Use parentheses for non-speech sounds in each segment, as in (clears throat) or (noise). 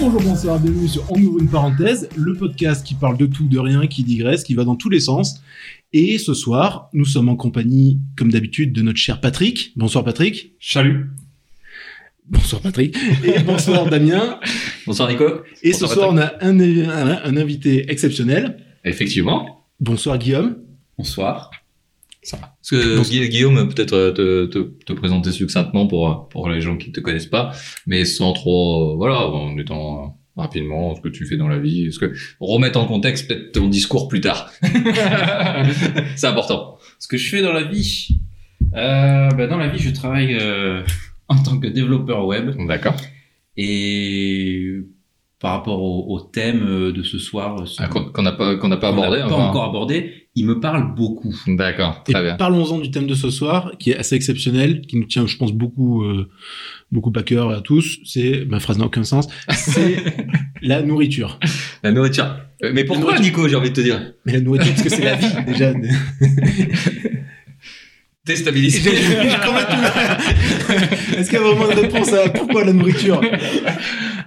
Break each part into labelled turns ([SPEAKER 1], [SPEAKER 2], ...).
[SPEAKER 1] bonjour, bonsoir, bienvenue sur On ouvre une parenthèse, le podcast qui parle de tout, de rien, qui digresse, qui va dans tous les sens. Et ce soir, nous sommes en compagnie, comme d'habitude, de notre cher Patrick. Bonsoir Patrick.
[SPEAKER 2] Salut.
[SPEAKER 1] Bonsoir Patrick. Et bonsoir Damien.
[SPEAKER 3] Bonsoir Nico.
[SPEAKER 1] Et
[SPEAKER 3] Bonsoir,
[SPEAKER 1] ce soir, on a un, un- un invité exceptionnel.
[SPEAKER 3] Effectivement.
[SPEAKER 1] Bonsoir Guillaume.
[SPEAKER 3] Bonsoir.
[SPEAKER 2] Ça
[SPEAKER 3] Est-ce que Gui- Guillaume, peut-être euh, te, te, te présenter succinctement pour, euh, pour les gens qui te connaissent pas, mais sans trop, euh, voilà, en étant euh, rapidement ce que tu fais dans la vie, ce que remettre en contexte peut-être ton discours plus
[SPEAKER 2] (laughs)
[SPEAKER 3] tard. C'est important.
[SPEAKER 4] ce que je fais dans la vie euh, bah, Dans la vie, je travaille euh, (laughs) en tant que développeur web.
[SPEAKER 3] D'accord.
[SPEAKER 4] Et par rapport au, au thème euh, de ce soir, euh, ce
[SPEAKER 3] Ah, Qu'on qu'on n'a pas qu'on n'a pas
[SPEAKER 4] qu'on n'a
[SPEAKER 3] abordé.
[SPEAKER 4] pas
[SPEAKER 3] enfin.
[SPEAKER 4] encore abordé, il me parle beaucoup.
[SPEAKER 3] D'accord.
[SPEAKER 1] Et
[SPEAKER 3] Très bien.
[SPEAKER 1] parlons-en du thème de ce soir, qui est assez exceptionnel, qui nous tient, je pense, beaucoup, euh, beaucoup à cœur à tous. C'est, ma phrase n'a aucun sens,
[SPEAKER 3] (laughs)
[SPEAKER 1] c'est la nourriture.
[SPEAKER 3] La nourriture. Euh, Mais pourquoi Nico, j'ai envie de te dire
[SPEAKER 1] Mais la nourriture, parce que c'est la vie,
[SPEAKER 3] (laughs)
[SPEAKER 1] déjà. (laughs)
[SPEAKER 3] Déstabilisé. (laughs)
[SPEAKER 1] Est-ce qu'il y a vraiment une réponse à pourquoi la nourriture Bah,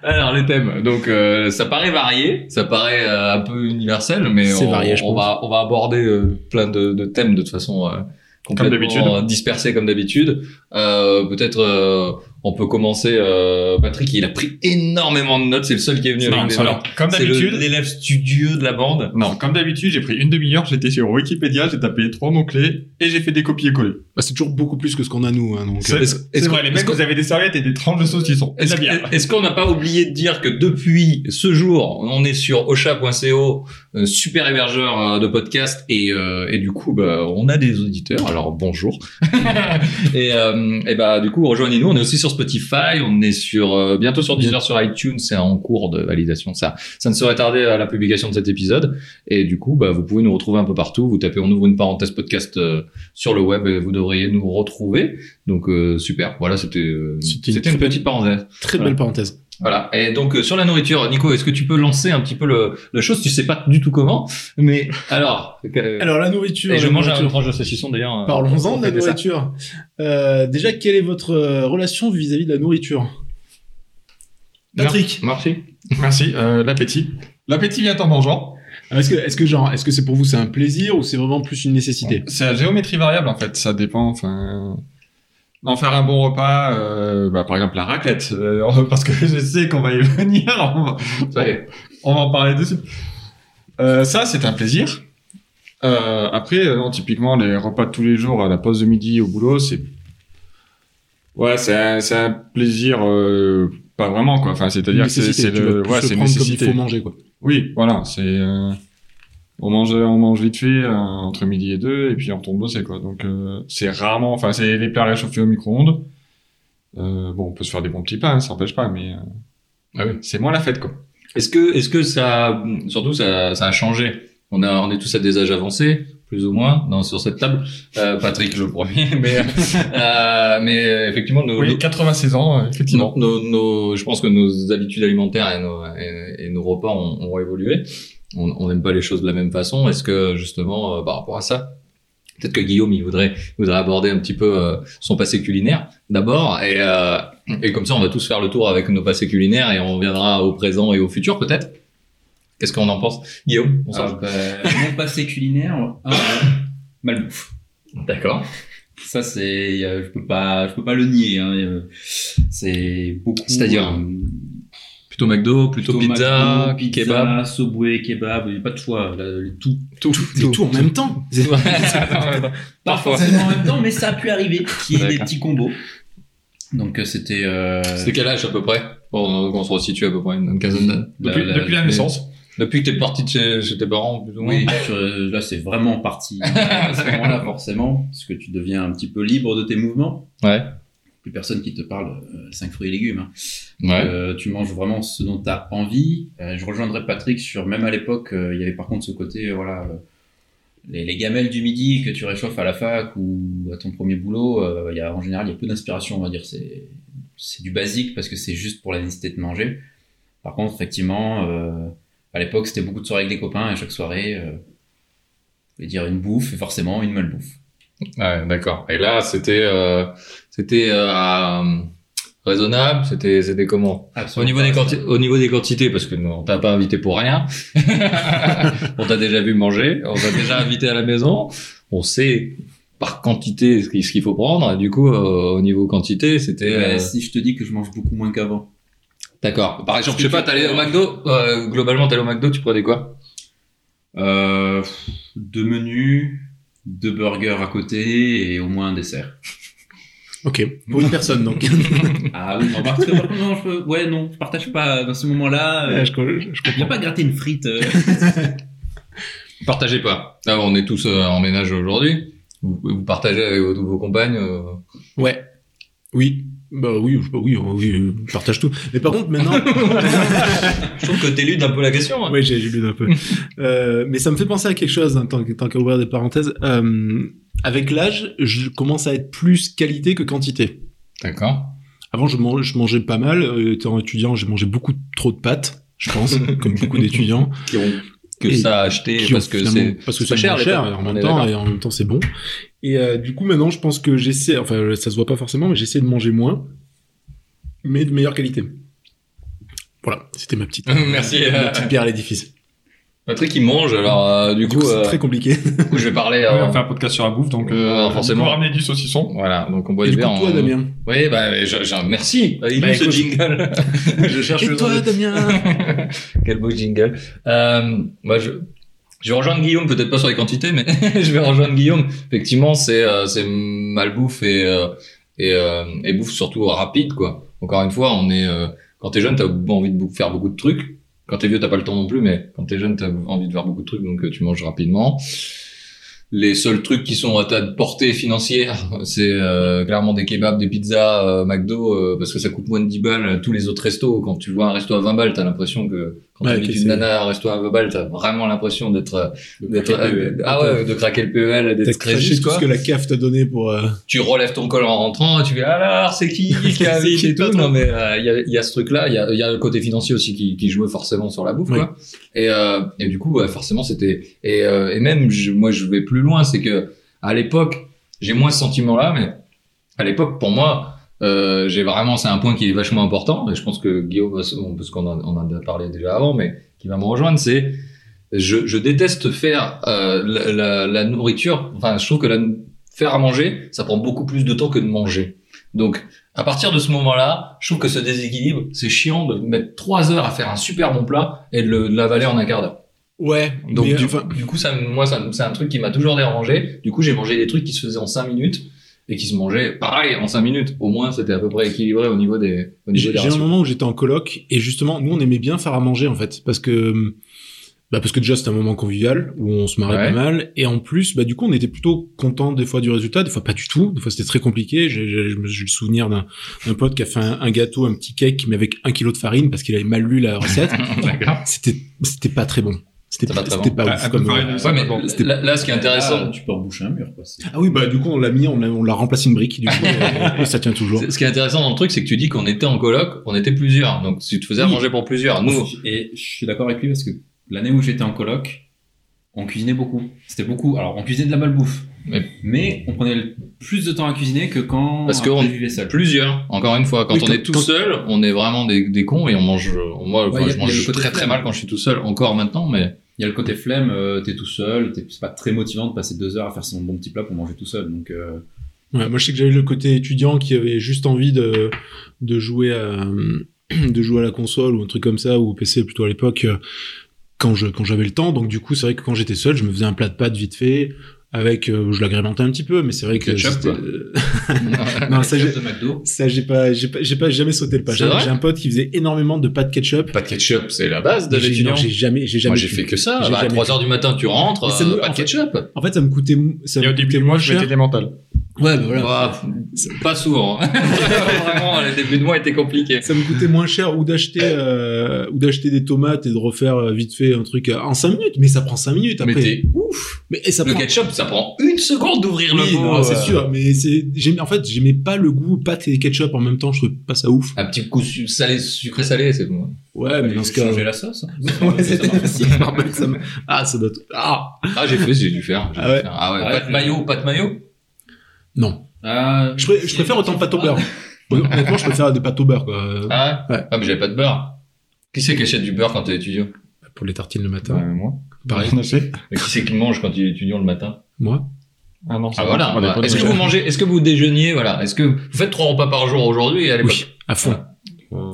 [SPEAKER 3] Alors les thèmes, donc euh, ça paraît varié, ça paraît euh, un peu universel, mais
[SPEAKER 1] C'est
[SPEAKER 3] on,
[SPEAKER 1] varié, je
[SPEAKER 3] on
[SPEAKER 1] pense.
[SPEAKER 3] va on va aborder euh, plein de, de thèmes de toute façon euh,
[SPEAKER 2] d'habitude.
[SPEAKER 3] complètement euh, dispersés comme d'habitude. Euh, Peut-être euh, on peut commencer. euh, Patrick, il a pris énormément de notes, c'est le seul qui est venu avec des
[SPEAKER 2] Alors,
[SPEAKER 3] notes.
[SPEAKER 2] comme
[SPEAKER 3] C'est le-
[SPEAKER 2] d'habitude,
[SPEAKER 3] l'élève studieux de la bande.
[SPEAKER 2] non, comme d'habitude, j'ai pris une demi-heure, j'étais sur Wikipédia, j'ai tapé trois mots-clés et j'ai fait des copier-coller.
[SPEAKER 1] Bah, C'est toujours beaucoup plus que ce qu'on a nous. hein, donc, euh,
[SPEAKER 2] C'est
[SPEAKER 3] est-ce-
[SPEAKER 2] c'est
[SPEAKER 3] est-ce
[SPEAKER 2] vrai,
[SPEAKER 3] qu'on-
[SPEAKER 2] les
[SPEAKER 3] est-ce
[SPEAKER 2] mecs,
[SPEAKER 3] qu'on-
[SPEAKER 2] vous avez des serviettes et des tranches de saucisson. Et de
[SPEAKER 3] Est-ce
[SPEAKER 2] la bière.
[SPEAKER 3] est-ce qu'on n'a pas oublié de dire que depuis ce jour, on est sur osha.co, euh, super hébergeur euh, de podcast, et, euh, et du coup, bah, on a des auditeurs.
[SPEAKER 1] (laughs)
[SPEAKER 3] Alors bonjour. et, euh, et bah du coup, rejoignez-nous. On est aussi sur Spotify, on est sur euh, bientôt sur Deezer, sur iTunes. C'est en cours de validation. Ça, ça ne serait tardé à la publication de cet épisode. Et du coup, bah, vous pouvez nous retrouver un peu partout. Vous tapez on ouvre une parenthèse podcast euh, sur le web et vous devriez nous retrouver. Donc euh, super. Voilà, c'était euh,
[SPEAKER 1] C'était une
[SPEAKER 3] c'était une
[SPEAKER 1] très
[SPEAKER 3] petite parenthèse.
[SPEAKER 1] très
[SPEAKER 3] voilà.
[SPEAKER 1] belle parenthèse.
[SPEAKER 3] Voilà. Et donc euh, sur la nourriture, Nico, est-ce que tu peux lancer un petit peu le, la chose Tu sais pas du tout comment,
[SPEAKER 1] (laughs)
[SPEAKER 3] mais alors. euh,
[SPEAKER 1] Alors la nourriture.
[SPEAKER 3] et je
[SPEAKER 1] la
[SPEAKER 3] mange un
[SPEAKER 1] nourriture.
[SPEAKER 3] tranche de saucisson d'ailleurs. euh,
[SPEAKER 1] Parlons-en de la
[SPEAKER 3] on fait ça.
[SPEAKER 1] nourriture. Euh, déjà, quelle est votre euh, relation vis-à-vis de la nourriture Patrick,
[SPEAKER 3] Merci.
[SPEAKER 2] Merci, euh, l'appétit. L'appétit vient en mangeant.
[SPEAKER 1] Alors, est-ce que, est-ce que genre, est-ce que c'est pour vous c'est un plaisir ou c'est vraiment plus une nécessité
[SPEAKER 2] C'est à géométrie variable en fait, ça dépend. Enfin, en faire un bon repas, euh, bah, par exemple la raclette, euh, (laughs) parce que je sais qu'on va y (laughs) venir, on va,
[SPEAKER 3] Ça y est.
[SPEAKER 2] on va en parler dessus. Euh, ça, c'est un plaisir. Euh, après, euh, non, typiquement les repas de tous les jours à la pause de midi au boulot, c'est ouais, c'est un, c'est un plaisir euh, pas vraiment quoi. Enfin, c'est-à-dire que c'est
[SPEAKER 1] Nécessité,
[SPEAKER 2] c'est
[SPEAKER 1] tu vas
[SPEAKER 2] le
[SPEAKER 1] plus
[SPEAKER 2] ouais,
[SPEAKER 1] le
[SPEAKER 2] c'est une
[SPEAKER 1] prendre comme il
[SPEAKER 2] nécessité.
[SPEAKER 1] faut manger quoi.
[SPEAKER 2] Oui, voilà, c'est euh, on mange on mange vite fait euh, entre midi et deux et puis on retourne bosser quoi. Donc euh, c'est rarement, enfin c'est les plats réchauffés au micro-ondes. Euh, bon, on peut se faire des bons petits pains, ça n'empêche pas, mais euh,
[SPEAKER 3] Ah oui.
[SPEAKER 2] c'est moins la fête quoi.
[SPEAKER 3] Est-ce que, est-ce que ça, surtout ça, ça a changé On a, on est tous à des âges avancés, plus ou moins, dans, sur cette table. Euh, Patrick, je le promets, (laughs) mais, euh, mais euh, effectivement, nos, nos-
[SPEAKER 2] 96 ans, euh, effectivement.
[SPEAKER 3] Nos, nos- je pense que nos habitudes alimentaires et nos, et, et nos repas ont, ont évolué. On on n'aime pas les choses de la même façon. Est-ce que justement, euh, par rapport à ça, peut-être que Guillaume, il voudrait, il voudrait aborder un petit peu euh, son passé culinaire d'abord, et, euh, et comme ça, on va tous faire le tour avec nos passés culinaires et on reviendra au présent et au futur peut-être. Qu'est-ce qu'on en pense, Guillaume On s'en-
[SPEAKER 4] Ah, bah,
[SPEAKER 3] (laughs)
[SPEAKER 4] mon passé culinaire, ah, malbouffe.
[SPEAKER 3] D'accord.
[SPEAKER 4] Ça, c'est, euh, je peux pas, je peux pas le nier. hein, euh, c'est beaucoup.
[SPEAKER 3] C'est-à-dire,
[SPEAKER 4] euh,
[SPEAKER 3] Plutôt McDo, plutôt, pizza,
[SPEAKER 4] McDo, pizza,
[SPEAKER 3] (laughs) kebab.
[SPEAKER 4] Subway, kebab, il n'y a pas de choix, là, les- tout.
[SPEAKER 1] Tout, et tout, en même temps.
[SPEAKER 4] Pas
[SPEAKER 3] Parfois.
[SPEAKER 4] forcément en même temps, mais ça a pu arriver, qu'il y ait des
[SPEAKER 3] D'accord.
[SPEAKER 4] petits combos. Donc euh, c'était... euh,
[SPEAKER 3] C'était quel âge à peu près Bon, on se resitue à peu près une quinzaine d'années.
[SPEAKER 2] Depuis,
[SPEAKER 4] la-
[SPEAKER 2] depuis la
[SPEAKER 3] la-
[SPEAKER 2] naissance.
[SPEAKER 3] Depuis que t'es parti de chez, chez tes parents, plus ou moins.
[SPEAKER 4] Oui, tu- euh, là c'est vraiment
[SPEAKER 3] (laughs)
[SPEAKER 4] parti. à ce moment-là, forcément, parce que tu deviens un petit peu libre de tes mouvements.
[SPEAKER 3] Ouais.
[SPEAKER 4] Plus personne qui te parle 5 fruits et légumes. hein.
[SPEAKER 3] Ouais.
[SPEAKER 4] Euh, tu manges vraiment ce dont tu as envie. Euh, je rejoindrai Patrick sur, même à l'époque, euh, il y avait par contre ce côté, euh, voilà, euh, les, les gamelles du midi que tu réchauffes à la fac ou à ton premier boulot, euh, il y a, en général, il y a peu d'inspiration, on va dire. C'est, c'est du basique parce que c'est juste pour la nécessité de manger. Par contre, effectivement, euh, à l'époque, c'était beaucoup de soirées avec des copains et chaque soirée, euh, je vais dire une bouffe et forcément une malbouffe.
[SPEAKER 3] ouais d'accord. Et là, c'était, euh, c'était euh, à, raisonnable C'était c'était comment Au niveau des quanti- au niveau des quantités parce que nous, on t'a pas invité pour rien. (laughs) on t'a déjà vu manger, on t'a déjà invité à la maison. On sait par quantité ce qu'il ce qu'il faut prendre. Et du coup, euh, au niveau quantité, c'était
[SPEAKER 4] Euh,
[SPEAKER 3] euh,
[SPEAKER 4] Si je te dis que je mange beaucoup moins qu'avant,
[SPEAKER 3] d'accord. Par exemple, je sais pas, t'allais au McDo. euh, globalement, t'allais au McDo, tu prenais quoi
[SPEAKER 4] euh, deux menus, deux burgers à côté et au moins un
[SPEAKER 1] (laughs)
[SPEAKER 4] dessert.
[SPEAKER 1] Ok. Pour une personne, donc.
[SPEAKER 4] Ah oui, remarque, parce que par contre, non, je peux- ouais, non, je partage pas dans ce moment-là.
[SPEAKER 1] Ouais,
[SPEAKER 4] Euh,
[SPEAKER 1] Eh, je, je- je
[SPEAKER 4] je viens
[SPEAKER 1] comprends.
[SPEAKER 4] pas gratter une frite. euh.
[SPEAKER 3] Partagez pas. Là, on est tous euh, en ménage aujourd'hui. Vous, vous partagez avec vos, vos compagnes. euh,
[SPEAKER 1] (laughs) Ouais. Oui. Bah oui, je- oui, oui, je partage tout. Mais par contre, (laughs) maintenant,
[SPEAKER 3] Je trouve que t'éludes un peu la question. hein.
[SPEAKER 1] Oui, j'ai j'ai lu un peu. Euh, mais ça me fait penser à quelque chose, hein, tant, que- tant qu'à ouvrir des parenthèses. Euh, avec l'âge, je commence à être plus qualité que quantité.
[SPEAKER 3] D'accord.
[SPEAKER 1] Avant, je, mangeais- je mangeais pas mal. Euh, Étant étudiant, j'ai mangé beaucoup trop de pâtes, je pense, (laughs) comme beaucoup d'étudiants.
[SPEAKER 3] Qui ont que
[SPEAKER 1] Et
[SPEAKER 3] ça a acheté
[SPEAKER 1] qui ont
[SPEAKER 3] parce que
[SPEAKER 1] finalement-
[SPEAKER 3] c'est
[SPEAKER 1] parce que
[SPEAKER 3] c'est
[SPEAKER 1] c'est
[SPEAKER 3] cher,
[SPEAKER 1] cher,
[SPEAKER 3] les
[SPEAKER 1] cher
[SPEAKER 3] pâtes.
[SPEAKER 1] et en
[SPEAKER 3] On
[SPEAKER 1] même
[SPEAKER 3] est
[SPEAKER 1] temps,
[SPEAKER 3] d'accord.
[SPEAKER 1] et en même temps, c'est bon. Et euh, du coup, maintenant, je pense que j'essaie, enfin, ça se voit pas forcément, mais j'essaie de manger moins, mais de meilleure qualité. Voilà, c'était ma petite,
[SPEAKER 3] (laughs) Merci. euh,
[SPEAKER 1] ma petite pierre à l'édifice.
[SPEAKER 3] Patrick il mange alors euh, du,
[SPEAKER 1] Du
[SPEAKER 3] coup,
[SPEAKER 1] coup, c'est
[SPEAKER 3] euh,
[SPEAKER 1] très compliqué.
[SPEAKER 3] du coup je vais parler.
[SPEAKER 2] Ouais,
[SPEAKER 3] euh,
[SPEAKER 2] on fait un podcast sur la bouffe, donc euh,
[SPEAKER 3] Ouais, euh, forcément.
[SPEAKER 2] on va ramener du saucisson.
[SPEAKER 3] Voilà donc on boit
[SPEAKER 1] Et
[SPEAKER 3] du
[SPEAKER 1] du coup,
[SPEAKER 3] verre.
[SPEAKER 1] toi,
[SPEAKER 3] en-
[SPEAKER 1] Damien.
[SPEAKER 3] Oui bah je- je- merci. Bah, Il
[SPEAKER 1] Bah,
[SPEAKER 3] est ce
[SPEAKER 1] écoute.
[SPEAKER 3] jingle. (laughs) je cherche le nom de-
[SPEAKER 1] Damien
[SPEAKER 3] (laughs) Quel beau jingle. Euh, moi, je, je vais rejoindre Guillaume, peut-être pas sur les quantités, mais (laughs) je vais rejoindre Guillaume. Effectivement, c'est euh, c'est malbouffe et, euh, et, euh, et bouffe surtout rapide, quoi. Encore une fois, on est euh, quand t'es jeune, t'as envie de bou- faire beaucoup de trucs. Quand t'es vieux, t'as pas le temps non plus, mais quand t'es jeune, t'as envie de faire beaucoup de trucs, donc euh, tu manges rapidement. Les seuls trucs qui sont à ta portée financière, (laughs) c'est euh, clairement des kebabs, des pizzas, euh, McDo, euh, parce que ça coûte moins de 10 balles. euh, Tous les autres restos, quand tu vois un resto à 20 balles, t'as l'impression que quand
[SPEAKER 1] Ouais,
[SPEAKER 3] tu
[SPEAKER 1] que
[SPEAKER 3] une
[SPEAKER 1] c'est-
[SPEAKER 3] nana à un resto à 20 balles, t'as vraiment l'impression d'être euh, d'être
[SPEAKER 4] craquer le E
[SPEAKER 3] euh, ah ouais, de craquer le PEL,
[SPEAKER 1] T'as
[SPEAKER 3] d'être
[SPEAKER 1] craché
[SPEAKER 3] crésus
[SPEAKER 1] tout
[SPEAKER 3] quoi.
[SPEAKER 1] ce que la CAF t'a donné pour... euh,
[SPEAKER 3] Tu relèves ton col en rentrant, et tu fais alors c'est qui qui
[SPEAKER 1] (laughs)
[SPEAKER 3] a
[SPEAKER 1] C'est
[SPEAKER 3] invité
[SPEAKER 1] qui
[SPEAKER 3] et
[SPEAKER 1] le
[SPEAKER 3] tout.
[SPEAKER 1] patron
[SPEAKER 3] Non mais euh, il y, a, il y a ce truc là, il y a, il y a le côté financier aussi qui, qui jouait forcément sur la bouffe
[SPEAKER 1] Oui.
[SPEAKER 3] quoi. Et, euh, et du coup ouais, forcément c'était et, euh, et même je- moi je vais plus loin, c'est que à l'époque j'ai moins ce sentiment là, mais à l'époque pour moi euh, j'ai vraiment c'est un point qui est vachement important et je pense que Guillaume va se- bon, parce qu'on en, on en a parlé déjà avant mais qui va me rejoindre c'est je, je déteste faire euh, la, la- la nourriture enfin je trouve que la, faire à manger ça prend beaucoup plus de temps que de manger donc à partir de ce moment là je trouve que ce déséquilibre c'est chiant de mettre trois heures à faire un super bon plat et de le- de l'avaler en un quart d'heure
[SPEAKER 1] Ouais,
[SPEAKER 3] donc
[SPEAKER 1] mais,
[SPEAKER 3] du,
[SPEAKER 1] enfin,
[SPEAKER 3] du coup, ça, me- moi, ça, me- c'est un truc qui m'a toujours dérangé. Du coup, j'ai mangé des trucs qui se faisaient en 5 minutes et qui se mangeaient pareil en 5 minutes. Au moins, c'était à peu près équilibré au niveau des, au niveau
[SPEAKER 1] j'ai
[SPEAKER 3] des
[SPEAKER 1] j'ai un
[SPEAKER 3] ratios.
[SPEAKER 1] moment où j'étais en coloc, et justement, nous, on aimait bien faire à manger, en fait, parce que... Bah parce que déjà c'était un moment convivial où on se marrait
[SPEAKER 3] Ouais.
[SPEAKER 1] pas mal et en plus bah du coup on était plutôt content des fois du résultat des fois pas du tout des fois c'était très compliqué j'ai j'ai- je me- j'ai le souvenir d'un d'un pote qui a fait un, un gâteau un petit cake mais avec un kilo de farine parce qu'il avait mal lu la
[SPEAKER 3] (laughs)
[SPEAKER 1] recette
[SPEAKER 3] D'accord.
[SPEAKER 1] c'était c'était pas très bon c'était
[SPEAKER 3] C'était
[SPEAKER 1] pas,
[SPEAKER 3] pas très
[SPEAKER 1] c'était
[SPEAKER 3] bon.
[SPEAKER 1] pas
[SPEAKER 2] Ah,
[SPEAKER 1] ouf
[SPEAKER 2] un peu
[SPEAKER 1] comme, euh,
[SPEAKER 2] farine,
[SPEAKER 3] Ouais, mais là, là, ce qui est (laughs) intéressant,
[SPEAKER 4] Là, Ah, tu peux reboucher un mur. Quoi. C'est-
[SPEAKER 1] Ah oui, bah du coup on l'a mis, on l'a, on l'a remplacé une brique, du coup
[SPEAKER 3] (laughs)
[SPEAKER 1] et- et ça tient toujours.
[SPEAKER 3] c'est- ce qui est intéressant dans le truc, c'est que tu dis qu'on était en coloc, on était plusieurs. Donc, tu te faisais à
[SPEAKER 1] Oui.
[SPEAKER 3] manger pour plusieurs. Nous,
[SPEAKER 4] Et je suis d'accord avec lui parce que l'année où j'étais en coloc, on cuisinait beaucoup. C'était beaucoup. Alors, on cuisinait de la malbouffe.
[SPEAKER 3] Mais-
[SPEAKER 4] Mais on prenait le plus de temps à cuisiner que quand
[SPEAKER 3] Parce que
[SPEAKER 4] on
[SPEAKER 3] on-
[SPEAKER 4] vivait seul.
[SPEAKER 3] plusieurs, encore une fois, quand
[SPEAKER 1] Oui,
[SPEAKER 3] on
[SPEAKER 1] quand-
[SPEAKER 3] est tout
[SPEAKER 1] quand-
[SPEAKER 3] seul, on est vraiment des, des cons et on mange. euh, Moi, enfin,
[SPEAKER 4] y a-
[SPEAKER 3] je
[SPEAKER 4] y a le
[SPEAKER 3] mange
[SPEAKER 4] côté
[SPEAKER 3] très très
[SPEAKER 4] flemme.
[SPEAKER 3] mal quand je suis tout seul, encore
[SPEAKER 1] (laughs)
[SPEAKER 3] maintenant, mais
[SPEAKER 4] Il y a le côté flemme, euh, t'es tout seul, t'es- c'est pas très motivant de passer deux heures à faire son bon petit plat pour manger tout seul. Donc, euh,
[SPEAKER 1] Ouais, moi je sais que j'avais le côté étudiant qui avait juste envie de, de jouer à (clears throat) de jouer à la console ou un truc comme ça ou au PC plutôt à l'époque euh, quand je quand j'avais le temps. Donc du coup c'est vrai que quand j'étais seul je me faisais un plat de pâtes vite fait avec euh, je l'agrémentais un petit peu mais c'est vrai que
[SPEAKER 3] Ketchup,
[SPEAKER 1] c'était-
[SPEAKER 3] quoi.
[SPEAKER 4] Ah,
[SPEAKER 1] non ça j'ai
[SPEAKER 4] de McDo.
[SPEAKER 1] (laughs) ça j'ai pas j'ai pas j'ai pas jamais sauté le pas.
[SPEAKER 3] C'est
[SPEAKER 1] J'ai,
[SPEAKER 3] vrai
[SPEAKER 1] j'ai un pote qui faisait énormément de pâtes ketchup.
[SPEAKER 3] pas de ketchup, c'est la base de
[SPEAKER 1] J'ai,
[SPEAKER 3] l'étudiant.
[SPEAKER 1] non, j'ai jamais j'ai jamais
[SPEAKER 3] Moi, j'ai
[SPEAKER 1] pu.
[SPEAKER 3] fait que ça.
[SPEAKER 1] J'ai
[SPEAKER 3] Bah, à
[SPEAKER 1] jamais
[SPEAKER 3] 3 heures du matin, tu rentres,
[SPEAKER 1] Mais ça
[SPEAKER 3] euh,
[SPEAKER 1] me-
[SPEAKER 3] pas de
[SPEAKER 1] en fait-
[SPEAKER 3] ketchup.
[SPEAKER 1] En fait ça me coûtait ça
[SPEAKER 2] Et
[SPEAKER 1] me
[SPEAKER 2] au début
[SPEAKER 1] coûtait
[SPEAKER 2] du mois,
[SPEAKER 1] moins
[SPEAKER 2] je mettais
[SPEAKER 1] cher.
[SPEAKER 2] des mentales.
[SPEAKER 1] Ouais bah voilà.
[SPEAKER 3] Bah, pff,
[SPEAKER 1] (laughs)
[SPEAKER 3] pas souvent. hein. Vraiment, les débuts de mois étaient compliqués.
[SPEAKER 1] ça me coûtait moins cher ou d'acheter euh, ou d'acheter des tomates et de refaire euh, vite fait un truc euh, en 5 minutes mais ça prend 5 minutes
[SPEAKER 3] Mais
[SPEAKER 1] après
[SPEAKER 3] t'es ouf.
[SPEAKER 1] mais et ça
[SPEAKER 3] Le
[SPEAKER 1] prend
[SPEAKER 3] ketchup, ça prend une seconde d'ouvrir
[SPEAKER 1] Oui,
[SPEAKER 3] le pot.
[SPEAKER 1] non, c'est
[SPEAKER 3] euh,
[SPEAKER 1] sûr mais c'est j'aimais en fait j'aimais pas le goût pâte et ketchup en même temps je trouvais pas ça ouf
[SPEAKER 3] Un petit coup su- salé, sucré-salé, c'est bon.
[SPEAKER 1] ouais
[SPEAKER 4] Bah,
[SPEAKER 1] mais dans ce cas
[SPEAKER 4] changer la sauce.
[SPEAKER 1] (laughs)
[SPEAKER 4] hein.
[SPEAKER 1] Ouais, c'était- c'est normal, ça me- ah ça doit ah
[SPEAKER 3] Ah, j'ai fait, j'ai dû faire. j'ai
[SPEAKER 1] Ah
[SPEAKER 3] dû
[SPEAKER 1] ouais.
[SPEAKER 3] faire. Ah ouais.
[SPEAKER 4] Ah
[SPEAKER 3] Pâte
[SPEAKER 4] ouais.
[SPEAKER 3] mayo, pâte mayo. (laughs)
[SPEAKER 1] non je, pré- je préfère autant pâte au beurre Honnêtement, je préfère des pâtes au beurre, quoi. euh,
[SPEAKER 3] Ah ouais
[SPEAKER 1] Ouais.
[SPEAKER 3] Ah, mais j'avais pas de beurre. Qui c'est qui achète du beurre quand t'es étudiant
[SPEAKER 1] Pour les tartines le matin.
[SPEAKER 2] Bah, moi.
[SPEAKER 1] Pareil.
[SPEAKER 2] On a fait.
[SPEAKER 3] Mais Qui c'est qui mange quand il est étudiant le matin
[SPEAKER 1] Moi
[SPEAKER 2] Ah non,
[SPEAKER 3] Ah
[SPEAKER 2] ça va,
[SPEAKER 3] voilà.
[SPEAKER 2] on est pas
[SPEAKER 3] Est-ce que
[SPEAKER 2] obligé.
[SPEAKER 3] vous mangez Est-ce que vous déjeuniez Voilà. Est-ce que vous faites trois repas par jour aujourd'hui et à l'époque
[SPEAKER 1] Oui, à fond.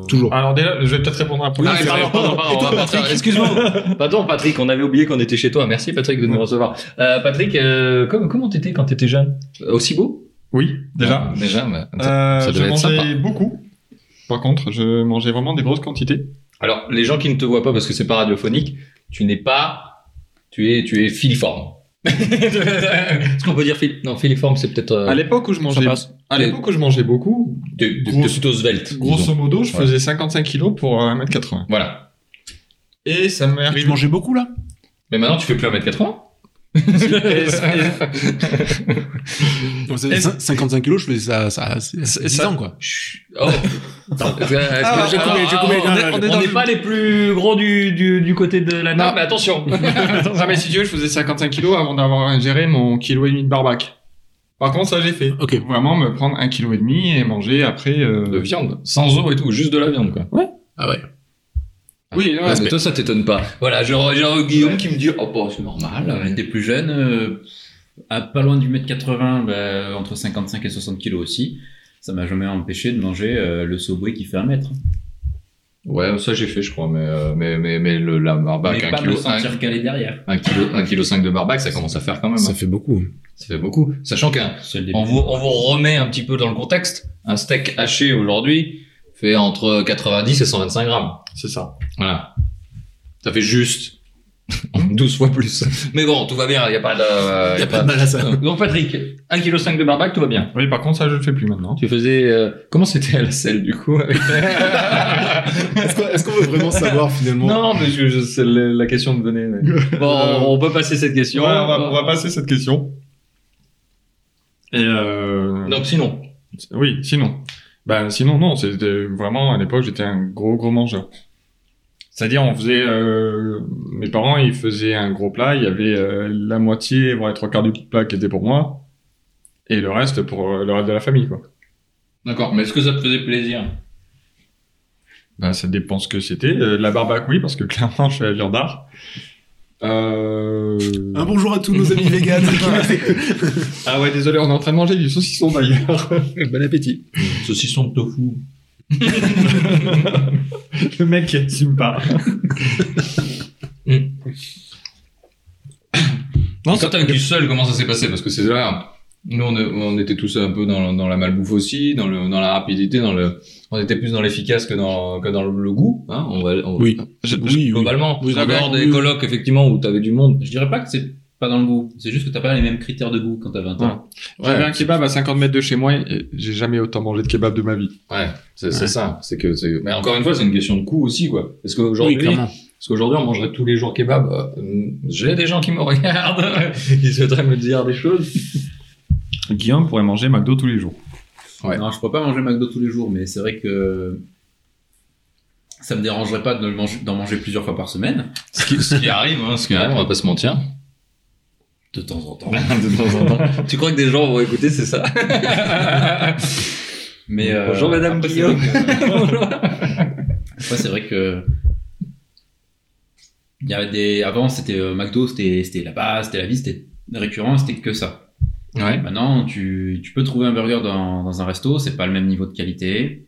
[SPEAKER 1] Toujours.
[SPEAKER 2] Alors déjà, je vais peut-être répondre à un
[SPEAKER 3] Ah,
[SPEAKER 2] problème.
[SPEAKER 3] mais pardon, pardon, pardon, on va pas faire- Excuse-moi. (laughs) Pardon, Patrick, on avait oublié qu'on était chez toi. Merci, Patrick, de nous recevoir. Euh, Patrick, euh, comment comment t'étais quand t'étais jeune Euh, Aussi beau
[SPEAKER 2] (laughs) Oui, déjà.
[SPEAKER 3] Ah, Déjà, mais-
[SPEAKER 2] Euh,
[SPEAKER 3] ça
[SPEAKER 2] je
[SPEAKER 3] devait être
[SPEAKER 2] mangeais
[SPEAKER 3] sympa.
[SPEAKER 2] beaucoup. Par contre, je mangeais vraiment des grosses quantités.
[SPEAKER 3] Alors, les gens qui ne te voient pas parce que c'est pas radiophonique, tu n'es pas, tu es, tu es filiforme. Est-ce qu'on peut dire fil... Non, filiforme, c'est peut-être. euh,
[SPEAKER 2] À l'époque où je mangeais,
[SPEAKER 3] ça passe.
[SPEAKER 2] à l'époque où je mangeais beaucoup,
[SPEAKER 3] T'es t'es
[SPEAKER 2] Grosse-
[SPEAKER 3] plutôt svelte. disons.
[SPEAKER 2] grosso modo, je
[SPEAKER 3] Ouais.
[SPEAKER 2] faisais 55 kilos pour euh, 1m80.
[SPEAKER 3] Voilà.
[SPEAKER 2] Et ça m'est
[SPEAKER 1] Et
[SPEAKER 2] arrivé.
[SPEAKER 1] tu mangeais beaucoup, là
[SPEAKER 3] Mais maintenant, tu fais plus 1m80
[SPEAKER 2] (laughs)
[SPEAKER 1] Non, c'est- cin- 55 kilos, je faisais ça, ça, c'est
[SPEAKER 3] C'est-
[SPEAKER 1] 10
[SPEAKER 3] ça-
[SPEAKER 1] ans, quoi.
[SPEAKER 3] Chut. Oh. (laughs) Attends. Est-ce que-
[SPEAKER 2] Ah, j'ai coupé,
[SPEAKER 1] j'ai coupé.
[SPEAKER 3] on est-
[SPEAKER 1] Non, non,
[SPEAKER 3] on
[SPEAKER 1] j'ai-
[SPEAKER 3] est
[SPEAKER 1] on
[SPEAKER 3] dans
[SPEAKER 1] est
[SPEAKER 3] le- pas les plus gros du, du, du côté de la table, mais (laughs) attention.
[SPEAKER 2] Ah, mais si tu veux, je faisais 55 kilos avant d'avoir ingéré mon kilo et demi de barbac. Par contre, ça, j'ai fait.
[SPEAKER 1] Ok.
[SPEAKER 2] Vraiment me prendre un kilo et demi et manger après. euh,
[SPEAKER 3] de viande, sans eau et tout, juste de la viande, quoi.
[SPEAKER 1] Ah ouais.
[SPEAKER 2] Oui, ouais,
[SPEAKER 3] Ouais, Ah, mais toi, ça t'étonne pas. Voilà, j'ai j'ai un Guillaume qui me dit, oh, bah, c'est normal.
[SPEAKER 4] Voilà, on était plus jeune, euh, à pas loin du mètre 80, bah, entre 55 et 60 kilos aussi. Ça m'a jamais empêché de manger euh, le Subway qui fait un mètre.
[SPEAKER 3] Ouais, ça, j'ai fait, je crois, mais, euh, mais, mais, mais le, la barbac,
[SPEAKER 4] mais
[SPEAKER 3] un
[SPEAKER 4] pas
[SPEAKER 3] kilo,
[SPEAKER 4] me
[SPEAKER 3] un,
[SPEAKER 4] sentir calé derrière.
[SPEAKER 3] un kilo, un kilo cinq de barbac, ça commence à faire quand même. hein.
[SPEAKER 1] Ça fait beaucoup.
[SPEAKER 3] Ça fait beaucoup. Sachant qu'un,
[SPEAKER 4] C'est le début.
[SPEAKER 3] On vous, on vous remet un petit peu dans le contexte. Un steak haché aujourd'hui fait entre 90 et 125 grammes.
[SPEAKER 2] c'est ça.
[SPEAKER 3] Voilà. Ça fait juste (laughs) 12 fois plus. Mais bon, tout va bien, il n'y a pas de...
[SPEAKER 1] Y a pas de mal à
[SPEAKER 2] (laughs)
[SPEAKER 1] ça.
[SPEAKER 3] Donc Patrick, 1,5 kg de barbac, tout va bien.
[SPEAKER 2] Oui, par contre, ça, je le fais plus maintenant.
[SPEAKER 3] Tu faisais... euh, Comment c'était à la selle du coup avec-
[SPEAKER 2] (laughs)
[SPEAKER 1] Est-ce qu'on- est-ce qu'on veut vraiment savoir, finalement
[SPEAKER 3] Non, mais je, je- c'est la la question de venait.
[SPEAKER 2] (laughs)
[SPEAKER 3] mais- Bon, on- on peut passer cette question.
[SPEAKER 2] Ouais, on, va, on va passer cette question. Et euh...
[SPEAKER 3] Donc sinon,
[SPEAKER 2] Oui, sinon. Bah sinon non, c'était vraiment à l'époque j'étais un gros gros mangeur. C'est-à-dire on faisait, euh, mes parents ils faisaient un gros plat, il y avait euh, la moitié voire les trois quarts du plat qui était pour moi et le reste pour euh, le reste de la famille quoi.
[SPEAKER 3] d'accord, mais est-ce que ça te faisait plaisir
[SPEAKER 2] Ben, ça dépend ce que c'était. Euh, la barbac oui parce que (laughs) clairement je suis un viandard. Euh...
[SPEAKER 1] Un bonjour à tous nos amis véganes. (laughs)
[SPEAKER 2] Ah ouais désolé on est en train de manger du saucisson d'ailleurs. (laughs)
[SPEAKER 1] bon appétit.
[SPEAKER 3] Saucisson de tofu.
[SPEAKER 2] le mec qui me parle.
[SPEAKER 3] Non, toi, t'as vécu seul, comment ça s'est passé Parce que c'est là, nous, on, on était tous un peu dans, dans la malbouffe aussi, dans, le, dans la rapidité, dans le, on était plus dans l'efficace que dans, que dans le, le goût. Hein on va, on-
[SPEAKER 1] Oui.
[SPEAKER 2] Je-
[SPEAKER 1] Oui, oui.
[SPEAKER 3] Globalement,
[SPEAKER 1] Oui,
[SPEAKER 3] en
[SPEAKER 1] oui,
[SPEAKER 3] dehors
[SPEAKER 1] oui,
[SPEAKER 3] des
[SPEAKER 1] oui.
[SPEAKER 3] colloques, effectivement, où t'avais du monde.
[SPEAKER 4] Je dirais pas que c'est pas dans le goût. C'est juste que t'as pas les mêmes critères de goût quand t'as 20 ans.
[SPEAKER 2] J'avais un kebab à 50 mètres de chez moi et j'ai jamais autant mangé de kebab de ma vie.
[SPEAKER 3] Ouais, c'est c'est ça. C'est que, c'est- mais encore une fois, c'est une question de coût aussi, quoi. Parce qu'aujourd'hui, parce qu'aujourd'hui, on mangerait tous les jours kebab. Euh, J'ai des gens qui me (laughs) regardent, ils souhaiteraient me dire des choses.
[SPEAKER 2] Guillaume pourrait manger McDo tous les jours.
[SPEAKER 3] Ouais.
[SPEAKER 4] Non, je pourrais pas manger McDo tous les jours, mais c'est vrai que ça me dérangerait pas de le manger- d'en manger plusieurs fois par semaine.
[SPEAKER 3] Ce qui, ce qui arrive, hein, ce qui arrive, on va pas se mentir.
[SPEAKER 4] De temps en
[SPEAKER 3] (laughs)
[SPEAKER 4] temps.
[SPEAKER 3] De temps en temps. Tu crois que des gens vont écouter, c'est (laughs) ça
[SPEAKER 4] Mais euh,
[SPEAKER 3] Bonjour, madame
[SPEAKER 4] après, c'est
[SPEAKER 3] Guillaume.
[SPEAKER 4] vrai que- Après, c'est vrai que il y avait des avant c'était euh, McDo, c'était c'était la base, c'était la vie, c'était récurrent, c'était que ça.
[SPEAKER 3] (laughs) Ouais.
[SPEAKER 4] Maintenant, tu, tu peux trouver un burger dans, dans un resto, c'est pas le même niveau de qualité,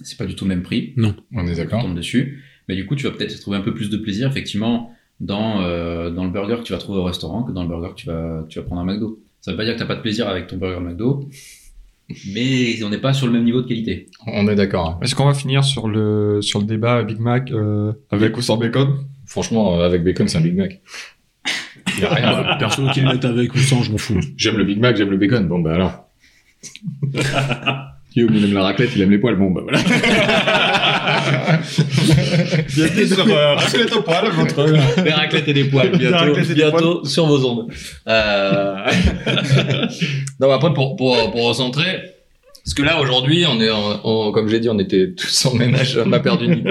[SPEAKER 4] c'est pas du tout le même prix,
[SPEAKER 3] On est
[SPEAKER 4] tu
[SPEAKER 3] d'accord.
[SPEAKER 4] tombes dessus, mais du coup, tu vas peut-être trouver un peu plus de plaisir effectivement dans euh, dans le burger que tu vas trouver au restaurant que dans le burger que tu vas que tu vas prendre à McDo. Ça veut pas dire que t'as pas de plaisir avec ton burger McDo, mais on n'est pas sur le même niveau de qualité.
[SPEAKER 3] On est d'accord. hein.
[SPEAKER 2] Est-ce qu'on va finir sur le, sur le débat Big Mac euh, avec ou sans bacon
[SPEAKER 3] Franchement, euh, avec bacon, c'est un Big Mac. Y a
[SPEAKER 1] Ah,
[SPEAKER 3] rien.
[SPEAKER 1] Personne qui le mette avec ou sans, je m'en fous.
[SPEAKER 3] J'aime le Big Mac, j'aime le bacon. Bon, bah
[SPEAKER 2] (laughs)
[SPEAKER 3] alors. Guillaume, il aime la raclette, il aime les poils. Bon, bah voilà.
[SPEAKER 2] Bienvenue sur euh, Raclette au poil, votre...
[SPEAKER 3] Des raclettes et des poils,
[SPEAKER 2] Des
[SPEAKER 3] bientôt,
[SPEAKER 2] raclettes et des
[SPEAKER 3] bientôt sur vos (laughs) ondes. Euh... non, mais après, pour, pour, pour recentrer, Parce que là, aujourd'hui, on est, en, en- comme j'ai dit, on était tous en ménage. On a perdu Nico.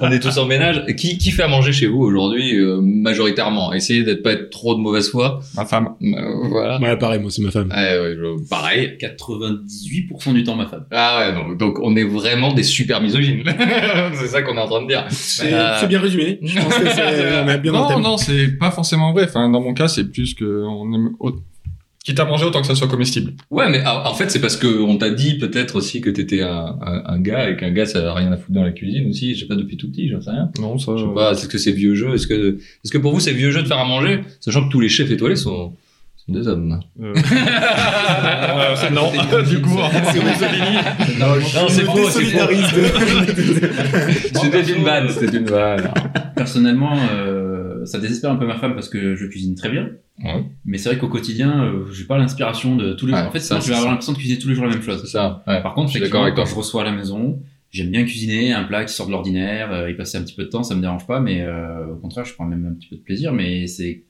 [SPEAKER 3] on est tous en ménage. Qui, qui fait à manger chez vous aujourd'hui, euh, majoritairement Essayez d'être pas être trop de mauvaise foi.
[SPEAKER 2] Ma femme.
[SPEAKER 3] Euh, voilà. Eh,
[SPEAKER 1] Ouais, pareil, moi, c'est ma femme.
[SPEAKER 3] Ouais, ouais, je- pareil.
[SPEAKER 4] 98% du temps, ma femme.
[SPEAKER 3] Ah ouais, donc, donc on est vraiment des super misogynes. (laughs) c'est ça qu'on est en train de dire.
[SPEAKER 1] C'est
[SPEAKER 3] Euh,
[SPEAKER 1] c'est bien résumé. Je pense que (laughs) c'est on est bien dans le
[SPEAKER 2] non,
[SPEAKER 1] thème.
[SPEAKER 2] non, c'est pas forcément vrai. Enfin, dans mon cas, c'est plus que on aime au- quitte à manger autant que ça soit comestible.
[SPEAKER 3] Ouais, mais en en fait, c'est parce que on t'a dit peut-être aussi que t'étais un, un, un gars et qu'un gars ça a rien à foutre dans la cuisine aussi. Je sais pas depuis tout petit, j'en sais rien.
[SPEAKER 2] Non, ça.
[SPEAKER 3] Je sais pas. Est-ce que c'est vieux jeu Est-ce que est-ce que pour vous c'est vieux jeu de faire à manger, sachant que tous les chefs étoilés sont, sont des hommes
[SPEAKER 2] euh, (laughs)
[SPEAKER 4] Euh,
[SPEAKER 2] non, du coup, (laughs)
[SPEAKER 4] C'est
[SPEAKER 3] Non, c'est faux, c'est faux.
[SPEAKER 1] (laughs)
[SPEAKER 3] C'était
[SPEAKER 4] perso,
[SPEAKER 3] une vanne, c'était une vanne.
[SPEAKER 4] (laughs) Personnellement, euh, ça désespère un peu ma femme parce que je cuisine très bien.
[SPEAKER 3] Ouais.
[SPEAKER 4] Mais c'est vrai qu'au quotidien, euh, j'ai pas l'inspiration de tous les
[SPEAKER 3] Ouais,
[SPEAKER 4] jours. En fait,
[SPEAKER 3] ça,
[SPEAKER 4] sinon, je vais
[SPEAKER 3] c'est
[SPEAKER 4] avoir l'impression de cuisiner tous les jours la même chose.
[SPEAKER 3] C'est ça. Ouais.
[SPEAKER 4] Par contre,
[SPEAKER 3] je suis d'accord
[SPEAKER 4] effectivement,
[SPEAKER 3] avec toi.
[SPEAKER 4] quand je reçois à la maison, j'aime bien cuisiner un plat qui sort de l'ordinaire, euh, y passer un petit peu de temps, ça me dérange pas, mais euh, au contraire, je prends même un petit peu de plaisir, mais c'est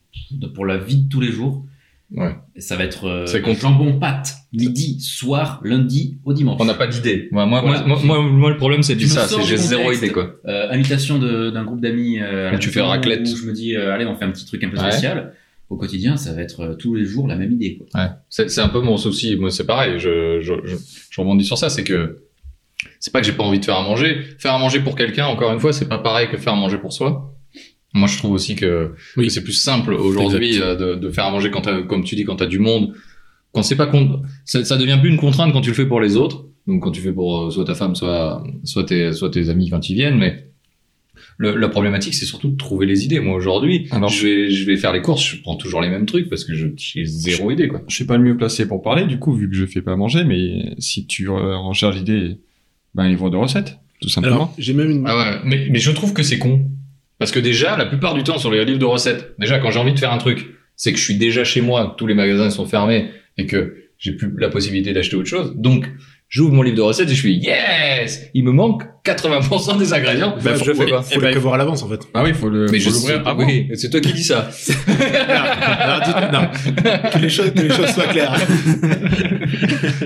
[SPEAKER 4] pour la vie de tous les jours.
[SPEAKER 3] Ouais.
[SPEAKER 4] Et Ça va être euh,
[SPEAKER 3] C'est con-
[SPEAKER 4] jambon pâte, midi, soir, lundi au dimanche.
[SPEAKER 3] On n'a pas d'idée. Moi, moi,
[SPEAKER 4] Voilà.
[SPEAKER 3] moi, moi, moi, le problème c'est
[SPEAKER 4] Tu
[SPEAKER 3] du
[SPEAKER 4] me
[SPEAKER 3] ça,
[SPEAKER 4] sors
[SPEAKER 3] c'est
[SPEAKER 4] du
[SPEAKER 3] j'ai zéro
[SPEAKER 4] contexte.
[SPEAKER 3] idée quoi.
[SPEAKER 4] Euh, invitation de- d'un groupe d'amis. euh, à la
[SPEAKER 3] Tu fais
[SPEAKER 4] maison
[SPEAKER 3] raclette.
[SPEAKER 4] où Je me dis, euh, allez, on fait un petit truc un peu
[SPEAKER 3] Ouais.
[SPEAKER 4] spécial. Au quotidien, ça va être euh, tous les jours la même idée. Quoi.
[SPEAKER 3] Ouais. C'est, c'est un peu mon souci. Moi, c'est pareil. Je, je, je, je rebondis sur ça. C'est que c'est pas que j'ai pas envie de faire à manger. Faire à manger pour quelqu'un, encore une fois, c'est pas pareil que faire à manger pour soi. Moi, je trouve aussi que,
[SPEAKER 1] Oui.
[SPEAKER 3] que c'est plus simple aujourd'hui euh, de, de faire à manger quand t'as, comme tu dis, quand t'as du monde. Quand c'est pas con- ça, ça devient plus une contrainte quand tu le fais pour les autres. Donc, quand tu fais pour euh, soit ta femme, soit, soit tes, soit tes amis quand ils viennent. Mais le- la problématique, c'est surtout de trouver les idées. Moi, aujourd'hui,
[SPEAKER 2] Alors-
[SPEAKER 3] je vais, je vais faire les courses. Je prends toujours les mêmes trucs parce que je, j'ai zéro idée, quoi.
[SPEAKER 2] je suis pas le mieux placé pour parler, du coup, vu que je fais pas manger, mais si tu euh, recherches l'idée, ben, il vont de recettes, tout simplement.
[SPEAKER 1] Alors, j'ai même une.
[SPEAKER 3] Ah ouais, mais, mais je trouve que c'est con. Parce que déjà, la plupart du temps, sur les livres de recettes, déjà, quand j'ai envie de faire un truc, c'est que je suis déjà chez moi, que tous les magasins sont fermés et que j'ai plus la possibilité d'acheter autre chose. Donc, j'ouvre mon livre de recettes et je suis yes! Il me manque 80% des ingrédients. Eh ben,
[SPEAKER 1] Bah,
[SPEAKER 3] je le fais pas.
[SPEAKER 1] Faut le prévoir à l'avance, en fait.
[SPEAKER 2] Ah oui, faut le,
[SPEAKER 3] Mais
[SPEAKER 2] faut
[SPEAKER 3] je
[SPEAKER 2] l'ouvrir
[SPEAKER 3] sais,
[SPEAKER 2] avant.
[SPEAKER 3] oui, c'est toi qui dis ça.
[SPEAKER 1] (laughs) Alors, dites- non. Que les choses, que les choses soient claires.
[SPEAKER 3] (laughs)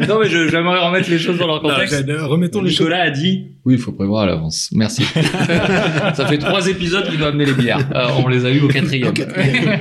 [SPEAKER 3] non, mais je- j'aimerais remettre les choses dans leur
[SPEAKER 1] Non,
[SPEAKER 3] contexte.
[SPEAKER 1] j'adore. Remettons les choses.
[SPEAKER 3] a dit Oui, il faut prévoir à l'avance. (laughs) Merci. ça fait trois épisodes qu'il doit amener les bières. Euh, on les a eu au quatrième.
[SPEAKER 1] Au quatrième.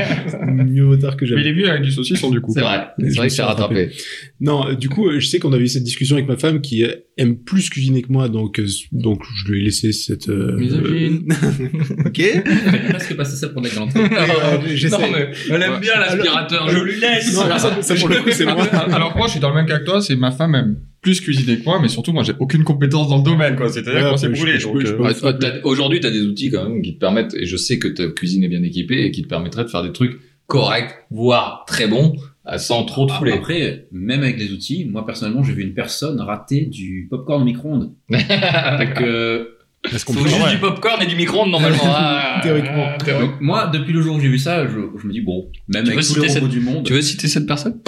[SPEAKER 1] (laughs) Mieux vaut tard que
[SPEAKER 2] Mais
[SPEAKER 1] jamais.
[SPEAKER 2] il est venu avec du saucisson, du
[SPEAKER 3] (laughs)
[SPEAKER 2] coup.
[SPEAKER 3] C'est vrai.
[SPEAKER 1] Mais
[SPEAKER 3] C'est
[SPEAKER 1] je
[SPEAKER 3] vrai
[SPEAKER 1] me
[SPEAKER 3] que
[SPEAKER 1] suis
[SPEAKER 3] c'est
[SPEAKER 1] rattrapé.
[SPEAKER 3] rattrapé. (laughs)
[SPEAKER 1] Non, euh, du coup, euh, je sais qu'on avait eu cette discussion avec ma femme qui euh, aime plus cuisiner que moi, donc euh, donc je lui ai laissé cette. euh,
[SPEAKER 4] Misogyne.
[SPEAKER 1] euh, (laughs) ok.
[SPEAKER 4] Faites presque passer ça pour des glantes.
[SPEAKER 3] Ah,
[SPEAKER 1] euh, j'essaie.
[SPEAKER 3] non, mais elle aime bien l'aspirateur, je lui laisse.
[SPEAKER 1] Non, ça, ça, pour le coup, c'est moi.
[SPEAKER 2] Alors, moi, je suis dans le même cas que toi, c'est ma femme aime plus cuisiner que moi, mais surtout, moi, j'ai aucune compétence dans le domaine, quoi. C'est-à-dire
[SPEAKER 1] Ouais,
[SPEAKER 2] qu'on s'est
[SPEAKER 1] je-
[SPEAKER 2] brûlé.
[SPEAKER 1] je-
[SPEAKER 2] donc,
[SPEAKER 1] je-
[SPEAKER 2] euh,
[SPEAKER 1] je-
[SPEAKER 3] Ouais, toi, t'as- Aujourd'hui, tu as des outils quand même qui te permettent, et je sais que ta cuisine est bien équipée et qui te permettraient de faire des trucs corrects, voire très bons, euh, sans trop te fouler.
[SPEAKER 4] Après, même avec les outils, moi personnellement, j'ai vu une personne rater du popcorn au micro-ondes.
[SPEAKER 3] Ah,
[SPEAKER 4] Donc, euh,
[SPEAKER 1] Parce qu'on
[SPEAKER 3] Faut
[SPEAKER 1] peut-
[SPEAKER 3] juste
[SPEAKER 1] ouais.
[SPEAKER 3] du popcorn et du
[SPEAKER 1] (laughs)
[SPEAKER 3] micro-ondes normalement. Ah,
[SPEAKER 1] Théoriquement.
[SPEAKER 3] théoriquement.
[SPEAKER 4] donc, moi, depuis le jour où j'ai vu ça, je, je me dis, bon, même
[SPEAKER 3] Tu veux
[SPEAKER 4] avec tous
[SPEAKER 3] citer
[SPEAKER 4] les robots
[SPEAKER 3] cette-
[SPEAKER 4] du monde,
[SPEAKER 3] Tu veux citer cette personne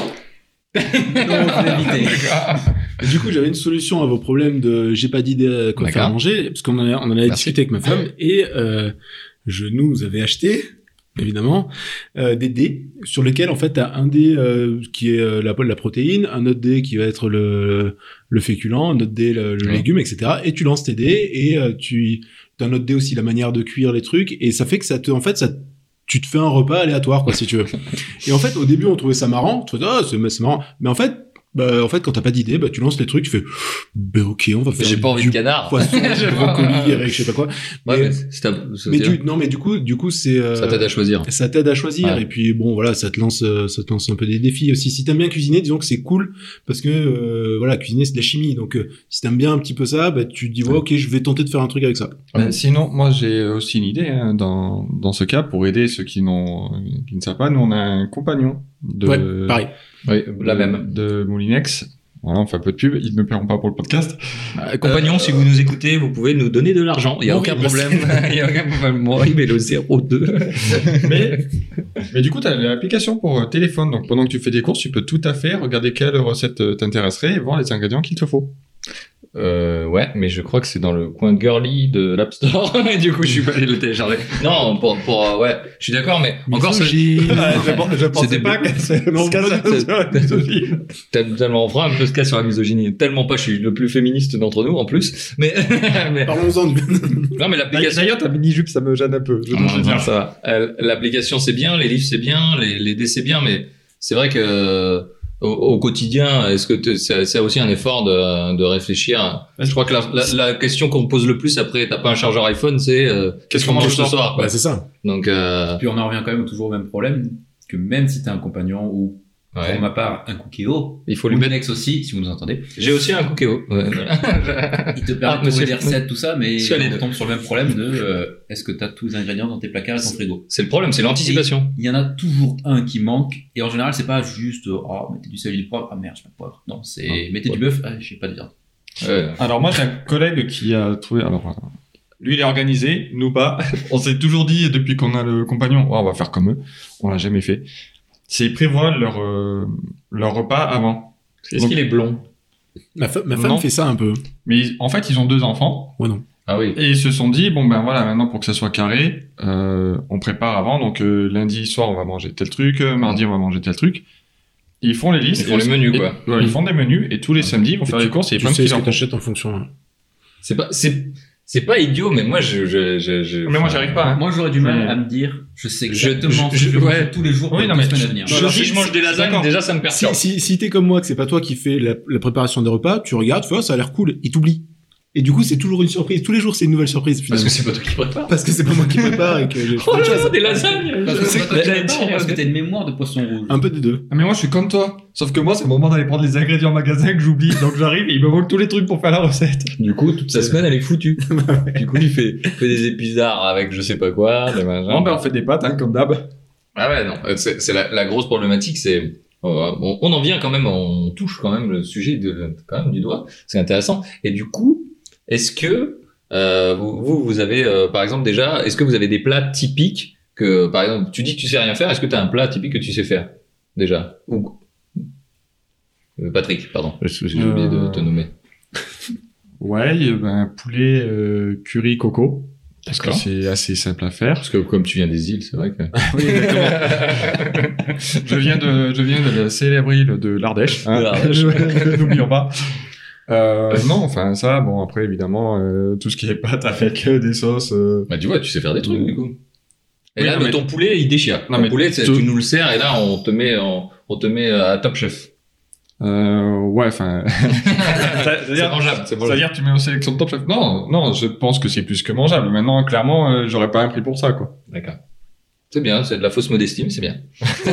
[SPEAKER 4] non, (laughs) on peut
[SPEAKER 3] (laughs)
[SPEAKER 4] l'éviter.
[SPEAKER 1] Du coup, j'avais une solution à vos problèmes de j'ai pas d'idée à quoi
[SPEAKER 3] D'accord.
[SPEAKER 1] faire à manger, parce qu'on en a, on en a
[SPEAKER 3] Merci.
[SPEAKER 1] discuté avec ma femme, et euh, je nous avais acheté, évidemment, euh, des dés sur lesquels, en fait, t'as un dé euh, qui est euh, la, la protéine, un autre dé qui va être le, le féculent, un autre dé le, le
[SPEAKER 3] Ouais.
[SPEAKER 1] légume, etc. Et tu lances tes dés, et euh, tu t'as un autre dé aussi la manière de cuire les trucs, et ça fait que ça te, en fait, ça tu te fais un repas aléatoire, quoi, si tu veux. Et en fait, au début, on trouvait ça marrant. Tu vois, ah, c'est c'est marrant. Mais en fait, bah, en fait, quand t'as pas d'idée, bah, tu lances les trucs, tu fais, ben, ok, on va faire
[SPEAKER 3] J'ai pas envie
[SPEAKER 1] du
[SPEAKER 3] de canard. (laughs)
[SPEAKER 1] poisson,
[SPEAKER 3] Je
[SPEAKER 1] du
[SPEAKER 3] vois. Ah,
[SPEAKER 1] brocoli avec je sais pas quoi.
[SPEAKER 3] Ouais,
[SPEAKER 1] mais-
[SPEAKER 3] mais c'est ta- c'est
[SPEAKER 1] Mais
[SPEAKER 3] ta-
[SPEAKER 1] du, non, mais du coup, du coup, c'est, euh,
[SPEAKER 3] Ça t'aide à choisir.
[SPEAKER 1] ça t'aide à choisir.
[SPEAKER 3] Ouais.
[SPEAKER 1] Et puis, bon, voilà, ça te lance, euh, ça te lance un peu des défis aussi. Si t'aimes bien cuisiner, disons que c'est cool parce que, euh, voilà, cuisiner, c'est de la chimie. Donc, euh, si t'aimes bien un petit peu ça, bah, tu te dis, ouais,
[SPEAKER 3] Ouais.
[SPEAKER 1] ok, je vais tenter de faire un truc avec ça.
[SPEAKER 2] Ben, sinon, moi, j'ai aussi une idée hein, dans, dans ce cas pour aider ceux qui n'ont qui ne savent pas. Nous, on a un compagnon de
[SPEAKER 1] euh, Ouais, pareil.
[SPEAKER 3] Oui, la
[SPEAKER 2] de-
[SPEAKER 3] même.
[SPEAKER 2] de Moulinex. Voilà, on fait un peu de pub. Ils ne paieront pas pour le podcast.
[SPEAKER 3] Euh, Compagnons, si vous nous écoutez, vous pouvez nous donner de l'argent. Il n'y a
[SPEAKER 1] Oui, bah,
[SPEAKER 3] aucun
[SPEAKER 1] parce-
[SPEAKER 3] problème. (laughs) Il y a aucun problème. Moi, il met le 02.
[SPEAKER 2] mais, mais du coup, tu as l'application pour euh, téléphone. Donc, pendant que tu fais des courses, tu peux tout à fait regarder quelle recette euh, t'intéresserait et voir les ingrédients qu'il te faut.
[SPEAKER 3] Euh, ouais, mais je crois que c'est dans le coin girly de l'App Store. (laughs) Et du coup, je suis pas allé le télécharger. Non, pour, pour euh, ouais, je suis d'accord, mais, encore, ça- (laughs)
[SPEAKER 2] je, je
[SPEAKER 3] des
[SPEAKER 2] pensais pas que c'est non,
[SPEAKER 3] C'est-
[SPEAKER 2] pas du tout ça, désolé.
[SPEAKER 3] T'as- tellement, on fera un peu ce cas sur la misogynie. Tellement pas, je suis le plus féministe d'entre nous, en plus. Mais, (laughs) mais-
[SPEAKER 1] Parlons-en du.
[SPEAKER 3] non, mais l'application.
[SPEAKER 2] D'ailleurs, ta mini-jupe, ça me gêne un peu. Je
[SPEAKER 3] Ah,
[SPEAKER 2] dois
[SPEAKER 3] non,
[SPEAKER 2] te
[SPEAKER 3] non,
[SPEAKER 2] dire.
[SPEAKER 3] ça va. Euh, L'application c'est bien, les livres c'est bien, les, les dés c'est bien, mais c'est vrai que euh, au, au quotidien, est-ce que t'es- c'est c'est aussi un effort de, de réfléchir Je crois que la, la- la question qu'on me pose le plus après, t'as pas un chargeur iPhone, c'est euh, qu'est-ce qu'on mange ce soir quoi.
[SPEAKER 1] Bah, c'est ça.
[SPEAKER 3] Donc euh,
[SPEAKER 4] Puis on en revient quand même toujours au même problème que même si t'as un compagnon ou
[SPEAKER 3] ouais.
[SPEAKER 4] pour ma part un cookéo,
[SPEAKER 3] il faut
[SPEAKER 4] ou
[SPEAKER 3] lui
[SPEAKER 4] une
[SPEAKER 3] mettre.
[SPEAKER 4] ex aussi, si vous nous entendez,
[SPEAKER 3] J'ai aussi un cookéo. Ouais.
[SPEAKER 4] il te permet
[SPEAKER 3] Ah,
[SPEAKER 4] de
[SPEAKER 3] monsieur-
[SPEAKER 4] trouver des recettes, tout ça, mais
[SPEAKER 3] Monsieur, allez.
[SPEAKER 4] on tombe sur le même problème de euh, est-ce que t'as tous les ingrédients dans tes placards et ton frigo
[SPEAKER 3] C'est le problème, c'est l'anticipation.
[SPEAKER 4] Il y en a toujours un qui manque, et en général, c'est pas juste euh, oh, mettez du sel et du poivre, ah merde, j'ai pas de poivre. Non, c'est
[SPEAKER 3] Ah,
[SPEAKER 4] mettez du bœuf, ah, j'ai pas de viande.
[SPEAKER 3] Ouais.
[SPEAKER 2] Alors moi j'ai un collègue qui a trouvé. Alors euh, lui il est organisé, nous pas. (laughs) On s'est toujours dit depuis qu'on a le compagnon, Oh, on va faire comme eux. On l'a jamais fait. C'est ils prévoient leur euh, leur repas avant.
[SPEAKER 3] Est-ce qu'il est blond
[SPEAKER 1] Ma, fa- ma femme
[SPEAKER 2] Non.
[SPEAKER 1] fait ça un peu.
[SPEAKER 2] Mais ils- en fait ils ont deux enfants
[SPEAKER 3] Ah oui.
[SPEAKER 2] et ils se sont dit bon ben voilà maintenant pour que ça soit carré, euh, on prépare avant. Donc euh, lundi soir on va manger tel truc, euh, mardi on va manger tel truc. Ils font les listes.
[SPEAKER 3] Ils font les menus, quoi.
[SPEAKER 2] Et- ouais, ils font des menus et tous les samedis ils vont faire les courses et
[SPEAKER 1] tu
[SPEAKER 2] plein de
[SPEAKER 1] sais
[SPEAKER 2] petits
[SPEAKER 1] ce que
[SPEAKER 2] enfants.
[SPEAKER 1] t'achètes en fonction.
[SPEAKER 3] C'est pas c'est c'est pas idiot, mais moi je je je, je
[SPEAKER 2] Mais moi j'arrive pas. hein.
[SPEAKER 4] Moi, j'aurais du mal
[SPEAKER 2] Mais-
[SPEAKER 4] à me dire, je sais
[SPEAKER 3] Je-
[SPEAKER 4] exactement
[SPEAKER 3] je-
[SPEAKER 4] ce que
[SPEAKER 3] je-
[SPEAKER 4] je vais
[SPEAKER 3] ouais.
[SPEAKER 4] manger tous les jours pour
[SPEAKER 2] Oui,
[SPEAKER 4] les
[SPEAKER 2] non, mais
[SPEAKER 4] semaines à
[SPEAKER 2] je-
[SPEAKER 4] venir.
[SPEAKER 3] Je, si je mange des lasagnes,
[SPEAKER 2] D'accord.
[SPEAKER 3] déjà ça me
[SPEAKER 1] Si,
[SPEAKER 3] perturbe.
[SPEAKER 1] si, si t'es comme moi, que c'est pas toi qui fais la, la préparation des repas, tu regardes, tu vois, ça a l'air cool, il t'oublie. Et du coup, c'est toujours une surprise. Tous les jours, c'est une nouvelle surprise
[SPEAKER 3] Parce
[SPEAKER 1] finalement.
[SPEAKER 3] que c'est pas toi qui prépare.
[SPEAKER 1] Parce que c'est pas moi qui prépare et que je fais
[SPEAKER 3] Oh,
[SPEAKER 1] autre chose.
[SPEAKER 3] des lasagnes
[SPEAKER 4] Parce que
[SPEAKER 3] C'est ce
[SPEAKER 4] c'est
[SPEAKER 3] que
[SPEAKER 4] pas toi qui
[SPEAKER 3] j'allais
[SPEAKER 4] l'as
[SPEAKER 3] dire,
[SPEAKER 4] pas, parce
[SPEAKER 3] parce
[SPEAKER 4] que
[SPEAKER 3] que-
[SPEAKER 4] t'as une mémoire de poisson rouge.
[SPEAKER 1] Un peu des deux.
[SPEAKER 2] Ah, mais moi je suis comme toi, sauf que moi c'est le moment d'aller prendre les ingrédients en magasin que j'oublie, donc j'arrive et il me manque tous les trucs pour faire la recette.
[SPEAKER 3] Du coup, toute sa semaine, elle est foutue. du coup, il fait, fait des épizzards avec je sais pas quoi, des machins.
[SPEAKER 2] Non, ben on fait des pâtes hein, comme d'hab.
[SPEAKER 3] Ah ouais, non. euh, C'est c'est la, la grosse problématique, c'est euh, on, on en vient quand même, on touche quand même le sujet de, quand même du doigt. C'est intéressant. Et du coup, est-ce que euh, vous, vous, vous avez, euh, par exemple, déjà, est-ce que vous avez des plats typiques que, par exemple, tu dis que tu sais rien faire, est-ce que tu as un plat typique que tu sais faire déjà Ou... Euh, Patrick, pardon, j'ai j'ai oublié de te nommer.
[SPEAKER 2] Ouais, euh, ben poulet euh, curry coco, parce que
[SPEAKER 3] D'accord.
[SPEAKER 2] c'est assez simple à faire.
[SPEAKER 3] Parce que comme tu viens des îles, c'est vrai que.
[SPEAKER 2] (laughs) Oui, exactement. je viens de, je viens de la célèbre île de l'Ardèche. hein.
[SPEAKER 3] De l'Ardèche.
[SPEAKER 2] (laughs) Je- N'oublions pas. Euh, non, enfin ça, bon après évidemment euh, tout ce qui est pâtes avec euh, des sauces. euh,
[SPEAKER 3] (laughs) Bah tu vois, tu sais faire des trucs du coup. Et
[SPEAKER 2] Oui,
[SPEAKER 3] là,
[SPEAKER 2] non,
[SPEAKER 3] le-
[SPEAKER 2] mais-
[SPEAKER 3] ton poulet, il déchire.
[SPEAKER 2] Non,
[SPEAKER 3] ton
[SPEAKER 2] mais
[SPEAKER 3] poulet, c'est-
[SPEAKER 2] tout-
[SPEAKER 3] tu nous le sers et là, on te met, en- on te met à top chef.
[SPEAKER 2] euh, ouais, enfin.
[SPEAKER 3] C'est mangeable, c'est mangeable.
[SPEAKER 2] C'est-à-dire, tu mets en sélection de top chef Non, non, je pense que c'est plus que mangeable. Maintenant, clairement, euh, j'aurais pas un prix pour ça, quoi.
[SPEAKER 3] D'accord. C'est bien, c'est de la fausse modestie, mais c'est
[SPEAKER 2] (laughs)
[SPEAKER 3] bien. (laughs)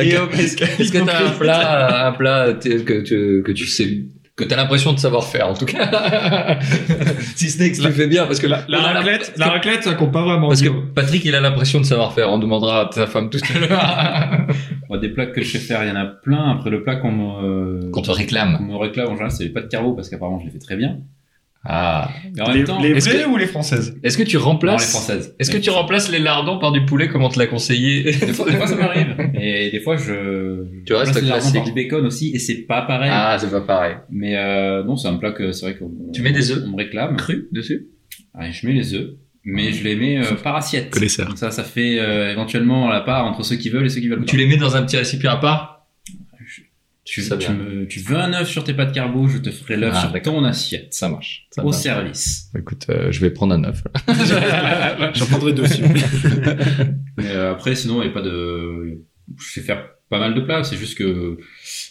[SPEAKER 3] Et, euh, Est-ce que- est-ce que t'as un plat, un plat t- que tu, que tu sais, que t'as l'impression de savoir faire en tout cas (laughs) Si ce n'est que tu le fais bien, parce que on a
[SPEAKER 2] raclette, ça compte pas vraiment.
[SPEAKER 3] Parce que Patrick, il a l'impression de savoir faire. On demandera à ta femme tout à
[SPEAKER 2] (laughs)
[SPEAKER 3] l'heure.
[SPEAKER 4] Moi, des plats que je sais faire, il y en a plein. Après, le plat qu'on me,
[SPEAKER 3] Qu'on te réclame.
[SPEAKER 4] qu'on me réclame en général, c'est les pâtes carbo parce qu'apparemment, je les fais très bien.
[SPEAKER 3] Ah.
[SPEAKER 4] Mais en
[SPEAKER 2] les,
[SPEAKER 4] même temps,
[SPEAKER 2] les
[SPEAKER 3] est-ce
[SPEAKER 2] vraies
[SPEAKER 3] que-
[SPEAKER 2] ou les françaises
[SPEAKER 3] Est-ce que tu
[SPEAKER 4] non, les
[SPEAKER 3] remplaces
[SPEAKER 4] françaises.
[SPEAKER 3] Est-ce que
[SPEAKER 4] Mais-
[SPEAKER 3] tu remplaces les lardons par du poulet comme on te l'a conseillé
[SPEAKER 4] des fois, des fois, ça m'arrive. Et des fois, je.
[SPEAKER 3] Tu restes
[SPEAKER 4] je place les
[SPEAKER 3] classique.
[SPEAKER 4] lardons par du bacon aussi, et c'est pas pareil.
[SPEAKER 3] (laughs) Ah, c'est pas pareil.
[SPEAKER 4] Mais euh, non, c'est un plat que c'est vrai qu'on.
[SPEAKER 3] Tu mets des œufs
[SPEAKER 4] On me réclame.
[SPEAKER 3] Cru dessus
[SPEAKER 4] Ouais, je mets les œufs, mais je les mets euh, par assiette.
[SPEAKER 1] Que les serres.
[SPEAKER 4] Donc ça, ça fait euh, éventuellement la part entre ceux qui veulent et ceux qui veulent
[SPEAKER 3] Ou tu les mets dans un petit récipient à part
[SPEAKER 4] Je-
[SPEAKER 3] Tu
[SPEAKER 4] pas.
[SPEAKER 3] sais
[SPEAKER 4] Tu,
[SPEAKER 3] bien.
[SPEAKER 4] me- tu veux un œuf sur tes pâtes carbo, je te ferai l'œuf
[SPEAKER 3] Ah,
[SPEAKER 4] sur
[SPEAKER 3] d'accord.
[SPEAKER 4] ton assiette.
[SPEAKER 3] Ça marche. Ça
[SPEAKER 4] Au
[SPEAKER 3] marche. (laughs)
[SPEAKER 4] service.
[SPEAKER 3] Écoute, euh, je vais prendre un œuf.
[SPEAKER 1] J'en prendrai deux aussi.
[SPEAKER 4] Mais euh, après, sinon, il n'y a pas de. Je sais faire pas mal de plats. C'est juste que.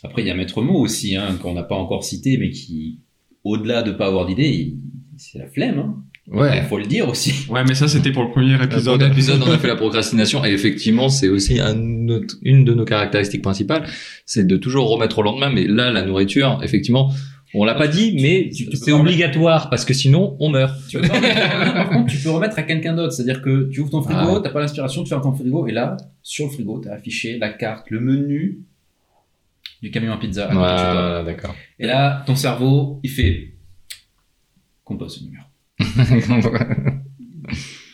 [SPEAKER 4] Après, il y a Maître Mot aussi, hein, qu'on n'a pas encore cité, mais qui, au-delà de pas avoir d'idée, il- c'est la flemme. hein. Il
[SPEAKER 3] Ouais.
[SPEAKER 4] faut le dire aussi.
[SPEAKER 2] Ouais, mais ça, c'était pour le premier
[SPEAKER 3] Dans
[SPEAKER 2] épisode. (laughs)
[SPEAKER 3] l'épisode, on a (laughs) fait la procrastination et effectivement, c'est aussi un autre- une de nos caractéristiques principales, c'est de toujours remettre au lendemain. Mais là, la nourriture, effectivement, on l'a pas dit, mais
[SPEAKER 4] Tu- tu peux
[SPEAKER 3] c'est
[SPEAKER 4] pas remettre-
[SPEAKER 3] obligatoire parce que sinon, on meurt.
[SPEAKER 4] (laughs) Tu peux pas remettre- par contre, tu peux remettre à quelqu'un d'autre. C'est-à-dire que tu ouvres ton frigo, t'as pas l'inspiration de faire ton frigo, et là, sur le frigo, t'as affiché la carte, le menu du camion à pizza. à côté de chez toi.
[SPEAKER 3] Ouais, (laughs) d'accord.
[SPEAKER 4] Et là, ton cerveau, il fait compose ce numéro.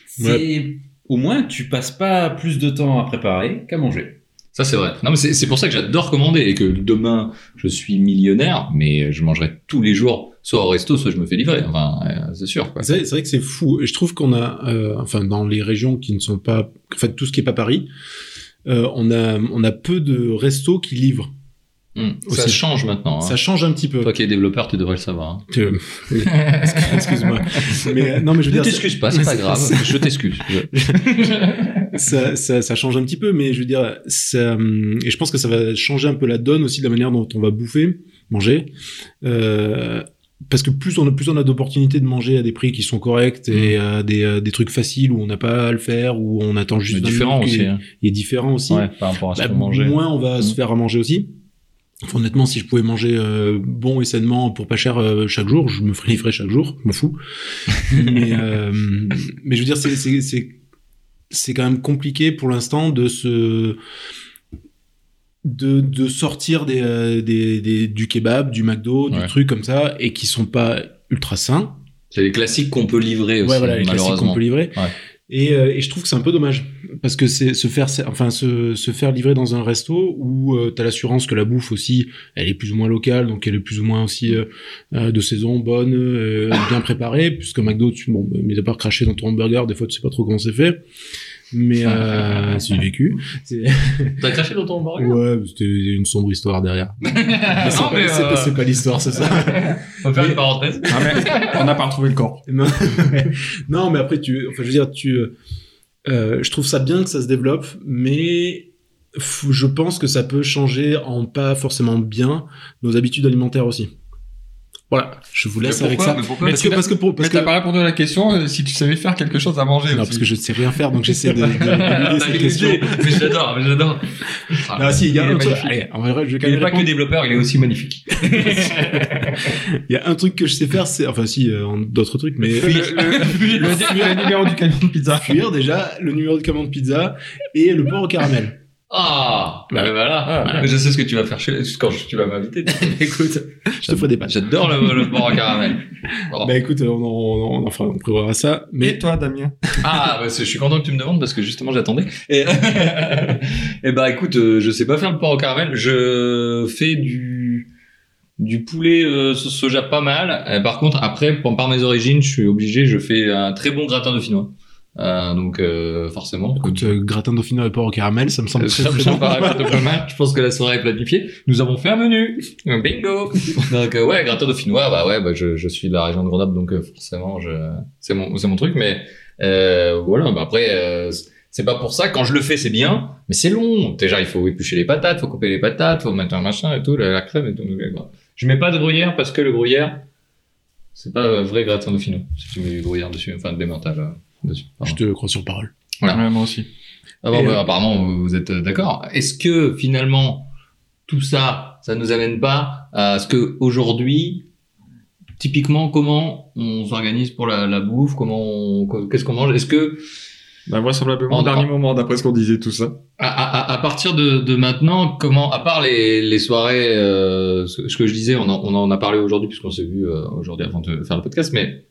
[SPEAKER 4] C'est au moins tu passes pas plus de temps à préparer qu'à manger.
[SPEAKER 3] Ça, c'est vrai. Non, mais c'est c'est pour ça que j'adore commander et que demain, je suis millionnaire, mais je mangerai tous les jours soit au resto, soit je me fais livrer. Enfin, euh, c'est sûr. Quoi.
[SPEAKER 1] C'est vrai- c'est vrai que c'est fou. Et je trouve qu'on a, euh, enfin, dans les régions qui ne sont pas, en fait, tout ce qui est pas Paris, euh, on a, on a peu de restos qui livrent.
[SPEAKER 3] Hum. Ça
[SPEAKER 1] Aussi.
[SPEAKER 3] change maintenant. hein.
[SPEAKER 1] Ça change un petit peu.
[SPEAKER 3] Toi qui es développeur, tu devrais le savoir. hein.
[SPEAKER 1] Euh,
[SPEAKER 3] (laughs)
[SPEAKER 1] Excuse-moi. (laughs) Mais euh, non, mais je veux
[SPEAKER 3] ne
[SPEAKER 1] dire, ça-
[SPEAKER 3] t'excuse pas, c'est
[SPEAKER 1] mais
[SPEAKER 3] pas
[SPEAKER 1] c'est-
[SPEAKER 3] grave.
[SPEAKER 1] c'est-
[SPEAKER 3] Je t'excuse. Je-
[SPEAKER 1] ça, ça, ça change un petit peu, mais je veux dire, ça, hum, et je pense que ça va changer un peu la donne aussi de la manière dont on va bouffer, manger, euh, parce que plus on a plus on a d'opportunités de manger à des prix qui sont corrects
[SPEAKER 3] Mm.
[SPEAKER 1] et à des, euh, des trucs faciles où on n'a pas à le faire, où on attend juste
[SPEAKER 3] Mais
[SPEAKER 1] 20
[SPEAKER 3] différent
[SPEAKER 1] minutes,
[SPEAKER 3] aussi.
[SPEAKER 1] et-
[SPEAKER 3] hein.
[SPEAKER 1] Et, différent aussi.
[SPEAKER 3] Ouais, par rapport à ce
[SPEAKER 1] Bah,
[SPEAKER 3] qu'on mangeait.
[SPEAKER 1] Moins on va se
[SPEAKER 3] Mm.
[SPEAKER 1] faire à manger aussi. Enfin, honnêtement, si je pouvais manger euh, bon et sainement pour pas cher euh, chaque jour, je me ferais livrer chaque jour, je m'en
[SPEAKER 3] (laughs)
[SPEAKER 1] fous. mais, euh, mais je veux dire, c'est- c'est- c'est c'est quand même compliqué pour l'instant de se de, de sortir des, euh, des- des- du kebab, du McDo,
[SPEAKER 3] Ouais.
[SPEAKER 1] du truc comme ça, et qui sont pas ultra sains.
[SPEAKER 3] C'est les classiques qu'on peut livrer aussi,
[SPEAKER 1] Ouais, voilà, les classiques qu'on
[SPEAKER 3] malheureusement.
[SPEAKER 1] peut livrer.
[SPEAKER 3] Ouais.
[SPEAKER 1] Et, euh, et je trouve que c'est un peu dommage parce que c'est se faire, enfin se, se faire livrer dans un resto où euh, t'as l'assurance que la bouffe aussi, elle est plus ou moins locale, donc elle est plus ou moins aussi euh, euh, de saison, bonne,
[SPEAKER 3] (laughs)
[SPEAKER 1] euh, bien préparée, puisque McDo, tu, bon, mais à part cracher dans ton hamburger, des fois tu sais pas trop comment c'est fait. Mais
[SPEAKER 3] (laughs)
[SPEAKER 1] euh, c'est du vécu. C'est-
[SPEAKER 3] T'as craché dans ton hamburger
[SPEAKER 1] Ouais, c'était une sombre histoire derrière. Mais c'est
[SPEAKER 3] (laughs) Non,
[SPEAKER 1] pas,
[SPEAKER 3] mais
[SPEAKER 1] c'est pas-
[SPEAKER 3] euh,
[SPEAKER 1] c'est pas l'histoire, c'est
[SPEAKER 3] (laughs)
[SPEAKER 1] ça.
[SPEAKER 3] on va faire une parenthèse.
[SPEAKER 2] Ah, mais on n'a pas retrouvé le corps.
[SPEAKER 1] Non, non, mais après, tu, enfin, je veux dire, tu, euh, je trouve ça bien que ça se développe, mais f- je pense que ça peut changer en pas forcément bien nos habitudes alimentaires aussi. Voilà, je vous laisse avec ça.
[SPEAKER 2] mais pourquoi
[SPEAKER 1] Parce que, parce que, pour, parce
[SPEAKER 2] Mais
[SPEAKER 1] que,
[SPEAKER 2] t'as pas répondu à la question euh, si tu savais faire quelque chose à manger.
[SPEAKER 1] non,
[SPEAKER 2] aussi. Ah,
[SPEAKER 1] parce que je ne sais rien faire,
[SPEAKER 2] (laughs)
[SPEAKER 1] donc j'essaie de, de, de
[SPEAKER 3] T'as
[SPEAKER 1] bouder cette question.
[SPEAKER 3] l'idée. Mais j'adore, mais j'adore. Ah,
[SPEAKER 1] Ah, si, il y a
[SPEAKER 3] il est
[SPEAKER 1] un truc.
[SPEAKER 3] magnifique.
[SPEAKER 1] allez, en vrai, je vais quand
[SPEAKER 3] Il n'est
[SPEAKER 1] même
[SPEAKER 3] pas que
[SPEAKER 1] répondre.
[SPEAKER 3] développeur, il est aussi magnifique.
[SPEAKER 1] Il y a un truc que je sais faire, c'est, enfin, si, euh, en- d'autres trucs, mais
[SPEAKER 2] le, (laughs) le- le numéro du camion pizza.
[SPEAKER 1] fuir déjà le numéro de commande pizza et le porc au caramel.
[SPEAKER 3] Ah, bah,
[SPEAKER 1] Ouais.
[SPEAKER 3] voilà.
[SPEAKER 1] Ouais,
[SPEAKER 3] Je sais ce que tu vas faire chez... quand tu
[SPEAKER 1] (laughs)
[SPEAKER 3] vas m'inviter. Écoute,
[SPEAKER 1] Je te ferai des badges.
[SPEAKER 3] J'adore le, le porc à caramel. Oh.
[SPEAKER 1] Bah écoute, on, en- on, en- on, fera- on prévoira ça. Mais
[SPEAKER 2] Et toi, Damien
[SPEAKER 3] (laughs) Ah, bah, c'est- je suis content que tu me demandes parce que justement j'attendais. Et, (laughs) et bah écoute, euh, je sais pas faire le porc au caramel. Je fais du du poulet euh, so- soja pas mal. Euh, par contre, après, pour- par mes origines, je suis obligé, je fais un très bon gratin dauphinois. Euh, donc euh, forcément.
[SPEAKER 1] Écoute, euh, gratin dauphinois et porc au caramel, ça me semble
[SPEAKER 3] Euh,
[SPEAKER 1] très
[SPEAKER 3] ça me
[SPEAKER 1] plaisant.
[SPEAKER 3] paraît plutôt pas mal. Je pense que la soirée est planifiée. Nous avons fait un menu. Bingo. Donc euh, ouais, gratin dauphinois, bah ouais, bah, je, je suis de la région de Grenoble, donc euh, forcément, je, c'est mon, c'est mon truc. Mais euh, voilà, bah après, euh, c'est pas pour ça. Quand je le fais, c'est bien, mais c'est long. Déjà, il faut éplucher les patates, faut couper les patates, faut mettre un machin et tout, la, la crème et tout. donc, euh, voilà. Je mets pas de gruyère parce que le gruyère, c'est pas euh, vrai gratin dauphinois. Si tu mets du gruyère dessus, enfin, des mentales euh, dessus. pardon.
[SPEAKER 1] Je te crois sur parole.
[SPEAKER 2] Ouais, Moi aussi.
[SPEAKER 3] Ah bon,
[SPEAKER 1] Et,
[SPEAKER 3] bah,
[SPEAKER 1] euh,
[SPEAKER 3] apparemment, vous vous êtes euh, d'accord. Est-ce que finalement, tout ça, ça nous amène pas à ce que aujourd'hui, typiquement, comment on s'organise pour la, la bouffe, comment, on- qu- qu'est-ce qu'on mange Est-ce que
[SPEAKER 2] Bah, vraisemblablement, au
[SPEAKER 3] Encore.
[SPEAKER 2] dernier moment, d'après ce qu'on disait, tout ça.
[SPEAKER 3] à, à- à- à partir de, de maintenant, comment, à part les, les soirées, euh, ce ce que je disais, on en, on en a parlé aujourd'hui puisqu'on s'est vu euh, aujourd'hui avant de faire le podcast, mais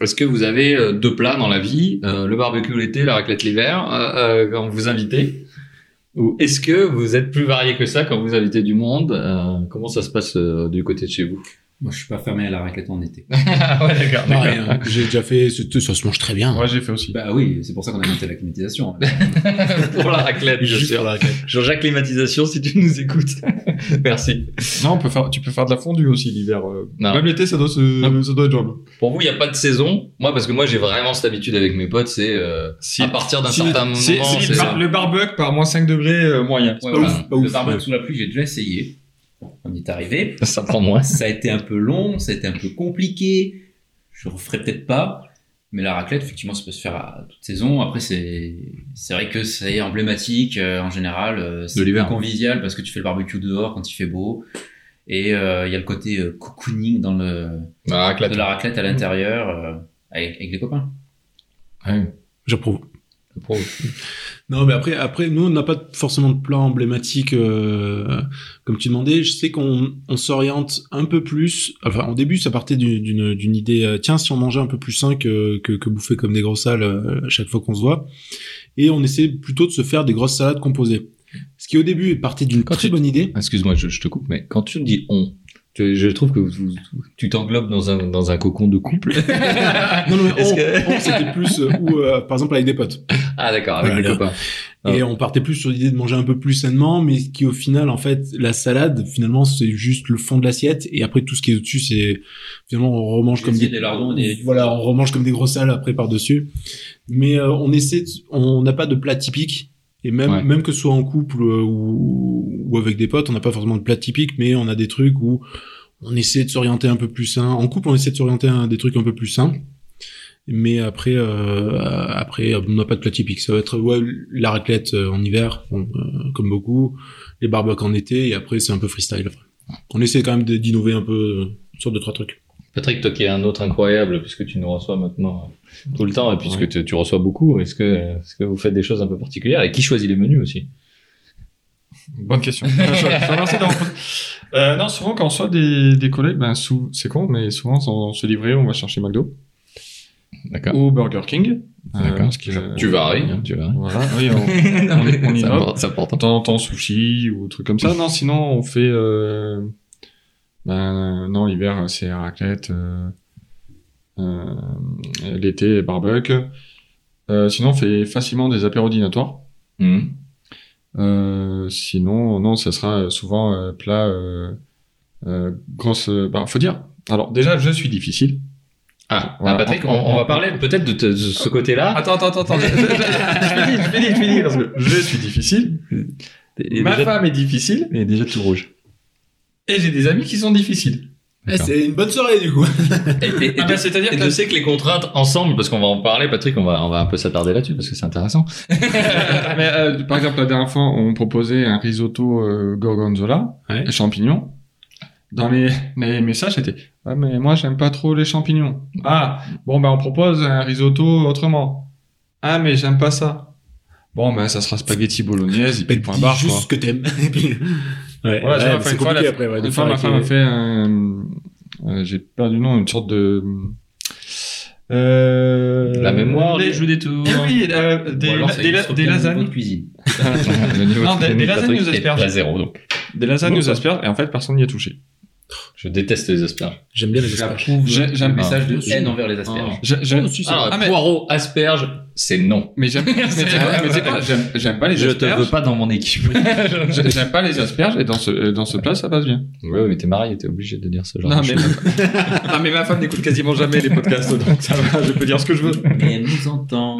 [SPEAKER 3] est-ce que vous avez euh, deux plats dans la vie, euh, le barbecue l'été, la raclette l'hiver, euh, euh, quand vous invitez Ou est-ce que vous êtes plus varié que ça quand vous invitez du monde Euh, Comment ça se passe euh, du côté de chez vous
[SPEAKER 4] Moi, je suis pas fermé à la raclette en été.
[SPEAKER 3] Ah ouais, d'accord.
[SPEAKER 1] Pareil, hein, j'ai déjà fait, c'est- ça se mange très bien.
[SPEAKER 2] Ouais, j'ai fait aussi.
[SPEAKER 4] Bah oui, c'est pour ça qu'on a monté la climatisation.
[SPEAKER 3] (laughs) Pour la raclette, je
[SPEAKER 1] Juste
[SPEAKER 3] suis
[SPEAKER 1] sur la raclette.
[SPEAKER 3] Jean-Jacques Climatisation, si tu nous écoutes. (laughs) Merci.
[SPEAKER 2] Non, on peut faire, tu peux faire de la fondue aussi l'hiver. euh.
[SPEAKER 3] Non.
[SPEAKER 2] Même l'été, ça doit, se,
[SPEAKER 3] Non.
[SPEAKER 2] ça doit être jouable.
[SPEAKER 3] Pour vous, il n'y a pas de saison. Moi, parce que moi, j'ai vraiment cette habitude avec mes potes, c'est euh,
[SPEAKER 2] Si-
[SPEAKER 3] à partir d'un
[SPEAKER 2] si-
[SPEAKER 3] certain
[SPEAKER 2] si-
[SPEAKER 3] moment.
[SPEAKER 2] si
[SPEAKER 3] c'est-
[SPEAKER 2] le, bar- le barbecue par moins 5 degrés, euh, moyen.
[SPEAKER 1] pas
[SPEAKER 4] Ouais, voilà.
[SPEAKER 1] ouf, pas
[SPEAKER 4] le
[SPEAKER 1] ouf,
[SPEAKER 4] barbecue
[SPEAKER 1] ouais.
[SPEAKER 4] sous la pluie, j'ai déjà essayé. On y est arrivé.
[SPEAKER 3] ça prend moins.
[SPEAKER 4] Ça a été un peu long, ça a été un peu compliqué. Je referai peut-être pas. Mais la raclette, effectivement, ça peut se faire à toute saison. Après, c'est c'est vrai que c'est emblématique euh, en général. euh,
[SPEAKER 3] De
[SPEAKER 4] C'est
[SPEAKER 3] l'hiver.
[SPEAKER 4] plus convivial parce que tu fais le barbecue dehors quand il fait beau. Et euh, il y a le côté euh, cocooning dans le
[SPEAKER 3] Ah,
[SPEAKER 4] de la raclette à l'intérieur euh, avec, avec les copains.
[SPEAKER 1] J'approuve. Non, mais après, après, nous, on n'a pas forcément de plan emblématique, euh, comme tu demandais. Je sais qu'on on s'oriente un peu plus. Enfin, au début, ça partait du- d'une d'une idée. euh, Tiens, si on mangeait un peu plus sain que, que, que bouffer comme des grosses salles euh, à chaque fois qu'on se voit. Et on essaie plutôt de se faire des grosses salades composées. Ce qui, au début, partait d'une
[SPEAKER 3] Quand
[SPEAKER 1] très
[SPEAKER 3] tu-
[SPEAKER 1] bonne idée.
[SPEAKER 3] Excuse-moi, je, je te coupe, mais quand tu dis on, Je, je trouve que vous- vous- tu t'englobes dans un, dans un cocon de
[SPEAKER 2] (laughs)
[SPEAKER 3] couple.
[SPEAKER 1] Non, non, mais
[SPEAKER 3] Est-ce
[SPEAKER 1] on,
[SPEAKER 3] que-
[SPEAKER 1] on, c'était plus euh, ou euh, par exemple avec des potes.
[SPEAKER 3] Ah d'accord, avec
[SPEAKER 1] Voilà.
[SPEAKER 3] les copains.
[SPEAKER 1] Et on partait plus sur l'idée de manger un peu plus sainement, mais qui au final, en fait, la salade, finalement, c'est juste le fond de l'assiette, et après tout ce qui est au-dessus, c'est finalement on remange comme
[SPEAKER 4] Des
[SPEAKER 1] des,
[SPEAKER 4] lardons et des-
[SPEAKER 1] voilà, on remange comme des grosses salades après par dessus. Mais euh, on essaie, de- on n'a pas de plat typique, et même
[SPEAKER 2] Ouais.
[SPEAKER 1] même que ce soit en couple euh, ou, ou avec des potes, on n'a pas forcément de plat typique, mais on a des trucs où on essaie de s'orienter un peu plus sain. En couple, on essaie de s'orienter à des trucs un peu plus sains. Mais après, euh, après, on n'a pas de plat typique. Ça va être ouais, la raclette euh, en hiver, bon, euh, comme beaucoup, les barbecues en été, et après c'est un peu freestyle. après. On essaie quand même de- d'innover un peu euh, sur deux trois trucs.
[SPEAKER 3] Patrick, toi qui es un autre incroyable, puisque tu nous reçois maintenant euh, tout le temps, et puisque
[SPEAKER 2] Ouais.
[SPEAKER 3] tu, tu reçois beaucoup, est-ce que, est-ce que vous faites des choses un peu particulières Et qui choisit les menus aussi (laughs)
[SPEAKER 2] Bonne (laughs) question. Je- je te remercie d'avoir posé. Euh, non, souvent quand on soit des, des collègues, ben, sou- c'est con, mais souvent on se livrer, on va chercher McDo
[SPEAKER 3] D'accord.
[SPEAKER 2] ou Burger King. Euh, parce que- euh,
[SPEAKER 3] Tu varies, hein, tu
[SPEAKER 2] (laughs)
[SPEAKER 3] varies.
[SPEAKER 2] Voilà, oui, on-
[SPEAKER 3] (laughs) Non, mais
[SPEAKER 2] on y
[SPEAKER 3] c'est
[SPEAKER 2] va.
[SPEAKER 3] important, c'est important.
[SPEAKER 2] de temps en temps sushi ou trucs comme ça. Non, sinon on fait. euh, ben non, l'hiver c'est raclette. euh, euh, L'été barbecue. Euh, sinon on fait facilement des apéros dînatoires.
[SPEAKER 3] Mhm.
[SPEAKER 2] Euh, sinon non, ça sera souvent euh, plat euh, euh, grosse. bah, faut dire. Alors déjà je suis difficile.
[SPEAKER 3] Ah,
[SPEAKER 2] Voilà.
[SPEAKER 3] ah, Patrick, on, on va parler peut-être de, te- de ce côté-là.
[SPEAKER 2] Attends attends
[SPEAKER 3] (laughs)
[SPEAKER 2] attends. attends. je finis (laughs) je finis je finis parce que je suis difficile.
[SPEAKER 3] Et
[SPEAKER 2] Ma
[SPEAKER 3] déjà-
[SPEAKER 2] femme est difficile
[SPEAKER 3] et déjà tout rouge.
[SPEAKER 2] et j'ai des amis qui sont difficiles.
[SPEAKER 3] D'accord.
[SPEAKER 1] Eh, c'est une bonne soirée du coup.
[SPEAKER 3] Et, et- et
[SPEAKER 2] Ah
[SPEAKER 3] de-
[SPEAKER 2] bah, c'est-à-dire
[SPEAKER 3] et
[SPEAKER 2] que-
[SPEAKER 3] de sais que les contraintes ensemble, parce qu'on va en parler, Patrick, on va, on va un peu s'attarder là-dessus parce que c'est intéressant.
[SPEAKER 2] (laughs) Mais, euh, par exemple, la dernière fois, on proposait un risotto euh, gorgonzola,
[SPEAKER 1] Ouais.
[SPEAKER 2] et champignons. Dans les, les messages, c'était Ah, mais moi, j'aime pas trop les champignons. Ah, bon, ben, on propose un risotto autrement. Ah, mais j'aime pas ça. Bon, ben, ça sera spaghetti bolognaise, et puis point barre,
[SPEAKER 1] juste
[SPEAKER 2] quoi.
[SPEAKER 1] ce que t'aimes. (laughs) Et puis- ouais,
[SPEAKER 2] Voilà, tu vois,
[SPEAKER 1] ouais,
[SPEAKER 2] enfin,
[SPEAKER 1] c'est
[SPEAKER 2] une fois,
[SPEAKER 1] compliqué
[SPEAKER 2] la-
[SPEAKER 1] après. Ouais, de
[SPEAKER 2] Une fois,
[SPEAKER 1] faire
[SPEAKER 2] ma femme a
[SPEAKER 1] avec
[SPEAKER 2] fait un. euh, J'ai perdu le nom, une sorte de. euh,
[SPEAKER 3] La mémoire,
[SPEAKER 2] les-
[SPEAKER 3] les jeux des tours.
[SPEAKER 2] Eh (laughs) oui, euh, des,
[SPEAKER 4] Ou alors, ça
[SPEAKER 2] des-
[SPEAKER 4] illustre
[SPEAKER 2] des
[SPEAKER 4] bien le
[SPEAKER 3] (laughs)
[SPEAKER 4] niveau
[SPEAKER 2] lasagnes.
[SPEAKER 4] de cuisine.
[SPEAKER 2] Non, des- des lasagnes aux asperges.
[SPEAKER 3] À zéro, donc.
[SPEAKER 2] Des lasagnes
[SPEAKER 1] Bon,
[SPEAKER 2] aux
[SPEAKER 1] ça.
[SPEAKER 2] asperges, et en fait, personne n'y a touché.
[SPEAKER 3] Je déteste les asperges.
[SPEAKER 1] les- J'aime bien les asperges.
[SPEAKER 4] J'approuve
[SPEAKER 2] J'ai-
[SPEAKER 4] le
[SPEAKER 2] j'aime-
[SPEAKER 4] message de
[SPEAKER 1] Ah.
[SPEAKER 4] haine envers les asperges.
[SPEAKER 2] Je- je-
[SPEAKER 1] Oh, si, c'est
[SPEAKER 3] Alors,
[SPEAKER 2] Ah, Ah, mais-
[SPEAKER 3] poireau, asperge, c'est non.
[SPEAKER 2] mais (laughs) j'aime mais tu sais quoi- Ah. mais tu sais
[SPEAKER 4] Ah,
[SPEAKER 2] quoi, j'aime- j'aime pas les
[SPEAKER 3] Je te veux
[SPEAKER 2] asperges.
[SPEAKER 3] pas dans mon
[SPEAKER 2] (laughs)
[SPEAKER 3] équipe.
[SPEAKER 2] J'ai- J'aime pas les asperges et dans ce euh, dans ce plat ça passe bien.
[SPEAKER 3] Ouais, mais t'es marié, t'es obligé de dire ce genre
[SPEAKER 2] Non
[SPEAKER 3] de
[SPEAKER 2] mais,
[SPEAKER 3] choses.
[SPEAKER 2] non, mais ma femme n'écoute quasiment jamais les podcasts donc ça va, Ah, je peux dire ce que je veux.
[SPEAKER 4] Mais elle nous entend.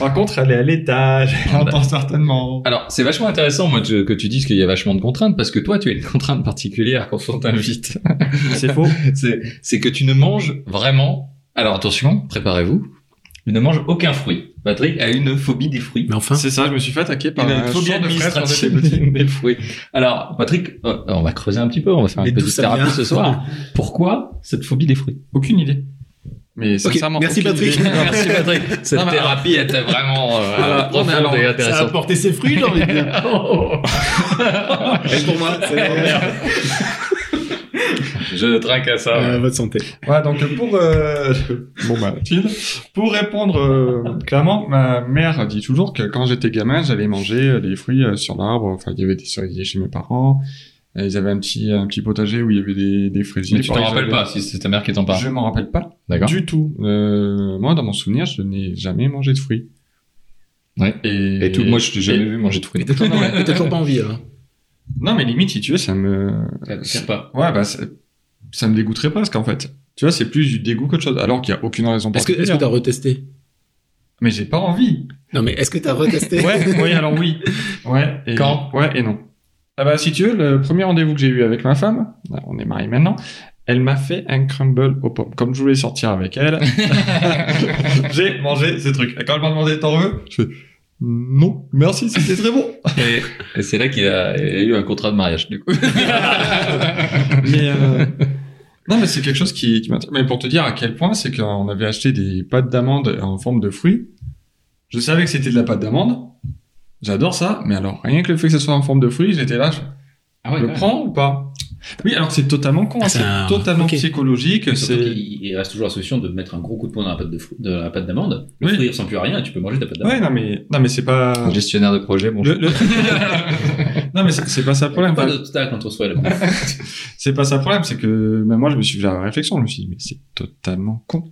[SPEAKER 2] Par contre, elle est à l'étage, elle entend certainement.
[SPEAKER 3] Alors, c'est vachement intéressant, moi, tu- que tu dises qu'il y a vachement de contraintes, parce que toi, tu as une contrainte particulière quand on t'invite.
[SPEAKER 2] C'est faux.
[SPEAKER 3] c'est, c'est que tu ne manges vraiment. Alors attention, préparez-vous. Tu ne manges aucun fruit. Patrick a une phobie des fruits.
[SPEAKER 1] Mais enfin,
[SPEAKER 2] C'est ça, je me suis fait attaquer par
[SPEAKER 3] Il a
[SPEAKER 2] Ah, un
[SPEAKER 3] une phobie
[SPEAKER 2] champ de fraises quand j'étais
[SPEAKER 3] administrative
[SPEAKER 2] petit.
[SPEAKER 3] (laughs) des fruits. Alors, Patrick, euh, on va creuser un petit peu, on va faire
[SPEAKER 1] Mais
[SPEAKER 3] une
[SPEAKER 1] d'où
[SPEAKER 3] petite
[SPEAKER 1] ça
[SPEAKER 3] thérapie
[SPEAKER 1] vient
[SPEAKER 3] ce soir. Pourquoi cette phobie des fruits
[SPEAKER 2] Aucune idée. Mais sincèrement.
[SPEAKER 1] merci,
[SPEAKER 2] aucune
[SPEAKER 1] Patrick.
[SPEAKER 2] idée. Non,
[SPEAKER 3] (laughs) Merci Patrick. Cette
[SPEAKER 2] Non, mais alors-
[SPEAKER 3] thérapie était vraiment euh,
[SPEAKER 2] Voilà.
[SPEAKER 3] profonde
[SPEAKER 2] Non, mais alors,
[SPEAKER 3] et
[SPEAKER 1] ça a
[SPEAKER 3] intéressante. Oh.
[SPEAKER 1] porté ses fruits, j'ai envie de dire.
[SPEAKER 3] (laughs)
[SPEAKER 1] Et pour moi, c'est
[SPEAKER 3] Je trinque à
[SPEAKER 2] Ah,
[SPEAKER 3] ça.
[SPEAKER 1] Euh, votre santé.
[SPEAKER 2] Ouais, donc euh, pour euh, (laughs) bon bah, Mathilde, pour répondre euh, clairement, ma mère dit toujours que quand j'étais gamin, j'allais manger euh, des fruits euh, sur l'arbre. Enfin, il y avait des cerisiers chez mes parents. Euh, Ils avaient un petit un petit potager où il y avait des des fraisiers.
[SPEAKER 3] Mais tu t'en
[SPEAKER 2] Pareil,
[SPEAKER 3] rappelles
[SPEAKER 2] j'avais-
[SPEAKER 3] pas si c'est ta mère qui t'en parle.
[SPEAKER 2] Je m'en rappelle pas
[SPEAKER 3] D'accord.
[SPEAKER 2] du tout. Euh, moi, dans mon souvenir, je n'ai jamais mangé de fruits.
[SPEAKER 3] Ouais.
[SPEAKER 2] Et,
[SPEAKER 3] Et tout, moi, je t'ai jamais vu manger de fruits.
[SPEAKER 1] T'as toujours, t'as toujours pas envie, hein. alors.
[SPEAKER 2] Non, mais limite, si tu veux, ça me
[SPEAKER 4] Ça ne sert pas.
[SPEAKER 2] ouais bah ça, ça me dégoûterait presque en fait. Tu vois, c'est plus du dégoût qu'autre chose. Alors qu'il y a aucune raison
[SPEAKER 1] Est-ce que, est-ce
[SPEAKER 2] particulière.
[SPEAKER 1] que t'as retesté?
[SPEAKER 2] Mais j'ai pas envie.
[SPEAKER 1] Non, mais est-ce que t'as retesté?
[SPEAKER 2] (laughs) Ouais, oui, alors oui. Ouais. Et
[SPEAKER 3] Quand
[SPEAKER 2] Ouais et non. Ah bah si tu veux, le premier rendez-vous que j'ai eu avec ma femme, là, on est mariés maintenant, elle m'a fait un crumble aux pommes. Comme je voulais sortir avec (laughs) elle, j'ai mangé ces trucs. Et quand elle m'a demandé t'en veux, je fais non, merci, c'était très bon.
[SPEAKER 3] Et, et c'est là qu'il a, il a eu un contrat de mariage, du coup.
[SPEAKER 2] mais euh, non, mais c'est quelque chose qui, qui m'intéresse. Mais pour te dire à quel point, c'est qu'on avait acheté des pâtes d'amandes en forme de fruits. Je savais que c'était de la pâte d'amande. J'adore ça, mais alors rien que le fait que ça soit en forme de fruits, j'étais là, je
[SPEAKER 4] Ah
[SPEAKER 2] le prends ou pas Oui, alors que c'est totalement con, hein,
[SPEAKER 1] Ah,
[SPEAKER 2] c'est
[SPEAKER 1] ça-
[SPEAKER 2] totalement
[SPEAKER 1] ok.
[SPEAKER 2] psychologique, c'est.
[SPEAKER 4] Il il reste toujours la solution de mettre un gros coup de poing dans la pâte de fru- de la pâte d'amande. Le
[SPEAKER 2] Oui.
[SPEAKER 4] fruit il ressemble plus à rien et tu peux manger de la pâte d'amande.
[SPEAKER 2] Ouais, non mais non mais c'est pas.
[SPEAKER 3] Gestionnaire de projet, bon.
[SPEAKER 2] Le, (laughs) le- Non, mais c'est c'est pas ça le problème.
[SPEAKER 4] Pas de obstacle contre soi. là.
[SPEAKER 2] C'est pas ça le problème, c'est que même moi, je me suis fait la réflexion, je me suis dit, mais c'est totalement con.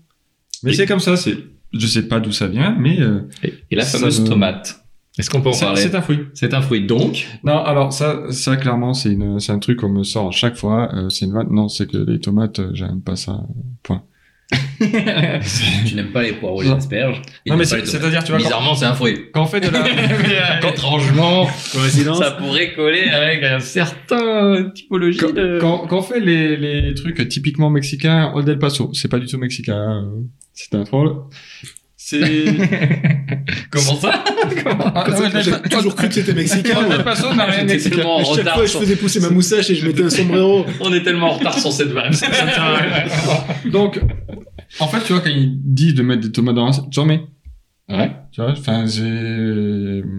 [SPEAKER 2] Mais
[SPEAKER 3] Et-
[SPEAKER 2] c'est comme ça, c'est, je sais pas d'où ça vient, mais euh,
[SPEAKER 3] Et, et la
[SPEAKER 2] Ça
[SPEAKER 3] fameuse
[SPEAKER 2] me-
[SPEAKER 3] tomate. Est-ce qu'on peut en
[SPEAKER 2] c'est
[SPEAKER 3] parler
[SPEAKER 2] c'est un fruit.
[SPEAKER 3] C'est un fruit. Donc,
[SPEAKER 2] Non, alors ça, ça clairement, c'est une, c'est un truc qu'on me sort à chaque fois. euh, c'est une vanne. Non, c'est que les tomates, euh, j'aime pas ça.
[SPEAKER 4] tu n'aimes pas les poireaux et les
[SPEAKER 2] Non.
[SPEAKER 4] asperges. et
[SPEAKER 2] non, mais
[SPEAKER 4] t'aimes pas les tomates.
[SPEAKER 2] c'est- c'est-à-dire, tu vois, quand,
[SPEAKER 3] bizarrement, c'est un (laughs) fruit.
[SPEAKER 2] quand on fait de la,
[SPEAKER 3] euh, (laughs) Étrangement,
[SPEAKER 1] Coïncidence
[SPEAKER 3] ça pourrait coller avec un certain typologie
[SPEAKER 2] quand,
[SPEAKER 3] de...
[SPEAKER 2] quand, quand on fait les, les trucs typiquement mexicains, Old El Paso, c'est pas du tout mexicain. hein, euh, c'est un troll. (laughs) C'est
[SPEAKER 3] (laughs) Comment ça
[SPEAKER 2] Ah,
[SPEAKER 1] Comme ça,
[SPEAKER 2] Old El
[SPEAKER 1] J'ai
[SPEAKER 2] Pa-
[SPEAKER 1] toujours cru que c'était mexicain.
[SPEAKER 2] Old (laughs)
[SPEAKER 1] moi.
[SPEAKER 2] El Paso n'a rien de
[SPEAKER 3] J'étais
[SPEAKER 2] mexicain.
[SPEAKER 3] tellement en
[SPEAKER 1] À chaque
[SPEAKER 3] retard
[SPEAKER 1] fois, je
[SPEAKER 3] sur-
[SPEAKER 1] faisais pousser ma moustache et je mettais un sombrero.
[SPEAKER 3] On est tellement en retard sur cette (laughs) vanne.
[SPEAKER 2] Donc, en fait, tu vois, quand ils disent de mettre des tomates dans l'assiette, j'en mets.
[SPEAKER 3] Ouais.
[SPEAKER 2] Tu vois, enfin, j'ai,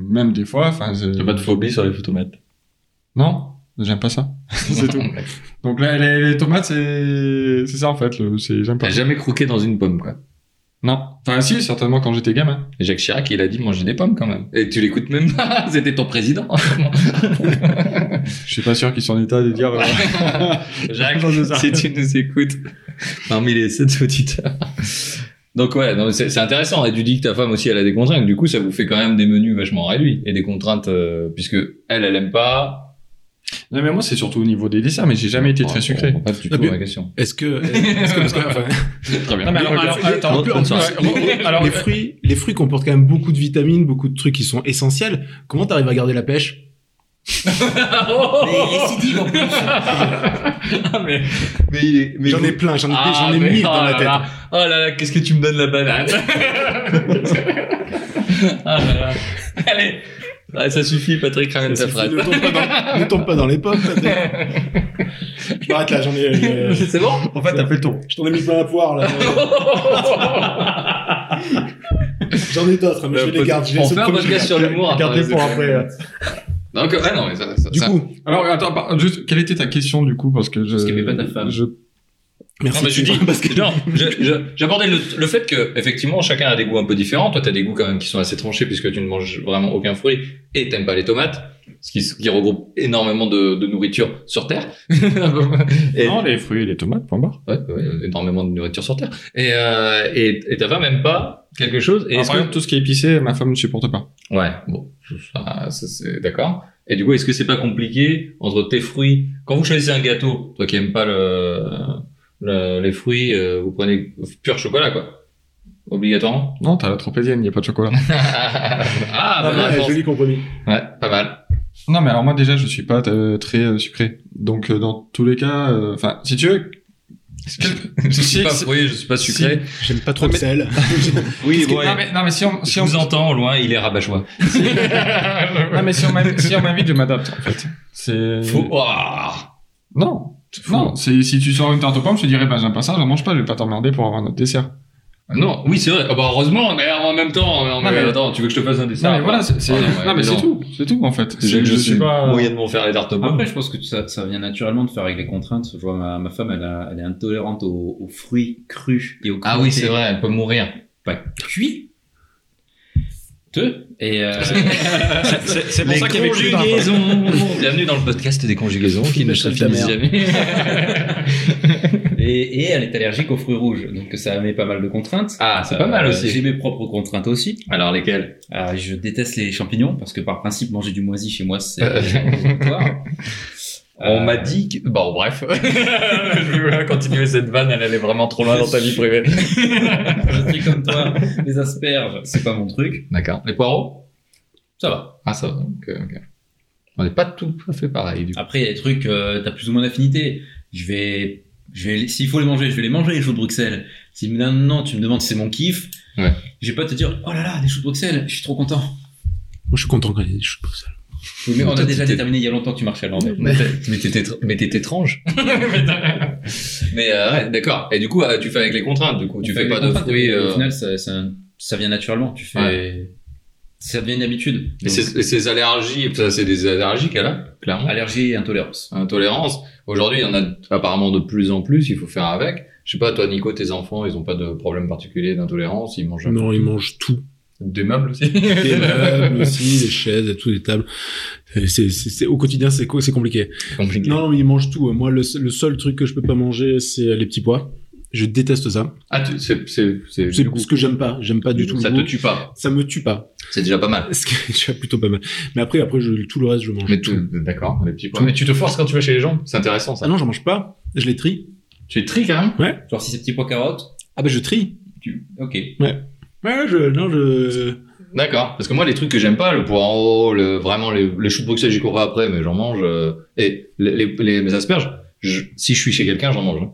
[SPEAKER 2] même des fois, enfin, j'ai-
[SPEAKER 3] phobie sur les tomates.
[SPEAKER 2] Non, j'aime pas ça. c'est tout. Donc là, les, les tomates, c'est, c'est ça, en fait, le- c'est, j'aime pas.
[SPEAKER 3] T'as jamais croqué dans une pomme, quoi.
[SPEAKER 2] Non. Enfin, si, certainement quand j'étais gamin.
[SPEAKER 3] Et Jacques Chirac, il a dit manger des pommes quand même. Et tu l'écoutes même pas. (laughs) C'était ton président.
[SPEAKER 2] Je suis pas sûr qu'ils soient en état de dire, euh,
[SPEAKER 3] Jacques, si tu nous écoutes, parmi les sept auditeurs. Donc ouais, non, c'est c'est intéressant. Et tu dis que ta femme aussi, elle a des contraintes. Du coup, ça vous fait quand même des menus vachement réduits et des contraintes euh, puisque elle, elle aime pas.
[SPEAKER 2] (laughs) Non, mais moi, c'est surtout au niveau des desserts, mais j'ai jamais été très
[SPEAKER 3] Ouais,
[SPEAKER 2] sucré.
[SPEAKER 3] on comprend Pas du
[SPEAKER 1] Ah,
[SPEAKER 3] tout
[SPEAKER 1] mais-
[SPEAKER 3] la question.
[SPEAKER 1] Est-ce que, est-ce que- parce que, enfin,
[SPEAKER 3] (laughs) Très bien.
[SPEAKER 2] Non, mais alors-
[SPEAKER 1] les-
[SPEAKER 2] alors,
[SPEAKER 1] les-
[SPEAKER 2] attends,
[SPEAKER 1] en plus-
[SPEAKER 3] bonne
[SPEAKER 1] en plus,
[SPEAKER 3] soirée. (laughs)
[SPEAKER 1] les- les fruits, les fruits comportent quand même beaucoup de vitamines, beaucoup de trucs qui sont essentiels. Comment t'arrives à garder la pêche
[SPEAKER 4] Mais récidive en plus.
[SPEAKER 3] (laughs) Ah, mais, mais il est- mais
[SPEAKER 1] J'en
[SPEAKER 3] vous-
[SPEAKER 1] ai plein, j'en ai,
[SPEAKER 3] Ah,
[SPEAKER 1] j'en ai
[SPEAKER 3] mais-
[SPEAKER 1] mille
[SPEAKER 3] oh
[SPEAKER 1] dans la
[SPEAKER 3] là
[SPEAKER 1] tête.
[SPEAKER 3] là. (laughs) Oh là là, qu'est-ce que tu me donnes la banane (laughs) Ah là là. Allez, Ah, ça suffit, Patrick, ramène ta
[SPEAKER 1] Ça suffit,
[SPEAKER 3] phrase.
[SPEAKER 1] Ne tombe pas dans, ne tombe pas dans les pommes. Patrick. Je m'arrête là, j'en ai, euh,
[SPEAKER 3] (laughs) C'est bon
[SPEAKER 2] En fait, t'as fait le tour.
[SPEAKER 1] je t'en ai mis plein à poire là. J'en ai d'autres, mais
[SPEAKER 3] Bah,
[SPEAKER 1] je les
[SPEAKER 3] peut-
[SPEAKER 1] garde. Je
[SPEAKER 3] on
[SPEAKER 1] les
[SPEAKER 3] fait un
[SPEAKER 1] premier-
[SPEAKER 3] podcast sur l'humour après,
[SPEAKER 1] Gardez
[SPEAKER 3] c'est
[SPEAKER 1] pour
[SPEAKER 3] clair.
[SPEAKER 1] après. euh.
[SPEAKER 3] Donc, ah non, mais ça, ça,
[SPEAKER 1] Du
[SPEAKER 3] ça-
[SPEAKER 1] coup,
[SPEAKER 2] Alors, attends, par- juste, quelle était ta question, du coup, parce que je...
[SPEAKER 4] Parce qu'il y avait pas ta femme.
[SPEAKER 2] Je
[SPEAKER 1] merci.
[SPEAKER 3] Non, mais je dis,
[SPEAKER 1] Thibaut, parce que
[SPEAKER 3] non, je- je- j'abordais le, le fait que, effectivement, chacun a des goûts un peu différents. Toi, t'as des goûts quand même qui sont assez tranchés puisque tu ne manges vraiment aucun fruit et t'aimes pas les tomates, ce qui, ce qui regroupe énormément de, de nourriture sur Terre. (laughs) Et-
[SPEAKER 2] Non, les fruits et les tomates, point barre.
[SPEAKER 3] ouais, ouais, euh, énormément de nourriture sur Terre. Et, euh, et, et t'as pas même pas quelque chose. Et
[SPEAKER 2] Et
[SPEAKER 3] est-ce
[SPEAKER 2] par
[SPEAKER 3] que...
[SPEAKER 2] exemple, tout ce qui est épicé, ma femme ne supporte pas.
[SPEAKER 3] Ouais, bon, ça, ça, c'est d'accord. Et du coup, est-ce que c'est pas compliqué entre tes fruits Quand vous choisissez un gâteau, toi qui aimes pas le, le- les fruits, euh, vous prenez pur chocolat, quoi. Obligatoirement. (laughs)
[SPEAKER 2] Non, t'as la tropézienne, il n'y a pas de chocolat.
[SPEAKER 3] ah,
[SPEAKER 1] Ah,
[SPEAKER 3] bonne
[SPEAKER 1] ouais,
[SPEAKER 3] réponse.
[SPEAKER 1] joli compromis.
[SPEAKER 3] Ouais, pas
[SPEAKER 2] (laughs)
[SPEAKER 3] mal.
[SPEAKER 2] (laughs) non, mais alors moi déjà, je suis pas euh, très euh, sucré. Donc euh, dans tous les cas, euh, enfin, si tu veux...
[SPEAKER 3] Je suis
[SPEAKER 2] Si,
[SPEAKER 3] pas
[SPEAKER 2] si-
[SPEAKER 3] fruit, je suis pas sucré.
[SPEAKER 1] J'aime pas trop
[SPEAKER 2] Non,
[SPEAKER 1] le sel.
[SPEAKER 3] Oui,
[SPEAKER 2] Parce que- non, mais, non, mais si on, si
[SPEAKER 3] Si
[SPEAKER 2] on,
[SPEAKER 3] on vous entend au loin, il est rabat-joie. (laughs)
[SPEAKER 2] non, mais si on m'invite, si on m'invite, je m'adapte, en fait. C'est...
[SPEAKER 3] Fou- Oh. Ouah.
[SPEAKER 2] Non.
[SPEAKER 3] Fou.
[SPEAKER 2] Non, c'est, si tu sors une tarte aux pommes, je te dirais, ben j'aime pas ça, j'en mange pas, je vais pas t'emmerder pour avoir notre dessert.
[SPEAKER 3] Non, oui, c'est vrai. Ah bah, heureusement, mais en même temps, non, mais,
[SPEAKER 2] Non, mais-
[SPEAKER 3] attends, tu veux que je te fasse un dessin
[SPEAKER 2] non, mais voilà, c'est, c'est-
[SPEAKER 3] Ah, Ouais, ouais,
[SPEAKER 2] non, mais
[SPEAKER 3] mais
[SPEAKER 2] c'est
[SPEAKER 3] non.
[SPEAKER 2] tout, c'est tout, en fait.
[SPEAKER 3] Je,
[SPEAKER 2] C'est-
[SPEAKER 3] je, suis pas
[SPEAKER 2] euh,
[SPEAKER 3] moyennement faire les tartes aux pommes.
[SPEAKER 4] Après, je pense que ça, ça vient naturellement de faire avec les contraintes. Je vois ma, ma femme, elle, a- elle est intolérante aux, aux fruits crus et aux
[SPEAKER 3] Ah oui, c'est
[SPEAKER 4] crudités
[SPEAKER 3] vrai, elle peut mourir.
[SPEAKER 4] Pas cuits. Te.
[SPEAKER 3] (laughs)
[SPEAKER 4] Et euh,
[SPEAKER 3] hein.
[SPEAKER 4] (laughs)
[SPEAKER 3] C'est
[SPEAKER 1] pour ça qu'il y avait plus d'arbres.
[SPEAKER 3] Bienvenue dans le podcast des conjugaisons qui ne se
[SPEAKER 1] Chez ta
[SPEAKER 3] finissent jamais.
[SPEAKER 4] et, et elle est allergique aux fruits rouges, donc ça met pas mal de contraintes.
[SPEAKER 3] Ah, c'est pas mal
[SPEAKER 4] Euh,
[SPEAKER 3] aussi.
[SPEAKER 4] J'ai mes propres contraintes aussi.
[SPEAKER 3] Alors lesquels
[SPEAKER 4] Euh, je déteste les champignons parce que par principe, manger du moisi chez
[SPEAKER 3] (laughs)
[SPEAKER 4] moi, c'est.
[SPEAKER 3] Euh. On
[SPEAKER 4] Euh,
[SPEAKER 3] m'a dit que... Bon, (laughs) bref. je vais continuer cette vanne, elle allait vraiment trop loin dans ta vie privée.
[SPEAKER 4] Je suis comme toi, les asperges, c'est pas mon truc.
[SPEAKER 3] D'accord. Les poireaux
[SPEAKER 4] Ça va.
[SPEAKER 3] Ah, ça va. ok, ok. On n'est pas tout à fait pareil, du coup.
[SPEAKER 4] Après, il y a des trucs, euh, t'as plus ou moins d'affinité. Je vais, je vais, s'il faut les manger, je vais les manger, les choux de Bruxelles. Si maintenant tu me demandes si c'est mon kiff,
[SPEAKER 3] Ouais.
[SPEAKER 4] je vais pas te dire, oh là là, des choux de Bruxelles, je suis trop content.
[SPEAKER 1] Moi, je suis content quand il y a des choses comme ça.
[SPEAKER 4] Oui, mais on
[SPEAKER 3] Toi,
[SPEAKER 4] a déjà
[SPEAKER 3] t'étais-
[SPEAKER 4] déterminé il y a longtemps que tu marchais à l'envers.
[SPEAKER 3] Mais t'es- mais t'es étr- mais t'es étrange. mais euh, ouais, d'accord. Et du coup, euh, tu fais avec les contraintes. Du coup, tu fais pas de fruits.
[SPEAKER 4] Au
[SPEAKER 3] euh,
[SPEAKER 4] final, ça, ça, ça vient naturellement. Tu fais, ça devient une habitude.
[SPEAKER 3] Et ces, et ces allergies, ça c'est des allergies qu'elle a, clairement.
[SPEAKER 4] Allergie et intolérance.
[SPEAKER 3] Intolérance. Aujourd'hui, il y en a apparemment de plus en plus. Il faut faire avec. Je sais pas, toi, Nico, tes enfants, ils ont pas de problème particulier d'intolérance. Ils mangent. (laughs)
[SPEAKER 1] Non, ils mangent tout.
[SPEAKER 3] Des meubles aussi.
[SPEAKER 1] des meubles aussi, des chaises, tout, des tables. C'est- c'est- c'est- c'est- au quotidien, c'est co- c'est compliqué.
[SPEAKER 3] Compliqué.
[SPEAKER 1] Non, mais ils mangent tout. Moi, le, le seul truc que je peux pas manger, c'est les petits pois. Je déteste ça.
[SPEAKER 3] Ah, tu- c'est, c'est, c'est,
[SPEAKER 1] C'est
[SPEAKER 3] du coup,
[SPEAKER 1] ce que j'aime pas. J'aime pas du tout. le
[SPEAKER 3] ça te
[SPEAKER 1] goût.
[SPEAKER 3] tue pas.
[SPEAKER 1] Ça me tue pas. (laughs)
[SPEAKER 3] C'est déjà pas mal.
[SPEAKER 1] Ce qui est déjà plutôt pas mal. Mais après, après, je, tout le reste, je mange.
[SPEAKER 3] Mais tout, d'accord, les petits pois. Mais tu te forces quand tu vas chez les gens. C'est intéressant,
[SPEAKER 1] Ah
[SPEAKER 3] ça.
[SPEAKER 1] non, j'en mange pas. Je les trie.
[SPEAKER 3] Tu es hein. tri, quand même.
[SPEAKER 4] Genre si c'est petit pois carottes,
[SPEAKER 1] Ah bah, je trie.
[SPEAKER 4] tu... Ok.
[SPEAKER 1] Ouais, je, non, je...
[SPEAKER 3] D'accord. Parce que moi, les trucs que j'aime pas, le poireau, le, vraiment, les, les choux de Bruxelles, j'y courrai après, mais j'en mange. euh, et les, les, les- mes asperges, je- si je suis chez quelqu'un, j'en mange. hein.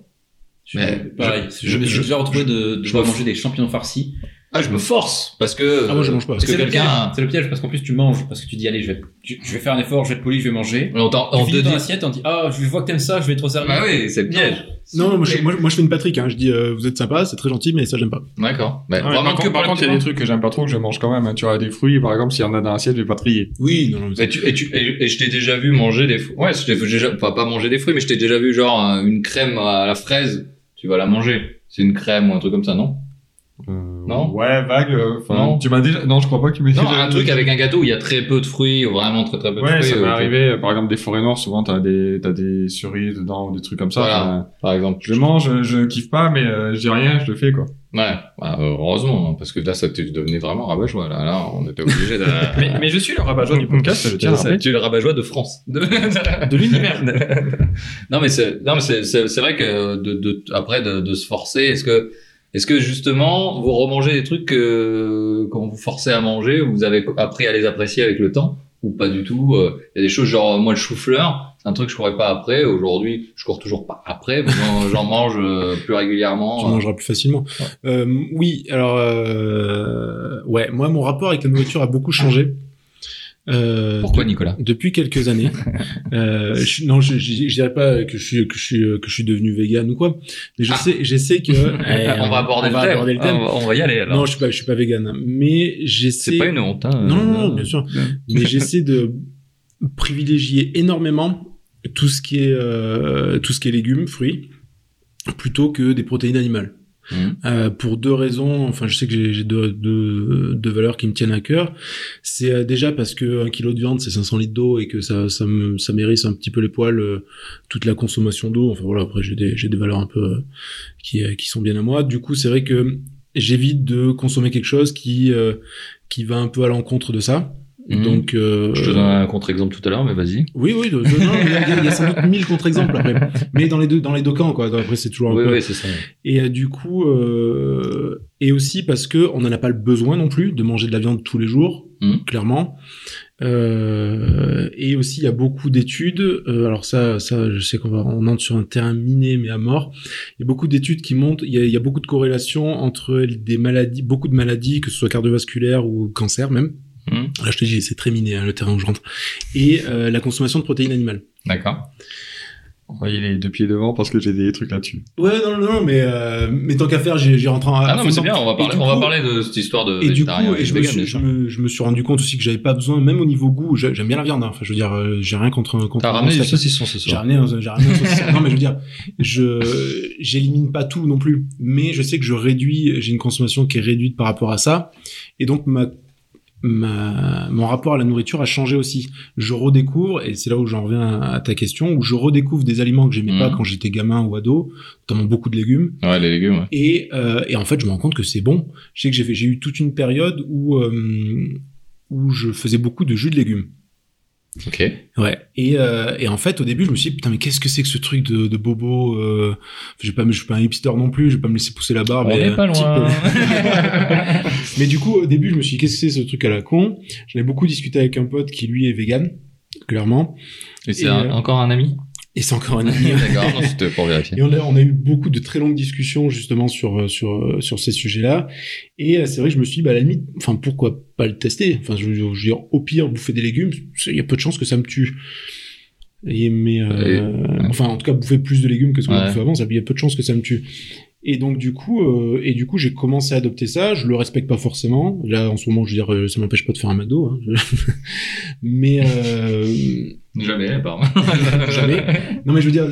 [SPEAKER 4] Je-
[SPEAKER 3] Mais
[SPEAKER 4] pareil.
[SPEAKER 3] je-
[SPEAKER 4] Je, je me
[SPEAKER 3] je-
[SPEAKER 4] suis déjà retrouvé de, de
[SPEAKER 3] je-
[SPEAKER 4] devoir
[SPEAKER 3] je-
[SPEAKER 4] manger des champignons farcis.
[SPEAKER 3] Ah, je me force. Parce que.
[SPEAKER 1] Ah, moi, je mange pas.
[SPEAKER 3] Parce que
[SPEAKER 4] C'est le piège.
[SPEAKER 3] quelqu'un.
[SPEAKER 4] C'est le piège parce qu'en plus tu manges parce que tu dis allez je vais tu- je vais faire un effort, je vais être poli, je vais manger.
[SPEAKER 3] On, t'en-
[SPEAKER 4] On
[SPEAKER 3] on
[SPEAKER 4] tu
[SPEAKER 3] te
[SPEAKER 4] finis ton
[SPEAKER 3] dit.
[SPEAKER 4] assiette, on dit ah je vois que t'aimes ça, je vais trop servir.
[SPEAKER 3] Bah oui, c'est le
[SPEAKER 4] Non.
[SPEAKER 3] piège.
[SPEAKER 1] Non, non, moi, je, moi, moi, je fais une Patrick. Hein. Je dis, euh, vous êtes sympa, c'est très gentil, mais ça, j'aime pas.
[SPEAKER 3] D'accord. Mais
[SPEAKER 2] Ouais,
[SPEAKER 3] vraiment
[SPEAKER 2] par
[SPEAKER 3] que
[SPEAKER 2] contre, par
[SPEAKER 3] pour
[SPEAKER 2] contre,
[SPEAKER 3] les
[SPEAKER 2] il y a
[SPEAKER 3] petits
[SPEAKER 2] des trucs que j'aime pas trop que je mange quand même. hein. Tu vois, des fruits, par exemple, s'il y en a dans l'assiette, je vais pas trier.
[SPEAKER 1] Oui, non, non,
[SPEAKER 3] Et, tu, et, tu, et, et je t'ai déjà vu manger des fruits. Ouais, je t'ai déjà, enfin, pas manger des fruits, mais je t'ai déjà vu genre un- une crème à la fraise. Tu vas la manger. C'est une crème ou un truc comme ça, non Non.
[SPEAKER 2] Ouais, vague. euh, enfin,
[SPEAKER 3] Non.
[SPEAKER 2] Tu m'as déjà. Non, je crois pas que tu m'aies
[SPEAKER 3] Non,
[SPEAKER 2] déjà-
[SPEAKER 3] un truc avec un gâteau où il y a très peu de fruits, ou vraiment très très peu de
[SPEAKER 2] Ouais,
[SPEAKER 3] fruits.
[SPEAKER 2] ça m'est
[SPEAKER 3] euh,
[SPEAKER 2] arrivé. euh, Par exemple, des forêts noires, souvent, t'as des, t'as des cerises dedans ou des trucs comme ça.
[SPEAKER 3] Voilà.
[SPEAKER 2] Enfin,
[SPEAKER 3] Par exemple.
[SPEAKER 2] Je le mange, je kiffe pas, mais euh, je dis rien, je le fais, quoi.
[SPEAKER 3] Ouais, bah, heureusement, hein, parce que là, ça te devenait vraiment rabat-joie. Là, là, on était obligé
[SPEAKER 2] (laughs)
[SPEAKER 3] de...
[SPEAKER 2] Mais, je suis le rabat-joie (laughs) du podcast, je tiens à
[SPEAKER 3] tu es le rabat-joie de
[SPEAKER 2] (laughs)
[SPEAKER 3] France. (laughs) De, l'univers. non, mais c'est, non, mais c'est, c'est, c'est vrai que de, de, après, de, de se forcer, est-ce que, est-ce que justement, vous remangez des trucs que, quand vous forcez à manger, vous avez appris à les apprécier avec le temps? Ou pas du tout. euh, Il y a des choses genre moi le chou-fleur, c'est un truc que je courais pas après. Aujourd'hui, je cours toujours pas après. mais j'en- J'en mange euh, plus régulièrement.
[SPEAKER 1] Tu mangeras plus facilement. Euh, oui, alors, euh, ouais, moi, mon rapport avec la nourriture a beaucoup changé. Euh,
[SPEAKER 3] Ah. Pourquoi Nicolas
[SPEAKER 1] depuis quelques
[SPEAKER 3] (laughs)
[SPEAKER 1] années. euh, je, suis- non, je, je, je dirais pas que je suis que je suis que je suis devenu vegan ou quoi, mais je
[SPEAKER 3] Ah.
[SPEAKER 1] sais je
[SPEAKER 3] (laughs)
[SPEAKER 1] sais que Eh,
[SPEAKER 3] on va
[SPEAKER 1] on
[SPEAKER 3] aborder, le,
[SPEAKER 1] va
[SPEAKER 3] thème.
[SPEAKER 1] aborder le
[SPEAKER 3] Ah,
[SPEAKER 1] thème.
[SPEAKER 3] On va, on va y aller alors.
[SPEAKER 1] Non, je suis pas je suis pas vegan, hein, mais j'essaie.
[SPEAKER 3] c'est pas une honte. Hein,
[SPEAKER 1] Non,
[SPEAKER 3] euh,
[SPEAKER 1] non, non, bien sûr. Mais j'essaie de privilégier énormément tout ce qui est euh, tout ce qui est légumes, fruits, plutôt que des protéines animales.
[SPEAKER 3] Mhm.
[SPEAKER 1] Euh, pour deux raisons. Enfin, je sais que j'ai- j'ai deux, deux, deux valeurs qui me tiennent à cœur. C'est euh, déjà parce que un kilo de viande, c'est 500 litres d'eau et que ça, ça, me, ça mérisse un petit peu les poils euh, toute la consommation d'eau. Enfin voilà, après j'ai des, j'ai des valeurs un peu euh, qui, euh, qui sont bien à moi. Du coup, c'est vrai que j'évite de consommer quelque chose qui, euh, qui va un peu à l'encontre de ça.
[SPEAKER 3] Mhm.
[SPEAKER 1] Donc, euh,
[SPEAKER 3] Je te donne un contre-exemple tout à l'heure, mais vas-y.
[SPEAKER 1] oui, oui, de- de- non, il y, a- il y a sans doute mille contre-exemples après. Mais dans les deux, dans les deux camps, quoi. Après, c'est toujours un
[SPEAKER 3] Oui,
[SPEAKER 1] peu.
[SPEAKER 3] oui, c'est ça.
[SPEAKER 1] Et euh, du coup, euh, et aussi parce que on n'en a pas le besoin non plus de manger de la viande tous les jours,
[SPEAKER 3] Mhm.
[SPEAKER 1] clairement. Euh, et aussi, il y a beaucoup d'études. euh, alors ça, ça, je sais qu'on va, on entre sur un terrain miné, mais à mort. Il y a beaucoup d'études qui montrent. Il y, a, il y a beaucoup de corrélations entre des maladies, beaucoup de maladies, que ce soit cardiovasculaires ou cancer même.
[SPEAKER 3] Mhm.
[SPEAKER 1] Là, je te dis, c'est très miné hein, le terrain où je rentre. Et euh, la consommation de protéines animales.
[SPEAKER 3] D'accord.
[SPEAKER 2] Envoyez les deux pieds devant parce que j'ai des trucs là-dessus.
[SPEAKER 1] Ouais, non, non, non, mais, euh, mais tant qu'à faire, j'y j'y rentre en.
[SPEAKER 3] Ah non, mais c'est bien, on va, parler,
[SPEAKER 1] du
[SPEAKER 3] on va
[SPEAKER 1] coup-
[SPEAKER 3] parler de cette histoire de
[SPEAKER 1] Et du coup,
[SPEAKER 3] végétarien
[SPEAKER 1] et je, me
[SPEAKER 3] vegan,
[SPEAKER 1] suis,
[SPEAKER 3] bien
[SPEAKER 1] je,
[SPEAKER 3] sûr.
[SPEAKER 1] me, je me suis rendu compte aussi que j'avais pas besoin, même au niveau goût, j'a- j'aime bien la viande. hein. Enfin, je veux dire, euh, j'ai rien contre. contre
[SPEAKER 3] T'as ramené
[SPEAKER 1] contre
[SPEAKER 3] du
[SPEAKER 1] ça.
[SPEAKER 3] saucisson ce
[SPEAKER 1] J'ai
[SPEAKER 3] soir.
[SPEAKER 1] ramené, un- j'ai ramené un saucisson. Non, mais je veux dire, je j'élimine pas tout non plus, mais je sais que je réduis, j'ai une consommation qui est réduite par rapport à ça, et donc ma Ma, mon rapport à la nourriture a changé aussi. Je redécouvre, et c'est là où j'en reviens à ta question, où je redécouvre des aliments que j'aimais
[SPEAKER 3] Mhm.
[SPEAKER 1] pas quand j'étais gamin ou ado, notamment beaucoup de légumes,
[SPEAKER 3] Ouais, les légumes, ouais.
[SPEAKER 1] et, euh, et en fait, je me rends compte que c'est bon. Je sais que j'ai fait- j'ai eu toute une période où, euh, où je faisais beaucoup de jus de légumes.
[SPEAKER 3] Ok.
[SPEAKER 1] Ouais. Et, euh, et en fait, au début, je me suis dit, putain, mais qu'est-ce que c'est que ce truc de, de bobo euh, j'ai pas, Je suis pas un hipster non plus, je vais pas me laisser pousser la barbe. mais, euh, un petit peu. (laughs) mais du coup, au début, je me suis dit, qu'est-ce que c'est ce truc à la con J'en ai beaucoup discuté avec un pote qui, lui, est vegan, clairement.
[SPEAKER 3] Et c'est
[SPEAKER 1] Et,
[SPEAKER 3] un-
[SPEAKER 1] euh,
[SPEAKER 3] encore un ami
[SPEAKER 1] Et c'est encore un ami.
[SPEAKER 3] (laughs) D'accord, non, c'était pour vérifier.
[SPEAKER 1] Et on a, on a eu beaucoup de très longues discussions justement sur euh, sur euh, sur ces sujets-là. Et euh, c'est vrai que je me suis dit, bah à la limite, enfin pourquoi pas le tester Enfin, je, je veux dire, au pire, bouffer des légumes, c'est- il y a peu de chances que ça me tue. Et mais euh,
[SPEAKER 3] Et-
[SPEAKER 1] enfin, en tout cas, bouffer plus de légumes que ce qu'on
[SPEAKER 3] Ouais.
[SPEAKER 1] bouffait avant, ça, il y a peu de chances que ça me tue. Et donc du coup, euh, et du coup, j'ai commencé à adopter ça. Je le respecte pas forcément. Là, en ce moment, je veux dire, euh, ça m'empêche pas de faire un McDo. hein. (laughs) mais euh,
[SPEAKER 3] Jamais, apparemment.
[SPEAKER 1] (laughs) Jamais. Non mais je veux dire,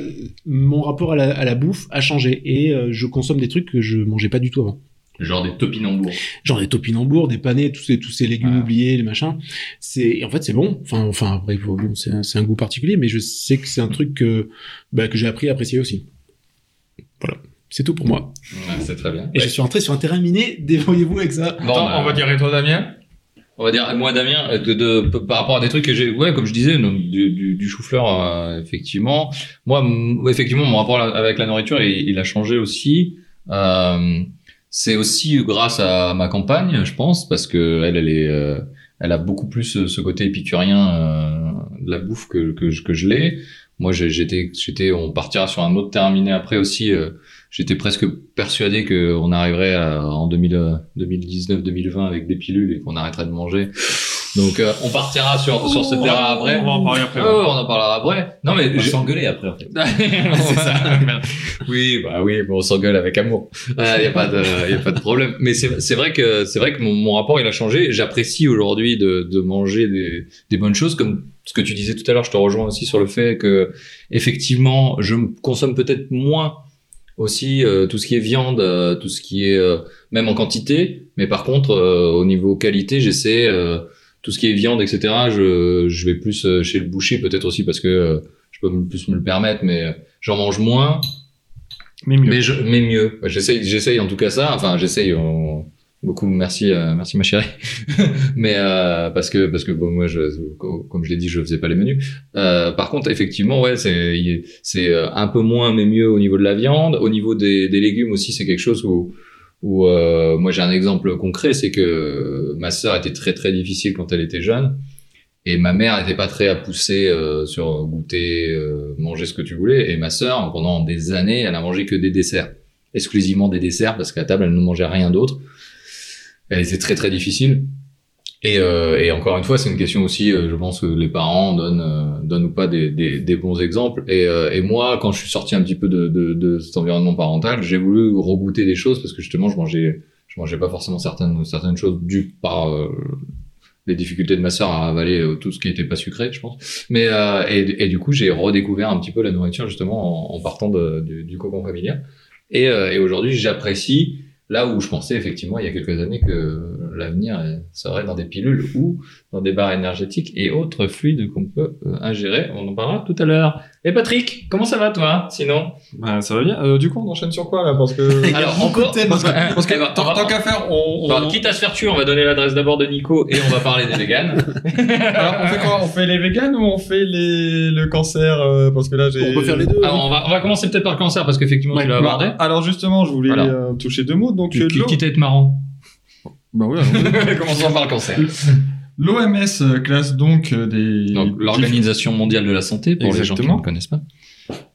[SPEAKER 1] mon rapport à la, à la bouffe a changé et euh, je consomme des trucs que je mangeais pas du tout avant.
[SPEAKER 3] Genre des topinambours.
[SPEAKER 1] genre des topinambours, des panais, tous ces, tous ces légumes
[SPEAKER 3] Ah.
[SPEAKER 1] oubliés, les machins. C'est, et en fait, c'est bon. Enfin, enfin, après, faut- bon, c'est un, c'est un goût particulier, mais je sais que c'est un truc que, bah, que j'ai appris à apprécier aussi. Voilà. C'est tout pour moi.
[SPEAKER 3] Ouais, c'est très bien.
[SPEAKER 1] Et je suis rentré sur un terrain miné, débrouillez-vous avec ça.
[SPEAKER 3] Bon,
[SPEAKER 2] Attends,
[SPEAKER 3] bah,
[SPEAKER 2] on va dire et toi Damien
[SPEAKER 3] On va dire, moi, Damien, euh, de, de- p- par rapport à des trucs que j'ai, ouais, comme je disais, donc, du, du, du chou-fleur, euh, effectivement. Moi, m- effectivement, mon rapport la- avec la nourriture, il, il a changé aussi. Euh, c'est aussi grâce à ma campagne, je pense, parce que elle, elle est, euh, elle a beaucoup plus euh, ce, ce côté épicurien euh, de la bouffe que que, je- que je l'ai. Moi, j'ai- j'étais, j'étais, on partira sur un autre terminé après aussi. euh, j'étais presque persuadé que on arriverait à- en 2000, euh, 2019 2020 avec des pilules et qu'on arrêterait de manger donc euh, on partira sur sur ce terrain après
[SPEAKER 2] On va en parler après.
[SPEAKER 3] Ouais, ouais, on en parlera après non mais
[SPEAKER 4] On va
[SPEAKER 3] je-
[SPEAKER 4] s'engueuler
[SPEAKER 3] (laughs)
[SPEAKER 4] après,
[SPEAKER 2] (laughs)
[SPEAKER 4] en fait.
[SPEAKER 3] c'est ça. oui, bah oui, bon, on s'engueule avec amour. Il n'y a pas de, y a pas de problème. Mais c'est c'est vrai que c'est vrai que mon, mon rapport il a changé. J'apprécie aujourd'hui de, de manger des, des bonnes choses comme ce que tu disais tout à l'heure. Je te rejoins aussi sur le fait que effectivement, je me consomme peut-être moins aussi euh, tout ce qui est viande, euh, tout ce qui est euh, même en quantité. Mais par contre, euh, au niveau qualité, j'essaie euh, tout ce qui est viande, etc. Je, je vais plus euh, chez le boucher peut-être aussi parce que euh, je peux me- plus me le permettre, mais euh, j'en mange moins,
[SPEAKER 2] Mais mieux.
[SPEAKER 3] mais je, mais mieux. Ouais, J'essaye, j'essaye en tout cas ça. Enfin, j'essaye. on- Beaucoup, merci, euh, merci ma chérie. (laughs) mais euh, parce que parce que bon, moi, je, co- comme je l'ai dit, je faisais pas les menus. Euh, par contre, effectivement, ouais, c'est il est- c'est euh, un peu moins mais mieux au niveau de la viande, au niveau des, des légumes aussi, c'est quelque chose où où euh, moi j'ai un exemple concret, c'est que ma sœur était très très difficile quand elle était jeune. Et ma mère n'était pas très à pousser euh, sur goûter, euh, manger ce que tu voulais. Et ma sœur, pendant des années, elle a mangé que des desserts, exclusivement des desserts, parce qu'à table, elle ne mangeait rien d'autre. Elle était très très difficile. Et, euh, et encore une fois, c'est une question aussi, euh, je pense que les parents donnent, euh, donnent ou pas des, des, des bons exemples. Et, euh, et moi, quand je suis sorti un petit peu de, de, de cet environnement parental, j'ai voulu regoûter des choses parce que justement, je mangeais, je mangeais pas forcément certaines, certaines choses dues par euh, les difficultés de ma sœur à avaler euh, tout ce qui n'était pas sucré, je pense. Mais euh, et, et du coup, j'ai redécouvert un petit peu la nourriture justement en, en partant de- du, du cocon familial. Et, euh, et aujourd'hui, j'apprécie là où je pensais effectivement il y a quelques années que l'avenir euh, serait dans des pilules ou dans des barres énergétiques et autres fluides qu'on peut euh, ingérer. On en parlera tout à l'heure. Et Patrick, comment ça va toi Sinon,
[SPEAKER 2] Bah, ça va bien. Euh, du coup, on enchaîne sur quoi là Parce que.
[SPEAKER 3] alors encore.
[SPEAKER 2] Parce que, parce que
[SPEAKER 3] Eh ben, on
[SPEAKER 2] tant,
[SPEAKER 3] va-
[SPEAKER 2] tant qu'à faire, on, on-
[SPEAKER 3] Enfin, quitte à se faire tuer, on va donner l'adresse d'abord de Nico et on va parler des véganes.
[SPEAKER 2] Alors, Ah, on fait quoi On fait les véganes ou on fait les, le cancer euh, Parce que là, j'ai. Ah,
[SPEAKER 1] On peut faire les deux.
[SPEAKER 3] Alors, ah, on va, on va commencer peut-être par le cancer parce qu'effectivement, tu l'as
[SPEAKER 2] Bah,
[SPEAKER 3] abordé.
[SPEAKER 2] alors justement, je voulais
[SPEAKER 3] Voilà.
[SPEAKER 2] euh, toucher deux mots. Donc euh,
[SPEAKER 3] Qui-
[SPEAKER 2] l'eau-
[SPEAKER 3] Quitte à être marrant.
[SPEAKER 2] Bah ouais, (laughs) alors,
[SPEAKER 3] Commençons par le cancer.
[SPEAKER 2] L'OMS classe donc euh, des
[SPEAKER 3] Donc, l'Organisation mondiale de la santé, pour les gens
[SPEAKER 2] Exactement.
[SPEAKER 3] qui ne connaissent pas.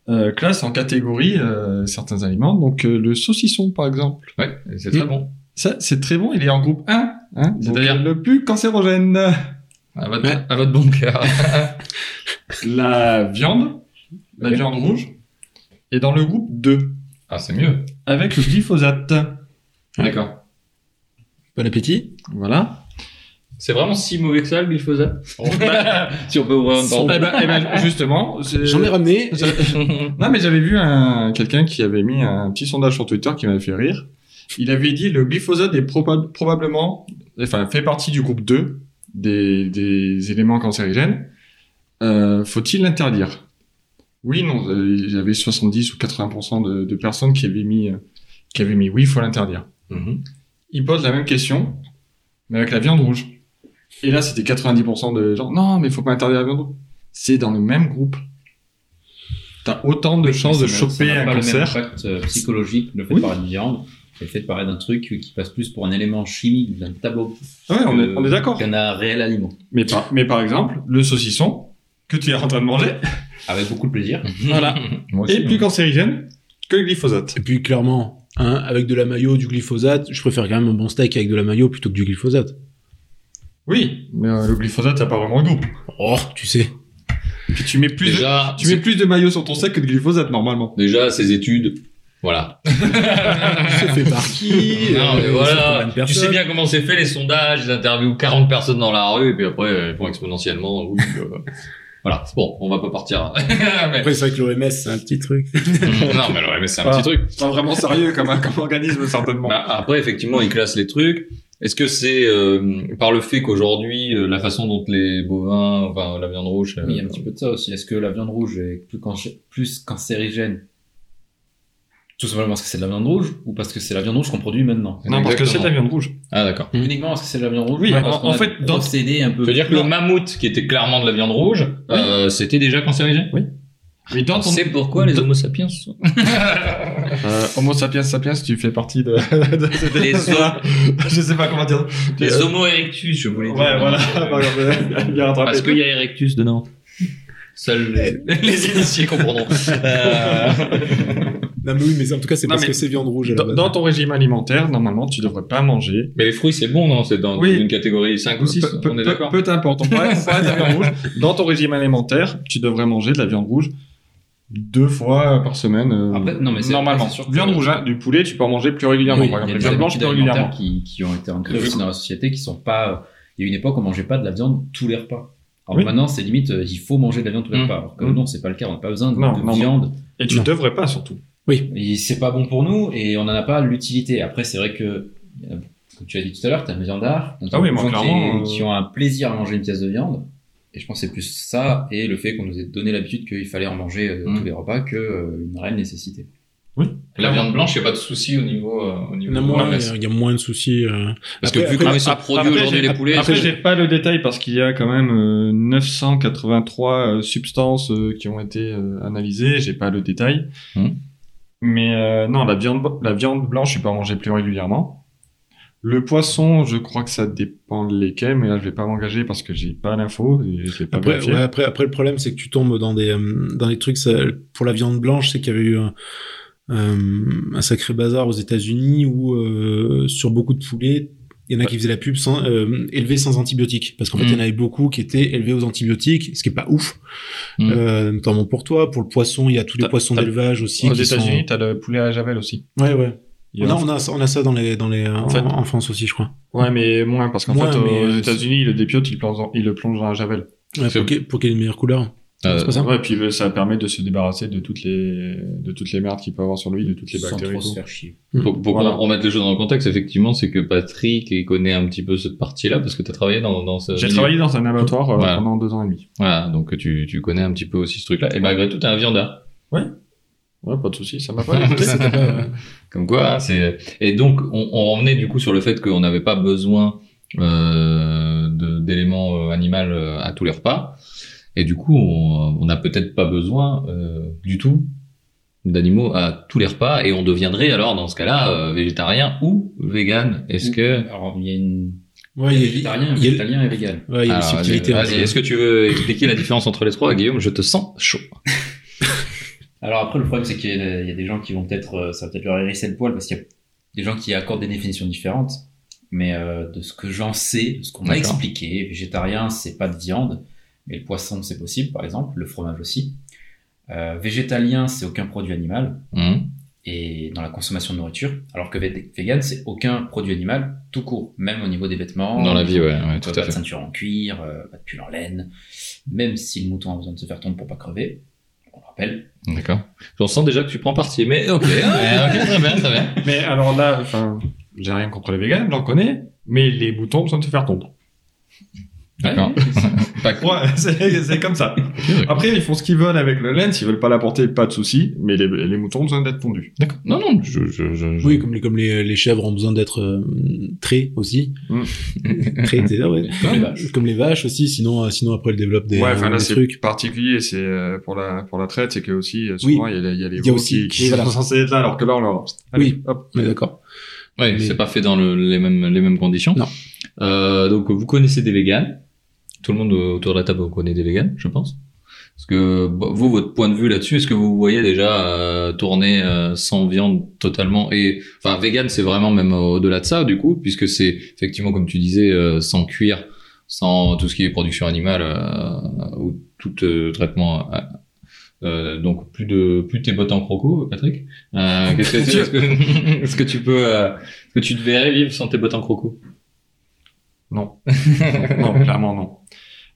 [SPEAKER 2] euh, classe en catégorie euh, certains aliments. Donc euh, le saucisson par exemple,
[SPEAKER 3] Ouais, c'est
[SPEAKER 2] très
[SPEAKER 3] très bon.
[SPEAKER 2] ça c'est très bon. Il est en groupe 1, hein, donc,
[SPEAKER 3] C'est-à-dire
[SPEAKER 2] euh, le plus cancérogène.
[SPEAKER 3] À votre, à votre bon cœur.
[SPEAKER 2] La viande, la
[SPEAKER 3] Ok.
[SPEAKER 2] viande rouge, est dans le groupe 2
[SPEAKER 3] Ah, c'est mieux.
[SPEAKER 2] avec le glyphosate.
[SPEAKER 3] D'accord.
[SPEAKER 1] Bon appétit.
[SPEAKER 2] Voilà.
[SPEAKER 3] C'est vraiment si mauvais que ça, le glyphosate
[SPEAKER 4] (laughs)
[SPEAKER 3] Si on peut ouvrir une
[SPEAKER 2] Eh ben, eh ben, justement, c'est-
[SPEAKER 1] euh, J'en ai ramené.
[SPEAKER 2] (laughs)
[SPEAKER 4] (laughs)
[SPEAKER 2] Non, mais j'avais vu un, quelqu'un qui avait mis un petit sondage sur Twitter qui m'avait fait rire. Il avait dit le glyphosate est proba- probablement, enfin, fait partie du groupe 2 des, des éléments cancérigènes. Euh, faut-il l'interdire Oui, non. euh, J'avais 70 ou 80% de, de personnes qui avaient mis, euh, qui avaient mis oui, faut l'interdire.
[SPEAKER 3] Mhm.
[SPEAKER 2] Il pose la même question, mais avec la viande rouge. Et là, c'était 90% de gens. Non, mais faut pas interdire la viande rouge. C'est dans le même groupe. T'as autant de chances de
[SPEAKER 4] Ça n'a- ça
[SPEAKER 2] choper
[SPEAKER 4] n'a
[SPEAKER 2] un
[SPEAKER 4] pas
[SPEAKER 2] cancer.
[SPEAKER 4] le même impact euh, psychologique le fait
[SPEAKER 2] Oui.
[SPEAKER 4] de parler de viande et le fait de parler d'un truc qui passe plus pour un élément chimique d'un tableau
[SPEAKER 2] Ah Ouais, on est,
[SPEAKER 4] que-
[SPEAKER 2] on est d'accord.
[SPEAKER 4] qu'un un réel aliment
[SPEAKER 2] Mais par, mais par exemple, le saucisson que tu es en train de manger
[SPEAKER 4] avec beaucoup de plaisir
[SPEAKER 2] Voilà. est plus cancérigène que le glyphosate.
[SPEAKER 1] Et puis, clairement, hein, avec de la mayo, du glyphosate, je préfère quand même un bon steak avec de la mayo plutôt que du glyphosate.
[SPEAKER 2] Oui, mais euh, le glyphosate, t'as pas vraiment de goût.
[SPEAKER 1] Oh, tu sais.
[SPEAKER 2] Puis tu mets plus,
[SPEAKER 3] Déjà,
[SPEAKER 2] de, tu mets plus de maillot sur ton sac que de glyphosate normalement.
[SPEAKER 3] déjà, ces études. Voilà.
[SPEAKER 1] C'est
[SPEAKER 3] (laughs)
[SPEAKER 1] fait par qui
[SPEAKER 3] Non,
[SPEAKER 1] Euh, sur
[SPEAKER 3] mais
[SPEAKER 1] combien
[SPEAKER 3] voilà.
[SPEAKER 1] de
[SPEAKER 3] Tu sais
[SPEAKER 1] personnes
[SPEAKER 3] bien comment c'est fait, les sondages, les interviews, 40 personnes dans la rue, et puis après, elles font exponentiellement. Oui, euh, Voilà. Bon, on va pas
[SPEAKER 4] (laughs)
[SPEAKER 3] partir. Mais-
[SPEAKER 1] Après, c'est vrai que l'OMS, c'est un petit truc.
[SPEAKER 3] non, mais alors, mais c'est un
[SPEAKER 2] Ah.
[SPEAKER 3] petit truc.
[SPEAKER 2] Pas vraiment sérieux comme, (laughs) comme organisme, certainement.
[SPEAKER 3] Bah, après, effectivement, ils classent les trucs. Est-ce que c'est euh, par le fait qu'aujourd'hui, euh, la façon dont les bovins, enfin la viande rouge, euh,
[SPEAKER 4] Oui, il y a un petit peu de ça aussi. Est-ce que la viande rouge est plus, cancé- plus cancérigène Tout simplement parce que c'est de la viande rouge ou parce que c'est la viande rouge qu'on produit maintenant
[SPEAKER 2] Non, parce que c'est de la
[SPEAKER 3] Exactement.
[SPEAKER 2] viande Euh, rouge.
[SPEAKER 3] ah d'accord.
[SPEAKER 4] Uniquement parce que c'est de la viande rouge
[SPEAKER 2] Hmm. Oui,
[SPEAKER 4] parce
[SPEAKER 2] en-
[SPEAKER 4] qu'on
[SPEAKER 2] en
[SPEAKER 4] a
[SPEAKER 2] fait, dans-
[SPEAKER 4] procédé un peu.
[SPEAKER 3] Je veux dire que le mammouth, qui était clairement de la viande rouge, euh, c'était déjà cancérigène.
[SPEAKER 2] Mais dans ton
[SPEAKER 3] C'est pourquoi les Homo sapiens
[SPEAKER 2] (laughs)
[SPEAKER 3] sont
[SPEAKER 2] Euh, Homo sapiens sapiens, tu fais partie de. (laughs) de cette-
[SPEAKER 3] (laughs) Les hommes.
[SPEAKER 2] (laughs) je sais pas comment dire.
[SPEAKER 3] les
[SPEAKER 2] Euh,
[SPEAKER 3] Homo erectus, je voulais dire. (laughs)
[SPEAKER 2] Ouais, (laughs) voilà. euh, Bien rattrapé.
[SPEAKER 3] Parce qu'il y a erectus dedans. Seuls les,
[SPEAKER 2] (laughs)
[SPEAKER 3] les initiés comprendront. Euh,
[SPEAKER 1] Non, mais oui, mais en tout cas, c'est
[SPEAKER 2] Non,
[SPEAKER 1] parce
[SPEAKER 2] mais
[SPEAKER 1] que c'est viande rouge. à la
[SPEAKER 2] Dans,
[SPEAKER 1] base.
[SPEAKER 2] dans ton régime alimentaire, normalement, tu devrais pas manger.
[SPEAKER 3] Mais les fruits, c'est bon, non C'est dans
[SPEAKER 2] Oui.
[SPEAKER 3] une catégorie 5 ou 6,
[SPEAKER 2] Peu- peu-
[SPEAKER 3] on est
[SPEAKER 2] peu-
[SPEAKER 3] d'accord
[SPEAKER 2] Peu importe, on parle- on parle de la
[SPEAKER 4] (laughs)
[SPEAKER 2] viande rouge. Dans ton régime alimentaire, tu devrais manger de la viande rouge deux fois par semaine. euh,
[SPEAKER 4] Après, non, mais c'est-
[SPEAKER 2] normalement.
[SPEAKER 4] c'est sûr que-
[SPEAKER 2] Viande rouge, hein, du poulet, tu peux en manger plus régulièrement.
[SPEAKER 1] Oui,
[SPEAKER 2] par
[SPEAKER 4] Il y a
[SPEAKER 2] exemple, les
[SPEAKER 4] des
[SPEAKER 2] viandes blanches
[SPEAKER 4] habitudes
[SPEAKER 2] plus régulièrement.
[SPEAKER 4] alimentaires qui, qui ont été ancrées
[SPEAKER 3] Oui.
[SPEAKER 4] aussi dans la société qui sont pas. euh, Il y a une époque, on mangeait pas de la viande tous les repas. Alors
[SPEAKER 2] Oui.
[SPEAKER 4] maintenant, c'est limite, euh, il faut manger de la viande tous les
[SPEAKER 3] Mm.
[SPEAKER 4] repas. Alors que
[SPEAKER 2] Mm.
[SPEAKER 4] non, c'est pas le cas. On n'a pas besoin de,
[SPEAKER 2] Non,
[SPEAKER 4] de
[SPEAKER 2] non, non.
[SPEAKER 4] viande.
[SPEAKER 2] Et tu
[SPEAKER 1] Non.
[SPEAKER 2] devrais pas surtout.
[SPEAKER 4] Et c'est pas bon pour nous et on n'en a pas l'utilité. Après, c'est vrai que, euh, comme tu as dit tout à l'heure, t'as un viandard. Donc,
[SPEAKER 2] Ah
[SPEAKER 4] t'as
[SPEAKER 2] oui,
[SPEAKER 4] des
[SPEAKER 2] moi,
[SPEAKER 4] gens
[SPEAKER 2] clairement,
[SPEAKER 4] Qui,
[SPEAKER 2] euh,
[SPEAKER 4] qui ont un plaisir à manger une pièce de viande. Et je pense que c'est plus ça et le fait qu'on nous ait donné l'habitude qu'il fallait en manger euh,
[SPEAKER 3] Mm.
[SPEAKER 2] Mmh.
[SPEAKER 4] tous les repas que euh, une réelle nécessité.
[SPEAKER 3] La viande blanche, il n'y a pas de souci au niveau. euh, au
[SPEAKER 1] Il
[SPEAKER 3] niveau
[SPEAKER 1] y en a
[SPEAKER 3] de
[SPEAKER 1] moins,
[SPEAKER 3] la
[SPEAKER 1] il y
[SPEAKER 3] messe.
[SPEAKER 1] a- il y a moins de soucis. euh. Après-
[SPEAKER 3] Parce que vu
[SPEAKER 1] après-
[SPEAKER 3] comment ils sont
[SPEAKER 2] Après,
[SPEAKER 3] produits aujourd'hui,
[SPEAKER 2] j'ai-
[SPEAKER 3] les poulets.
[SPEAKER 2] Après,
[SPEAKER 3] c'est-
[SPEAKER 2] j'ai pas le détail parce qu'il y a quand même euh, 983 euh, substances euh, qui ont été euh, analysées. J'ai pas le détail.
[SPEAKER 3] Hmm.
[SPEAKER 2] Mais euh, non, la viande, la viande blanche, je peux en manger plus régulièrement. Le poisson, je crois que ça dépend lesquels, mais là, je vais pas m'engager parce que j'ai pas l'info. et je l'ai pas
[SPEAKER 1] Après,
[SPEAKER 2] vérifié.
[SPEAKER 1] ouais, après, après, le problème, c'est que tu tombes dans des, euh, dans des trucs. ça- pour la viande blanche, c'est qu'il y avait eu un, euh, un sacré bazar aux États-Unis où, euh, sur beaucoup de poulets, il y en a qui faisaient la pub sans, euh, élevés sans antibiotiques. Parce qu'en fait,
[SPEAKER 3] Mm.
[SPEAKER 1] il y en avait beaucoup qui étaient élevés aux antibiotiques, ce qui est pas ouf.
[SPEAKER 3] Mm.
[SPEAKER 1] Euh, notamment pour toi. Pour le poisson, il y a tous les
[SPEAKER 2] T'as-
[SPEAKER 1] poissons
[SPEAKER 2] t'as-
[SPEAKER 1] d'élevage aussi.
[SPEAKER 2] Aux
[SPEAKER 1] qui sont-
[SPEAKER 2] États-Unis, t'as le poulet à la javel aussi.
[SPEAKER 1] Ouais, ouais.
[SPEAKER 2] Il y a-
[SPEAKER 1] On a, on, a, on a ça dans les, dans les, en,
[SPEAKER 2] fait-
[SPEAKER 1] en France aussi, je crois.
[SPEAKER 2] Ouais, mais moins parce qu'en
[SPEAKER 1] Moins,
[SPEAKER 2] fait,
[SPEAKER 1] mais,
[SPEAKER 2] aux
[SPEAKER 1] euh,
[SPEAKER 2] États-Unis, le dépiote, il plonge, dans- il le plonge dans la javel.
[SPEAKER 1] Ouais,
[SPEAKER 3] C'est-
[SPEAKER 1] pour qu'il pour qu'il y ait une meilleure couleur.
[SPEAKER 3] Euh,
[SPEAKER 1] c'est pas ça
[SPEAKER 2] Ouais, puis euh, ça permet de se débarrasser de toutes les de toutes les merdes qu'il peut avoir sur lui, de toutes les
[SPEAKER 4] Sans
[SPEAKER 2] bactéries.
[SPEAKER 4] trop
[SPEAKER 2] et tout.
[SPEAKER 4] se faire chier.
[SPEAKER 3] Pour, pour
[SPEAKER 2] Voilà.
[SPEAKER 3] qu'on remette les choses dans le contexte, effectivement, c'est que Patrick il connaît un petit peu cette partie-là parce que tu as travaillé dans, dans ce.
[SPEAKER 2] J'ai
[SPEAKER 3] milieu.
[SPEAKER 2] travaillé dans un abattoir euh,
[SPEAKER 3] Voilà.
[SPEAKER 2] pendant deux ans et demi.
[SPEAKER 3] Voilà, donc tu, tu connais un petit peu aussi ce truc-là. Et malgré tout, t'es un viandard.
[SPEAKER 2] Ouais, pas de souci, (laughs) ça m'a pas.
[SPEAKER 3] (laughs) Ouais,
[SPEAKER 2] écouté.
[SPEAKER 3] c'était pas- Comme quoi, hein, c'est. Et donc, on, on revenait du coup sur le fait qu'on n'avait pas besoin euh, de- d'éléments euh, animaux euh, à tous les repas. Et du coup, on on n'a peut-être pas besoin euh, du tout d'animaux à tous les repas. Et on deviendrait alors, dans ce cas-là, euh, végétarien ou vegan. Est-ce que.
[SPEAKER 4] Alors, il y a une.
[SPEAKER 1] Ouais,
[SPEAKER 4] il
[SPEAKER 1] il y
[SPEAKER 4] y a
[SPEAKER 1] a,
[SPEAKER 4] végétarien,
[SPEAKER 1] il y a-
[SPEAKER 4] végétalien et vegan.
[SPEAKER 1] ouais, il y a
[SPEAKER 3] Alors,
[SPEAKER 1] des subtilités.
[SPEAKER 3] Ah,
[SPEAKER 1] hein.
[SPEAKER 3] vas-y,
[SPEAKER 1] entre-
[SPEAKER 3] Est-ce que tu veux expliquer la différence entre les trois, Guillaume Je te sens chaud.
[SPEAKER 4] Alors après, le problème, c'est qu'il y, a- il y a des gens qui vont peut-être, euh, ça va peut-être leur hérisser le poil parce qu'il y a des gens qui accordent des définitions différentes. Mais euh, de ce que j'en sais, de ce qu'on m'a
[SPEAKER 3] D'accord.
[SPEAKER 4] expliqué, végétarien, c'est pas de viande, mais le poisson, c'est possible, par exemple, le fromage aussi. Euh, végétalien, c'est aucun produit animal
[SPEAKER 3] Hum,
[SPEAKER 4] et dans la consommation de nourriture, alors que vé- vegan, c'est aucun produit animal tout court, même au niveau des vêtements.
[SPEAKER 3] Dans la vie, ouais, ouais, tout à
[SPEAKER 4] Euh, pas de
[SPEAKER 3] fait.
[SPEAKER 4] ceinture en cuir, euh, pas de pull en laine, même si le mouton a besoin de se faire tomber pour pas crever, on le rappelle.
[SPEAKER 3] D'accord. J'en sens déjà que tu prends parti, mais ok, (laughs) ouais, ok, très bien, très bien.
[SPEAKER 2] (laughs) mais alors là, enfin, j'ai rien contre les véganes, j'en connais, mais les boutons ont besoin de se faire tondre.
[SPEAKER 3] D'accord.
[SPEAKER 2] (laughs)
[SPEAKER 3] Pas cool.
[SPEAKER 2] Ouais, c'est c'est comme ça. Après, ils font ce qu'ils veulent avec le lens, ils veulent pas la porter, pas de souci, mais les, les moutons ont besoin d'être tondus.
[SPEAKER 3] D'accord. Non, non, je, je, je, je-
[SPEAKER 1] Oui, comme les, comme les, les chèvres ont besoin d'être euh, traits aussi.
[SPEAKER 2] Mm.
[SPEAKER 1] (laughs) Traits, c'est ça, ouais.
[SPEAKER 4] Comme les vaches.
[SPEAKER 1] Comme les vaches aussi, sinon, euh, sinon après elles développent des,
[SPEAKER 2] ouais, enfin
[SPEAKER 1] euh,
[SPEAKER 2] là,
[SPEAKER 1] des
[SPEAKER 2] c'est
[SPEAKER 1] trucs.
[SPEAKER 2] particulier, c'est euh, pour la pour la traite, c'est que aussi euh, souvent il y a les- il y a les
[SPEAKER 1] Il y a
[SPEAKER 2] veaux
[SPEAKER 1] aussi-
[SPEAKER 2] qui, qui
[SPEAKER 1] voilà.
[SPEAKER 2] sont censés être là, alors que là on leur.
[SPEAKER 1] Oui.
[SPEAKER 2] hop,
[SPEAKER 1] On est d'accord.
[SPEAKER 3] Ouais,
[SPEAKER 1] Mais-
[SPEAKER 3] c'est pas fait dans le- les, mêmes, les mêmes conditions.
[SPEAKER 1] Non.
[SPEAKER 3] Euh, donc, vous connaissez des véganes. Tout le monde autour de la table connaît des véganes, je pense. Est-ce que bah, vous, votre point de vue là-dessus, est-ce que vous voyez déjà euh, tourner euh, sans viande totalement et enfin vegan, c'est vraiment même au-delà de ça du coup, puisque c'est effectivement comme tu disais euh, sans cuir, sans tout ce qui est production animale euh, ou tout euh, traitement. euh, euh, donc plus de plus tes bottes en croco, Patrick. Euh,
[SPEAKER 1] (laughs)
[SPEAKER 3] qu'est-ce que- est-ce que, est-ce que tu peux euh, est-ce que tu te verrais vivre sans tes bottes en croco
[SPEAKER 2] Non, clairement non.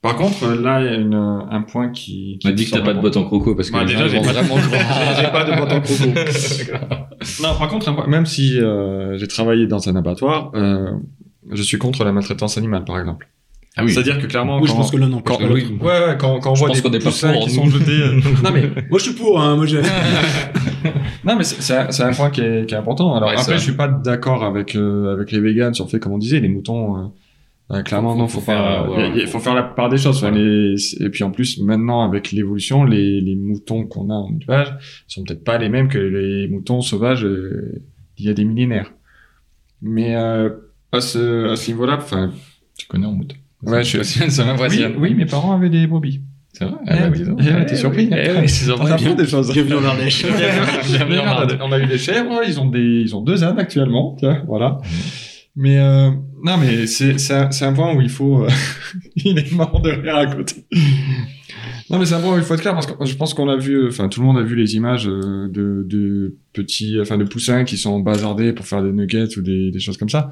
[SPEAKER 2] Par contre, euh, là, il y a une, euh, un point qui... qui
[SPEAKER 3] m'a dit que t'as
[SPEAKER 2] me
[SPEAKER 3] pas de
[SPEAKER 2] semble-
[SPEAKER 3] bottes en croco parce que
[SPEAKER 2] Bah,
[SPEAKER 3] les gens
[SPEAKER 2] déjà, j'ai
[SPEAKER 3] vont
[SPEAKER 2] pas-
[SPEAKER 3] vraiment le (laughs) voir.
[SPEAKER 2] J'ai pas de bottes en croco. non, par contre, un point- même si euh, j'ai travaillé dans un abattoir, euh, je suis contre la maltraitance animale, par exemple.
[SPEAKER 3] Ah oui.
[SPEAKER 2] C'est-à-dire que clairement,
[SPEAKER 1] Oui, je
[SPEAKER 2] quand...
[SPEAKER 1] pense que l'un n'empêche
[SPEAKER 2] quand,
[SPEAKER 1] pas l'autre.
[SPEAKER 2] oui, ouais, ouais, quand, quand on
[SPEAKER 3] Je
[SPEAKER 2] voit
[SPEAKER 3] pense
[SPEAKER 2] des
[SPEAKER 3] qu'on est pas
[SPEAKER 2] poussins
[SPEAKER 3] pour,
[SPEAKER 2] qui
[SPEAKER 3] nous.
[SPEAKER 2] sont
[SPEAKER 3] (laughs)
[SPEAKER 2] jetés... euh, non, mais
[SPEAKER 1] Moi, je suis pour, hein. Moi, j'ai...
[SPEAKER 2] Non, mais c'est- c'est un- c'est un point qui est, qui est important. Alors
[SPEAKER 3] Ouais, c'est
[SPEAKER 2] après,
[SPEAKER 3] vrai.
[SPEAKER 2] je suis pas d'accord avec euh, avec les véganes sur le fait, comme on disait, les moutons. euh, euh, clairement, non, faut,
[SPEAKER 4] faire,
[SPEAKER 2] faire,
[SPEAKER 4] euh, ouais,
[SPEAKER 2] il faut faire la part des choses. Enfin, les- et puis en plus, maintenant, avec l'évolution, les, les moutons qu'on a en élevage sont peut-être pas les mêmes que les moutons sauvages euh, d'il y a des millénaires. Mais euh, à ce, à ce niveau-là, enfin,
[SPEAKER 3] Tu connais en mouton.
[SPEAKER 2] Ouais, je-
[SPEAKER 3] Ça
[SPEAKER 2] oui,
[SPEAKER 3] m'impressionne.
[SPEAKER 2] oui, mes parents avaient des brebis.
[SPEAKER 3] C'est vrai.
[SPEAKER 2] Eh
[SPEAKER 3] Ah, bah,
[SPEAKER 2] oui.
[SPEAKER 3] dis donc.
[SPEAKER 2] Eh ouais,
[SPEAKER 3] Eh
[SPEAKER 2] t'es
[SPEAKER 3] oui.
[SPEAKER 2] surpris.
[SPEAKER 3] Eh oui, c'est
[SPEAKER 2] On
[SPEAKER 3] surpris.
[SPEAKER 2] apprend des choses.
[SPEAKER 1] Bienvenue en Ardèche.
[SPEAKER 3] Bienvenue en
[SPEAKER 2] Mais merde,
[SPEAKER 3] Ardèche.
[SPEAKER 2] on a eu des chèvres, ils ont des, ils ont deux ânes actuellement, tiens, voilà. Mais euh, non, mais c'est c'est un, c'est un point où il faut, euh, (laughs) il est mort de rire à côté. Non, mais c'est un point où il faut être clair parce que je pense qu'on a vu, euh, enfin tout le monde a vu les images euh, de, de petits, enfin de poussins qui sont bazardés pour faire des nuggets ou des, des choses comme ça.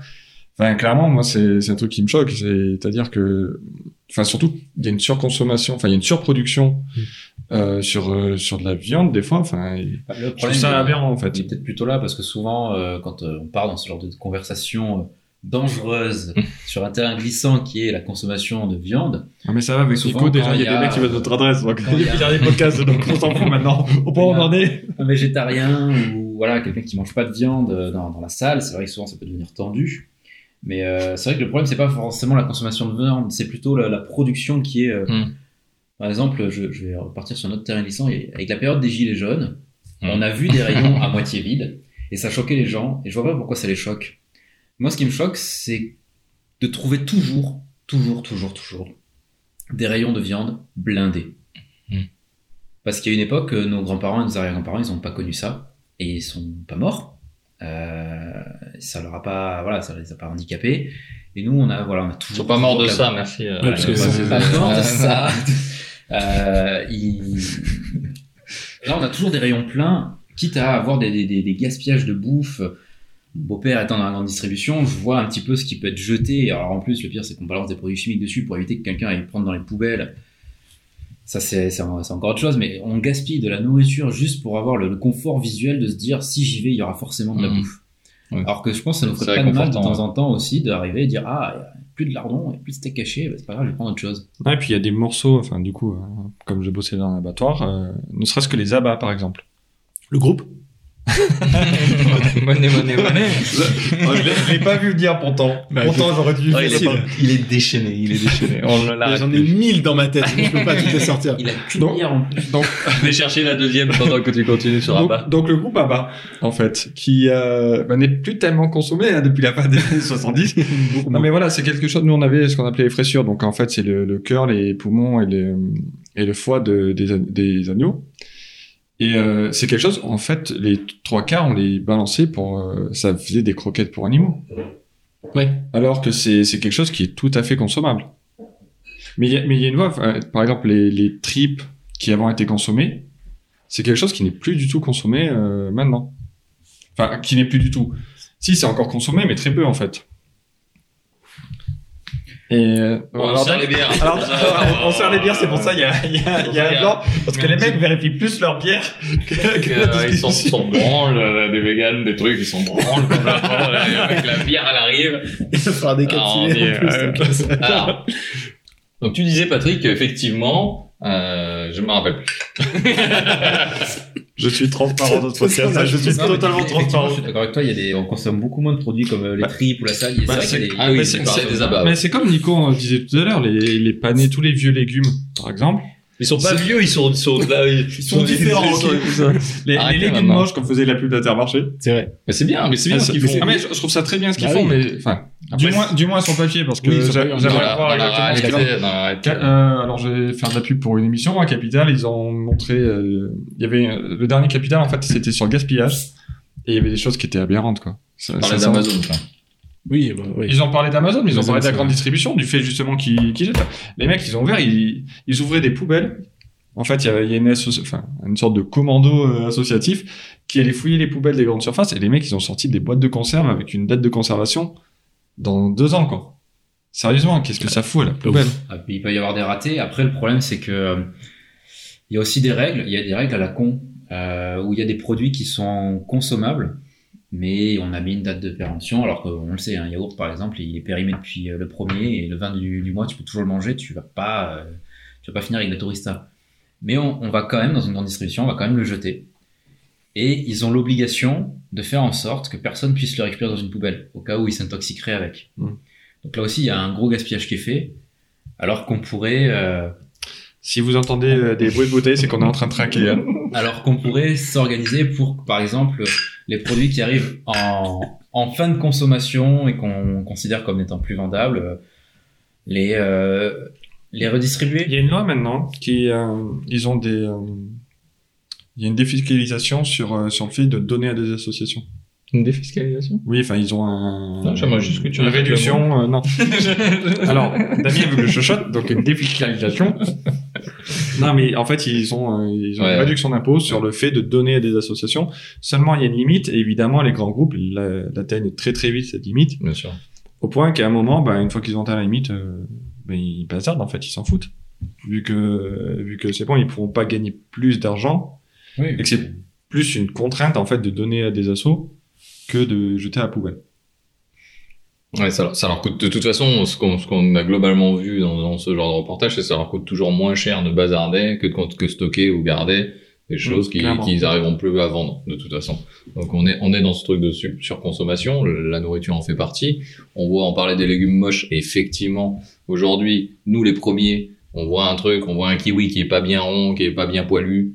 [SPEAKER 2] Enfin, clairement, moi, c'est c'est un truc qui me choque. C'est-à-dire que, enfin, surtout, il y a une surconsommation, enfin, il y a une surproduction euh, sur euh, sur de la viande des fois. Enfin, et-
[SPEAKER 4] Le
[SPEAKER 2] je trouve
[SPEAKER 4] problème,
[SPEAKER 2] ça
[SPEAKER 4] il-
[SPEAKER 2] aberrant en fait.
[SPEAKER 4] il est peut-être plutôt là parce que souvent, euh, quand euh, on part dans ce genre de conversation euh,
[SPEAKER 3] (laughs)
[SPEAKER 4] dangereuse sur un terrain glissant qui est la consommation de viande,
[SPEAKER 2] Ah, mais ça va, avec
[SPEAKER 4] Souvent,
[SPEAKER 2] Nico,
[SPEAKER 4] quand
[SPEAKER 2] déjà, il y a
[SPEAKER 4] il y
[SPEAKER 2] des
[SPEAKER 4] a-
[SPEAKER 2] mecs qui veulent notre adresse. Donc,
[SPEAKER 4] quand
[SPEAKER 2] il
[SPEAKER 4] il
[SPEAKER 2] y
[SPEAKER 4] y
[SPEAKER 2] (laughs)
[SPEAKER 4] a-
[SPEAKER 2] a des podcasts, donc on s'en fout (laughs) maintenant. Au point où on en est.
[SPEAKER 4] un végétarien ou voilà quelqu'un qui mange pas de viande euh, dans, dans la salle, c'est vrai que souvent ça peut devenir tendu. Mais euh, c'est vrai que le problème c'est pas forcément la consommation de viande, c'est plutôt la, la production qui est. euh,
[SPEAKER 3] Mm.
[SPEAKER 4] Par exemple, je, je vais repartir sur notre terrain glissant et- avec la période des gilets jaunes,
[SPEAKER 3] Mm.
[SPEAKER 4] on a vu des rayons à moitié vides et ça choquait les gens et je vois pas pourquoi ça les choque. Moi, ce qui me choque, c'est de trouver toujours, toujours, toujours, toujours des rayons de viande blindés.
[SPEAKER 3] Mmh.
[SPEAKER 4] Parce qu'il y a une époque, euh, nos grands-parents et nos arrière-grands-parents, ils n'ont pas connu ça. Et ils sont pas morts. Euh, ça leur a pas, voilà, ça les a pas handicapés. Et nous, on a, voilà, on a
[SPEAKER 3] Ils
[SPEAKER 4] toujours.
[SPEAKER 3] sont pas morts de
[SPEAKER 4] toujours
[SPEAKER 3] ça,
[SPEAKER 4] la-
[SPEAKER 3] merci. euh,
[SPEAKER 1] Ouais, parce que
[SPEAKER 3] euh,
[SPEAKER 4] Ils
[SPEAKER 1] ça-
[SPEAKER 4] sont
[SPEAKER 3] c'est-
[SPEAKER 4] pas
[SPEAKER 1] (laughs)
[SPEAKER 4] morts de
[SPEAKER 3] euh,
[SPEAKER 4] ça.
[SPEAKER 2] (laughs)
[SPEAKER 4] Euh, ils- Là, on a toujours des rayons pleins, quitte à avoir des, des- des- des gaspillages de bouffe. Mon beau-père étant dans la grande distribution, je vois un petit peu ce qui peut être jeté. Alors en plus, le pire, c'est qu'on balance des produits chimiques dessus pour éviter que quelqu'un aille le prendre dans les poubelles. Ça, c'est c'est en- c'est encore autre chose, mais on gaspille de la nourriture juste pour avoir le, le confort visuel de se dire si j'y vais, il y aura forcément de la
[SPEAKER 3] Mhm.
[SPEAKER 4] bouffe.
[SPEAKER 3] Ouais.
[SPEAKER 4] Alors que je pense que ça nous
[SPEAKER 3] C'est
[SPEAKER 4] ferait pas de mal de
[SPEAKER 3] réconfortant,
[SPEAKER 4] temps en temps aussi d'arriver et dire ah, il y a plus de lardon et plus de steak caché, bah, c'est pas grave, je vais prendre autre chose.
[SPEAKER 2] Ah, et puis il y a des morceaux, enfin, du coup, euh, comme j'ai bossé dans un abattoir, euh, ne serait-ce que les abats, par exemple.
[SPEAKER 1] Le groupe
[SPEAKER 3] Monnaie, monnaie, monnaie.
[SPEAKER 2] Oh, je l'ai pas vu dire pourtant.
[SPEAKER 1] Bah,
[SPEAKER 2] pourtant, j'aurais dû.
[SPEAKER 3] Ah, il, est, il est déchaîné, il est déchaîné. On le l'arrête
[SPEAKER 1] J'en ai
[SPEAKER 3] plus.
[SPEAKER 1] mille dans ma tête, mais je peux pas toutes les sortir.
[SPEAKER 4] Il a qu'une
[SPEAKER 2] Non.
[SPEAKER 4] bière en plus.
[SPEAKER 3] Je vais chercher la deuxième pendant que tu continues sur Abba.
[SPEAKER 2] donc, donc le groupe ABBA, en fait, qui euh, bah, n'est plus tellement consommé hein, depuis la fin des années 70. non mais voilà, c'est quelque chose. Nous on avait ce qu'on appelait les fraissures. Donc en fait, c'est le, le cœur, les poumons et, le- et le foie de- des, an- des agneaux. Et euh, c'est quelque chose. En fait, les trois quarts on les balançait pour euh, ça faisait des croquettes pour animaux.
[SPEAKER 3] Ouais.
[SPEAKER 2] Alors que c'est c'est quelque chose qui est tout à fait consommable. Mais il y, a- mais il y a une voie. enfin, Par exemple, les, les tripes qui avant été consommées, c'est quelque chose qui n'est plus du tout consommé euh, maintenant. Enfin, qui n'est plus du tout. Si, c'est encore consommé, mais très peu en fait. Et euh,
[SPEAKER 3] On
[SPEAKER 2] alors,
[SPEAKER 3] sert les bières.
[SPEAKER 2] alors, on, on sert les bières, c'est pour ça il y a, il y a- il y a un blanc, parce que les mecs vérifient plus leur bière que, que la
[SPEAKER 3] euh, ils s'en
[SPEAKER 2] discussion.
[SPEAKER 3] s'en branlent, euh, des véganes, des trucs, ils s'en
[SPEAKER 2] (laughs)
[SPEAKER 3] branlent complètement. là, avec la bière, elle arrive. Ah,
[SPEAKER 1] Il va falloir décapsuler en plus.
[SPEAKER 3] euh,
[SPEAKER 1] donc, ça-
[SPEAKER 3] Alors, donc tu disais, Patrick, effectivement, euh, je me rappelle plus.
[SPEAKER 2] Je suis transparent dans
[SPEAKER 1] (laughs)
[SPEAKER 2] ce podcast, ça, je suis
[SPEAKER 4] Non, mais
[SPEAKER 2] totalement
[SPEAKER 4] effectivement,
[SPEAKER 2] transparent.
[SPEAKER 4] Je suis d'accord avec toi, il y a des, on consomme beaucoup moins de produits comme euh, les
[SPEAKER 2] Bah,
[SPEAKER 4] tripes ou la salle.
[SPEAKER 2] bah,
[SPEAKER 4] c'est vrai
[SPEAKER 2] c'est-
[SPEAKER 4] qu'il y a
[SPEAKER 3] Ah
[SPEAKER 4] des-
[SPEAKER 3] oui,
[SPEAKER 2] Mais
[SPEAKER 3] c'est
[SPEAKER 2] c'est-
[SPEAKER 3] parlait des abats.
[SPEAKER 2] Mais c'est comme Nico euh, disait tout à l'heure, les, les panés, tous les vieux légumes, par exemple.
[SPEAKER 3] Ils sont pas vieux, ils sont, ils sont,
[SPEAKER 2] (laughs)
[SPEAKER 3] là, ils sont
[SPEAKER 2] Les,
[SPEAKER 3] Arrêtez
[SPEAKER 2] les légumes
[SPEAKER 3] maintenant.
[SPEAKER 2] moches, comme faisait la pub d'Intermarché.
[SPEAKER 1] C'est vrai.
[SPEAKER 3] Mais c'est bien, mais c'est bien
[SPEAKER 1] Ah,
[SPEAKER 3] ce qu'ils
[SPEAKER 1] mais
[SPEAKER 3] font.
[SPEAKER 2] Ah, mais je, je trouve ça très bien ce qu'ils
[SPEAKER 1] Bah
[SPEAKER 2] font,
[SPEAKER 1] oui.
[SPEAKER 2] mais enfin,
[SPEAKER 3] Après,
[SPEAKER 2] du moins, du moins sur le papier, parce que
[SPEAKER 1] Oui, sur
[SPEAKER 2] j'a-
[SPEAKER 1] le papier, on
[SPEAKER 2] j'aimerais
[SPEAKER 3] Voilà,
[SPEAKER 2] voir
[SPEAKER 3] dans la
[SPEAKER 2] exactement ce qu'il en est.
[SPEAKER 3] réalité, dans la réalité.
[SPEAKER 2] Ca- euh, alors, je vais faire de la pub pour une émission à Capital. Ils ont montré. euh, Il y avait euh, le dernier Capital. En fait, c'était sur le gaspillage et il y avait des choses qui étaient aberrantes, quoi. Ça-
[SPEAKER 3] Dans
[SPEAKER 2] ça-
[SPEAKER 3] les
[SPEAKER 2] ça-
[SPEAKER 3] Amazones, ça.
[SPEAKER 1] Oui, bah, oui.
[SPEAKER 2] Ils ont parlé d'Amazon, mais ils ont
[SPEAKER 1] Amazon,
[SPEAKER 2] parlé de la
[SPEAKER 1] c'est
[SPEAKER 2] grande
[SPEAKER 1] vrai.
[SPEAKER 2] distribution, du fait justement qu'ils qu'ils jettent. Les mecs, ils ont ouvert, ils, ils ouvraient des poubelles. En fait, il y a, il y a une, asso- enfin, une sorte de commando euh, associatif qui allait fouiller les poubelles des grandes surfaces. Et les mecs, ils ont sorti des boîtes de conserve avec une date de conservation dans deux ans, quoi. Sérieusement, qu'est-ce que ça fout à la poubelle
[SPEAKER 4] Ah, puis il peut y avoir des ratés. Après, le problème, c'est que euh, il y a aussi des règles. Il y a des règles à la con euh, où il y a des produits qui sont consommables, mais on a mis une date de péremption. Alors qu'on le sait, un yaourt, par exemple, il est périmé depuis euh, le premier et le 20 du, du mois, tu peux toujours le manger. Tu vas pas, euh, tu vas pas finir avec la tourista. Mais on, on va quand même dans une grande distribution, on va quand même le jeter. Et ils ont l'obligation de faire en sorte que personne puisse le récupérer dans une poubelle, au cas où ils s'intoxiceraient avec.
[SPEAKER 2] Mhm.
[SPEAKER 4] Donc là aussi, il y a un gros gaspillage qui est fait. Alors qu'on pourrait, euh,
[SPEAKER 2] Si vous entendez euh, des bruits de bouteilles, c'est qu'on est en train de traquer. hein.
[SPEAKER 4] alors qu'on pourrait s'organiser pour, par exemple, les produits qui arrivent en, en fin de consommation et qu'on considère comme n'étant plus vendables, euh, les euh, les
[SPEAKER 2] Il
[SPEAKER 4] redistribuer.
[SPEAKER 2] y a une loi maintenant qui euh, ils ont des euh, il y a une défiscalisation sur euh, sur le fait de donner à des associations.
[SPEAKER 3] Une défiscalisation
[SPEAKER 2] Oui, enfin ils ont un
[SPEAKER 3] Non, j'aimerais juste que tu
[SPEAKER 2] une
[SPEAKER 3] répètes le
[SPEAKER 2] réduction
[SPEAKER 3] (laughs)
[SPEAKER 2] euh, non. Alors, Damien veut que je chochote, donc une défiscalisation. Non, mais en fait, ils ont, euh, ils ont
[SPEAKER 3] Ouais.
[SPEAKER 2] une réduction d'impôt sur le fait de donner à des associations. Seulement, il y a une limite, et évidemment, les grands groupes la- l'atteignent très très vite, cette limite,
[SPEAKER 3] Bien sûr.
[SPEAKER 2] au point qu'à un moment, bah, une fois qu'ils ont atteint la limite, euh, bah, ils bazardent, en fait, ils s'en foutent. Vu que, vu que c'est bon, ils pourront pas gagner plus d'argent,
[SPEAKER 4] Oui,
[SPEAKER 2] et que c'est plus une contrainte, en fait, de donner à des assos que de jeter à la poubelle.
[SPEAKER 3] Ouais, ça, leur- ça leur coûte de toute façon ce qu'on ce qu'on a globalement vu dans, dans ce genre de reportage, c'est que ça leur coûte toujours moins cher de bazarder que de que stocker ou garder des choses
[SPEAKER 2] Mm,
[SPEAKER 3] qui-
[SPEAKER 2] clairement.
[SPEAKER 3] qu'ils arriveront plus à vendre de toute façon. Donc on est on est dans ce truc de su- surconsommation, le- la nourriture en fait partie. On voit on parlait des légumes moches et effectivement aujourd'hui nous les premiers, on voit un truc, on voit un kiwi qui est pas bien rond, qui est pas bien poilu.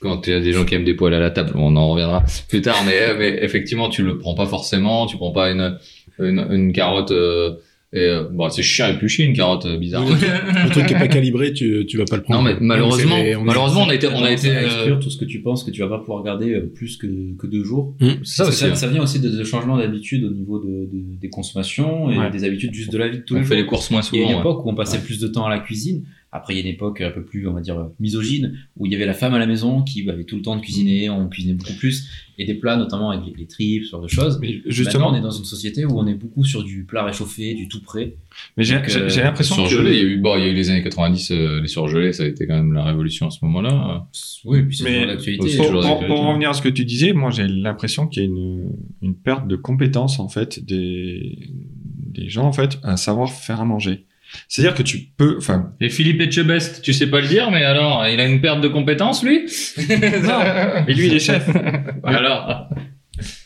[SPEAKER 3] Quand il y a des gens qui aiment des poils à la table, on en reviendra plus tard, mais, euh, mais effectivement, tu le prends pas forcément, tu prends pas une, une, une carotte. euh, et, euh, bon, c'est chiant à éplucher une carotte euh, bizarre.
[SPEAKER 1] Oui, Le truc qui est pas calibré, tu, tu vas pas le prendre.
[SPEAKER 3] non
[SPEAKER 1] (laughs)
[SPEAKER 3] mais malheureusement,
[SPEAKER 1] C'est- on a-
[SPEAKER 3] malheureusement on a été, on a été.
[SPEAKER 4] à exclure
[SPEAKER 3] euh,
[SPEAKER 4] tout ce que tu penses que tu vas pas pouvoir garder euh, plus que, que deux jours.
[SPEAKER 3] c'est ça
[SPEAKER 4] Ça,
[SPEAKER 3] aussi.
[SPEAKER 4] ça,
[SPEAKER 3] hein.
[SPEAKER 4] ça vient aussi de, de changements d'habitudes au niveau de, de- des consommations et
[SPEAKER 2] Ouais.
[SPEAKER 4] des habitudes juste de la vie de tous
[SPEAKER 3] On
[SPEAKER 4] les
[SPEAKER 3] fait
[SPEAKER 4] jours.
[SPEAKER 3] les courses moins
[SPEAKER 4] Il y a une
[SPEAKER 3] souvent. ouais.
[SPEAKER 4] époque où on passait plus de temps à la cuisine. Après, il y a une époque un peu plus, on va dire, misogyne, où il y avait la femme à la maison qui bah, avait tout le temps de cuisiner, on cuisinait beaucoup plus, et des plats, notamment avec les, les tripes, ce genre de choses.
[SPEAKER 2] Mais
[SPEAKER 4] Justement,
[SPEAKER 2] justement,
[SPEAKER 3] Bah
[SPEAKER 4] Maintenant, on est dans une société où on est beaucoup sur du plat réchauffé, du tout prêt.
[SPEAKER 2] mais j'ai
[SPEAKER 4] donc,
[SPEAKER 2] j'ai-
[SPEAKER 4] euh,
[SPEAKER 2] j'ai l'impression que...
[SPEAKER 3] Surgelé, il y a eu bon, il y a eu les années 90, euh, les surgelés, ça a été quand même la révolution à ce moment-là.
[SPEAKER 4] Oui, et puis c'est
[SPEAKER 2] Mais-
[SPEAKER 4] toujours l'actualité.
[SPEAKER 3] C'est
[SPEAKER 2] Pour,
[SPEAKER 3] toujours
[SPEAKER 2] pour-
[SPEAKER 3] d'actualité.
[SPEAKER 2] pour en revenir à ce que tu disais, moi j'ai l'impression qu'il y a une, une perte de compétence en fait des, des gens en fait à savoir faire à manger. C'est-à-dire que tu peux, (laughs) enfin,
[SPEAKER 3] Et Philippe Etchebest, tu sais pas le dire, mais alors, il a une perte de compétences lui Non.
[SPEAKER 2] mais lui il est chef.
[SPEAKER 3] Alors,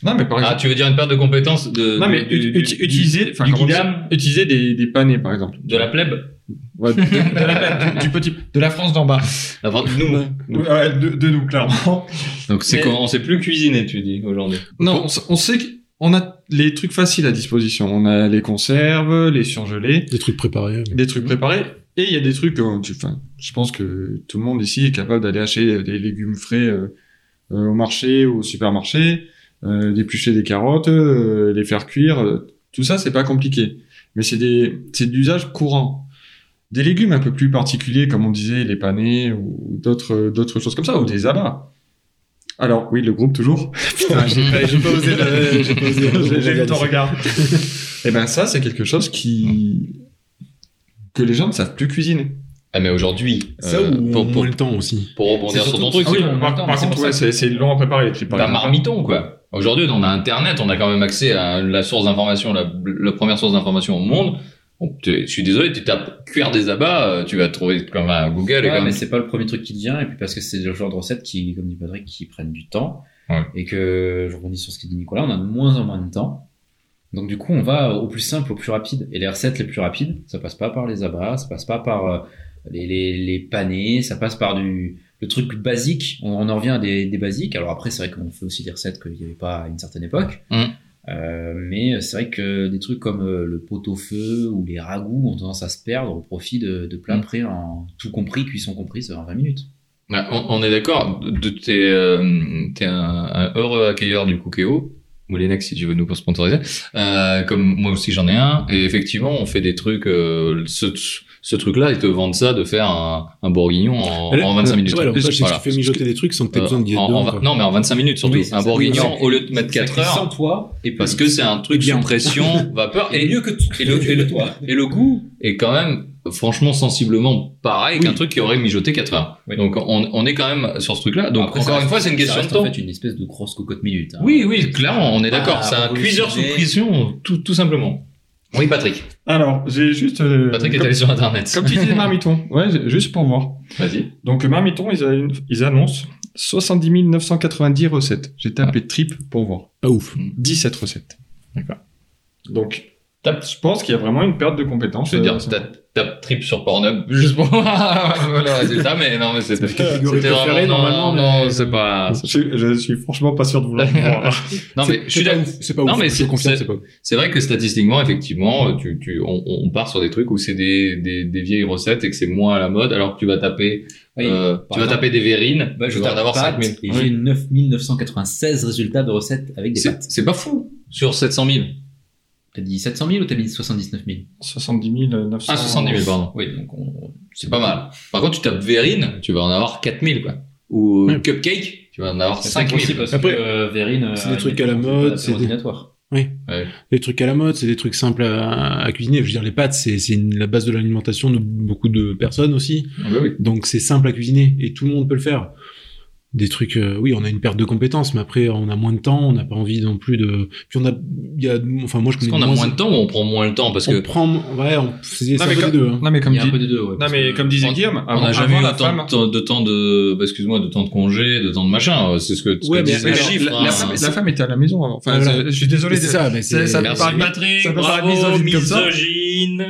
[SPEAKER 2] non mais par
[SPEAKER 3] ah,
[SPEAKER 2] exemple,
[SPEAKER 3] tu veux dire une perte de compétences de
[SPEAKER 2] non mais
[SPEAKER 3] euh, du-
[SPEAKER 2] ut-
[SPEAKER 3] du-
[SPEAKER 2] ut-
[SPEAKER 3] du-
[SPEAKER 2] utiliser, enfin,
[SPEAKER 3] du
[SPEAKER 2] comment dire,
[SPEAKER 3] guidam,
[SPEAKER 2] utiliser des, des panais par exemple.
[SPEAKER 3] de la plèbe. (laughs)
[SPEAKER 2] Ouais, de, de la, du, du petit, de la France d'en bas.
[SPEAKER 3] Avant nous.
[SPEAKER 2] Ouais, de, de nous clairement.
[SPEAKER 3] Donc c'est
[SPEAKER 2] Mais-
[SPEAKER 3] qu'on on sait plus cuisiner, tu dis aujourd'hui.
[SPEAKER 2] Non, on, s- on sait qu'on a les trucs faciles à disposition. On a les conserves, les surgelés.
[SPEAKER 1] Des trucs préparés. mais-
[SPEAKER 2] des trucs préparés et il y a des trucs euh, tu- enfin je pense que tout le monde ici est capable d'aller acheter des légumes frais euh, euh, au marché ou au supermarché euh, d'éplucher des carottes euh, les faire cuire euh, tout ça c'est pas compliqué mais c'est des c'est d'usage courant des légumes un peu plus particuliers comme on disait les panés ou d'autres d'autres choses comme ça ou des abats alors oui le groupe toujours (laughs) Putain, j'ai pas- j'ai pas osé le- j'ai pas (laughs) osé le-
[SPEAKER 1] J'ai- j'ai vu ton
[SPEAKER 2] regard et ben ça c'est quelque chose qui que les gens ne savent plus cuisiner.
[SPEAKER 3] Ah mais aujourd'hui,
[SPEAKER 1] Ça
[SPEAKER 3] euh,
[SPEAKER 1] ou
[SPEAKER 3] pour, pour,
[SPEAKER 1] moins le temps aussi.
[SPEAKER 3] pour rebondir
[SPEAKER 4] C'est
[SPEAKER 3] sur ton
[SPEAKER 4] surtout-
[SPEAKER 3] truc, Bah,
[SPEAKER 4] Ah oui,
[SPEAKER 3] c'est-
[SPEAKER 4] bon, par- par contre, ouais,
[SPEAKER 2] c'est long à préparer.
[SPEAKER 3] T'as marmiton, quoi. Aujourd'hui, on a Internet, on a quand même accès à la source d'information, la, la première source d'information au monde. Bon, t'es- je suis désolé, tu tapes cuire des abats, euh, tu vas trouver comme un Google et
[SPEAKER 4] Ouais,
[SPEAKER 3] comme...
[SPEAKER 4] mais c'est pas le premier truc qui te vient, et puis parce que c'est le genre de recettes qui, comme dit Patrick, qui prennent du temps,
[SPEAKER 3] Ouais.
[SPEAKER 4] et que, je rebondis sur ce qu'il dit Nicolas, on a de moins en moins de temps. Donc du coup, on va au plus simple, au plus rapide. Et les recettes les plus rapides, ça passe pas par les abats, ça passe pas par euh, les, les, les panés, ça passe par du le truc basique. On, on en revient à des, des basiques. Alors après, c'est vrai qu'on fait aussi des recettes qu'il n'y avait pas à une certaine époque.
[SPEAKER 3] Mhm.
[SPEAKER 4] Euh, mais c'est vrai que des trucs comme euh, le pot-au-feu ou les ragoûts ont tendance à se perdre au profit de, de plats
[SPEAKER 3] Mhm.
[SPEAKER 4] prêts en tout compris, cuisson comprise en 20 minutes.
[SPEAKER 3] Ouais, on, on est d'accord, de- de- t'es euh, t'es un, un heureux accueilleur du Cookéo, Moulinex, si tu veux nous sponsoriser. Euh, comme moi aussi j'en ai un. Et effectivement, on fait des trucs. euh, ce, ce truc-là, ils te vendent ça de faire un, un bourguignon en, en 25 minutes.
[SPEAKER 1] Euh, Ouais, l'avantage, c'est que
[SPEAKER 3] Voilà.
[SPEAKER 1] tu fais mijoter des trucs sans que tu
[SPEAKER 3] Euh,
[SPEAKER 1] aies besoin d'y être
[SPEAKER 3] en- en
[SPEAKER 1] dedans,
[SPEAKER 3] vingt-
[SPEAKER 1] quoi.
[SPEAKER 3] non, mais en 25 minutes surtout.
[SPEAKER 5] Oui, c'est
[SPEAKER 3] un
[SPEAKER 5] ça.
[SPEAKER 3] bourguignon,
[SPEAKER 5] Oui,
[SPEAKER 3] au lieu de mettre
[SPEAKER 5] Ça
[SPEAKER 3] 4
[SPEAKER 5] crée Sans
[SPEAKER 3] heures,
[SPEAKER 5] toi et
[SPEAKER 3] parce que c'est un truc sous pression, vapeur.
[SPEAKER 5] et
[SPEAKER 3] Et,
[SPEAKER 5] mieux que tu-
[SPEAKER 3] et le-
[SPEAKER 5] que tu-
[SPEAKER 3] et le-
[SPEAKER 4] (laughs)
[SPEAKER 5] que toi.
[SPEAKER 3] et le goût est quand même, franchement, sensiblement pareil qu'un truc qui aurait mijoté 4 heures.
[SPEAKER 5] Oui.
[SPEAKER 3] Donc on, on est quand même sur ce truc-là. Donc
[SPEAKER 4] Après, ça
[SPEAKER 3] encore
[SPEAKER 4] reste-
[SPEAKER 3] une fois, c'est une
[SPEAKER 4] ça
[SPEAKER 3] question de
[SPEAKER 4] reste
[SPEAKER 3] temps.
[SPEAKER 4] en fait une espèce de grosse cocotte minute. hein.
[SPEAKER 3] Oui, oui, clairement, on est
[SPEAKER 4] Pas
[SPEAKER 3] d'accord. C'est un cuiseur sous
[SPEAKER 4] révolutionner.
[SPEAKER 3] pression, tout, tout simplement. Oui, Patrick.
[SPEAKER 2] Alors, j'ai juste. euh,
[SPEAKER 3] Patrick est
[SPEAKER 2] comme,
[SPEAKER 3] allé sur Internet.
[SPEAKER 2] comme tu disais, marmiton. Ouais, j'ai- juste pour voir.
[SPEAKER 3] Vas-y.
[SPEAKER 2] Donc, le marmiton, ils, a- ils annoncent 70 990 recettes. J'ai tapé trip pour voir.
[SPEAKER 1] Pas ouf.
[SPEAKER 2] 17 recettes.
[SPEAKER 3] D'accord.
[SPEAKER 2] Donc,
[SPEAKER 3] Tape-
[SPEAKER 2] je pense qu'il y a vraiment une perte de compétences.
[SPEAKER 3] Je veux dire,
[SPEAKER 2] euh,
[SPEAKER 3] tape- tape trip sur Pornhub, juste pour (laughs) voir le résultat, mais non, mais c'est
[SPEAKER 1] ma catégorie
[SPEAKER 3] c'était
[SPEAKER 1] préférée,
[SPEAKER 3] vraiment-
[SPEAKER 1] normalement,
[SPEAKER 3] Non,
[SPEAKER 1] mais-
[SPEAKER 3] c'est pas.
[SPEAKER 2] (laughs) Je, suis- je suis franchement pas sûr de vouloir
[SPEAKER 3] (laughs)
[SPEAKER 2] le voir.
[SPEAKER 3] Non, mais je suis
[SPEAKER 1] pas
[SPEAKER 3] d'accord.
[SPEAKER 1] ouf. C'est pas
[SPEAKER 3] Non,
[SPEAKER 1] ouf.
[SPEAKER 3] mais
[SPEAKER 1] je
[SPEAKER 3] c'est-
[SPEAKER 1] confirme,
[SPEAKER 3] c'est-
[SPEAKER 1] c'est pas ouf.
[SPEAKER 3] C'est vrai que statistiquement, effectivement, tu, tu, on, on part sur des trucs où c'est des, des, des vieilles recettes et que c'est moins à la mode, alors que tu vas taper,
[SPEAKER 4] Oui,
[SPEAKER 3] euh,
[SPEAKER 4] par
[SPEAKER 3] tu vas
[SPEAKER 4] exemple,
[SPEAKER 3] taper des verrines,
[SPEAKER 4] bah,
[SPEAKER 3] tu
[SPEAKER 4] je
[SPEAKER 3] vas
[SPEAKER 4] tape
[SPEAKER 3] en avoir
[SPEAKER 4] pâtes
[SPEAKER 3] 5000.
[SPEAKER 4] et j'ai 9996 résultats de recettes avec des
[SPEAKER 3] C'est
[SPEAKER 4] pâtes.
[SPEAKER 3] c'est pas fou sur 700 000.
[SPEAKER 4] T'as dit 700 000 ou t'as mis 79 000
[SPEAKER 2] 70 900.
[SPEAKER 3] Ah, 70 000, pardon.
[SPEAKER 4] Oui, donc on...
[SPEAKER 3] C'est pas mal. Par contre, tu tapes Vérine, tu vas en avoir 4000, quoi. Ou euh,
[SPEAKER 1] Oui.
[SPEAKER 3] Cupcake, tu vas en avoir 5000.
[SPEAKER 4] parce
[SPEAKER 1] Après,
[SPEAKER 4] que euh, Vérine,
[SPEAKER 1] c'est
[SPEAKER 4] euh,
[SPEAKER 1] des trucs à la
[SPEAKER 4] admettons,
[SPEAKER 1] mode,
[SPEAKER 4] pas
[SPEAKER 1] c'est des-
[SPEAKER 4] ordinatoire.
[SPEAKER 1] Les trucs à la mode, c'est des trucs simples à, à cuisiner. Je veux dire, les pâtes, c'est c'est une- la base de l'alimentation de beaucoup de personnes aussi.
[SPEAKER 3] Ah bah oui.
[SPEAKER 1] Donc c'est simple à cuisiner et tout le monde peut le faire. Des trucs, euh, oui, on a une perte de compétences, mais après on a moins de temps, on n'a pas envie non plus de. Puis on a, il y a, enfin moi je
[SPEAKER 3] Est-ce
[SPEAKER 1] connais
[SPEAKER 3] qu'on a moins de temps ou on prend moins le temps Parce
[SPEAKER 1] on
[SPEAKER 3] que
[SPEAKER 1] prend, ouais, on faisait
[SPEAKER 2] Non,
[SPEAKER 1] ça
[SPEAKER 2] mais
[SPEAKER 1] les
[SPEAKER 2] quand-
[SPEAKER 1] deux. hein.
[SPEAKER 2] Non, mais
[SPEAKER 4] Il
[SPEAKER 2] comme,
[SPEAKER 4] y a un
[SPEAKER 2] dit-
[SPEAKER 4] peu des deux, ouais.
[SPEAKER 2] non,
[SPEAKER 4] parce
[SPEAKER 2] mais
[SPEAKER 4] que-
[SPEAKER 2] comme disait
[SPEAKER 3] on-
[SPEAKER 2] Guillaume,
[SPEAKER 3] on
[SPEAKER 2] avant-
[SPEAKER 3] n'a jamais
[SPEAKER 2] avant
[SPEAKER 3] eu
[SPEAKER 2] la
[SPEAKER 3] autant
[SPEAKER 2] femme.
[SPEAKER 3] de temps de, temps de, bah, excuse-moi, de temps de congé, de temps de machin. euh, C'est ce que, ce
[SPEAKER 1] Ouais,
[SPEAKER 3] que
[SPEAKER 1] mais
[SPEAKER 3] disent
[SPEAKER 2] Mais
[SPEAKER 3] les
[SPEAKER 1] alors,
[SPEAKER 3] chiffres.
[SPEAKER 2] la, la
[SPEAKER 3] hein.
[SPEAKER 2] femme, la femme était à la maison avant. Enfin,
[SPEAKER 1] Voilà.
[SPEAKER 2] je- je suis désolé.
[SPEAKER 1] Mais C'est
[SPEAKER 2] de-
[SPEAKER 1] ça, mais c'est.
[SPEAKER 2] ça- ça
[SPEAKER 1] mais
[SPEAKER 2] peut
[SPEAKER 3] Merci
[SPEAKER 2] paraître-
[SPEAKER 3] Patrick,
[SPEAKER 2] ça peut paraître
[SPEAKER 3] bravo,
[SPEAKER 2] misogyne comme ça.
[SPEAKER 3] misogyne.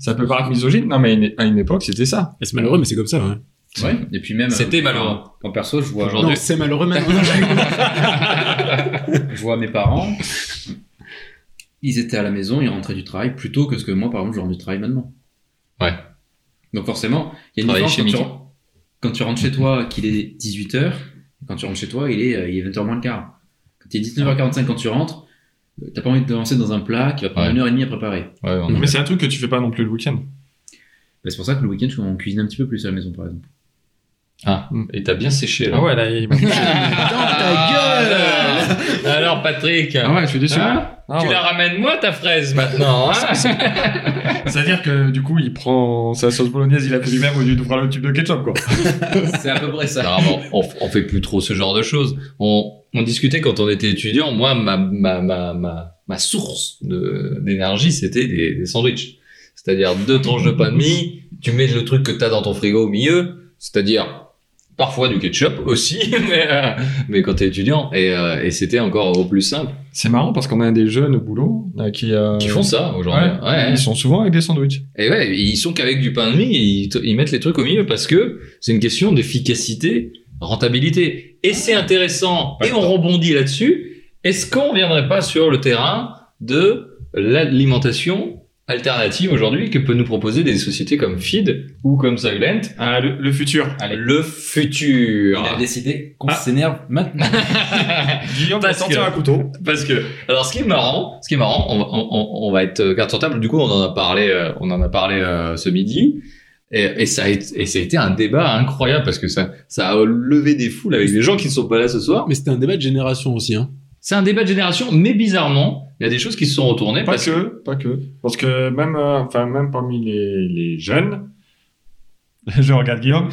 [SPEAKER 2] Ça peut paraître misogyne. Non, mais à une- à une époque, c'était ça.
[SPEAKER 1] c'est malheureux, mais c'est comme ça. hein. ouais.
[SPEAKER 4] Ouais. Et puis même.
[SPEAKER 3] C'était
[SPEAKER 4] euh,
[SPEAKER 3] malheureux.
[SPEAKER 4] En perso, je vois, (laughs)
[SPEAKER 3] Aujourd'hui.
[SPEAKER 1] Non, c'est malheureux maintenant.
[SPEAKER 4] je vois mes parents. Ils étaient à la maison, ils rentraient du travail plus tôt que ce que moi, par exemple, je rentre du travail maintenant.
[SPEAKER 3] Ouais.
[SPEAKER 4] Donc forcément, il y a une
[SPEAKER 3] Travail
[SPEAKER 4] différence quand tu,
[SPEAKER 3] chimique.
[SPEAKER 4] ren- quand tu rentres chez toi qu'il est 18h, quand tu rentres chez toi, il est, euh, il est 20h moins le quart. Quand il est 19h45 quand tu rentres, euh, t'as pas envie de te lancer dans un plat qui va prendre
[SPEAKER 3] Ouais.
[SPEAKER 4] une heure et demie à préparer.
[SPEAKER 3] Ouais, on a-
[SPEAKER 2] Mais c'est un truc que tu fais pas non plus le week-end.
[SPEAKER 4] Bah, c'est pour ça que le week-end, on cuisine un petit peu plus à la maison, par exemple.
[SPEAKER 3] Ah, et t'as bien séché là.
[SPEAKER 2] Ah ouais, là, il... (laughs)
[SPEAKER 3] Ah, alors, alors, Patrick,
[SPEAKER 2] Ah ouais, je suis déçu.
[SPEAKER 3] hein,
[SPEAKER 2] Ah
[SPEAKER 3] tu
[SPEAKER 2] ouais.
[SPEAKER 3] la ramènes moi ta fraise maintenant. hein
[SPEAKER 2] C'est-à-dire que du coup, il prend sa sauce bolognaise, il a fait lui-même au lieu de prendre le tube de ketchup, quoi.
[SPEAKER 4] (laughs) c'est à peu
[SPEAKER 3] (laughs)
[SPEAKER 4] près ça.
[SPEAKER 3] Normalement, on, on fait plus trop ce genre de choses. On, on discutait quand on était étudiant. Moi, ma, ma, ma, ma, ma source de- d'énergie, c'était des, des sandwichs. C'est-à-dire deux tranches de pain de mie, tu mets le truc que t'as dans ton frigo au milieu, c'est-à-dire parfois du ketchup aussi, (laughs) mais, euh, mais quand t'es étudiant, et, euh, et c'était encore au plus simple.
[SPEAKER 2] C'est marrant parce qu'on a des jeunes au boulot euh, qui, euh,
[SPEAKER 3] Qui font ça aujourd'hui.
[SPEAKER 2] Ouais, Ils sont souvent avec des sandwichs.
[SPEAKER 3] Et ouais, ils sont qu'avec du pain de mie, et ils, te- ils mettent les trucs au milieu parce que c'est une question d'efficacité, rentabilité. Et c'est intéressant, et on rebondit là-dessus. Est-ce qu'on ne viendrait pas sur le terrain de l'alimentation alternative aujourd'hui que peut nous proposer des sociétés comme Feed ou comme Silent
[SPEAKER 2] Ah, le, le futur.
[SPEAKER 4] Allez.
[SPEAKER 3] Le futur.
[SPEAKER 4] Il a décidé qu'on s'énerve maintenant.
[SPEAKER 2] Guillaume va
[SPEAKER 3] Parce
[SPEAKER 2] sortir
[SPEAKER 3] que-
[SPEAKER 2] un couteau.
[SPEAKER 3] Parce que, alors, ce qui est marrant, ce qui est marrant, on va, on- on- on va être euh, carte sur table. Du coup, on en a parlé, euh, on en a parlé euh, ce midi, et, et ça a été, et ça a été un débat incroyable parce que ça, ça a levé des foules avec des gens qui ne sont pas là ce soir.
[SPEAKER 1] (laughs) mais c'était un débat de génération aussi. Hein.
[SPEAKER 3] C'est un débat de génération, mais bizarrement, il y a des choses qui se sont retournées
[SPEAKER 2] Pas
[SPEAKER 3] parce que
[SPEAKER 2] que, pas que. Parce que même, euh, enfin, même parmi les, les jeunes, (laughs) je regarde (laughs) Guillaume.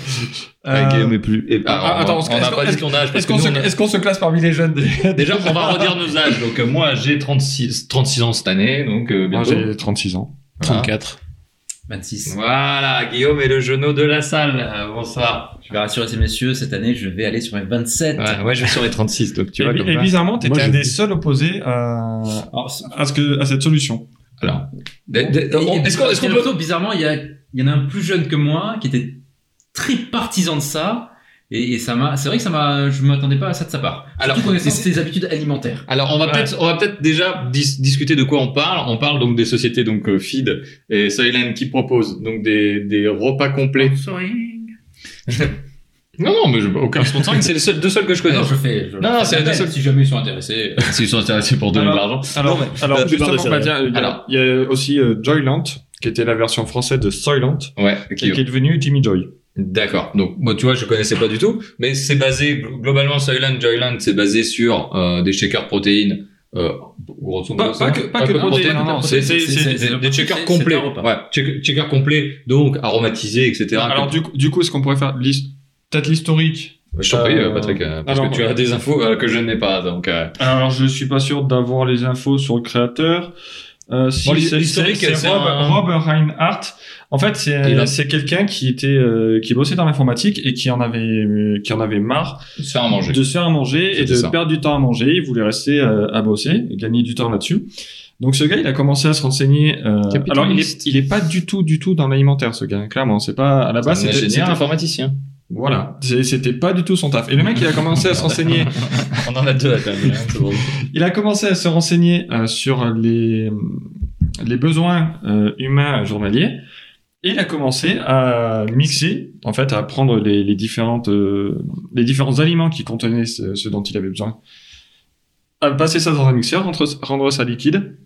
[SPEAKER 2] Euh,
[SPEAKER 3] plus. Et,
[SPEAKER 2] ah,
[SPEAKER 3] alors,
[SPEAKER 2] attends,
[SPEAKER 3] on-
[SPEAKER 2] est-ce
[SPEAKER 3] on n'a
[SPEAKER 2] qu'on-
[SPEAKER 3] pas dit
[SPEAKER 2] est-ce
[SPEAKER 3] ton âge. parce
[SPEAKER 2] Est-ce
[SPEAKER 3] que
[SPEAKER 2] qu'on
[SPEAKER 3] nous,
[SPEAKER 2] se,
[SPEAKER 3] on a-
[SPEAKER 2] est-ce qu'on se classe parmi les jeunes des-
[SPEAKER 3] Déjà, on va redire nos âges. Donc, euh, moi, j'ai 36, 36 ans cette année, donc euh,
[SPEAKER 2] Moi,
[SPEAKER 3] bientôt.
[SPEAKER 2] j'ai 36 ans.
[SPEAKER 1] 34.
[SPEAKER 4] 26.
[SPEAKER 3] Voilà, Guillaume est le genou de la salle. Euh, Bonsoir.
[SPEAKER 4] Je vais rassurer ces messieurs, cette année, je vais aller sur mes 27.
[SPEAKER 3] Ouais, ouais, je suis sur les 36, donc tu
[SPEAKER 2] et,
[SPEAKER 3] vois
[SPEAKER 2] bi-
[SPEAKER 3] comme
[SPEAKER 2] et
[SPEAKER 3] ça.
[SPEAKER 2] bizarrement, t'étais
[SPEAKER 1] Moi,
[SPEAKER 2] un
[SPEAKER 1] je-
[SPEAKER 2] des seuls opposés à,
[SPEAKER 4] Alors, c'est-
[SPEAKER 2] à, ce que, à cette solution.
[SPEAKER 3] Alors, d- d- on-
[SPEAKER 4] Et-
[SPEAKER 3] est-ce qu'on est-ce qu'on
[SPEAKER 4] et
[SPEAKER 3] peut
[SPEAKER 4] surtout, bizarrement, il y, a, il y en a un plus jeune que moi qui était très partisan de ça. Et, et ça m'a, c'est vrai que ça m'a, je m'attendais pas à ça de sa part.
[SPEAKER 3] Alors,
[SPEAKER 4] Surtout connaissant
[SPEAKER 3] et c'est-
[SPEAKER 4] ses habitudes alimentaires.
[SPEAKER 3] alors on va
[SPEAKER 2] Ouais.
[SPEAKER 3] peut-être on va peut-être déjà dis- discuter de quoi on parle. On parle donc des sociétés donc euh, Feed et Soylent qui proposent donc des, des repas complets. Non, non, mais je- aucun sponsoring, c'est les seuls, deux seuls que je connais.
[SPEAKER 4] Euh, Non, je fais. je
[SPEAKER 3] Non, non, c'est la
[SPEAKER 4] l'appelle.
[SPEAKER 3] seule-
[SPEAKER 4] Si jamais ils sont (laughs) intéressés.
[SPEAKER 3] (laughs) S'ils sont intéressés pour donner de l'argent.
[SPEAKER 2] Alors,
[SPEAKER 3] Non, mais-
[SPEAKER 2] alors,
[SPEAKER 3] euh,
[SPEAKER 2] justement,
[SPEAKER 1] je parle de
[SPEAKER 2] bah, tiens, il y a-
[SPEAKER 3] Alors.
[SPEAKER 2] il y, a aussi euh, Joyland, qui était la version française de Soylent,
[SPEAKER 3] Ouais,
[SPEAKER 2] et qui est devenu Jimmy Joy.
[SPEAKER 3] D'accord. Donc moi, tu vois, je connaissais pas du tout, mais c'est basé gl- globalement Soylent Joyland, c'est basé sur euh, des shakers protéines. Euh, grosso modo,
[SPEAKER 2] Pas-
[SPEAKER 3] ça.
[SPEAKER 2] pas que- pas que
[SPEAKER 3] protéines,
[SPEAKER 2] protéines,
[SPEAKER 3] non,
[SPEAKER 2] non,
[SPEAKER 3] non,
[SPEAKER 2] non,
[SPEAKER 3] c'est
[SPEAKER 2] c'est-
[SPEAKER 3] c'est-
[SPEAKER 2] c'est-
[SPEAKER 3] c'est
[SPEAKER 4] c'est-
[SPEAKER 3] des, des
[SPEAKER 4] c'est-
[SPEAKER 3] checkers
[SPEAKER 4] c'est
[SPEAKER 3] complets.
[SPEAKER 4] un repas.
[SPEAKER 3] Ouais, check- checkers complets, donc aromatisés, etc.
[SPEAKER 2] Alors, du, coup- du coup, est-ce qu'on pourrait faire l'his- peut-être l'historique
[SPEAKER 3] je t'en prie,
[SPEAKER 2] euh,
[SPEAKER 3] Patrick, euh, parce
[SPEAKER 2] alors-
[SPEAKER 3] que tu as des infos euh, que je n'ai pas. Donc euh,
[SPEAKER 2] Alors, je suis pas sûr d'avoir les infos sur le créateur. Euh, si
[SPEAKER 3] Bon, l'hi-
[SPEAKER 2] c'est-
[SPEAKER 3] l'historique,
[SPEAKER 2] c'est
[SPEAKER 3] c'est
[SPEAKER 2] Rob,
[SPEAKER 3] un-
[SPEAKER 2] Rob Reinhardt. En fait,
[SPEAKER 3] Et là-
[SPEAKER 2] c'est c'est quelqu'un qui était euh, qui bossait dans l'informatique et qui en avait euh, qui en avait marre
[SPEAKER 3] se faire à manger.
[SPEAKER 2] de se faire à manger et
[SPEAKER 3] C'était
[SPEAKER 2] de
[SPEAKER 3] ça.
[SPEAKER 2] perdre du temps à manger. Il voulait rester euh, à bosser, et gagner du temps là-dessus. Donc ce gars, il a commencé à se renseigner. euh,
[SPEAKER 3] Capitaliste.
[SPEAKER 2] alors il est, il est pas du tout, du tout dans l'alimentaire, ce gars. hein, Clairement, c'est pas à la base.
[SPEAKER 3] un
[SPEAKER 2] C'était
[SPEAKER 3] ingénieur
[SPEAKER 2] c'était-
[SPEAKER 3] informaticien.
[SPEAKER 2] voilà, C'est- c'était pas du tout son taf. Et le mec, il a commencé à se renseigner.
[SPEAKER 3] On en a deux à la table. hein, c'est bon.
[SPEAKER 2] Il a commencé à se renseigner euh, sur les les besoins euh, humains journaliers. Et il a commencé à mixer, en fait, à prendre les, les différentes, euh, les différents aliments qui contenaient ce, ce dont il avait besoin, à passer ça dans un mixeur, rendre, rendre ça liquide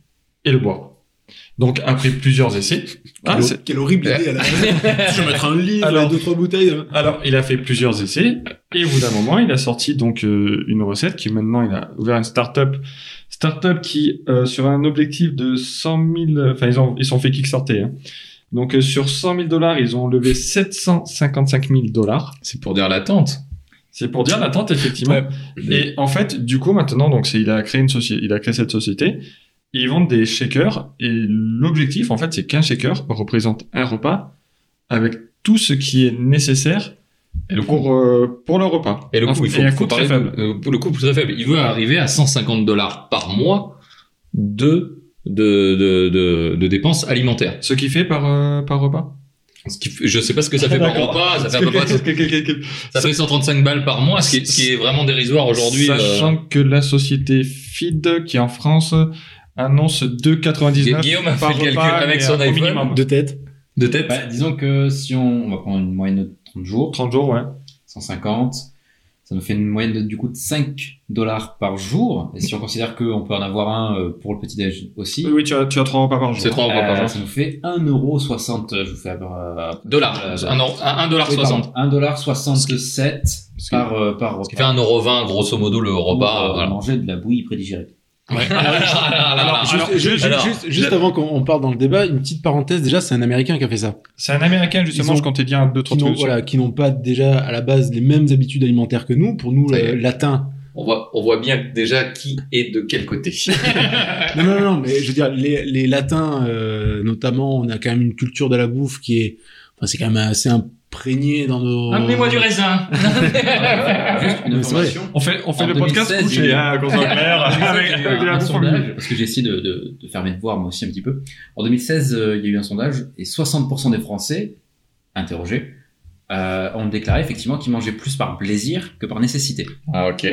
[SPEAKER 2] et le boire. Donc, après plusieurs essais, Ah,
[SPEAKER 1] quelle,
[SPEAKER 2] c'est-
[SPEAKER 1] quelle horrible idée. à la- je vais mettre un livre,
[SPEAKER 2] Alors-
[SPEAKER 1] deux trois bouteilles. hein.
[SPEAKER 2] alors il a fait plusieurs essais et au bout d'un moment, il a sorti donc euh, une recette qui maintenant il a ouvert une start-up, start-up qui euh, sur un objectif de 100 000, enfin ils ont ils sont fait kickstarter. Hein. Donc euh, sur 100 000 dollars, ils ont levé 755 000 dollars.
[SPEAKER 3] (laughs) C'est pour dire l'attente.
[SPEAKER 2] C'est pour dire l'attente, effectivement.
[SPEAKER 1] Ouais.
[SPEAKER 2] Et en fait, du coup, maintenant, donc, c'est, il a créé une société, il a créé cette société. Et ils vendent des shakers. Et l'objectif, en fait, c'est qu'un shaker représente un repas avec tout ce qui est nécessaire
[SPEAKER 3] Et le
[SPEAKER 2] pour, euh, pour le repas.
[SPEAKER 3] Et le coût, il faut,
[SPEAKER 2] un
[SPEAKER 3] faut
[SPEAKER 2] coût très
[SPEAKER 3] parler
[SPEAKER 2] faible.
[SPEAKER 3] de- euh, le coût très faible. Il veut arriver à 150 dollars par mois de, de, de, de, de dépenses alimentaires.
[SPEAKER 2] Ce qui fait par, euh, par repas.
[SPEAKER 3] Ce qui, fait- je sais pas ce que ça fait par
[SPEAKER 2] D'accord.
[SPEAKER 3] repas, ça fait, à peu près- ça fait 135 balles par mois, ce qui est, ce qui est vraiment dérisoire aujourd'hui. euh,
[SPEAKER 2] Sachant que la société Feed, qui est en France, annonce
[SPEAKER 3] Gu-
[SPEAKER 2] 2,99
[SPEAKER 3] Guillaume a fait
[SPEAKER 2] par
[SPEAKER 3] le calcul
[SPEAKER 2] repas,
[SPEAKER 3] avec
[SPEAKER 2] mais,
[SPEAKER 3] son
[SPEAKER 2] euh, au
[SPEAKER 3] iPhone
[SPEAKER 2] minimum.
[SPEAKER 1] De tête.
[SPEAKER 3] de tête.
[SPEAKER 4] Bah, disons que si on, on va prendre une moyenne de 30 jours,
[SPEAKER 2] 30 jours, ouais.
[SPEAKER 4] 150, ça nous fait une moyenne de, du coup de 5 dollars par jour. Et si on considère qu'on peut en avoir un euh, pour le petit déj aussi,
[SPEAKER 2] Oui, oui, tu as, tu as 3 repas par jour.
[SPEAKER 3] c'est 3 euros par
[SPEAKER 4] euh,
[SPEAKER 3] jour.
[SPEAKER 4] ça nous fait 1,60€. Je vous fais euh,
[SPEAKER 3] Dollars.
[SPEAKER 4] euh,
[SPEAKER 3] Un euro- un- un dollar
[SPEAKER 4] oui, pardon,
[SPEAKER 3] soixante.
[SPEAKER 4] 1,67$ par, euh, par repas.
[SPEAKER 3] Ce qui fait un euro vingt, grosso modo, le repas.
[SPEAKER 4] Pour, euh,
[SPEAKER 3] voilà. Ah,
[SPEAKER 4] manger de la bouillie prédigérée.
[SPEAKER 3] (laughs) Alors,
[SPEAKER 1] Juste,
[SPEAKER 3] alors,
[SPEAKER 1] juste-
[SPEAKER 3] alors,
[SPEAKER 1] juste- juste avant qu'on on parte dans le débat, une petite parenthèse. Déjà, c'est un Américain qui a fait ça.
[SPEAKER 2] C'est un américain, justement,
[SPEAKER 1] Ils ont-
[SPEAKER 2] je comptais dire un 2
[SPEAKER 1] Qui n'ont, voilà, qui n'ont pas déjà à la base les mêmes habitudes alimentaires que nous. Pour nous,
[SPEAKER 3] Ça y est.
[SPEAKER 1] le latin.
[SPEAKER 3] on voit, on voit bien déjà qui est de quel côté.
[SPEAKER 1] Non, non, non, non, mais je veux dire, les, les latins, euh, notamment, on a quand même une culture de la bouffe qui est, enfin, c'est quand même assez imprégné dans nos.
[SPEAKER 3] (laughs) raisin.
[SPEAKER 4] Ah, Juste une
[SPEAKER 1] Mais c'est vrai.
[SPEAKER 4] information.
[SPEAKER 2] On fait, on fait
[SPEAKER 4] En
[SPEAKER 2] le podcast
[SPEAKER 4] 2016,
[SPEAKER 2] couché,
[SPEAKER 4] il-
[SPEAKER 2] hein, qu'on (laughs) soit clair,
[SPEAKER 4] Ah, Il
[SPEAKER 2] avec,
[SPEAKER 4] y a eu
[SPEAKER 2] avec de la
[SPEAKER 4] un
[SPEAKER 2] bouffe au milieu.
[SPEAKER 4] sondage, parce que j'ai essayé de, de- de faire mes devoirs moi aussi un petit peu. En 2016, euh, il y a eu un sondage et 60% des Français interrogés euh, ont déclaré effectivement qu'ils mangeaient plus par plaisir que par nécessité.
[SPEAKER 3] Ah, ok.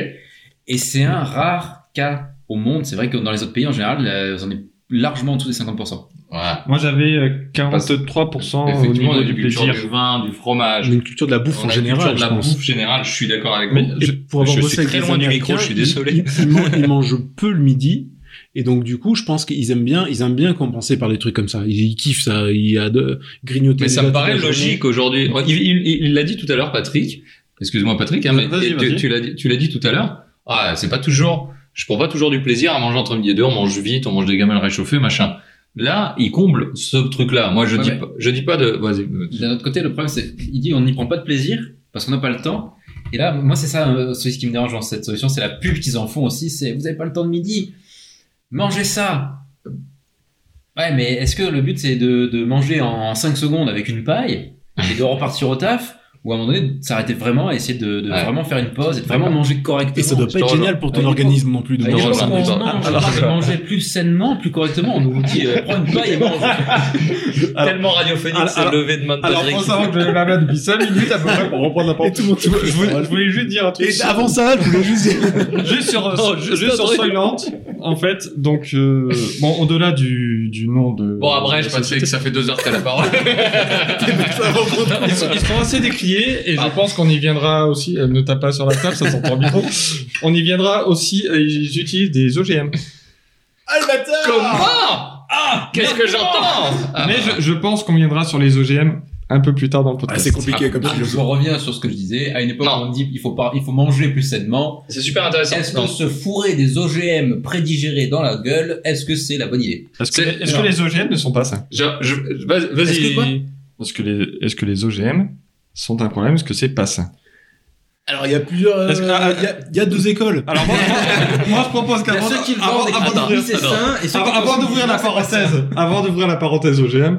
[SPEAKER 4] Et c'est un rare cas au monde. C'est vrai que dans les autres pays en général, euh, vous en êtes largement en dessous des 50%.
[SPEAKER 3] Voilà.
[SPEAKER 2] Moi, j'avais euh,
[SPEAKER 1] Oh,
[SPEAKER 2] 43% au
[SPEAKER 3] Effectivement,
[SPEAKER 2] niveau
[SPEAKER 3] la
[SPEAKER 2] du
[SPEAKER 3] culture
[SPEAKER 2] plaisir.
[SPEAKER 3] du vin, du
[SPEAKER 1] On a
[SPEAKER 3] fromage.
[SPEAKER 1] une culture de la bouffe
[SPEAKER 3] on
[SPEAKER 1] en
[SPEAKER 3] a une
[SPEAKER 1] général.
[SPEAKER 3] culture
[SPEAKER 1] je
[SPEAKER 3] de la
[SPEAKER 1] pense.
[SPEAKER 3] bouffe générale, je suis d'accord avec
[SPEAKER 2] Mais
[SPEAKER 3] vous.
[SPEAKER 1] Et
[SPEAKER 2] je-
[SPEAKER 1] pour avoir
[SPEAKER 3] je
[SPEAKER 1] bossé
[SPEAKER 3] suis
[SPEAKER 1] avec
[SPEAKER 3] très
[SPEAKER 1] des
[SPEAKER 3] loin du
[SPEAKER 1] Américains,
[SPEAKER 3] micro, je suis
[SPEAKER 1] ils-
[SPEAKER 3] désolé.
[SPEAKER 1] Ils, ils mangent,
[SPEAKER 3] (laughs)
[SPEAKER 1] ils mangent peu le midi. Et donc, du coup, je pense qu'ils aiment bien, ils aiment bien compenser par des trucs comme ça. Ils, ils kiffent ça. Ils adorent grignoter.
[SPEAKER 3] Mais
[SPEAKER 1] déjà
[SPEAKER 3] ça me
[SPEAKER 1] toute
[SPEAKER 3] paraît
[SPEAKER 1] la journée.
[SPEAKER 3] logique aujourd'hui. Il- Il il- il l'a dit tout à l'heure, Patrick. Excuse-moi, Patrick, hein, mais
[SPEAKER 2] Vas-y,
[SPEAKER 3] tu-
[SPEAKER 2] vas-y.
[SPEAKER 3] tu l'as dit- tu l'as dit tout à l'heure. Ah, c'est pas toujours. Je prends pas toujours du plaisir à manger entre midi et deux. On mange vite, on mange des gamelles réchauffées, machin. Là, il comble ce truc-là. Moi, je
[SPEAKER 4] Ouais,
[SPEAKER 3] dis
[SPEAKER 4] mais-
[SPEAKER 3] pas, je dis pas de. Vas-y.
[SPEAKER 4] D'un autre côté, le problème, c'est il dit on n'y prend pas de plaisir parce qu'on n'a pas le temps. Et là, moi, c'est ça, euh, celui qui me dérange dans cette solution, c'est la pub qu'ils en font aussi. C'est vous n'avez pas le temps de midi, mangez ça. Ouais, mais est-ce que le but c'est de, de manger en 5 secondes avec une paille et de repartir au taf ou à un moment donné de s'arrêter vraiment et essayer de, de
[SPEAKER 3] Ouais. vraiment
[SPEAKER 4] vraiment faire une pause et de
[SPEAKER 3] vraiment
[SPEAKER 4] vraiment manger correctement
[SPEAKER 1] Et ça doit pas
[SPEAKER 3] je te
[SPEAKER 1] être
[SPEAKER 3] rejoins.
[SPEAKER 1] génial pour
[SPEAKER 4] Ah,
[SPEAKER 1] ton
[SPEAKER 4] il
[SPEAKER 1] organisme non plus de
[SPEAKER 3] Ah, il
[SPEAKER 4] Et
[SPEAKER 1] manger
[SPEAKER 4] quand
[SPEAKER 3] rejoins.
[SPEAKER 1] ça.
[SPEAKER 4] on
[SPEAKER 3] Alors-
[SPEAKER 4] mange, on parle de manger plus sainement, plus correctement. On nous dit euh, prends une paille et mange.
[SPEAKER 3] Tellement radiophonique,
[SPEAKER 2] alors-
[SPEAKER 3] c'est
[SPEAKER 2] alors-
[SPEAKER 3] levé de main de
[SPEAKER 2] Alors,
[SPEAKER 3] Patrick.
[SPEAKER 2] pour savoir que je vais m'amener depuis 5 minutes à peu près pour reprendre la parole.
[SPEAKER 1] Et tout le monde se
[SPEAKER 2] Je voulais- je voulais, je voulais juste dire un truc.
[SPEAKER 1] Et
[SPEAKER 2] sur-
[SPEAKER 1] avant ça, je voulais juste dire-
[SPEAKER 2] Juste sur,
[SPEAKER 3] Non, juste
[SPEAKER 2] juste sur
[SPEAKER 3] un truc.
[SPEAKER 2] Soylent, en fait, donc, euh, bon, au-delà du, du nom de.
[SPEAKER 3] Bon, après,
[SPEAKER 2] de
[SPEAKER 3] je
[SPEAKER 2] la société,
[SPEAKER 3] Patrick, ça fait deux heures que t'as la parole.
[SPEAKER 2] Ils sont, ils sont assez décriés et je pense qu'on y viendra aussi. Elle ne tape pas sur la table, ça s'entend (laughs) bien trop. On y viendra aussi. euh, Ils utilisent des OGM.
[SPEAKER 3] (laughs)
[SPEAKER 5] Ah,
[SPEAKER 3] Comment Ah Qu'est-ce que j'entends Ah,
[SPEAKER 2] Mais je, je pense qu'on viendra sur les OGM un peu plus tard dans le
[SPEAKER 5] Ah,
[SPEAKER 2] podcast.
[SPEAKER 5] c'est compliqué comme
[SPEAKER 4] Ah, je
[SPEAKER 5] philosophie.
[SPEAKER 4] reviens sur ce que je disais. À une époque,
[SPEAKER 3] Non.
[SPEAKER 4] on dit il faut pas, il faut manger plus sainement.
[SPEAKER 3] C'est super intéressant.
[SPEAKER 4] Est-ce
[SPEAKER 3] Non.
[SPEAKER 4] que se fourrer des OGM prédigérés dans la gueule, est-ce que c'est la bonne idée
[SPEAKER 2] Est-ce que,
[SPEAKER 3] C'est-
[SPEAKER 2] est-ce que les OGM ne sont pas ça
[SPEAKER 3] Je- je- vas- Vas-y.
[SPEAKER 4] Est-ce que quoi
[SPEAKER 2] Est-ce que les, est-ce que les OGM sont un problème Est-ce que c'est pas ça
[SPEAKER 5] Alors, il y a plusieurs. euh,
[SPEAKER 2] Parce que- ah, ah,
[SPEAKER 5] Il y a- il y, a deux écoles.
[SPEAKER 1] ah,
[SPEAKER 2] Alors moi, moi, moi, je propose qu'avant avant- avant
[SPEAKER 3] crêpes.
[SPEAKER 2] d'ouvrir-
[SPEAKER 3] c'est sain,
[SPEAKER 4] et
[SPEAKER 2] Avant, avant d'ouvrir la parenthèse, avant d'ouvrir la parenthèse OGM, euh,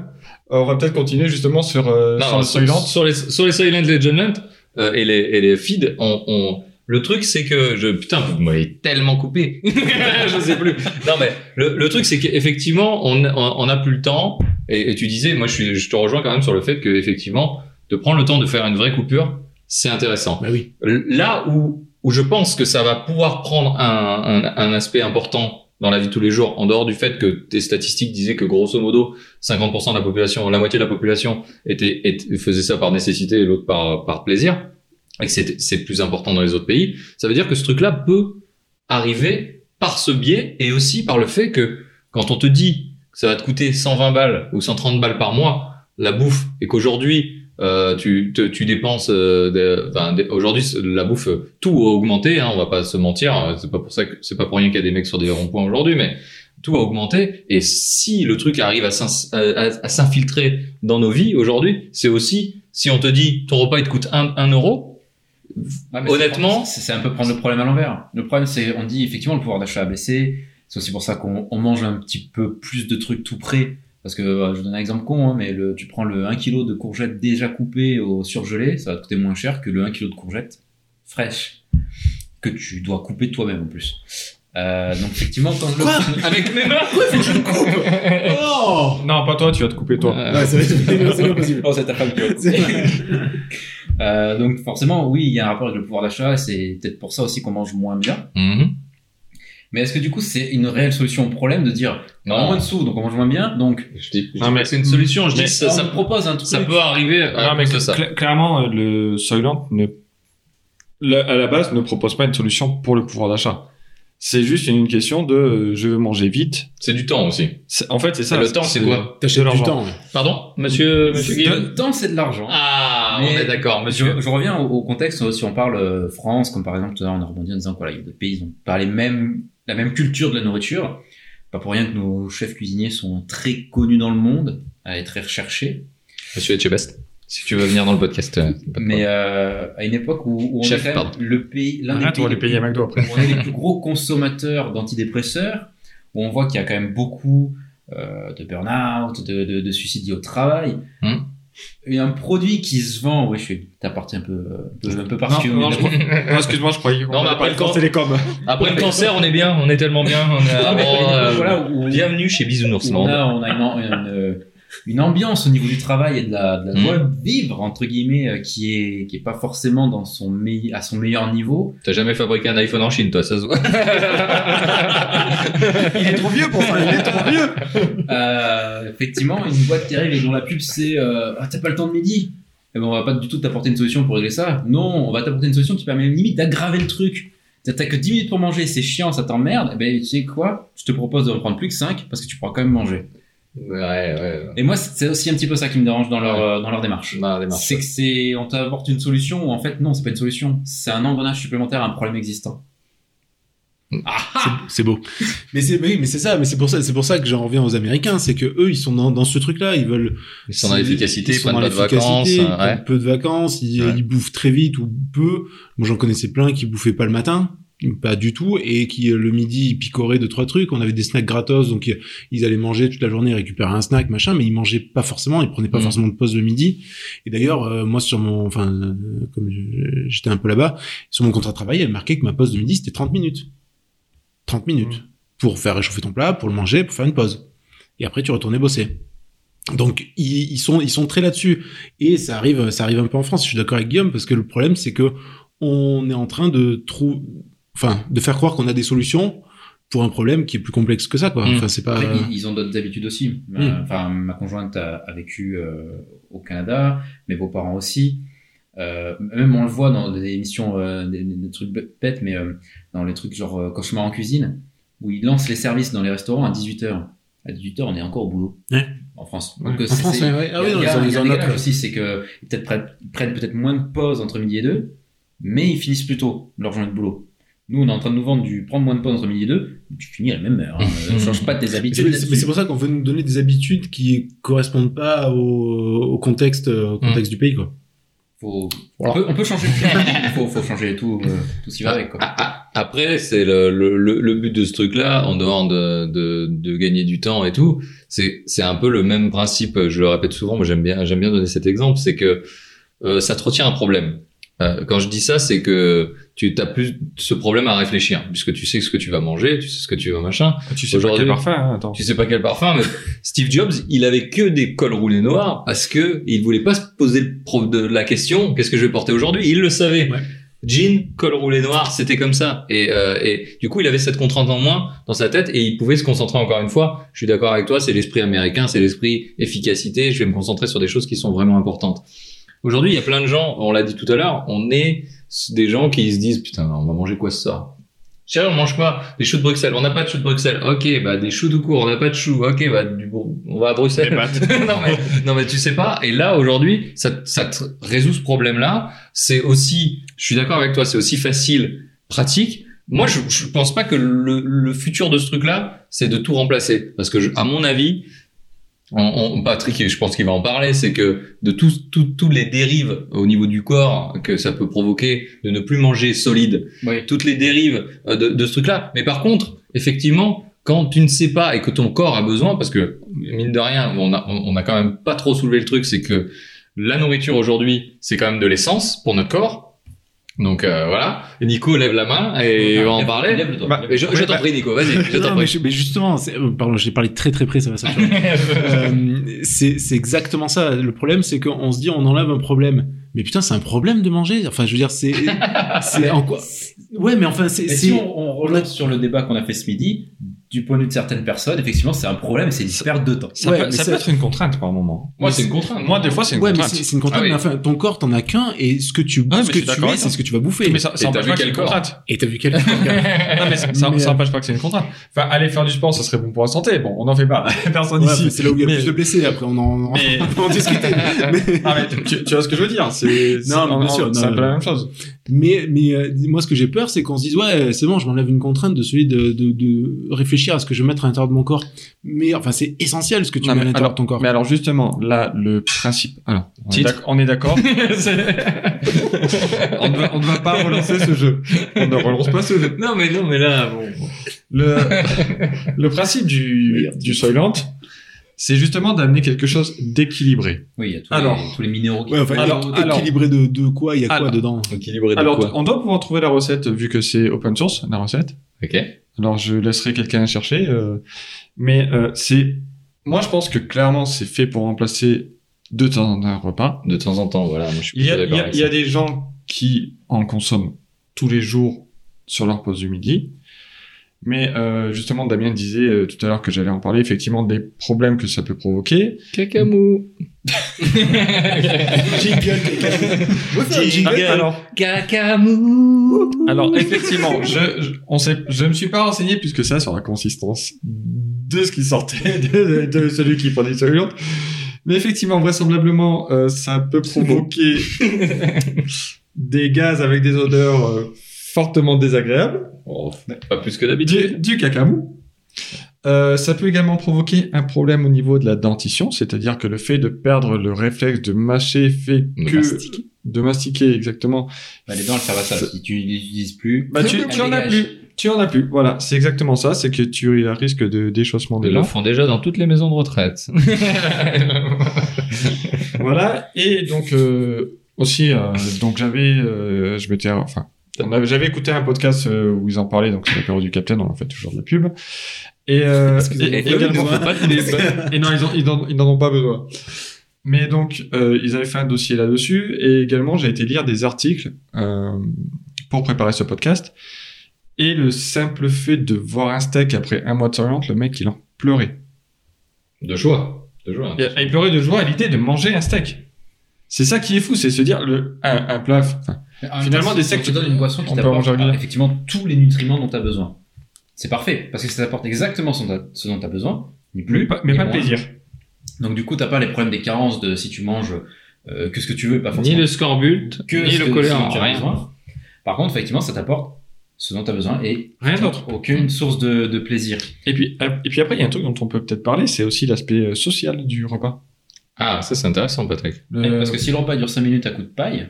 [SPEAKER 2] on va peut-être continuer justement sur, euh,
[SPEAKER 3] Non,
[SPEAKER 2] sur le
[SPEAKER 3] sur,
[SPEAKER 2] Soylent. (laughs)
[SPEAKER 3] sur les sur les Soylent Legend euh, et les et les feeds on, on- le truc c'est que je putain vous m'avez tellement coupé (laughs) je sais plus non mais le, le truc c'est qu'effectivement on on on a plus le temps et, et tu disais moi je suis je te rejoins quand même sur le fait que effectivement de prendre le temps de faire une vraie coupure c'est intéressant
[SPEAKER 5] Bah oui.
[SPEAKER 3] là où, où je pense que ça va pouvoir prendre un, un, un aspect important dans la vie de tous les jours, en dehors du fait que tes statistiques disaient que grosso modo 50% de la population, la moitié de la population était, était- faisait ça par nécessité et l'autre par, par plaisir, et que c'est c'est plus important dans les autres pays, ça veut dire que ce truc-là peut arriver par ce biais et aussi par le fait que quand on te dit que ça va te coûter 120 balles ou 130 balles par mois la bouffe et qu'aujourd'hui euh, tu, te- tu dépenses euh, des- enfin, des- aujourd'hui c'est- la bouffe euh, tout a augmenté hein, on va pas se mentir euh, c'est pas pour ça que c'est pas pour rien qu'il y a des mecs sur des ronds-points aujourd'hui mais tout a augmenté et si le truc arrive à s'ins- à- à- à s'infiltrer dans nos vies aujourd'hui c'est aussi si on te dit ton repas il te coûte 1 euro Honnêtement-
[SPEAKER 4] c'est c'est un peu prendre le problème à l'envers. Le problème, c'est on dit effectivement le pouvoir d'achat a baissé. C'est aussi pour ça qu'on on mange un petit peu plus de trucs tout prêts. Parce que euh, je vous donne un exemple con, hein, mais le, tu prends le 1 kg de courgettes déjà coupées au surgelé, ça va te coûter moins cher que le 1 kg de courgettes fraîches que tu dois couper toi-même en plus. Euh, donc effectivement, quand je
[SPEAKER 3] (laughs)
[SPEAKER 4] le (laughs)
[SPEAKER 3] avec mes mains
[SPEAKER 5] Oh
[SPEAKER 2] Non, pas toi, tu vas te couper toi.
[SPEAKER 3] Euh,
[SPEAKER 5] Ouais, ça va être- c'est bien
[SPEAKER 3] (laughs)
[SPEAKER 5] possible.
[SPEAKER 4] Oh, c'est ta femme qui va.
[SPEAKER 5] C'est vrai.
[SPEAKER 4] Euh, donc forcément, oui, il y a un rapport avec le pouvoir d'achat, et c'est peut-être pour ça aussi qu'on mange moins bien.
[SPEAKER 3] mhm.
[SPEAKER 4] Mais est-ce que du coup, c'est une réelle solution au problème de dire on a
[SPEAKER 3] non
[SPEAKER 4] moins de sous, donc on mange moins bien, donc
[SPEAKER 3] je dis, je
[SPEAKER 2] Non,
[SPEAKER 3] dis
[SPEAKER 2] mais-
[SPEAKER 3] pas que c'est une solution je dis
[SPEAKER 2] mais-
[SPEAKER 3] que ça,
[SPEAKER 4] on
[SPEAKER 3] ça,
[SPEAKER 4] me propose un truc.
[SPEAKER 3] ça peut arriver à
[SPEAKER 2] Non, mais
[SPEAKER 3] cause de ça
[SPEAKER 2] cla- clairement, euh, le Soylent ne, la- à la base ne propose pas une solution pour le pouvoir d'achat. C'est juste une question de euh, je veux manger vite.
[SPEAKER 3] c'est du temps aussi
[SPEAKER 2] C'est- En fait, c'est ça.
[SPEAKER 3] le temps, c'est quoi
[SPEAKER 2] de
[SPEAKER 1] T'achètes du
[SPEAKER 2] l'argent.
[SPEAKER 1] temps. ouais.
[SPEAKER 3] Pardon, monsieur, monsieur Guillaume
[SPEAKER 4] Le temps, c'est de l'argent.
[SPEAKER 3] Ah, on
[SPEAKER 4] Mais-
[SPEAKER 3] est d'accord, monsieur.
[SPEAKER 4] Je, je reviens au, au contexte, si on parle euh, France, comme par exemple, tout à l'heure, on a rebondi en disant qu'il y a des pays, ils ont pas les mêmes, la même culture de la nourriture. Pas pour rien que nos chefs cuisiniers sont très connus dans le monde, euh, et très recherchés.
[SPEAKER 3] Monsieur Etchebest, si tu veux venir dans le podcast. euh, pas de
[SPEAKER 4] Mais
[SPEAKER 3] problème.
[SPEAKER 4] euh, à une époque où, où on
[SPEAKER 3] Chef,
[SPEAKER 4] est quand même
[SPEAKER 3] pardon.
[SPEAKER 4] le pays, l'un des
[SPEAKER 2] Arrête, on
[SPEAKER 4] pays
[SPEAKER 2] va les
[SPEAKER 4] les
[SPEAKER 2] payer à McDo après.
[SPEAKER 4] on est les plus gros consommateurs d'antidépresseurs, où on voit qu'il y a quand même beaucoup euh, de burn-out, de, de, de suicides liés au travail.
[SPEAKER 3] Hmm.
[SPEAKER 4] Et un produit qui se vend, oui, je suis, t'as parti un peu, un peu, un peu
[SPEAKER 2] Non,
[SPEAKER 4] parti.
[SPEAKER 2] non,
[SPEAKER 3] (laughs)
[SPEAKER 2] je crois- non, excuse-moi, je croyais qu'on
[SPEAKER 3] Non, mais
[SPEAKER 2] allait
[SPEAKER 3] après
[SPEAKER 2] parler
[SPEAKER 3] le camp-
[SPEAKER 2] de télécom.
[SPEAKER 3] Après le cancer, on est bien, on est tellement bien. On est
[SPEAKER 4] (laughs)
[SPEAKER 3] à- bon, euh,
[SPEAKER 4] voilà, où,
[SPEAKER 3] Bienvenue chez Bisounours
[SPEAKER 4] où on a, on a une, une- une ambiance au niveau du travail et de la, de la
[SPEAKER 3] Hmm.
[SPEAKER 4] joie de vivre, entre guillemets, euh, qui est, qui est pas forcément dans son meille- à son meilleur niveau.
[SPEAKER 3] T'as jamais fabriqué un iPhone en Chine, toi, ça se voit.
[SPEAKER 2] Il est trop vieux pour ça, il est trop vieux.
[SPEAKER 4] Euh, effectivement, une boîte qui arrive et dont la pub c'est euh, ah, t'as pas le temps de midi. Eh ben, on va pas du tout t'apporter une solution pour régler ça. Non, on va t'apporter une solution qui permet limite d'aggraver le truc. T'as t'as que 10 minutes pour manger, c'est chiant, ça t'emmerde. Eh ben, tu sais quoi Je te propose de reprendre plus que 5 parce que tu pourras quand même manger.
[SPEAKER 3] ouais, ouais.
[SPEAKER 4] Et moi, c'est c'est aussi un petit peu ça qui me dérange dans leur, euh, dans leur démarche.
[SPEAKER 3] Non, les marches.
[SPEAKER 4] C'est que c'est, on t'apporte une solution ou en fait, non, c'est pas une solution. C'est un engrenage supplémentaire à un problème existant.
[SPEAKER 1] C'est beau. Mais c'est mais oui, mais c'est ça, mais c'est pour ça, c'est pour ça que j'en reviens aux Américains, c'est que eux ils sont dans, dans ce truc là, ils veulent
[SPEAKER 3] Ils sont dans l'efficacité,
[SPEAKER 1] ils
[SPEAKER 3] ils
[SPEAKER 1] sont
[SPEAKER 3] prennent
[SPEAKER 1] dans
[SPEAKER 3] pas de vacances.
[SPEAKER 1] l'efficacité, ils
[SPEAKER 3] euh, ouais.
[SPEAKER 1] prennent peu de vacances, ils,
[SPEAKER 3] Ouais.
[SPEAKER 1] ils bouffent très vite ou peu. Moi j'en connaissais plein qui bouffaient pas le matin, pas du tout et qui euh, le midi ils picoraient deux trois trucs, on avait des snacks gratos donc ils- ils allaient manger toute la journée, récupérer un snack machin, mais ils mangeaient pas forcément, ils prenaient pas
[SPEAKER 3] Mhm.
[SPEAKER 1] forcément de pause le midi. Et d'ailleurs euh, moi sur mon enfin euh, comme je- j'étais un peu là-bas, sur mon contrat de travail, elle marquait que ma pause de midi c'était 30 minutes. 30 minutes pour faire réchauffer ton plat, pour le manger, pour faire une pause. Et après, tu retournais bosser. Donc, ils, ils sont, ils sont très là-dessus. Et ça arrive, ça arrive un peu en France. Je suis d'accord avec Guillaume parce que le problème, c'est que on est en train de trou, enfin, de faire croire qu'on a des solutions pour un problème qui est plus complexe que ça, quoi.
[SPEAKER 4] Mmh.
[SPEAKER 3] Mm.
[SPEAKER 1] Enfin, c'est pas. Hmm.
[SPEAKER 4] Après, ils- ils ont d'autres habitudes aussi. Ma, enfin, ma conjointe a, a vécu euh, au Canada, mes beaux-parents aussi. Euh, même on le voit dans des émissions, euh, des, des- des trucs bêtes, mais euh, dans les trucs genre euh, cauchemar en cuisine, où ils lancent les services dans les restaurants à 18h. À 18h, on est encore au boulot.
[SPEAKER 1] Ouais.
[SPEAKER 4] En France.
[SPEAKER 2] Ouais.
[SPEAKER 4] Donc, euh,
[SPEAKER 1] En
[SPEAKER 4] c'est-
[SPEAKER 1] France,
[SPEAKER 4] c'est-
[SPEAKER 1] ouais, ouais. Ah
[SPEAKER 4] il
[SPEAKER 1] oui, non,
[SPEAKER 4] y a- il y a
[SPEAKER 1] ils en-
[SPEAKER 4] un
[SPEAKER 1] ils en
[SPEAKER 4] décalage
[SPEAKER 1] notent.
[SPEAKER 4] aussi, c'est que ils peut-être prennent, prennent peut-être moins de pauses entre midi et deux, mais ils finissent plus tôt leur journée de boulot. Nous, on est en train de nous vendre du prendre moins de pauses entre midi et deux, tu finis à la même heure. hein. Euh, change pas tes
[SPEAKER 1] Mais c'est-
[SPEAKER 4] habitudes.
[SPEAKER 1] mais c'est mais c'est pour ça qu'on veut nous donner des habitudes qui correspondent pas au, au contexte, au contexte du pays, quoi.
[SPEAKER 4] Faut-
[SPEAKER 3] Voilà.
[SPEAKER 4] on, peut, on peut changer. Il faut, faut changer tout, euh, tout ce qui va avec. Quoi.
[SPEAKER 3] Ah, ah, Après, c'est le, le, le, le but de ce truc-là, en dehors de, de, de gagner du temps et tout, c'est c'est un peu le même principe. Je le répète souvent, mais j'aime bien j'aime bien donner cet exemple, c'est que euh, ça te retient un problème. Euh, quand je dis ça, c'est que tu as plus ce problème à réfléchir, puisque tu sais ce que tu vas manger, tu sais ce que tu vas machin.
[SPEAKER 2] Ah, Tu sais pas
[SPEAKER 3] Aujourd'hui-
[SPEAKER 2] quel parfum, hein, attends.
[SPEAKER 3] Tu sais pas quel parfum, mais Steve Jobs, il avait que des cols roulés noirs parce que il voulait pas se poser le pro- de la question qu'est-ce que je vais porter aujourd'hui. Il le savait.
[SPEAKER 1] Ouais.
[SPEAKER 3] Jean, col roulé noir, c'était comme ça. Et, euh, et du coup, il avait cette contrainte en moins dans sa tête et il pouvait se concentrer encore une fois. Je suis d'accord avec toi, c'est l'esprit américain, c'est l'esprit efficacité. Je vais me concentrer sur des choses qui sont vraiment importantes. Aujourd'hui, il y a plein de gens, on l'a dit tout à l'heure, on est des gens qui se disent putain, on va manger quoi ce soir Chérie, on mange quoi Des choux de Bruxelles. On n'a pas de choux de Bruxelles. Ok, bah des choux tout court. On n'a pas de choux. Ok, bah du bon, on va à Bruxelles.
[SPEAKER 2] Des pâtes.
[SPEAKER 3] (laughs) non mais non mais tu sais pas. Et là aujourd'hui, ça ça te résout ce problème-là. C'est aussi, je suis d'accord avec toi, c'est aussi facile, pratique. Moi, je, je pense pas que le, le futur de ce truc-là, c'est de tout remplacer, parce que je- à mon avis, on, on- Patrick, et je pense qu'il va en parler, c'est que de tous tous tous les dérives au niveau du corps que ça peut provoquer, de ne plus manger solide
[SPEAKER 4] Oui.
[SPEAKER 3] toutes les dérives euh, de, de ce truc-là. Mais par contre, effectivement, quand tu ne sais pas et que ton corps a besoin, parce que mine de rien, on a, on on a quand même pas trop soulevé le truc, c'est que la nourriture aujourd'hui, c'est quand même de l'essence pour notre corps. Donc euh, voilà, Nico lève la main et
[SPEAKER 2] Ah,
[SPEAKER 3] on va en
[SPEAKER 4] Lève-
[SPEAKER 3] parler.
[SPEAKER 4] lève-le-toi.
[SPEAKER 2] Bah,
[SPEAKER 3] Mais Je, je t'en prie, Nico, vas-y, je
[SPEAKER 1] (laughs)
[SPEAKER 3] t'en
[SPEAKER 1] Non, mais,
[SPEAKER 3] prie.
[SPEAKER 1] je- mais justement, c'est- euh, pardon, j'ai parlé très très près, ça va sortir. Euh, c'est c'est exactement ça. Le problème, c'est qu'on se dit, on enlève un problème. Mais putain, c'est un problème de manger. Enfin, je veux dire, c'est
[SPEAKER 2] (laughs)
[SPEAKER 1] c'est en quoi Ouais, mais enfin, c'est
[SPEAKER 4] Et
[SPEAKER 1] c'est-
[SPEAKER 4] si on, on relance sur le débat qu'on a fait ce midi, du point de vue de certaines personnes, effectivement, c'est un problème, c'est une perte de temps.
[SPEAKER 2] Ça,
[SPEAKER 1] Ouais,
[SPEAKER 2] peut,
[SPEAKER 1] mais
[SPEAKER 2] ça
[SPEAKER 1] ça-
[SPEAKER 2] peut être une contrainte par moment.
[SPEAKER 3] Moi, c'est une contrainte.
[SPEAKER 2] Moi, des fois, c'est une
[SPEAKER 1] Ouais, mais
[SPEAKER 2] contrainte. Ah
[SPEAKER 1] c'est c'est une contrainte.
[SPEAKER 3] Ah oui.
[SPEAKER 1] mais enfin, ton corps, t'en as qu'un, et ce que tu,
[SPEAKER 2] mais
[SPEAKER 1] ce
[SPEAKER 2] je
[SPEAKER 1] que
[SPEAKER 2] suis
[SPEAKER 1] tu
[SPEAKER 2] d'accord
[SPEAKER 1] es,
[SPEAKER 2] avec
[SPEAKER 1] c'est
[SPEAKER 2] toi.
[SPEAKER 1] ce que tu vas bouffer.
[SPEAKER 2] Mais ça,
[SPEAKER 3] Et
[SPEAKER 2] ça
[SPEAKER 3] t'as
[SPEAKER 2] empêche
[SPEAKER 3] vu
[SPEAKER 2] pas que c'est
[SPEAKER 3] quel
[SPEAKER 2] une
[SPEAKER 3] corps
[SPEAKER 2] contrainte.
[SPEAKER 1] Et t'as vu quel
[SPEAKER 2] (laughs) Non, mais ça, ça,
[SPEAKER 1] Mais,
[SPEAKER 2] ça
[SPEAKER 1] euh,
[SPEAKER 2] empêche pas que c'est une contrainte. Enfin, aller faire du sport, ça serait bon pour la santé. Bon, on n'en fait pas. (laughs) Personne
[SPEAKER 1] Ouais,
[SPEAKER 2] ici.
[SPEAKER 1] mais C'est là où il y a le
[SPEAKER 2] Mais-
[SPEAKER 1] plus de blessés. Après, on en,
[SPEAKER 2] (laughs) mais- euh,
[SPEAKER 1] on en discute. mais...
[SPEAKER 2] Non, mais tu, tu vois ce que je veux dire. C'est, c'est-
[SPEAKER 1] Non, mais bien sûr, non,
[SPEAKER 2] c'est un peu
[SPEAKER 1] non.
[SPEAKER 2] la même chose.
[SPEAKER 1] Mais, mais euh, moi, ce que j'ai peur, c'est qu'on se dise, ouais, c'est bon, je m'enlève une contrainte de celui de, de, de réfléchir à ce que je vais mettre à l'intérieur de mon corps. Mais enfin, c'est essentiel ce que tu
[SPEAKER 2] Non,
[SPEAKER 1] mets à
[SPEAKER 2] mais
[SPEAKER 1] l'intérieur de ton corps.
[SPEAKER 2] Mais alors, justement, là, le principe. Alors, on est
[SPEAKER 3] Titre.
[SPEAKER 2] d'ac- on est d'accord. on, ne va, on ne va pas relancer ce jeu. (laughs) On ne relance pas ce jeu.
[SPEAKER 3] Non mais non mais là bon.
[SPEAKER 2] (laughs) Le, le principe du, du Soylent, c'est justement d'amener quelque chose d'équilibré.
[SPEAKER 4] Oui, il y a tous,
[SPEAKER 2] Alors.
[SPEAKER 4] les, tous les minéraux qui
[SPEAKER 1] Ouais, enfin,
[SPEAKER 2] Alors-
[SPEAKER 1] équil-
[SPEAKER 2] alors-
[SPEAKER 1] équilibré de, de quoi Il y a quoi
[SPEAKER 2] Alors-
[SPEAKER 1] dedans
[SPEAKER 3] équilibré de
[SPEAKER 2] Alors,
[SPEAKER 3] quoi
[SPEAKER 2] on doit pouvoir trouver la recette vu que c'est open source, la recette.
[SPEAKER 3] Ok.
[SPEAKER 2] Alors je laisserai quelqu'un chercher, euh, mais euh, c'est, moi je pense que clairement c'est fait pour remplacer de temps en temps un repas.
[SPEAKER 3] De temps en temps, voilà. Moi, je suis
[SPEAKER 2] Il y
[SPEAKER 3] plutôt
[SPEAKER 2] a, il
[SPEAKER 3] d'accord
[SPEAKER 2] y a-
[SPEAKER 3] avec
[SPEAKER 2] il y a
[SPEAKER 3] ça.
[SPEAKER 2] des gens qui en consomment tous les jours sur leur pause du midi, mais euh, justement Damien disait euh, tout à l'heure que j'allais en parler effectivement des problèmes que ça peut provoquer.
[SPEAKER 3] Cacamou.
[SPEAKER 1] (laughs)
[SPEAKER 2] Ah, alors,
[SPEAKER 3] Cacamou.
[SPEAKER 2] alors effectivement, je, je, on sait, je me suis pas renseigné plus que ça sur la consistance de ce qui sortait de, de- de celui qui prenait ce yaourt. Mais effectivement, vraisemblablement, euh, ça peut provoquer des gaz avec des odeurs euh, fortement désagréables,
[SPEAKER 3] Oh, pas plus que
[SPEAKER 2] du,
[SPEAKER 3] d'habitude.
[SPEAKER 2] du cacamou. Euh, ça peut également provoquer un problème au niveau de la dentition, c'est-à-dire que le fait de perdre le réflexe de mâcher fait
[SPEAKER 3] De
[SPEAKER 2] que
[SPEAKER 3] mastiquer.
[SPEAKER 2] de mastiquer exactement.
[SPEAKER 4] Bah, les dents, elles servent à ça. Si tu les utilises plus,
[SPEAKER 2] Bah, tu, tu en
[SPEAKER 4] dégage.
[SPEAKER 2] as plus. Tu en as plus. Voilà, c'est exactement ça. C'est que tu as risque de déchaussement des
[SPEAKER 3] Ils le
[SPEAKER 2] dents.
[SPEAKER 3] font déjà dans toutes les maisons de
[SPEAKER 2] (laughs)
[SPEAKER 3] retraite.
[SPEAKER 2] voilà. Et donc euh, aussi, euh, donc j'avais, euh, je m'étais, enfin, on avait- j'avais écouté un podcast euh, où ils en parlaient. Donc c'est l'apéro du Capitaine. On en fait toujours de la pub. Et, euh, et-
[SPEAKER 3] Et
[SPEAKER 2] également-
[SPEAKER 3] on fait pas tous
[SPEAKER 2] (laughs)
[SPEAKER 3] les-
[SPEAKER 2] et non, ils, ont- ils en, ils n'en ont pas besoin. Mais donc, euh, ils avaient fait un dossier là-dessus. Et également, j'ai été lire des articles euh, pour préparer ce podcast. Et le simple fait de voir un steak après un mois de s'oriente, le mec, il en pleurait.
[SPEAKER 3] De joie. De joie.
[SPEAKER 2] Il, il pleurait de joie à l'idée de manger un steak. C'est ça qui est fou, c'est se dire le, un, un plat. enfin, Finalement, des
[SPEAKER 4] steaks,
[SPEAKER 2] steaks,
[SPEAKER 4] tu donnes une boisson qui
[SPEAKER 2] on peut
[SPEAKER 4] t'apporte
[SPEAKER 2] manger
[SPEAKER 4] euh,
[SPEAKER 2] régulièrement.
[SPEAKER 4] effectivement tous les nutriments dont tu as besoin. C'est parfait, parce que ça t'apporte exactement ce dont t'as- ce dont tu as besoin, ni plus.
[SPEAKER 2] mais pas, mais
[SPEAKER 4] ni
[SPEAKER 2] pas de
[SPEAKER 4] moins.
[SPEAKER 2] plaisir.
[SPEAKER 4] Donc du coup, t'as pas les problèmes des carences de si tu manges euh, que ce que tu veux, et pas
[SPEAKER 3] Ni
[SPEAKER 4] forcément
[SPEAKER 3] le scorbut,
[SPEAKER 4] que
[SPEAKER 3] ni
[SPEAKER 4] ce que-
[SPEAKER 3] le
[SPEAKER 4] ce
[SPEAKER 3] choléra,
[SPEAKER 4] dont tu as
[SPEAKER 3] rien.
[SPEAKER 4] besoin. Par contre, effectivement, ça t'apporte ce dont tu as besoin et
[SPEAKER 2] Rien d'autre.
[SPEAKER 4] aucune source de, de plaisir.
[SPEAKER 2] Et puis, euh, et puis après, il y a un truc dont on peut peut-être parler, c'est aussi l'aspect euh, social du repas.
[SPEAKER 3] Ah, ça c'est intéressant, Patrick.
[SPEAKER 2] Le-
[SPEAKER 4] Parce que si le repas dure 5 minutes à coup de paille,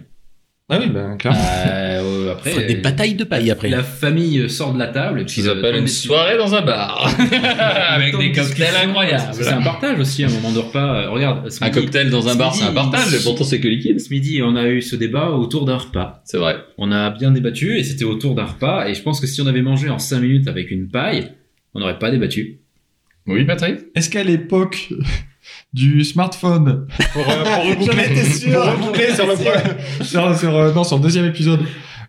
[SPEAKER 2] Ah oui, ben, clairement.
[SPEAKER 4] euh, euh, après,
[SPEAKER 5] Des
[SPEAKER 4] euh,
[SPEAKER 5] batailles de paille après.
[SPEAKER 4] la famille sort de la table et
[SPEAKER 3] Ce
[SPEAKER 4] puis
[SPEAKER 3] qu'ils
[SPEAKER 4] euh,
[SPEAKER 3] appellent
[SPEAKER 4] dans
[SPEAKER 3] une
[SPEAKER 4] des-
[SPEAKER 3] soirée dans un
[SPEAKER 4] (laughs)
[SPEAKER 3] bar. (laughs) Avec
[SPEAKER 4] Temps
[SPEAKER 3] des
[SPEAKER 4] de
[SPEAKER 3] cocktails
[SPEAKER 4] discussion, parce que C'est
[SPEAKER 3] incroyables.
[SPEAKER 4] un partage aussi, un moment de repas. Euh, regarde, ce
[SPEAKER 3] Un
[SPEAKER 4] midi,
[SPEAKER 3] cocktail dans un bar, c'est un partage, mais pourtant c'est que liquide.
[SPEAKER 4] ce midi, on a eu ce débat autour d'un repas.
[SPEAKER 3] C'est vrai.
[SPEAKER 4] On a bien débattu et c'était autour d'un repas. Et je pense que si on avait mangé en 5 minutes avec une paille, on n'aurait pas débattu.
[SPEAKER 3] Oui, Patrick
[SPEAKER 2] Est-ce qu'à l'époque (laughs) du smartphone, pour, euh, pour
[SPEAKER 5] J'en
[SPEAKER 2] reboucler,
[SPEAKER 5] étais sûr.
[SPEAKER 2] pour reboucler sur le pre- sur- sur, euh, non, sur le deuxième épisode,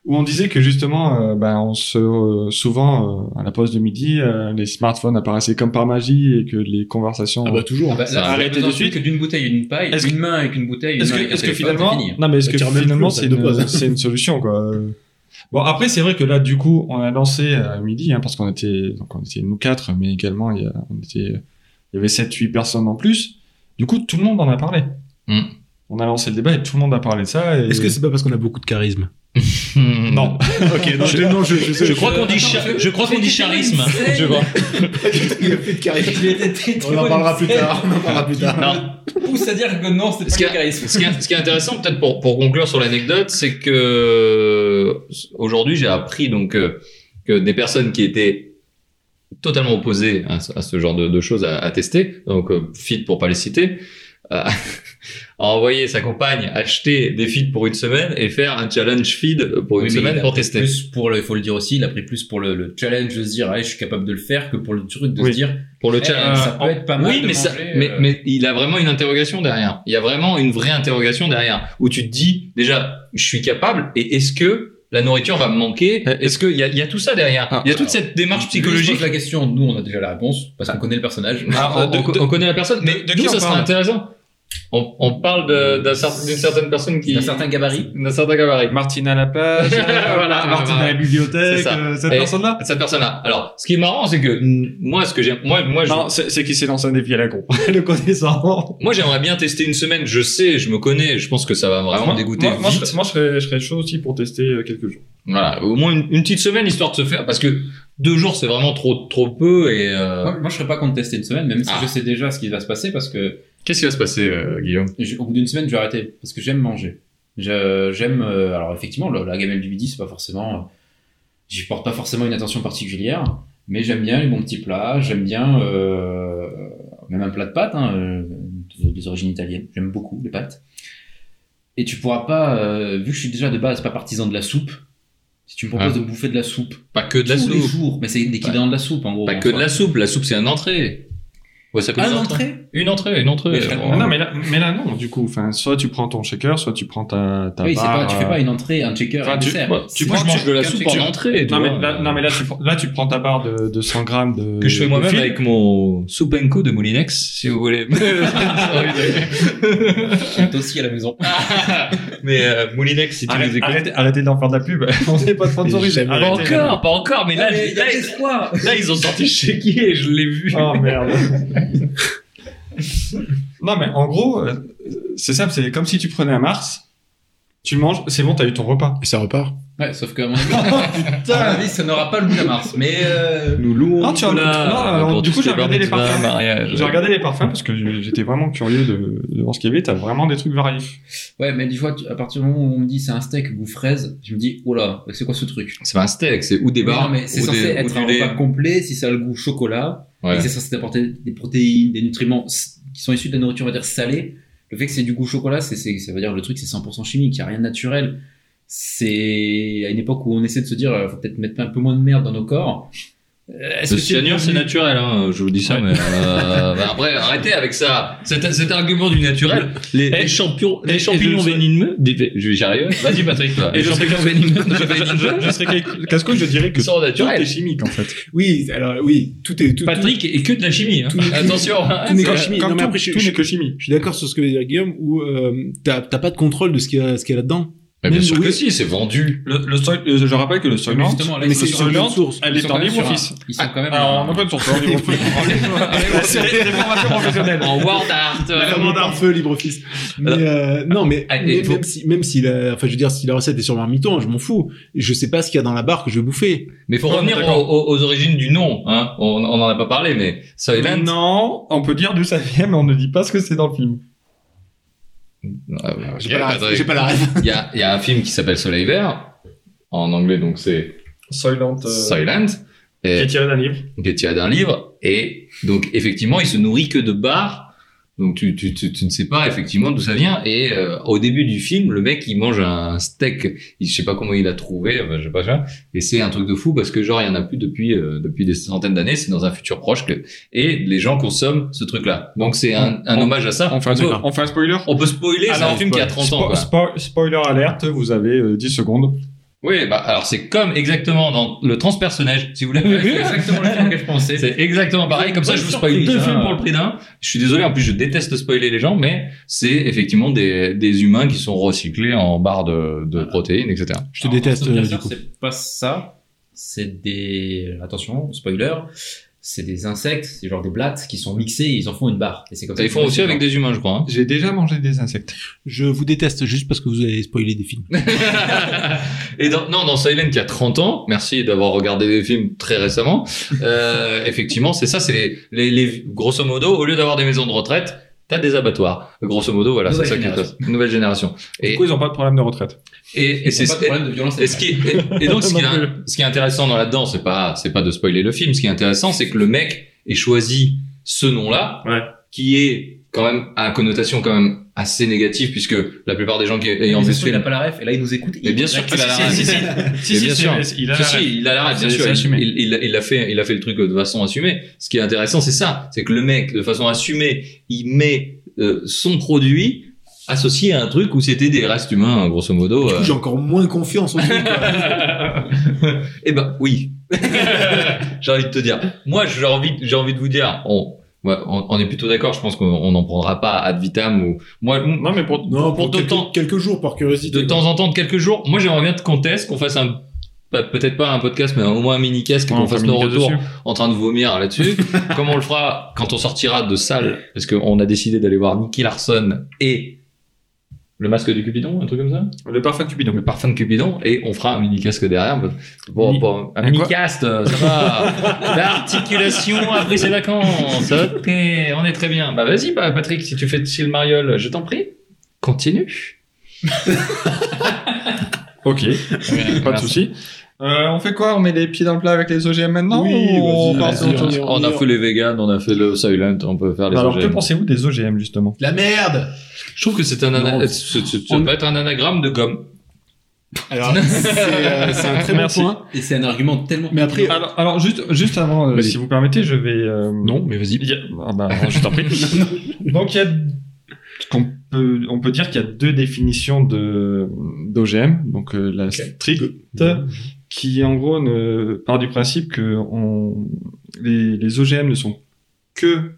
[SPEAKER 2] où on disait que justement, euh, ben, on se, euh, souvent euh, à la pause de midi, euh, les smartphones apparaissaient comme par magie et que les conversations.
[SPEAKER 1] Ah bah toujours.
[SPEAKER 4] Bah,
[SPEAKER 3] Ça
[SPEAKER 4] là,
[SPEAKER 3] a
[SPEAKER 2] arrêté
[SPEAKER 4] besoin
[SPEAKER 2] de suite.
[SPEAKER 4] que d'une bouteille et d'une paille,
[SPEAKER 2] Est-ce
[SPEAKER 4] une main avec une bouteille, une
[SPEAKER 2] Est-ce
[SPEAKER 4] main
[SPEAKER 2] que,
[SPEAKER 4] avec un
[SPEAKER 2] est-ce que
[SPEAKER 4] téléphone,
[SPEAKER 2] finalement, (laughs)
[SPEAKER 4] c'est fini.
[SPEAKER 2] non mais est-ce
[SPEAKER 1] Bah,
[SPEAKER 2] que
[SPEAKER 1] tu remets plus
[SPEAKER 2] finalement
[SPEAKER 1] en salle
[SPEAKER 2] c'est
[SPEAKER 1] de
[SPEAKER 2] une,
[SPEAKER 1] pause.
[SPEAKER 2] c'est une solution quoi. euh. Bon après c'est vrai que là du coup on a lancé à midi hein, parce qu'on était donc on était nous quatre mais également il y a, on était il y avait 7 8 personnes en plus. Du coup tout le monde en a parlé.
[SPEAKER 3] Mm.
[SPEAKER 2] On a lancé le débat et tout le monde a parlé de ça et
[SPEAKER 1] Est-ce que c'est pas parce qu'on a beaucoup de charisme
[SPEAKER 2] non
[SPEAKER 1] Ok, non, je, non, je,
[SPEAKER 2] (laughs)
[SPEAKER 1] je-
[SPEAKER 3] Je crois qu'on
[SPEAKER 4] (laughs)
[SPEAKER 3] dit,
[SPEAKER 4] Attends,
[SPEAKER 3] cha-
[SPEAKER 4] je-
[SPEAKER 3] je crois qu'on dit charisme. Je vois.
[SPEAKER 5] Il a plus de
[SPEAKER 4] (laughs)
[SPEAKER 5] charisme. On en parlera plus tard. On en parlera plus tard.
[SPEAKER 3] Non.
[SPEAKER 4] Pousse à dire que non, c'est
[SPEAKER 3] Ce
[SPEAKER 4] pas
[SPEAKER 3] qu'il y
[SPEAKER 4] le
[SPEAKER 3] a-
[SPEAKER 4] charisme.
[SPEAKER 3] Ce qui est, ce qui est intéressant, peut-être pour, pour conclure sur l'anecdote, c'est que aujourd'hui, j'ai appris donc euh, que des personnes qui étaient totalement opposées à, ce- à ce genre de, de choses à, à tester, donc euh, feed pour pas les citer, euh, (laughs) a envoyé sa compagne acheter des feeds pour une semaine et faire un challenge feed pour une
[SPEAKER 4] Oui, mais il
[SPEAKER 3] semaine
[SPEAKER 4] a
[SPEAKER 3] pour
[SPEAKER 4] pris
[SPEAKER 3] tester.
[SPEAKER 4] Plus pour le, il faut le dire aussi, il a pris plus pour le, le challenge de se dire, allez, je suis capable de le faire, que pour le truc de
[SPEAKER 2] Oui.
[SPEAKER 4] se dire,
[SPEAKER 3] Pour le euh,
[SPEAKER 4] Eh,
[SPEAKER 3] challenge.
[SPEAKER 4] ça peut être pas mal
[SPEAKER 3] Oui,
[SPEAKER 4] de
[SPEAKER 3] mais, ça,
[SPEAKER 4] manger,
[SPEAKER 3] mais,
[SPEAKER 4] euh.
[SPEAKER 3] mais il a vraiment une interrogation derrière. Il y a vraiment une vraie interrogation derrière où tu te dis déjà, je suis capable et est-ce que la nourriture va me manquer
[SPEAKER 2] Eh,
[SPEAKER 3] Est-ce qu'il y a, il y a tout ça derrière
[SPEAKER 2] Ah,
[SPEAKER 3] Il y a toute
[SPEAKER 4] alors,
[SPEAKER 3] cette démarche
[SPEAKER 4] Lui, il se pose
[SPEAKER 3] psychologique.
[SPEAKER 4] la question, nous, on a déjà la réponse, parce qu'on connaît le personnage.
[SPEAKER 3] Ah, on,
[SPEAKER 2] de-
[SPEAKER 3] on-
[SPEAKER 2] de-
[SPEAKER 3] on connaît la personne, mais
[SPEAKER 2] de- de
[SPEAKER 3] nous,
[SPEAKER 2] qui on
[SPEAKER 3] ça serait
[SPEAKER 2] parle
[SPEAKER 3] intéressant. On, on parle de- d'un cer- d'une certaine personne qui
[SPEAKER 4] D'un certain gabarit.
[SPEAKER 3] d'un certain gabarit.
[SPEAKER 2] Martine à la plage, euh,
[SPEAKER 3] (laughs) Voilà,
[SPEAKER 2] Martine
[SPEAKER 3] voilà.
[SPEAKER 2] à la bibliothèque,
[SPEAKER 3] C'est ça.
[SPEAKER 2] euh, cette
[SPEAKER 3] Et-
[SPEAKER 2] personne là.
[SPEAKER 3] Cette personne-là. Alors, ce qui est marrant, c'est que mm, moi, ce que j'aime, moi, moi, je-
[SPEAKER 2] Non, c'est c'est qu'il s'est lancé un défi à la con. (laughs) le connaissant.
[SPEAKER 3] moi, j'aimerais bien tester une semaine. Je sais, je me connais, je pense que ça va vraiment
[SPEAKER 2] Moi-
[SPEAKER 3] dégoûter
[SPEAKER 2] moi, moi,
[SPEAKER 3] vite.
[SPEAKER 2] je, moi, je serais, je serais chaud aussi pour tester euh, quelques jours.
[SPEAKER 3] Voilà, au moins une, une petite semaine histoire de se faire, parce que deux jours c'est vraiment trop trop peu et. euh,
[SPEAKER 4] Moi, moi, je serais pas contre tester une semaine, même si
[SPEAKER 3] Ah.
[SPEAKER 4] je sais déjà ce qui va se passer, parce que
[SPEAKER 3] Qu'est-ce qui va se passer, euh, Guillaume
[SPEAKER 4] je- au bout d'une semaine, je vais arrêter, parce que j'aime manger. Je- J'aime, euh, alors effectivement, le- la gamelle du midi, c'est pas forcément, euh, j'y porte pas forcément une attention particulière, mais j'aime bien les bons petits plats, j'aime bien, euh, même un plat de pâtes, hein, euh, de- des origines italiennes, j'aime beaucoup les pâtes. Et tu pourras pas, euh, vu que je suis déjà de base pas partisan de la soupe, si tu me proposes
[SPEAKER 3] Ah.
[SPEAKER 4] de bouffer de la soupe
[SPEAKER 3] Pas que de la
[SPEAKER 4] tous les
[SPEAKER 3] soupe.
[SPEAKER 4] jours, mais c'est l'équivalent de la soupe en gros.
[SPEAKER 3] Pas que de la soupe. La soupe c'est un entrée. Ouais, ça
[SPEAKER 4] Ah,
[SPEAKER 3] une
[SPEAKER 4] l'entrée
[SPEAKER 3] Une entrée, une entrée.
[SPEAKER 4] Mais je-
[SPEAKER 3] Bon.
[SPEAKER 2] Non, mais là, mais là, non, du coup. Enfin, soit tu prends ton shaker, soit tu prends ta, ta
[SPEAKER 4] Oui, c'est pas,
[SPEAKER 2] barre,
[SPEAKER 4] tu fais
[SPEAKER 2] euh,
[SPEAKER 4] pas une entrée, un checker,
[SPEAKER 2] Enfin,
[SPEAKER 4] un
[SPEAKER 2] tu-
[SPEAKER 4] dessert.
[SPEAKER 2] bah, tu
[SPEAKER 4] C'est
[SPEAKER 2] manges-
[SPEAKER 4] pas
[SPEAKER 3] Moi, je
[SPEAKER 4] un
[SPEAKER 3] veux la
[SPEAKER 4] checker,
[SPEAKER 3] soupe
[SPEAKER 4] un
[SPEAKER 3] en
[SPEAKER 4] checker.
[SPEAKER 3] entrée. tu
[SPEAKER 2] Non,
[SPEAKER 3] vois. euh.
[SPEAKER 2] mais, là, non, mais là, tu, prends- là, tu prends ta barre de, de 100 grammes de.
[SPEAKER 3] Que je fais
[SPEAKER 2] de
[SPEAKER 3] moi-même
[SPEAKER 2] fil.
[SPEAKER 3] avec mon soupe and co de Moulinex, si vous
[SPEAKER 2] (laughs)
[SPEAKER 3] voulez.
[SPEAKER 4] Qui est aussi à la maison.
[SPEAKER 3] mais euh, Moulinex, si tu nous
[SPEAKER 2] Arrête-
[SPEAKER 3] écoutes.
[SPEAKER 2] Arrêtez, arrêtez d'en faire de la
[SPEAKER 3] (laughs)
[SPEAKER 2] pub. On n'est pas sponsorisé.
[SPEAKER 1] Jamais.
[SPEAKER 3] Pas
[SPEAKER 2] Arrêtez.
[SPEAKER 3] encore, pas encore, mais là, là,
[SPEAKER 4] espoir.
[SPEAKER 3] là, ils ont sorti chez qui et je l'ai vu.
[SPEAKER 2] Oh
[SPEAKER 3] (laughs)
[SPEAKER 2] merde. non, mais en gros, euh, c'est simple. C'est comme si tu prenais un Mars, tu le manges, c'est bon, t'as eu ton repas.
[SPEAKER 1] Et ça repart.
[SPEAKER 4] Ouais, sauf que à mon avis, (laughs) à mon avis, ça n'aura pas le goût de mars. Mais euh,
[SPEAKER 3] Nous louons.
[SPEAKER 2] Non, tu as-
[SPEAKER 3] Nicolas,
[SPEAKER 2] non, alors,
[SPEAKER 3] pour
[SPEAKER 2] du
[SPEAKER 3] tout
[SPEAKER 2] coup,
[SPEAKER 3] ce qui
[SPEAKER 2] j'ai
[SPEAKER 3] est
[SPEAKER 2] regardé les
[SPEAKER 3] baptême,
[SPEAKER 2] parfums.
[SPEAKER 3] mariage.
[SPEAKER 2] J'ai regardé les parfums parce que j'étais vraiment curieux de, de voir ce qu'il y avait. T'as vraiment des trucs variés.
[SPEAKER 4] ouais, mais des fois, tu- à partir du moment où on me dit c'est un steak goût fraise, je me dis oh là, c'est quoi ce truc
[SPEAKER 3] C'est pas un steak, c'est ou des barres.
[SPEAKER 4] Non, mais c'est
[SPEAKER 3] ou
[SPEAKER 4] censé
[SPEAKER 3] des- ou
[SPEAKER 4] être
[SPEAKER 3] du
[SPEAKER 4] un
[SPEAKER 3] lait.
[SPEAKER 4] repas complet si ça a le goût chocolat
[SPEAKER 3] Ouais.
[SPEAKER 4] et que c'est censé apporter des protéines, des nutriments s- qui sont issus de la nourriture, on va dire salée. Le fait que c'est du goût chocolat, c'est, c'est- ça veut dire le truc c'est 100% chimique, il n'y a rien de naturel. C'est à une époque où on essaie de se dire euh, faut peut-être mettre un peu moins de merde dans nos corps.
[SPEAKER 3] Le cyanure, c'est
[SPEAKER 1] naturel.
[SPEAKER 3] naturel, hein, je vous dis ça, mais euh, bah après, arrêtez avec ça. Cet, cet argument du naturel.
[SPEAKER 6] Les,
[SPEAKER 3] Eh,
[SPEAKER 6] les champions,
[SPEAKER 3] eh,
[SPEAKER 6] les
[SPEAKER 3] et
[SPEAKER 6] champignons
[SPEAKER 3] je-
[SPEAKER 6] venimeux.
[SPEAKER 3] Des- des- Je vais y arriver. Vas-y, Patrick. (laughs) toi.
[SPEAKER 6] Et
[SPEAKER 3] Les
[SPEAKER 6] je serais
[SPEAKER 3] champignons venimeux de Venimeux
[SPEAKER 2] Je serais casse-couille, je dirais que
[SPEAKER 3] sont
[SPEAKER 2] tout est
[SPEAKER 3] naturels.
[SPEAKER 2] chimique en fait.
[SPEAKER 5] Oui, alors oui, tout est tout.
[SPEAKER 3] Patrick est que de la chimie. hein.
[SPEAKER 5] Tout-
[SPEAKER 3] Attention.
[SPEAKER 5] tout n'est
[SPEAKER 2] Ah,
[SPEAKER 1] Comme
[SPEAKER 5] que chimie. Non,
[SPEAKER 1] tout-
[SPEAKER 5] mais
[SPEAKER 1] tout-
[SPEAKER 5] après, je,
[SPEAKER 1] tout
[SPEAKER 5] je-
[SPEAKER 1] n'est que chimie. Je suis d'accord sur ce que veut dire Guillaume, où euh, t'as t'as pas de contrôle de ce qu'il y a, ce qu'il y a là-dedans.
[SPEAKER 3] Mais bien
[SPEAKER 1] Même
[SPEAKER 3] sûr
[SPEAKER 1] oui.
[SPEAKER 3] que si, c'est vendu.
[SPEAKER 2] Le, le soil- euh, je rappelle que le
[SPEAKER 4] Mais
[SPEAKER 2] Soylent,
[SPEAKER 4] justement, là,
[SPEAKER 1] Mais
[SPEAKER 4] ils
[SPEAKER 1] c'est
[SPEAKER 4] sont
[SPEAKER 1] sur
[SPEAKER 4] quand
[SPEAKER 1] une
[SPEAKER 2] Soylent,
[SPEAKER 1] autre source.
[SPEAKER 2] elle
[SPEAKER 4] ils
[SPEAKER 2] est
[SPEAKER 4] sont
[SPEAKER 2] en
[SPEAKER 4] quand même sur
[SPEAKER 2] libre
[SPEAKER 4] un-
[SPEAKER 2] office.
[SPEAKER 4] Ils sont quand même.
[SPEAKER 2] Alors,
[SPEAKER 4] un-
[SPEAKER 2] en open source, en (laughs) libre office.
[SPEAKER 3] En
[SPEAKER 2] Information professionnelle.
[SPEAKER 3] Word Art. euh,
[SPEAKER 1] Vraiment d'un feu libre office. Mais, euh, non, mais,
[SPEAKER 3] Ah, et
[SPEAKER 1] mais
[SPEAKER 3] faut-
[SPEAKER 1] même si, même si la, enfin, je veux dire, si la recette est sur marmiton, je m'en fous. Je sais pas ce qu'il y a dans la barre que je vais bouffer.
[SPEAKER 3] Mais faut
[SPEAKER 2] Ah,
[SPEAKER 3] revenir aux,
[SPEAKER 2] d'accord.
[SPEAKER 3] aux- aux origines du nom. Hein. On on en a pas parlé, mais Soylent.
[SPEAKER 2] Non, on peut dire d'où ça vient, mais on ne dit pas ce que c'est dans le film.
[SPEAKER 3] Ah, ouais,
[SPEAKER 1] J'ai
[SPEAKER 3] ok,
[SPEAKER 1] pas la ref.
[SPEAKER 3] Patrick.
[SPEAKER 1] J'ai pas la ref.
[SPEAKER 3] Il y a, il y a un film qui s'appelle Soleil Vert. En anglais, donc, c'est
[SPEAKER 2] Soylent. euh,
[SPEAKER 3] Soylent.
[SPEAKER 2] qui
[SPEAKER 3] Et,
[SPEAKER 2] est tiré d'un livre.
[SPEAKER 3] qui est tiré d'un livre. Et donc, effectivement, il se nourrit que de bars. Donc, tu, tu, tu, tu ne sais pas effectivement d'où ça vient. Et euh, au début du film, le mec, il mange un steak. Il, je sais pas comment il a trouvé, enfin, je sais pas ça. Et c'est un truc de fou parce que, genre, il y en a plus depuis, euh, depuis des centaines d'années. C'est dans un futur proche. Que, et les gens consomment ce truc-là. Donc, c'est un, un
[SPEAKER 2] On-
[SPEAKER 3] hommage à ça.
[SPEAKER 2] On fait un, hein.
[SPEAKER 3] peut,
[SPEAKER 2] on fait un spoiler.
[SPEAKER 3] on peut spoiler, c'est
[SPEAKER 2] Alors,
[SPEAKER 3] un film qui a 30 ans.
[SPEAKER 2] spo-
[SPEAKER 3] quoi.
[SPEAKER 2] spo- spoiler alerte, vous avez euh, 10 secondes.
[SPEAKER 3] Oui, bah alors c'est comme exactement dans le transpersonnage, si vous voulez.
[SPEAKER 4] C'est exactement le film que je pensais.
[SPEAKER 3] C'est exactement pareil, comme ça je vous spoil
[SPEAKER 4] Surprise,
[SPEAKER 3] deux
[SPEAKER 4] hein.
[SPEAKER 3] films pour le prix d'un. Je suis désolé, en plus je déteste spoiler les gens, mais c'est effectivement des, des humains qui sont recyclés en barres de, de protéines, etc.
[SPEAKER 1] Je te déteste,
[SPEAKER 4] Bien
[SPEAKER 1] euh, du
[SPEAKER 4] sûr,
[SPEAKER 1] coup.
[SPEAKER 4] C'est pas ça. C'est des. Attention, spoiler. C'est des insectes, c'est genre des blattes qui sont mixées et ils en font une barre. Et c'est comme ça.
[SPEAKER 3] Ils font aussi avec des humains, je
[SPEAKER 4] (laughs)
[SPEAKER 3] crois. hein.
[SPEAKER 2] J'ai déjà mangé des insectes.
[SPEAKER 1] Je vous déteste juste parce que vous avez spoilé des films.
[SPEAKER 3] Et dans, non, dans Silent qui a 30 ans, merci d'avoir regardé des films très récemment. Euh, effectivement, c'est ça, c'est les, les, les- grosso modo, au lieu d'avoir des maisons de retraite, t'as des abattoirs. Grosso modo, voilà, c'est
[SPEAKER 4] Nouvelle
[SPEAKER 3] ça qui se passe.
[SPEAKER 4] génération.
[SPEAKER 3] Nouvelle génération.
[SPEAKER 2] Du
[SPEAKER 3] Et,
[SPEAKER 2] coup, ils n'ont pas de problème de retraite.
[SPEAKER 3] et, et
[SPEAKER 4] Et c'est
[SPEAKER 3] c'est
[SPEAKER 4] pas de problème de violence.
[SPEAKER 3] et, ce qui est- et- et donc, ce qui, est, ce qui est intéressant dans là-dedans, c'est pas, c'est pas de spoiler le film. Ce qui est intéressant, c'est que le mec ait choisi ce nom-là,
[SPEAKER 2] Ouais.
[SPEAKER 3] qui est quand même à connotation quand même assez négative, puisque la plupart des gens qui
[SPEAKER 4] Et
[SPEAKER 3] ayant
[SPEAKER 4] en
[SPEAKER 3] vu
[SPEAKER 4] fait,
[SPEAKER 3] ce
[SPEAKER 4] il a
[SPEAKER 3] film,
[SPEAKER 4] pas la ref et là il nous écoute.
[SPEAKER 3] mais bien sûr qu'il a la ref.
[SPEAKER 2] Si,
[SPEAKER 3] bien
[SPEAKER 2] c'est-
[SPEAKER 3] sûr.
[SPEAKER 2] Il a
[SPEAKER 3] Si,
[SPEAKER 2] la
[SPEAKER 3] si,
[SPEAKER 2] ref.
[SPEAKER 3] il a la ref, bien
[SPEAKER 2] C'est-
[SPEAKER 3] sûr.
[SPEAKER 2] c'est
[SPEAKER 3] Il,
[SPEAKER 2] assumé.
[SPEAKER 3] il, il, a- il a fait, il a fait le truc de façon assumée. Ce qui est intéressant, c'est ça. C'est que le mec, de façon assumée, il met euh, son produit associé à un truc où c'était des restes humains, grosso modo.
[SPEAKER 1] Du
[SPEAKER 3] euh.
[SPEAKER 1] coup, J'ai encore moins confiance en lui.
[SPEAKER 3] (laughs)
[SPEAKER 1] quoi.
[SPEAKER 3] Eh ben
[SPEAKER 2] (laughs)
[SPEAKER 3] oui. j'ai envie de te dire. Moi, j'ai envie, j'ai envie de vous dire. On, ouais, on, on est plutôt d'accord. Je pense qu'on on n'en prendra pas ad vitam ou moi.
[SPEAKER 2] Non, mais pour.
[SPEAKER 1] Non,
[SPEAKER 3] Pour
[SPEAKER 1] pour,
[SPEAKER 3] de
[SPEAKER 1] quelques,
[SPEAKER 3] temps-
[SPEAKER 1] quelques jours, par curiosité.
[SPEAKER 3] De temps en temps, de quelques jours. Moi, j'aimerais bien qu'on teste, qu'on fasse un bah, peut-être pas un podcast, mais au moins un mini cast, qu'on
[SPEAKER 2] on
[SPEAKER 3] fasse
[SPEAKER 2] fait
[SPEAKER 3] nos
[SPEAKER 2] une
[SPEAKER 3] retours
[SPEAKER 2] dessus.
[SPEAKER 3] en train de vomir
[SPEAKER 2] (laughs)
[SPEAKER 3] là-dessus. Comme on le fera quand on sortira de salle, parce qu'on a décidé d'aller voir Nicky Larson et le masque du Cupidon, un truc comme ça.
[SPEAKER 2] Le parfum Cupidon.
[SPEAKER 3] Le parfum de Cupidon et on fera un mini casque derrière. Bon,
[SPEAKER 2] Ni-
[SPEAKER 3] bon, un
[SPEAKER 2] Un
[SPEAKER 3] mini
[SPEAKER 2] quoi
[SPEAKER 3] cast, ça
[SPEAKER 2] (laughs)
[SPEAKER 3] va. L'articulation après ses vacances. Ok, on est très bien. Bah vas-y, bah, Patrick, si tu fais le mariole, je t'en prie. Continue.
[SPEAKER 2] Ok, pas de
[SPEAKER 3] Merci.
[SPEAKER 2] souci. Euh, on fait quoi On met les pieds dans le plat avec les OGM maintenant
[SPEAKER 1] Oui,
[SPEAKER 2] ou on
[SPEAKER 1] vas-y,
[SPEAKER 2] part
[SPEAKER 1] vas-y,
[SPEAKER 2] sur autre chose
[SPEAKER 1] on y va.
[SPEAKER 3] On a fait les vegans, on a fait le silent, on peut faire les
[SPEAKER 2] Bah, Alors, que
[SPEAKER 3] OGM.
[SPEAKER 2] pensez-vous des OGM justement
[SPEAKER 1] La merde
[SPEAKER 3] Je trouve que c'est un
[SPEAKER 1] Non,
[SPEAKER 3] ana-
[SPEAKER 1] on-
[SPEAKER 3] c'est- c'est- ça
[SPEAKER 1] on-
[SPEAKER 3] peut être un anagramme de gomme.
[SPEAKER 1] Alors, c'est euh, c'est un très bon
[SPEAKER 2] Merci.
[SPEAKER 1] point.
[SPEAKER 4] Et c'est un argument tellement.
[SPEAKER 1] Mais après,
[SPEAKER 2] alors, alors, juste, juste avant, euh,
[SPEAKER 1] Vas-y.
[SPEAKER 2] si vous permettez, je vais. euh,
[SPEAKER 1] mais vas-y.
[SPEAKER 2] Il y a- Ah bah, je t'en prie. Donc il y a qu'on peut, on peut dire qu'il y a deux définitions de d'OGM, donc euh, la stricte qui en gros ne, part du principe que on, les, les OGM ne sont que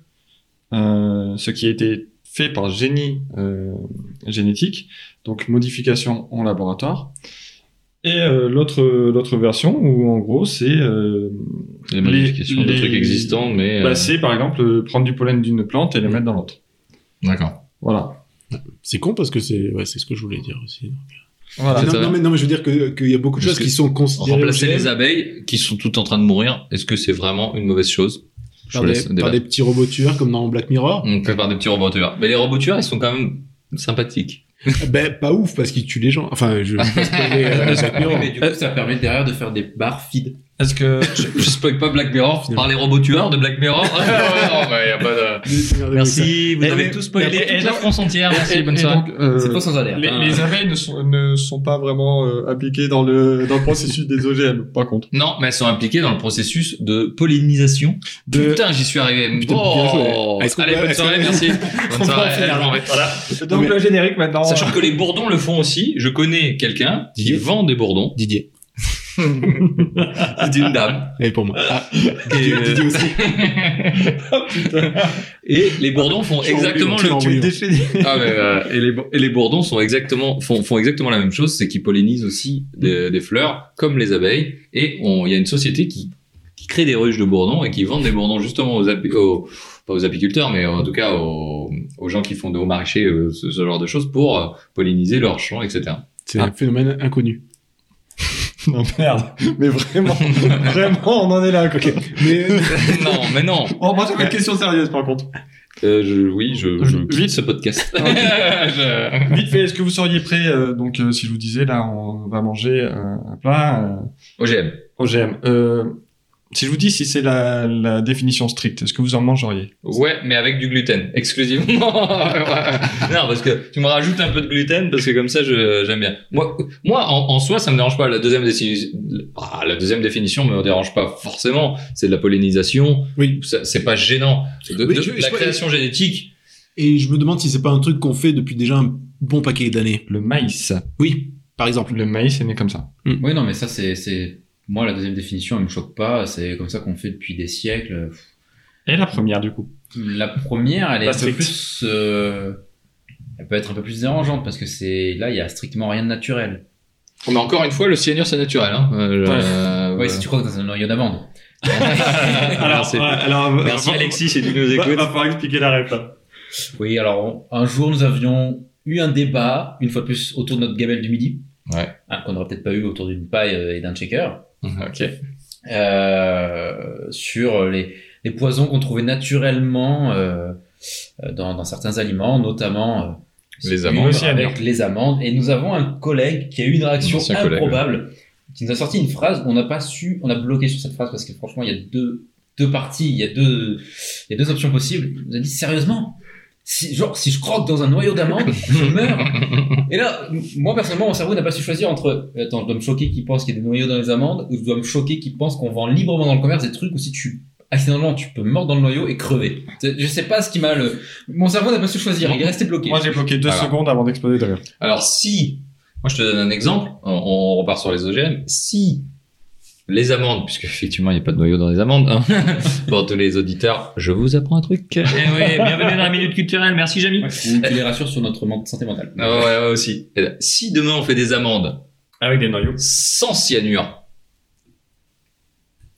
[SPEAKER 2] euh, ce qui a été fait par génie euh, génétique, donc modification en laboratoire. Et euh, l'autre l'autre version où en gros c'est euh,
[SPEAKER 3] Les modifications de
[SPEAKER 2] les-
[SPEAKER 3] trucs existants, mais. euh,
[SPEAKER 2] bah, c'est par exemple euh, prendre du pollen d'une plante et le mettre dans l'autre.
[SPEAKER 3] D'accord.
[SPEAKER 2] Voilà.
[SPEAKER 1] C'est con parce que c'est ouais, c'est ce que je voulais dire aussi.
[SPEAKER 2] voilà.
[SPEAKER 3] Ah, C'est
[SPEAKER 1] Ah, non,
[SPEAKER 3] ça.
[SPEAKER 1] non, mais, non, mais je veux dire que- qu'il y a beaucoup de
[SPEAKER 3] Parce
[SPEAKER 1] choses
[SPEAKER 3] que
[SPEAKER 1] qui sont considérées
[SPEAKER 3] Remplacer les
[SPEAKER 1] OGM
[SPEAKER 3] abeilles qui sont toutes en train de mourir, est-ce que c'est vraiment une mauvaise chose Je
[SPEAKER 1] par,
[SPEAKER 3] vous
[SPEAKER 1] des,
[SPEAKER 3] laisse
[SPEAKER 1] par
[SPEAKER 3] débattre.
[SPEAKER 1] des petits robots tueurs comme dans Black
[SPEAKER 3] (laughs)
[SPEAKER 1] Mirror.
[SPEAKER 3] On fait par des petits robots tueurs. Mais les robots tueurs, ils sont quand même sympathiques.
[SPEAKER 1] ben, pas ouf parce qu'ils tuent les gens. Enfin, je vais pas spoiler, euh, Black Mirror.
[SPEAKER 4] Mais du coup, ça permet derrière de faire des barres feed.
[SPEAKER 2] Est-ce que
[SPEAKER 3] (laughs) Je, je spoil pas Black Mirror par les robots tueurs de Black Mirror. (laughs) Ah, ouais, non, ouais, y a pas de- Merci, vous
[SPEAKER 2] Et-
[SPEAKER 3] avez
[SPEAKER 2] et-
[SPEAKER 3] tous spoilé
[SPEAKER 2] et- et-
[SPEAKER 3] toute la France entière. Merci,
[SPEAKER 2] Et-
[SPEAKER 3] bonne
[SPEAKER 2] et
[SPEAKER 3] soirée.
[SPEAKER 2] donc, euh,
[SPEAKER 4] C'est pas sans alerte.
[SPEAKER 2] les,
[SPEAKER 4] hein.
[SPEAKER 2] les abeilles ne sont, ne sont pas vraiment euh, appliquées dans le, dans le processus des OGM, par contre.
[SPEAKER 3] Non, mais elles sont impliquées dans le processus de pollinisation.
[SPEAKER 1] De-
[SPEAKER 3] Putain, j'y suis arrivé.
[SPEAKER 1] Putain, bien joué.
[SPEAKER 3] oh,
[SPEAKER 1] Est-ce qu'on
[SPEAKER 3] Allez,
[SPEAKER 1] peut-
[SPEAKER 3] bonne
[SPEAKER 1] est-ce
[SPEAKER 3] soirée,
[SPEAKER 1] qu'on- (laughs)
[SPEAKER 3] merci.
[SPEAKER 1] On peut
[SPEAKER 3] Bonne
[SPEAKER 1] en hein.
[SPEAKER 3] soirée,
[SPEAKER 1] finir.
[SPEAKER 3] je m'en vais. Voilà.
[SPEAKER 2] Donc
[SPEAKER 1] Mais-
[SPEAKER 2] le générique maintenant. euh,
[SPEAKER 3] Sachant que les bourdons le font aussi. Je connais quelqu'un qui
[SPEAKER 1] Didier
[SPEAKER 3] vend des bourdons.
[SPEAKER 1] Didier.
[SPEAKER 3] C'est une dame.
[SPEAKER 1] Et pour moi. Ah,
[SPEAKER 3] Et,
[SPEAKER 1] Didier,
[SPEAKER 3] euh,
[SPEAKER 1] Didier aussi.
[SPEAKER 3] et les bourdons font
[SPEAKER 1] Tu l'as
[SPEAKER 3] exactement
[SPEAKER 1] oublié,
[SPEAKER 3] le
[SPEAKER 1] tu l'as oublié.
[SPEAKER 3] Ah, mais, euh, et, les, bo- et les bourdons sont exactement, font, font exactement la même chose, c'est qu'ils pollinisent aussi des, des fleurs, comme les abeilles. Et on- il y a une société qui, qui crée des ruches de bourdons et qui vend des bourdons justement aux, api- aux- pas aux apiculteurs, mais en tout cas aux, aux gens qui font de, au marché euh, ce, ce genre de choses pour euh, polliniser leurs champs, etc.
[SPEAKER 1] C'est un phénomène inconnu.
[SPEAKER 2] Non, (laughs) merde. Mais
[SPEAKER 1] (laughs)
[SPEAKER 2] vraiment, vraiment, on en est là. Ok.
[SPEAKER 3] (laughs)
[SPEAKER 2] Mais,
[SPEAKER 1] euh,
[SPEAKER 3] non, mais non.
[SPEAKER 2] on va sur une question sérieuse, par contre.
[SPEAKER 3] Euh, je- oui, je, je
[SPEAKER 2] Vite.
[SPEAKER 3] quitte ce podcast. Je-
[SPEAKER 2] Vite fait, est-ce que vous seriez prêt, euh, donc, euh, si je vous disais, là, on va manger euh, un plat euh,
[SPEAKER 3] OGM.
[SPEAKER 2] OGM. Euh, si je vous dis si c'est la, la définition stricte, est-ce que vous en mangeriez
[SPEAKER 3] Ouais, mais avec du gluten, exclusivement. (laughs) non, parce que tu me rajoutes un peu de gluten, parce que comme ça, je, j'aime bien. Moi, moi en, en soi, ça me dérange pas. La deuxième, déci- ah, la deuxième définition me dérange pas forcément. C'est de la pollinisation.
[SPEAKER 1] Oui.
[SPEAKER 3] Ça- C'est pas gênant. De,
[SPEAKER 1] Mais
[SPEAKER 3] de-
[SPEAKER 1] je- je-
[SPEAKER 3] la création génétique.
[SPEAKER 1] Et je me demande si c'est pas un truc qu'on fait depuis déjà un bon paquet d'années.
[SPEAKER 2] Le maïs.
[SPEAKER 1] Oui, par exemple.
[SPEAKER 2] Le maïs est né comme ça.
[SPEAKER 4] Oui, non, mais ça, c'est, c'est, moi, la deuxième définition, elle me choque pas. C'est comme ça qu'on fait depuis des siècles.
[SPEAKER 2] Et la première, du coup.
[SPEAKER 4] La première, elle est
[SPEAKER 2] Pas
[SPEAKER 4] un peu
[SPEAKER 2] stricte.
[SPEAKER 4] plus, euh, elle peut être un peu plus dérangeante parce que c'est, là, il y a strictement rien de naturel.
[SPEAKER 3] Mais encore une fois, le cyanure, c'est naturel. Hein. Euh, euh,
[SPEAKER 4] Ouais, si tu crois que t'as un noyau d'amande.
[SPEAKER 3] Merci. Merci, Alexis, c'est du nous écoute.
[SPEAKER 2] falloir expliquer la hein. règle.
[SPEAKER 4] Oui, alors on- un jour nous avions eu un débat, une fois de plus, autour de notre gamelle du midi,
[SPEAKER 3] Ouais.
[SPEAKER 4] Hein, qu'on n'aurait peut-être pas eu autour d'une paille euh, et d'un checker,
[SPEAKER 3] ok.
[SPEAKER 4] euh, sur les, les poisons qu'on trouvait naturellement euh, euh, dans, dans certains aliments, notamment euh,
[SPEAKER 3] Les
[SPEAKER 4] c'est
[SPEAKER 3] amandes.
[SPEAKER 4] une avec les amandes. Et nous avons un collègue qui a eu une réaction
[SPEAKER 3] Un ancien collègue,
[SPEAKER 4] improbable, qui nous a sorti une phrase. On n'a pas su, on a bloqué sur cette phrase parce que franchement, il y a deux, deux parties, il y a deux, il y a deux options possibles. Il nous a dit sérieusement. Si, genre, si je croque dans un noyau d'amande, je meurs.
[SPEAKER 3] (laughs)
[SPEAKER 4] Et là, m- moi, personnellement, mon cerveau n'a pas su choisir entre, attends, je dois me choquer qu'il pense qu'il y a des noyaux dans les amandes, ou je dois me choquer qu'il pense qu'on vend librement dans le commerce des trucs, ou si tu, accidentellement, tu peux mordre dans le noyau et crever. C'est- Je sais pas ce qui m'a le, mon cerveau n'a pas su choisir, il est resté bloqué.
[SPEAKER 2] Moi, j'ai bloqué deux
[SPEAKER 3] Voilà.
[SPEAKER 2] secondes avant d'exploser de rire.
[SPEAKER 3] Alors si, moi je te donne un exemple, on, on repart sur les OGM, si les amandes, puisque effectivement il n'y a pas de noyau dans les amandes, hein. (laughs) pour tous les auditeurs, je vous apprends un truc. Eh oui, bienvenue dans la minute culturelle, merci Jamy.
[SPEAKER 4] Ouais, Ou qui les rassure sur notre man- santé mentale.
[SPEAKER 3] Ah ouais, ouais, aussi. Et là, Si demain on fait des amandes
[SPEAKER 2] Avec Ah des noyaux.
[SPEAKER 3] sans cyanure,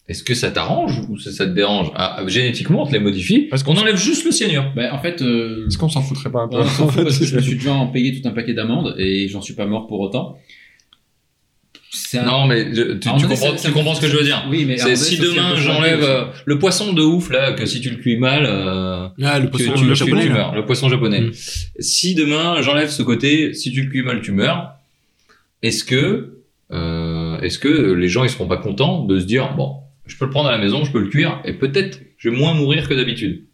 [SPEAKER 3] est-ce que ça t'arrange ou ça, ça te dérange Ah, Génétiquement, on te les modifie.
[SPEAKER 2] Parce
[SPEAKER 3] Parce qu'on enlève juste le cyanure.
[SPEAKER 4] Bah, en fait, euh,
[SPEAKER 2] Est-ce qu'on s'en foutrait pas un peu
[SPEAKER 4] on s'en fout parce que je
[SPEAKER 2] (laughs)
[SPEAKER 4] me suis déjà en payé tout un paquet d'amendes et j'en suis pas mort pour autant. C'est un-
[SPEAKER 3] Non, mais je- tu,
[SPEAKER 4] À un
[SPEAKER 3] tu
[SPEAKER 4] moment donné,
[SPEAKER 3] comprends,
[SPEAKER 4] ça-
[SPEAKER 3] tu comprends ce que je veux dire.
[SPEAKER 4] Oui, mais à un
[SPEAKER 3] C'est si
[SPEAKER 4] moment donné, ça, c'est un
[SPEAKER 3] demain
[SPEAKER 4] peu
[SPEAKER 3] j'enlève
[SPEAKER 4] choqué.
[SPEAKER 3] euh, le poisson de ouf là que si tu le cuis mal euh,
[SPEAKER 1] Ah, le
[SPEAKER 3] tu,
[SPEAKER 1] poisson
[SPEAKER 3] tu- tu-
[SPEAKER 1] japonais.
[SPEAKER 3] tu
[SPEAKER 1] là.
[SPEAKER 3] meurs, le poisson japonais.
[SPEAKER 1] Mm.
[SPEAKER 3] Si demain j'enlève ce côté si tu le cuis mal tu meurs, est-ce que euh, est-ce que les gens ils seront pas contents de se dire bon je peux le prendre à la maison je peux le cuire et peut-être je vais moins mourir que d'habitude.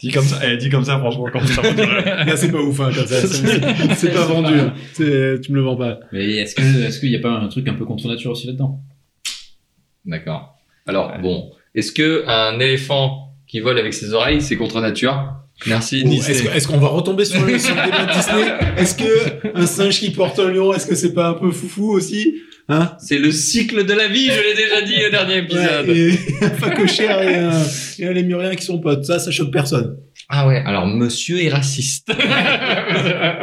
[SPEAKER 2] Dit comme ça, eh, dit comme ça, franchement, quand ça (laughs)
[SPEAKER 1] Là, c'est pas ouf, hein, comme ça. (laughs) C'est c'est pas vendu. hein. C'est- Tu me le vends pas.
[SPEAKER 4] Mais est-ce que, est-ce qu'il n'y a pas un truc un peu contre nature aussi là-dedans?
[SPEAKER 3] D'accord. Alors bon est-ce que un éléphant qui vole avec ses oreilles c'est contre nature? Merci
[SPEAKER 1] Bon,
[SPEAKER 3] Disney.
[SPEAKER 1] Est-ce que- est-ce qu'on va retomber sur le, sur le débat de Disney Est-ce que un singe qui porte un lion, est-ce que c'est pas un peu foufou aussi Hein
[SPEAKER 3] C'est le cycle de la vie, je l'ai déjà dit au dernier épisode.
[SPEAKER 1] Ouais, Et (laughs) un phacochère et un, et un lémurien qui sont potes. Ça, ça choque personne.
[SPEAKER 3] Ah ouais, alors monsieur est raciste.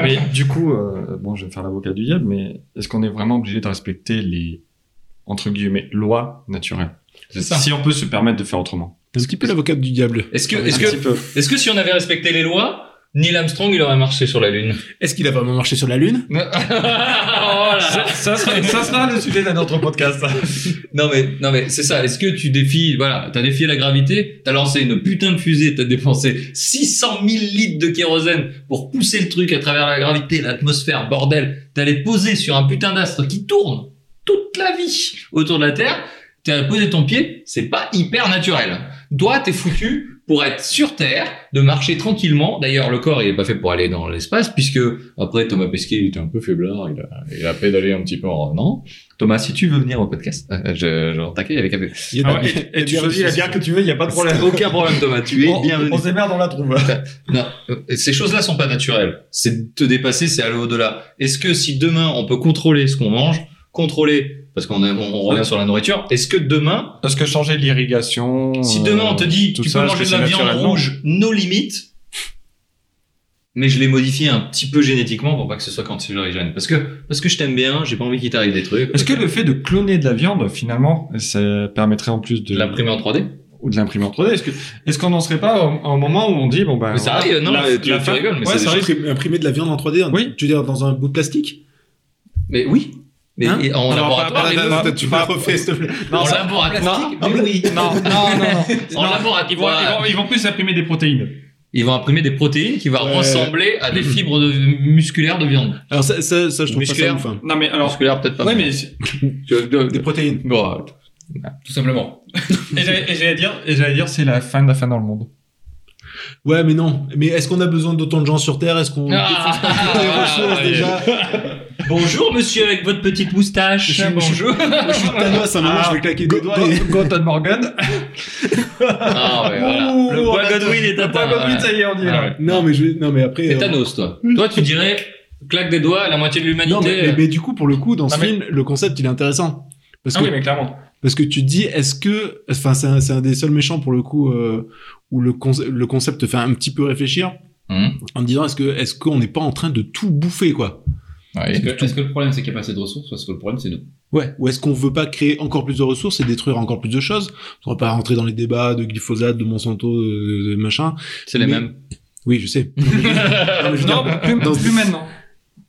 [SPEAKER 2] Mais du coup, euh, bon, je vais faire l'avocat du diable, mais est-ce qu'on est vraiment obligé de respecter les, entre guillemets, lois naturelles
[SPEAKER 3] C'est ça.
[SPEAKER 2] Si on peut se permettre de faire autrement.
[SPEAKER 1] Un petit peu l'avocat du diable.
[SPEAKER 3] Est-ce que, est-ce
[SPEAKER 2] Un petit
[SPEAKER 3] que,
[SPEAKER 2] peu.
[SPEAKER 3] est-ce que si on avait respecté les lois, Neil Armstrong, il aurait marché sur la Lune (laughs)
[SPEAKER 1] Est-ce qu'il a vraiment marché sur la lune
[SPEAKER 2] Ça, ça sera, ça sera le sujet d'un autre podcast. ça.
[SPEAKER 3] Non mais, non mais, c'est ça. Est-ce que tu défies, voilà, t'as défié la gravité, t'as lancé une putain de fusée, t'as dépensé 600 000 litres de kérosène pour pousser le truc à travers la gravité, l'atmosphère, bordel. T'allais poser sur un putain d'astre qui tourne toute toute la vie autour de la Terre, t'as posé ton pied, c'est pas hyper naturel. Toi, t'es foutu pour être sur Terre, de marcher tranquillement. D'ailleurs, le corps, il est pas fait pour aller dans l'espace, puisque après, Thomas Pesquet, il était un peu faiblard, il a, il a pédalé un petit peu en revenant. Thomas, si tu veux venir au podcast, euh, je, je taquais avec un
[SPEAKER 1] Il y a de la
[SPEAKER 2] Ah ouais,
[SPEAKER 1] bière.
[SPEAKER 2] et, et tu choisis la bière que tu veux, il n'y a pas de problème.
[SPEAKER 3] problème. Aucun problème, Thomas, tu es
[SPEAKER 2] On,
[SPEAKER 3] bienvenu.
[SPEAKER 2] on s'émerde, on la trouve.
[SPEAKER 3] Non, euh, ces choses-là sont pas naturelles. C'est te dépasser, c'est aller au-delà. Est-ce que si demain on peut contrôler ce qu'on mange, contrôler, parce qu'on a- on, on revient sur la nourriture, est-ce que demain,
[SPEAKER 2] Parce que changer l'irrigation.
[SPEAKER 3] si demain on te dit
[SPEAKER 2] tout
[SPEAKER 3] tu
[SPEAKER 2] ça,
[SPEAKER 3] peux manger
[SPEAKER 2] est-ce que
[SPEAKER 3] de la
[SPEAKER 2] c'est
[SPEAKER 3] viande
[SPEAKER 2] naturel Non.
[SPEAKER 3] rouge, nos limites, mais je l'ai modifié un petit peu génétiquement pour pas que ce soit cancérigène, parce que parce que je t'aime bien, j'ai pas envie qu'il t'arrive des trucs.
[SPEAKER 2] euh, Est-ce que le fait de cloner de la viande, finalement, ça permettrait en plus de
[SPEAKER 3] de l'imprimer en 3D
[SPEAKER 2] ou de l'imprimer en 3D Est-ce que est-ce qu'on n'en serait pas au- à un moment où on dit bon ben
[SPEAKER 3] Mais ça
[SPEAKER 2] voilà,
[SPEAKER 3] arrive, non,
[SPEAKER 2] la-
[SPEAKER 3] mais tu-
[SPEAKER 2] la
[SPEAKER 3] tu
[SPEAKER 2] fin-
[SPEAKER 3] rigoles, mais
[SPEAKER 2] ouais,
[SPEAKER 3] c'est
[SPEAKER 2] Ah, ça
[SPEAKER 3] des
[SPEAKER 2] arrive.
[SPEAKER 1] Imprim- Imprimer de la viande en 3D,
[SPEAKER 2] Oui.
[SPEAKER 1] tu veux dire dans un bout de plastique
[SPEAKER 3] Mais oui, mais
[SPEAKER 1] Hein
[SPEAKER 3] et en
[SPEAKER 2] Non, non,
[SPEAKER 3] laboratoire,
[SPEAKER 2] pas-
[SPEAKER 3] les
[SPEAKER 2] pas-
[SPEAKER 3] meufs,
[SPEAKER 2] pas-
[SPEAKER 1] Attends, tu me
[SPEAKER 2] pas-
[SPEAKER 1] refais, s'il te plaît.
[SPEAKER 2] Non,
[SPEAKER 3] en
[SPEAKER 2] ça-
[SPEAKER 3] laboratoire,
[SPEAKER 2] non,
[SPEAKER 3] mais oui,
[SPEAKER 2] non, non, non, non.
[SPEAKER 3] (laughs) en
[SPEAKER 2] non.
[SPEAKER 3] laboratoire,
[SPEAKER 2] Ils vont, ils vont- ils vont plus imprimer des protéines.
[SPEAKER 3] Ils vont imprimer des protéines qui vont
[SPEAKER 1] Ouais.
[SPEAKER 3] ressembler à des
[SPEAKER 2] Mm-hmm.
[SPEAKER 3] fibres de- musculaires de viande.
[SPEAKER 1] Alors, ça, ça, ça, je trouve pas ça
[SPEAKER 3] Musculaire.
[SPEAKER 1] ouf, hein.
[SPEAKER 2] Non mais alors.
[SPEAKER 3] Musculaires peut-être pas.
[SPEAKER 2] Ouais mais
[SPEAKER 3] (laughs)
[SPEAKER 1] Des protéines.
[SPEAKER 3] Bon, euh,
[SPEAKER 4] Tout simplement.
[SPEAKER 2] (laughs) et j'allais et j'allais dire et j'allais dire c'est la fin de la fin dans le monde.
[SPEAKER 1] Ouais, mais non. Mais est-ce qu'on a besoin d'autant de gens sur Terre Est-ce qu'on
[SPEAKER 3] (laughs) Ah,
[SPEAKER 1] défonce pas
[SPEAKER 3] ah,
[SPEAKER 1] toutes les
[SPEAKER 3] ah,
[SPEAKER 1] ressources
[SPEAKER 3] ah,
[SPEAKER 1] déjà
[SPEAKER 3] Bonjour monsieur avec votre petite moustache.
[SPEAKER 1] Je suis-
[SPEAKER 3] Bonjour.
[SPEAKER 1] Moi, Je suis Thanos, à un moment,
[SPEAKER 2] Ah,
[SPEAKER 1] je vais claquer des
[SPEAKER 2] Go-
[SPEAKER 1] doigts.
[SPEAKER 2] Go-
[SPEAKER 1] et-
[SPEAKER 2] Gordon Morgan.
[SPEAKER 3] Ah ouais,
[SPEAKER 2] (laughs)
[SPEAKER 3] voilà.
[SPEAKER 2] Ouh,
[SPEAKER 3] Le
[SPEAKER 2] on
[SPEAKER 3] point
[SPEAKER 2] a-
[SPEAKER 3] Godwin est
[SPEAKER 2] Le point
[SPEAKER 3] atteint.
[SPEAKER 2] Godwin, ça y est, on y est
[SPEAKER 3] Ah
[SPEAKER 2] là.
[SPEAKER 3] ouais.
[SPEAKER 1] Non, mais je, non, mais après.
[SPEAKER 3] T'es
[SPEAKER 1] euh,
[SPEAKER 3] Thanos toi. Toi tu dirais claque des doigts à la moitié de
[SPEAKER 1] Non, mais, mais-
[SPEAKER 3] l'humanité. euh,
[SPEAKER 1] mais du coup, pour le coup, dans ce
[SPEAKER 2] Non, mais-
[SPEAKER 1] film, le concept, il est intéressant. Parce
[SPEAKER 2] Ah
[SPEAKER 1] que,
[SPEAKER 2] oui mais clairement.
[SPEAKER 1] parce que tu te dis, est-ce que, enfin, c'est un, c'est un des seuls méchants pour le coup euh, où le, conce- le concept te fait un petit peu réfléchir
[SPEAKER 2] Mmh.
[SPEAKER 3] Hum,
[SPEAKER 1] en te disant, est-ce que, est-ce qu'on n'est pas en train de tout bouffer, quoi
[SPEAKER 4] Est-ce
[SPEAKER 3] ouais.
[SPEAKER 4] que, est-ce que le problème c'est qu'il n'y a pas assez de ressources Parce que le problème c'est nous.
[SPEAKER 1] Ouais. Ou est-ce qu'on veut pas créer encore plus de ressources et détruire encore plus de choses On va pas rentrer dans les débats de glyphosate, de Monsanto, de, de machin.
[SPEAKER 3] C'est les
[SPEAKER 1] Mais-
[SPEAKER 3] mêmes.
[SPEAKER 1] Oui, je
[SPEAKER 2] (laughs)
[SPEAKER 1] sais. Non, mais je veux
[SPEAKER 2] Non,
[SPEAKER 1] dire,
[SPEAKER 2] plus,
[SPEAKER 1] dans-
[SPEAKER 2] plus maintenant.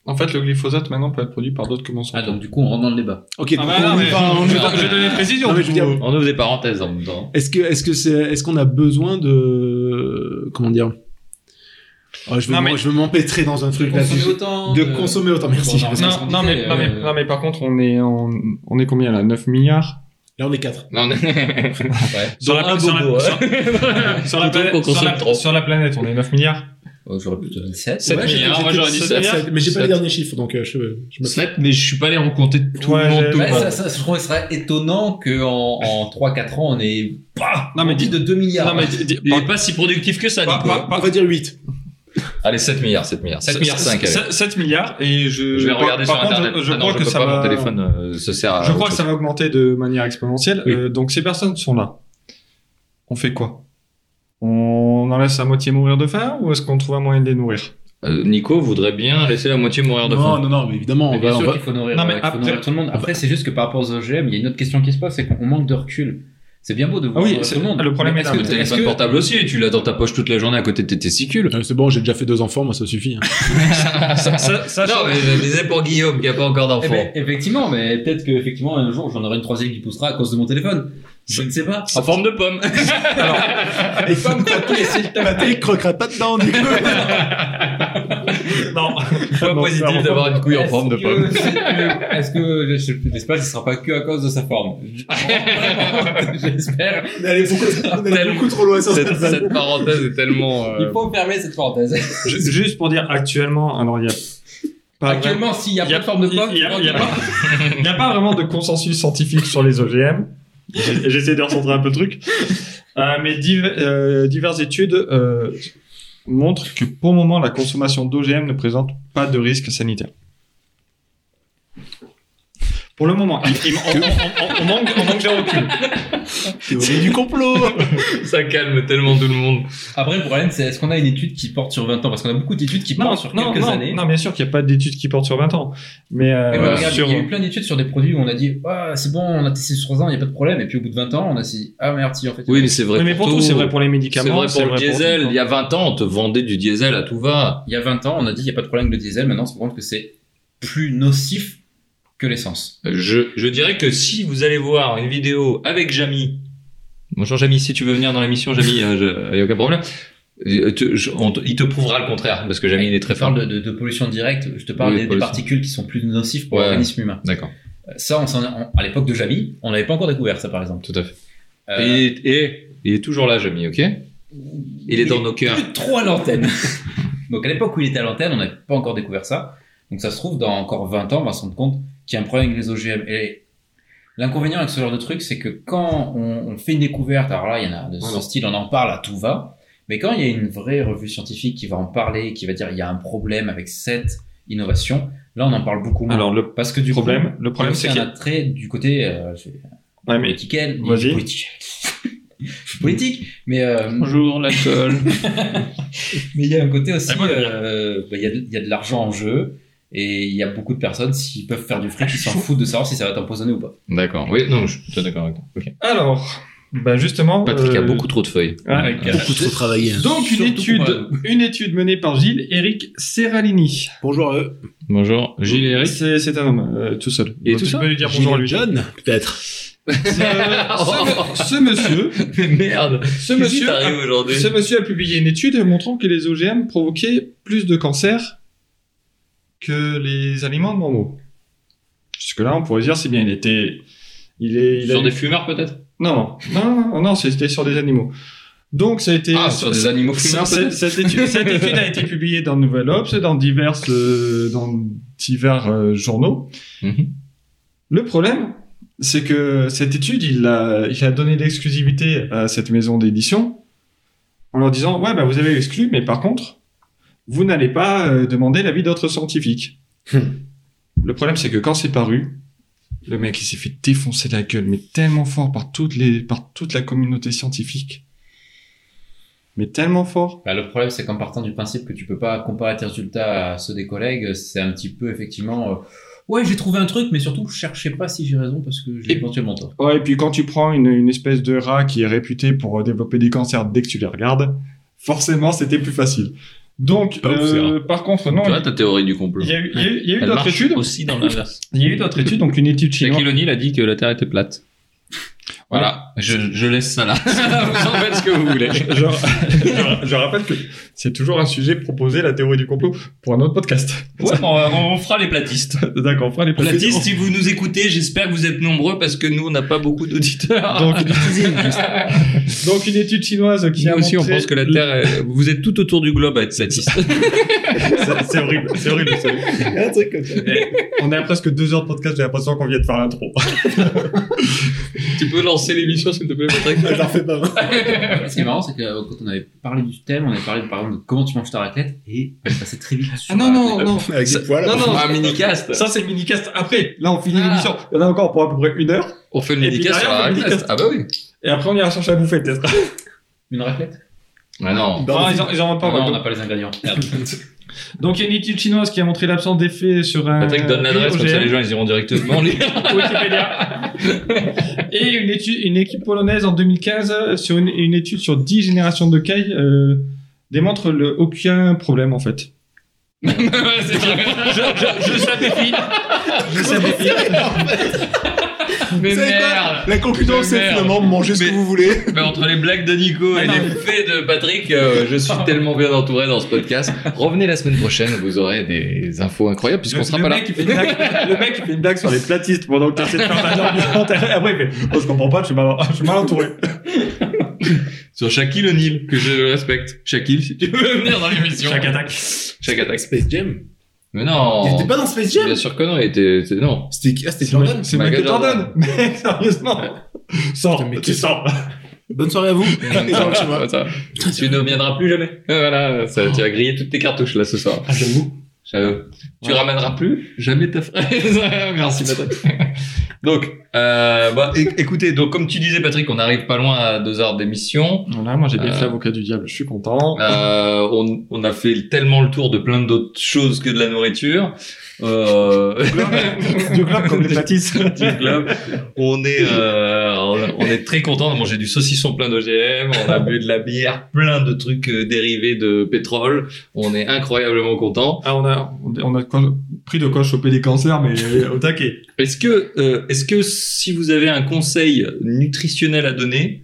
[SPEAKER 2] En fait, le glyphosate maintenant peut être produit par d'autres que Monsanto.
[SPEAKER 4] Ah, donc du coup, on rentre dans le débat.
[SPEAKER 1] Ok.
[SPEAKER 2] Ah
[SPEAKER 1] donc
[SPEAKER 2] bah
[SPEAKER 1] on
[SPEAKER 2] non,
[SPEAKER 1] y
[SPEAKER 2] mais-
[SPEAKER 1] va, on y
[SPEAKER 2] je
[SPEAKER 1] va.
[SPEAKER 2] vais donner une précision.
[SPEAKER 1] Non, mais je
[SPEAKER 2] du
[SPEAKER 1] veux dire,
[SPEAKER 2] coup.
[SPEAKER 3] On ouvre des parenthèses en même temps.
[SPEAKER 1] Est-ce que est-ce que c'est est-ce qu'on a besoin de comment dire Oh, je vais
[SPEAKER 2] Non, mais-
[SPEAKER 1] m'en- je vais m'empêtrer dans un truc là
[SPEAKER 4] Consommer
[SPEAKER 1] de,
[SPEAKER 4] autant.
[SPEAKER 1] de consommer autant merci.
[SPEAKER 4] Bon,
[SPEAKER 2] Non,
[SPEAKER 4] Parce
[SPEAKER 2] non,
[SPEAKER 4] qu'on
[SPEAKER 2] mais,
[SPEAKER 3] Ah,
[SPEAKER 4] disait,
[SPEAKER 2] non, mais,
[SPEAKER 4] euh,
[SPEAKER 2] non, mais par contre, on est, en- on est combien là 9 milliards
[SPEAKER 1] Là on est quatre.
[SPEAKER 3] Non, non. ouais.
[SPEAKER 2] Sur la-
[SPEAKER 3] Bon, un
[SPEAKER 2] sur la-
[SPEAKER 3] bobo,
[SPEAKER 2] sur-
[SPEAKER 3] hein.
[SPEAKER 2] sur
[SPEAKER 3] Plutôt
[SPEAKER 2] la, planète,
[SPEAKER 3] qu'on
[SPEAKER 2] sur,
[SPEAKER 3] consomme
[SPEAKER 2] la,
[SPEAKER 3] trop.
[SPEAKER 2] sur la planète, on est 9 milliards.
[SPEAKER 4] Oh, J'aurais pu te dire 7.
[SPEAKER 3] Sept
[SPEAKER 1] Ouais,
[SPEAKER 3] milliards,
[SPEAKER 1] j'étais-
[SPEAKER 3] moi j'aurais dit
[SPEAKER 1] j'étais-
[SPEAKER 3] 7.
[SPEAKER 1] sept, mais j'ai pas les
[SPEAKER 3] Sept.
[SPEAKER 1] derniers chiffres donc euh, je, je me
[SPEAKER 3] Sept, mais je suis pas allé recompter tout
[SPEAKER 2] Ouais,
[SPEAKER 3] le monde.
[SPEAKER 2] j'ai-
[SPEAKER 3] tout le
[SPEAKER 2] Ouais,
[SPEAKER 3] monde.
[SPEAKER 4] ça, ça, je trouve que ce serait étonnant qu'en en, 3-4 ans, on ait. Bah,
[SPEAKER 2] Non, mais
[SPEAKER 4] dit de
[SPEAKER 2] dis-
[SPEAKER 4] 2 milliards.
[SPEAKER 2] Non, mais dis- dis-
[SPEAKER 3] Il
[SPEAKER 2] par-
[SPEAKER 3] est pas si productif que ça,
[SPEAKER 2] par-
[SPEAKER 3] Nico.
[SPEAKER 2] par-
[SPEAKER 1] On
[SPEAKER 2] par-
[SPEAKER 1] va dire 8.
[SPEAKER 3] Allez, 7 milliards, 7 milliards. 7 milliards 5. allez.
[SPEAKER 2] 7 milliards, et je,
[SPEAKER 3] Je vais regarder
[SPEAKER 2] Euh, par
[SPEAKER 3] sur
[SPEAKER 2] contre,
[SPEAKER 3] internet.
[SPEAKER 2] Je
[SPEAKER 3] Ah non,
[SPEAKER 2] crois que
[SPEAKER 3] peux
[SPEAKER 2] ça
[SPEAKER 3] pas,
[SPEAKER 2] va.
[SPEAKER 3] Mon téléphone euh, se sert à.
[SPEAKER 2] Je crois
[SPEAKER 3] autre
[SPEAKER 2] que ça va augmenter de manière exponentielle.
[SPEAKER 1] Oui.
[SPEAKER 2] Euh, donc ces personnes sont là. On fait quoi On en laisse à moitié mourir de faim ou est-ce qu'on trouve un moyen de
[SPEAKER 3] (laughs)
[SPEAKER 2] les nourrir
[SPEAKER 3] chose. Euh, Nico voudrait bien laisser la moitié mourir de
[SPEAKER 1] Non
[SPEAKER 3] faim.
[SPEAKER 1] non non mais évidemment
[SPEAKER 4] Mais
[SPEAKER 1] on
[SPEAKER 4] bien
[SPEAKER 1] va, on
[SPEAKER 4] sûr
[SPEAKER 1] va-
[SPEAKER 4] qu'il faut, nourrir,
[SPEAKER 2] Non, mais
[SPEAKER 4] euh, qu'il faut
[SPEAKER 2] après-
[SPEAKER 4] nourrir tout le monde. Après, c'est juste que par rapport aux OGM, il y a une autre question qui se pose, c'est qu'on on manque de recul. C'est bien beau de
[SPEAKER 2] Ah
[SPEAKER 4] vouloir
[SPEAKER 2] oui,
[SPEAKER 4] nourrir
[SPEAKER 2] c'est-
[SPEAKER 4] tout le monde.
[SPEAKER 2] le problème
[SPEAKER 4] mais
[SPEAKER 2] est là,
[SPEAKER 4] que
[SPEAKER 3] Le
[SPEAKER 2] mais
[SPEAKER 4] t'es-
[SPEAKER 3] téléphone
[SPEAKER 4] que-
[SPEAKER 3] portable aussi, tu l'as dans ta poche toute la journée à côté de tes testicules.
[SPEAKER 1] Euh, C'est bon, j'ai déjà fait deux enfants, moi ça suffit. hein.
[SPEAKER 2] Ah, ça, ça- ça-
[SPEAKER 3] (laughs) Non, mais je disais pour Guillaume qui a pas encore
[SPEAKER 4] Eh
[SPEAKER 3] d'enfant.
[SPEAKER 4] ben, effectivement, mais peut-être que effectivement un jour j'en aurai une troisième qui poussera à cause de mon téléphone. Je ne sais pas.
[SPEAKER 2] ah
[SPEAKER 3] En forme de pomme.
[SPEAKER 1] Et femme croquée, c'est ta tête croquera pas dedans du coup.
[SPEAKER 2] Non.
[SPEAKER 3] Point
[SPEAKER 2] Non,
[SPEAKER 3] positif
[SPEAKER 2] clairement.
[SPEAKER 3] d'avoir une couille en
[SPEAKER 4] Est-ce
[SPEAKER 3] forme de
[SPEAKER 4] que-
[SPEAKER 3] pomme.
[SPEAKER 4] (laughs) c'est que- Est-ce que je sais plus, l'espace ne sera pas que à cause de sa forme Oh, Vraiment, (laughs) J'espère.
[SPEAKER 2] Euh,
[SPEAKER 1] On est allé beaucoup, on est allé beaucoup trop loin sur cette
[SPEAKER 3] Cette,
[SPEAKER 1] phase.
[SPEAKER 3] cette parenthèse est tellement. euh,
[SPEAKER 4] Il faut fermer cette parenthèse.
[SPEAKER 2] (laughs) Ju- Juste pour dire, actuellement, alors il y a pas vraiment-
[SPEAKER 4] Actuellement, s'il n'y a
[SPEAKER 2] Il y
[SPEAKER 4] pas
[SPEAKER 2] a-
[SPEAKER 4] de forme de pomme,
[SPEAKER 2] il y a-
[SPEAKER 4] tu
[SPEAKER 2] il y a
[SPEAKER 4] manges-
[SPEAKER 2] pas- Il n'y a pas vraiment de consensus scientifique sur les OGM. J'ai- J'essaie de recentrer un peu le truc. Euh, mais div- euh, diverses études euh, montrent que pour le moment, la consommation d'OGM ne présente pas de risque sanitaire. Pour le moment, il- il- on, on- on- on manque, on manque de recul.
[SPEAKER 1] Théorie du complot.
[SPEAKER 3] Ça calme tellement tout le monde.
[SPEAKER 4] Après, le problème, c'est est-ce qu'on a une étude qui porte sur 20 ans Parce qu'on a beaucoup d'études qui portent sur quelques
[SPEAKER 2] non,
[SPEAKER 4] années.
[SPEAKER 2] non, bien sûr qu'il n'y a pas d'études qui portent sur 20 ans. Mais, euh,
[SPEAKER 4] Mais
[SPEAKER 3] Euh,
[SPEAKER 4] regarde,
[SPEAKER 2] sur-
[SPEAKER 4] il y a eu plein d'études sur des produits où on a dit Ah, c'est bon, on a testé sur 3 ans, il n'y a pas de problème. Et puis au bout de 20 ans, on a dit ah merde, si en fait.
[SPEAKER 3] Oui, mais c'est vrai.
[SPEAKER 2] Oui, mais pour tout, c'est vrai pour les
[SPEAKER 3] C'est vrai
[SPEAKER 2] médicaments.
[SPEAKER 3] pour le diesel.
[SPEAKER 2] tout.
[SPEAKER 3] Il y a 20 ans, on te vendait du diesel à tout va.
[SPEAKER 4] Il y a 20 ans, on a dit il n'y a pas de problème avec le diesel. Maintenant, on se rend compte que c'est plus nocif que l'essence.
[SPEAKER 3] Je, je dirais que si vous allez voir une vidéo avec Jamy, bonjour Jamy, si tu veux venir dans l'émission, Jamy, euh, je- il n'y a aucun problème. Euh, te- je- on te- il te prouvera le contraire, parce que Jamy, il est très
[SPEAKER 4] Je
[SPEAKER 3] fort.
[SPEAKER 4] parle de, de- de pollution directe, je te parle
[SPEAKER 3] Oui,
[SPEAKER 4] des, des
[SPEAKER 3] pollution.
[SPEAKER 4] particules qui sont plus nocives pour
[SPEAKER 3] Ouais.
[SPEAKER 4] l'organisme humain.
[SPEAKER 3] D'accord.
[SPEAKER 4] Euh, Ça, on s'en- on- à l'époque de Jamy, on n'avait pas encore découvert ça, par exemple.
[SPEAKER 3] Tout à fait.
[SPEAKER 4] Euh,
[SPEAKER 3] Et, et il est toujours là, Jamy, ok Il est
[SPEAKER 4] Euh,
[SPEAKER 3] dans nos cœurs.
[SPEAKER 4] plus trop à l'antenne. (laughs) Donc à l'époque où il était à l'antenne, on n'avait pas encore découvert ça. Donc ça se trouve, dans encore 20 ans, on va se rendre compte qu'il y a un problème avec les OGM. Et l'inconvénient avec ce genre de truc, c'est que quand on, on fait une découverte, alors là, il y en a de ce
[SPEAKER 2] Voilà.
[SPEAKER 4] style, on en parle à tout va. Mais quand il y a une vraie revue scientifique qui va en parler, qui va dire il y a un problème avec cette innovation, là, on en parle beaucoup moins.
[SPEAKER 2] Alors, le
[SPEAKER 4] Parce que du coup,
[SPEAKER 2] problème, le
[SPEAKER 4] il y a
[SPEAKER 2] problème,
[SPEAKER 4] aussi
[SPEAKER 2] c'est qu'il y
[SPEAKER 4] un
[SPEAKER 2] a...
[SPEAKER 4] attrait du côté euh, je vais-
[SPEAKER 2] Ouais, mais
[SPEAKER 4] politique, elle,
[SPEAKER 2] Vas-y.
[SPEAKER 4] politique. (laughs) politique, mais euh,
[SPEAKER 3] Bonjour, l'alcool.
[SPEAKER 4] (laughs) mais il y a un côté aussi,
[SPEAKER 2] Ah, moi, j'aime bien.
[SPEAKER 4] euh, bah, il y, a de- il y a de l'argent en jeu et il y a beaucoup de personnes, s'ils peuvent faire du fric, ils s'en foutent de savoir si ça va t'empoisonner ou pas.
[SPEAKER 3] D'accord. Oui, non, je suis tout d'accord avec toi. Ok.
[SPEAKER 2] Euh, Alors, ben justement...
[SPEAKER 3] Patrick a
[SPEAKER 2] euh,
[SPEAKER 3] beaucoup trop de feuilles.
[SPEAKER 2] Ah,
[SPEAKER 3] Ouais.
[SPEAKER 4] avec, euh,
[SPEAKER 5] Beaucoup trop travaillé.
[SPEAKER 2] Donc, une
[SPEAKER 4] Surtout
[SPEAKER 2] étude,
[SPEAKER 3] euh,
[SPEAKER 4] comparé.
[SPEAKER 2] une étude menée par Gilles Eric Serralini.
[SPEAKER 1] Bonjour euh, à eux.
[SPEAKER 3] Bonjour, Gilles et
[SPEAKER 2] (laughs)
[SPEAKER 3] Eric.
[SPEAKER 2] C'est c'est un homme, euh, tout seul.
[SPEAKER 3] Il est
[SPEAKER 2] Donc,
[SPEAKER 3] tout
[SPEAKER 2] tu
[SPEAKER 3] seul
[SPEAKER 2] peux lui dire
[SPEAKER 1] Gilles
[SPEAKER 2] bonjour à lui.
[SPEAKER 1] John, peut-être.
[SPEAKER 2] Ce, ce- ce monsieur,
[SPEAKER 3] Merde.
[SPEAKER 2] ce monsieur, a-
[SPEAKER 3] aujourd'hui
[SPEAKER 2] ce monsieur a publié une étude montrant que les OGM provoquaient plus de cancers que les aliments normaux. Jusque là, on pourrait dire c'est bien. Il était, il est, il a
[SPEAKER 3] Sur
[SPEAKER 2] eu-
[SPEAKER 3] des fumeurs, peut-être
[SPEAKER 2] non, non, non, non, non, non, c'était sur des animaux. Donc ça a été
[SPEAKER 3] Ah, sur des animaux
[SPEAKER 2] Ça,
[SPEAKER 3] fumeurs,
[SPEAKER 2] Cette,
[SPEAKER 3] peut-être
[SPEAKER 2] cette étude, cette étude a été publiée dans le Nouvel Obs, dans divers, euh, dans divers euh, journaux.
[SPEAKER 3] Mhm.
[SPEAKER 2] Le problème, c'est que cette étude, il a, il a donné l'exclusivité à cette maison d'édition en leur disant Ouais, bah, vous avez exclu, mais par contre, vous n'allez pas euh, demander l'avis d'autres scientifiques. le problème, c'est que quand c'est paru, le mec, il s'est fait défoncer la gueule, mais tellement fort par, toutes les, par toute la communauté scientifique. Mais tellement fort.
[SPEAKER 4] Bah, le problème, c'est qu'en partant du principe que tu peux pas comparer tes résultats à ceux des collègues, c'est un petit peu effectivement. euh, ouais, j'ai trouvé un truc, mais surtout, je cherchais pas si j'ai raison parce que j'ai
[SPEAKER 2] Et-
[SPEAKER 4] éventuellement tort.
[SPEAKER 2] Ouais, et puis quand tu prends une, une espèce de rat qui est réputée pour euh, développer des cancers dès que tu les regardes, forcément c'était plus facile. Donc,
[SPEAKER 1] Pas ouf,
[SPEAKER 2] euh,
[SPEAKER 1] c'est rare.
[SPEAKER 2] par contre, non,
[SPEAKER 3] Tu vois, ta théorie du complot.
[SPEAKER 2] il y a eu, il y a eu- il y a eu
[SPEAKER 3] Elle
[SPEAKER 2] d'autres
[SPEAKER 3] marche
[SPEAKER 2] études.
[SPEAKER 3] aussi dans l'inverse.
[SPEAKER 2] Il y a eu d'autres études, donc une étude chinoise.
[SPEAKER 3] Shaquille O'Neal a dit que la Terre était plate. (laughs) Voilà, je, je laisse ça là. (laughs) vous en faites ce que vous voulez.
[SPEAKER 2] (laughs) Je, je- je rappelle que c'est toujours un sujet proposé, la théorie du complot, pour un autre podcast.
[SPEAKER 3] Ouais, euh, on, on fera les platistes.
[SPEAKER 2] (laughs) D'accord, on fera les (laughs)
[SPEAKER 3] Platistes, si vous nous écoutez, j'espère que vous êtes nombreux parce que nous, on n'a pas beaucoup d'auditeurs.
[SPEAKER 2] Donc, (laughs) donc une étude chinoise qui
[SPEAKER 3] Nous
[SPEAKER 2] a
[SPEAKER 3] aussi, on
[SPEAKER 2] montré-
[SPEAKER 3] pense que la Terre, est- vous êtes tout autour du globe à être statiste.
[SPEAKER 2] (laughs) C'est- C'est horrible, c'est horrible. c'est horrible.
[SPEAKER 5] Il y a un truc comme ça.
[SPEAKER 3] Eh.
[SPEAKER 2] On est à presque deux heures de podcast, j'ai l'impression qu'on vient de faire l'intro.
[SPEAKER 3] (laughs) tu peux lancer l'émission, s'il te plaît, Patrick
[SPEAKER 5] Je leur fais pas.
[SPEAKER 4] Ce qui est marrant, c'est que euh, quand on avait parlé du thème, on avait parlé par exemple de comment tu manges ta raclette et on est passé très vite.
[SPEAKER 3] Ah
[SPEAKER 4] sur la raclette.
[SPEAKER 2] non.
[SPEAKER 5] Avec
[SPEAKER 3] Ça-
[SPEAKER 5] des poils.
[SPEAKER 2] non, non.
[SPEAKER 3] un minicast.
[SPEAKER 2] Ça, c'est le minicast après. Là, on finit
[SPEAKER 3] Ah.
[SPEAKER 2] l'émission. Il y en a encore pour à peu près une heure.
[SPEAKER 3] On fait le
[SPEAKER 2] Et puis
[SPEAKER 3] minicast sur
[SPEAKER 2] derrière,
[SPEAKER 3] la
[SPEAKER 2] le
[SPEAKER 3] raclette.
[SPEAKER 2] minicast.
[SPEAKER 3] Ah bah oui.
[SPEAKER 2] Et après, on ira chercher à bouffer, peut-être.
[SPEAKER 4] Une raclette
[SPEAKER 3] Ah non.
[SPEAKER 2] Non,
[SPEAKER 5] Dans-
[SPEAKER 2] ils en, ils en vendent pas.
[SPEAKER 4] Ah non,
[SPEAKER 2] ouais.
[SPEAKER 4] on n'a pas les (laughs) ingrédients. Merde.
[SPEAKER 2] Donc, il y a une étude chinoise qui a montré l'absence d'effet sur un.
[SPEAKER 3] Patrick donne l'adresse, comme ça les gens, ils iront directement (laughs) lire.
[SPEAKER 2] Wikipédia. Et une, étude, une équipe polonaise en 2015 sur une, une étude sur 10 générations de cailles euh, démontre le, aucun problème en fait.
[SPEAKER 3] C'est vrai. je, je, je simplifie.
[SPEAKER 5] Je sais
[SPEAKER 3] Mais
[SPEAKER 5] Vous savez quoi
[SPEAKER 3] merde.
[SPEAKER 5] La conclusion,
[SPEAKER 3] Mais
[SPEAKER 5] c'est
[SPEAKER 3] merde.
[SPEAKER 5] finalement manger ce
[SPEAKER 3] Mais-
[SPEAKER 5] que vous voulez.
[SPEAKER 3] Mais entre les blagues de Nico et
[SPEAKER 2] Ah non,
[SPEAKER 3] les faits de Patrick, euh, je suis tellement bien entouré dans ce podcast. Revenez la semaine prochaine, vous aururez des infos incroyables puisqu'on
[SPEAKER 2] Le-
[SPEAKER 3] sera
[SPEAKER 2] le
[SPEAKER 3] pas là.
[SPEAKER 2] mec, il fait une blague- le mec, il fait une blague sur les platistes pendant que t'essaies de faire ta norme alimentaire. Et Après, il fait Oh, je comprends pas, je suis mal, je suis mal entouré.
[SPEAKER 3] Sur Shaquille O'Neal, que je respecte. Shaquille, si tu veux venir dans l'émission.
[SPEAKER 2] Chaque attaque.
[SPEAKER 3] Chaque attaque.
[SPEAKER 5] Space Jam.
[SPEAKER 3] Mais
[SPEAKER 5] Il
[SPEAKER 3] non.
[SPEAKER 1] Oh.
[SPEAKER 5] était pas dans Space Jam.
[SPEAKER 3] Bien sûr que non, il était, c'était- non.
[SPEAKER 5] C'était qui Ah, c'était
[SPEAKER 2] C'est
[SPEAKER 5] Jordan.
[SPEAKER 2] Mike- C'est
[SPEAKER 3] Michael
[SPEAKER 2] Michael Jordan.
[SPEAKER 3] Jordan.
[SPEAKER 2] Mec, sérieusement. Sors,
[SPEAKER 5] Putain, mais
[SPEAKER 2] tu
[SPEAKER 5] qu'est-ce-
[SPEAKER 2] sors.
[SPEAKER 5] (laughs) Bonne soirée à
[SPEAKER 1] (laughs)
[SPEAKER 5] vous. Et genre, tu vois.
[SPEAKER 3] Ça. Tu ne reviendras plus jamais. Euh, Voilà, ça, tu as grillé toutes tes cartouches là ce soir.
[SPEAKER 2] J'avoue.
[SPEAKER 3] J'avoue. Tu
[SPEAKER 2] Ouais.
[SPEAKER 3] ramèneras plus jamais ta fraise. (laughs) Merci Patrick. (laughs) donc, euh, bah, é- écoutez, donc comme tu disais Patrick, on n'arrive pas loin à deux heures d'émission.
[SPEAKER 2] Voilà, moi j'ai bien
[SPEAKER 3] Euh.
[SPEAKER 2] fait l'avocat du diable, je suis content.
[SPEAKER 3] Euh, on, on a fait tellement le tour de plein d'autres choses que de la nourriture. Euh,
[SPEAKER 2] Du club comme les (laughs) platistes.
[SPEAKER 3] du club. On est, euh, on- on est très content. On a mangé du saucisson plein d'OGM. On a bu de la bière, plein de trucs euh, dérivés de pétrole. On est incroyablement content.
[SPEAKER 2] Ah, on a, on a co- pris de quoi choper des cancers, mais euh, au taquet.
[SPEAKER 3] Est-ce que, euh, est-ce que si vous avez un conseil nutritionnel à donner,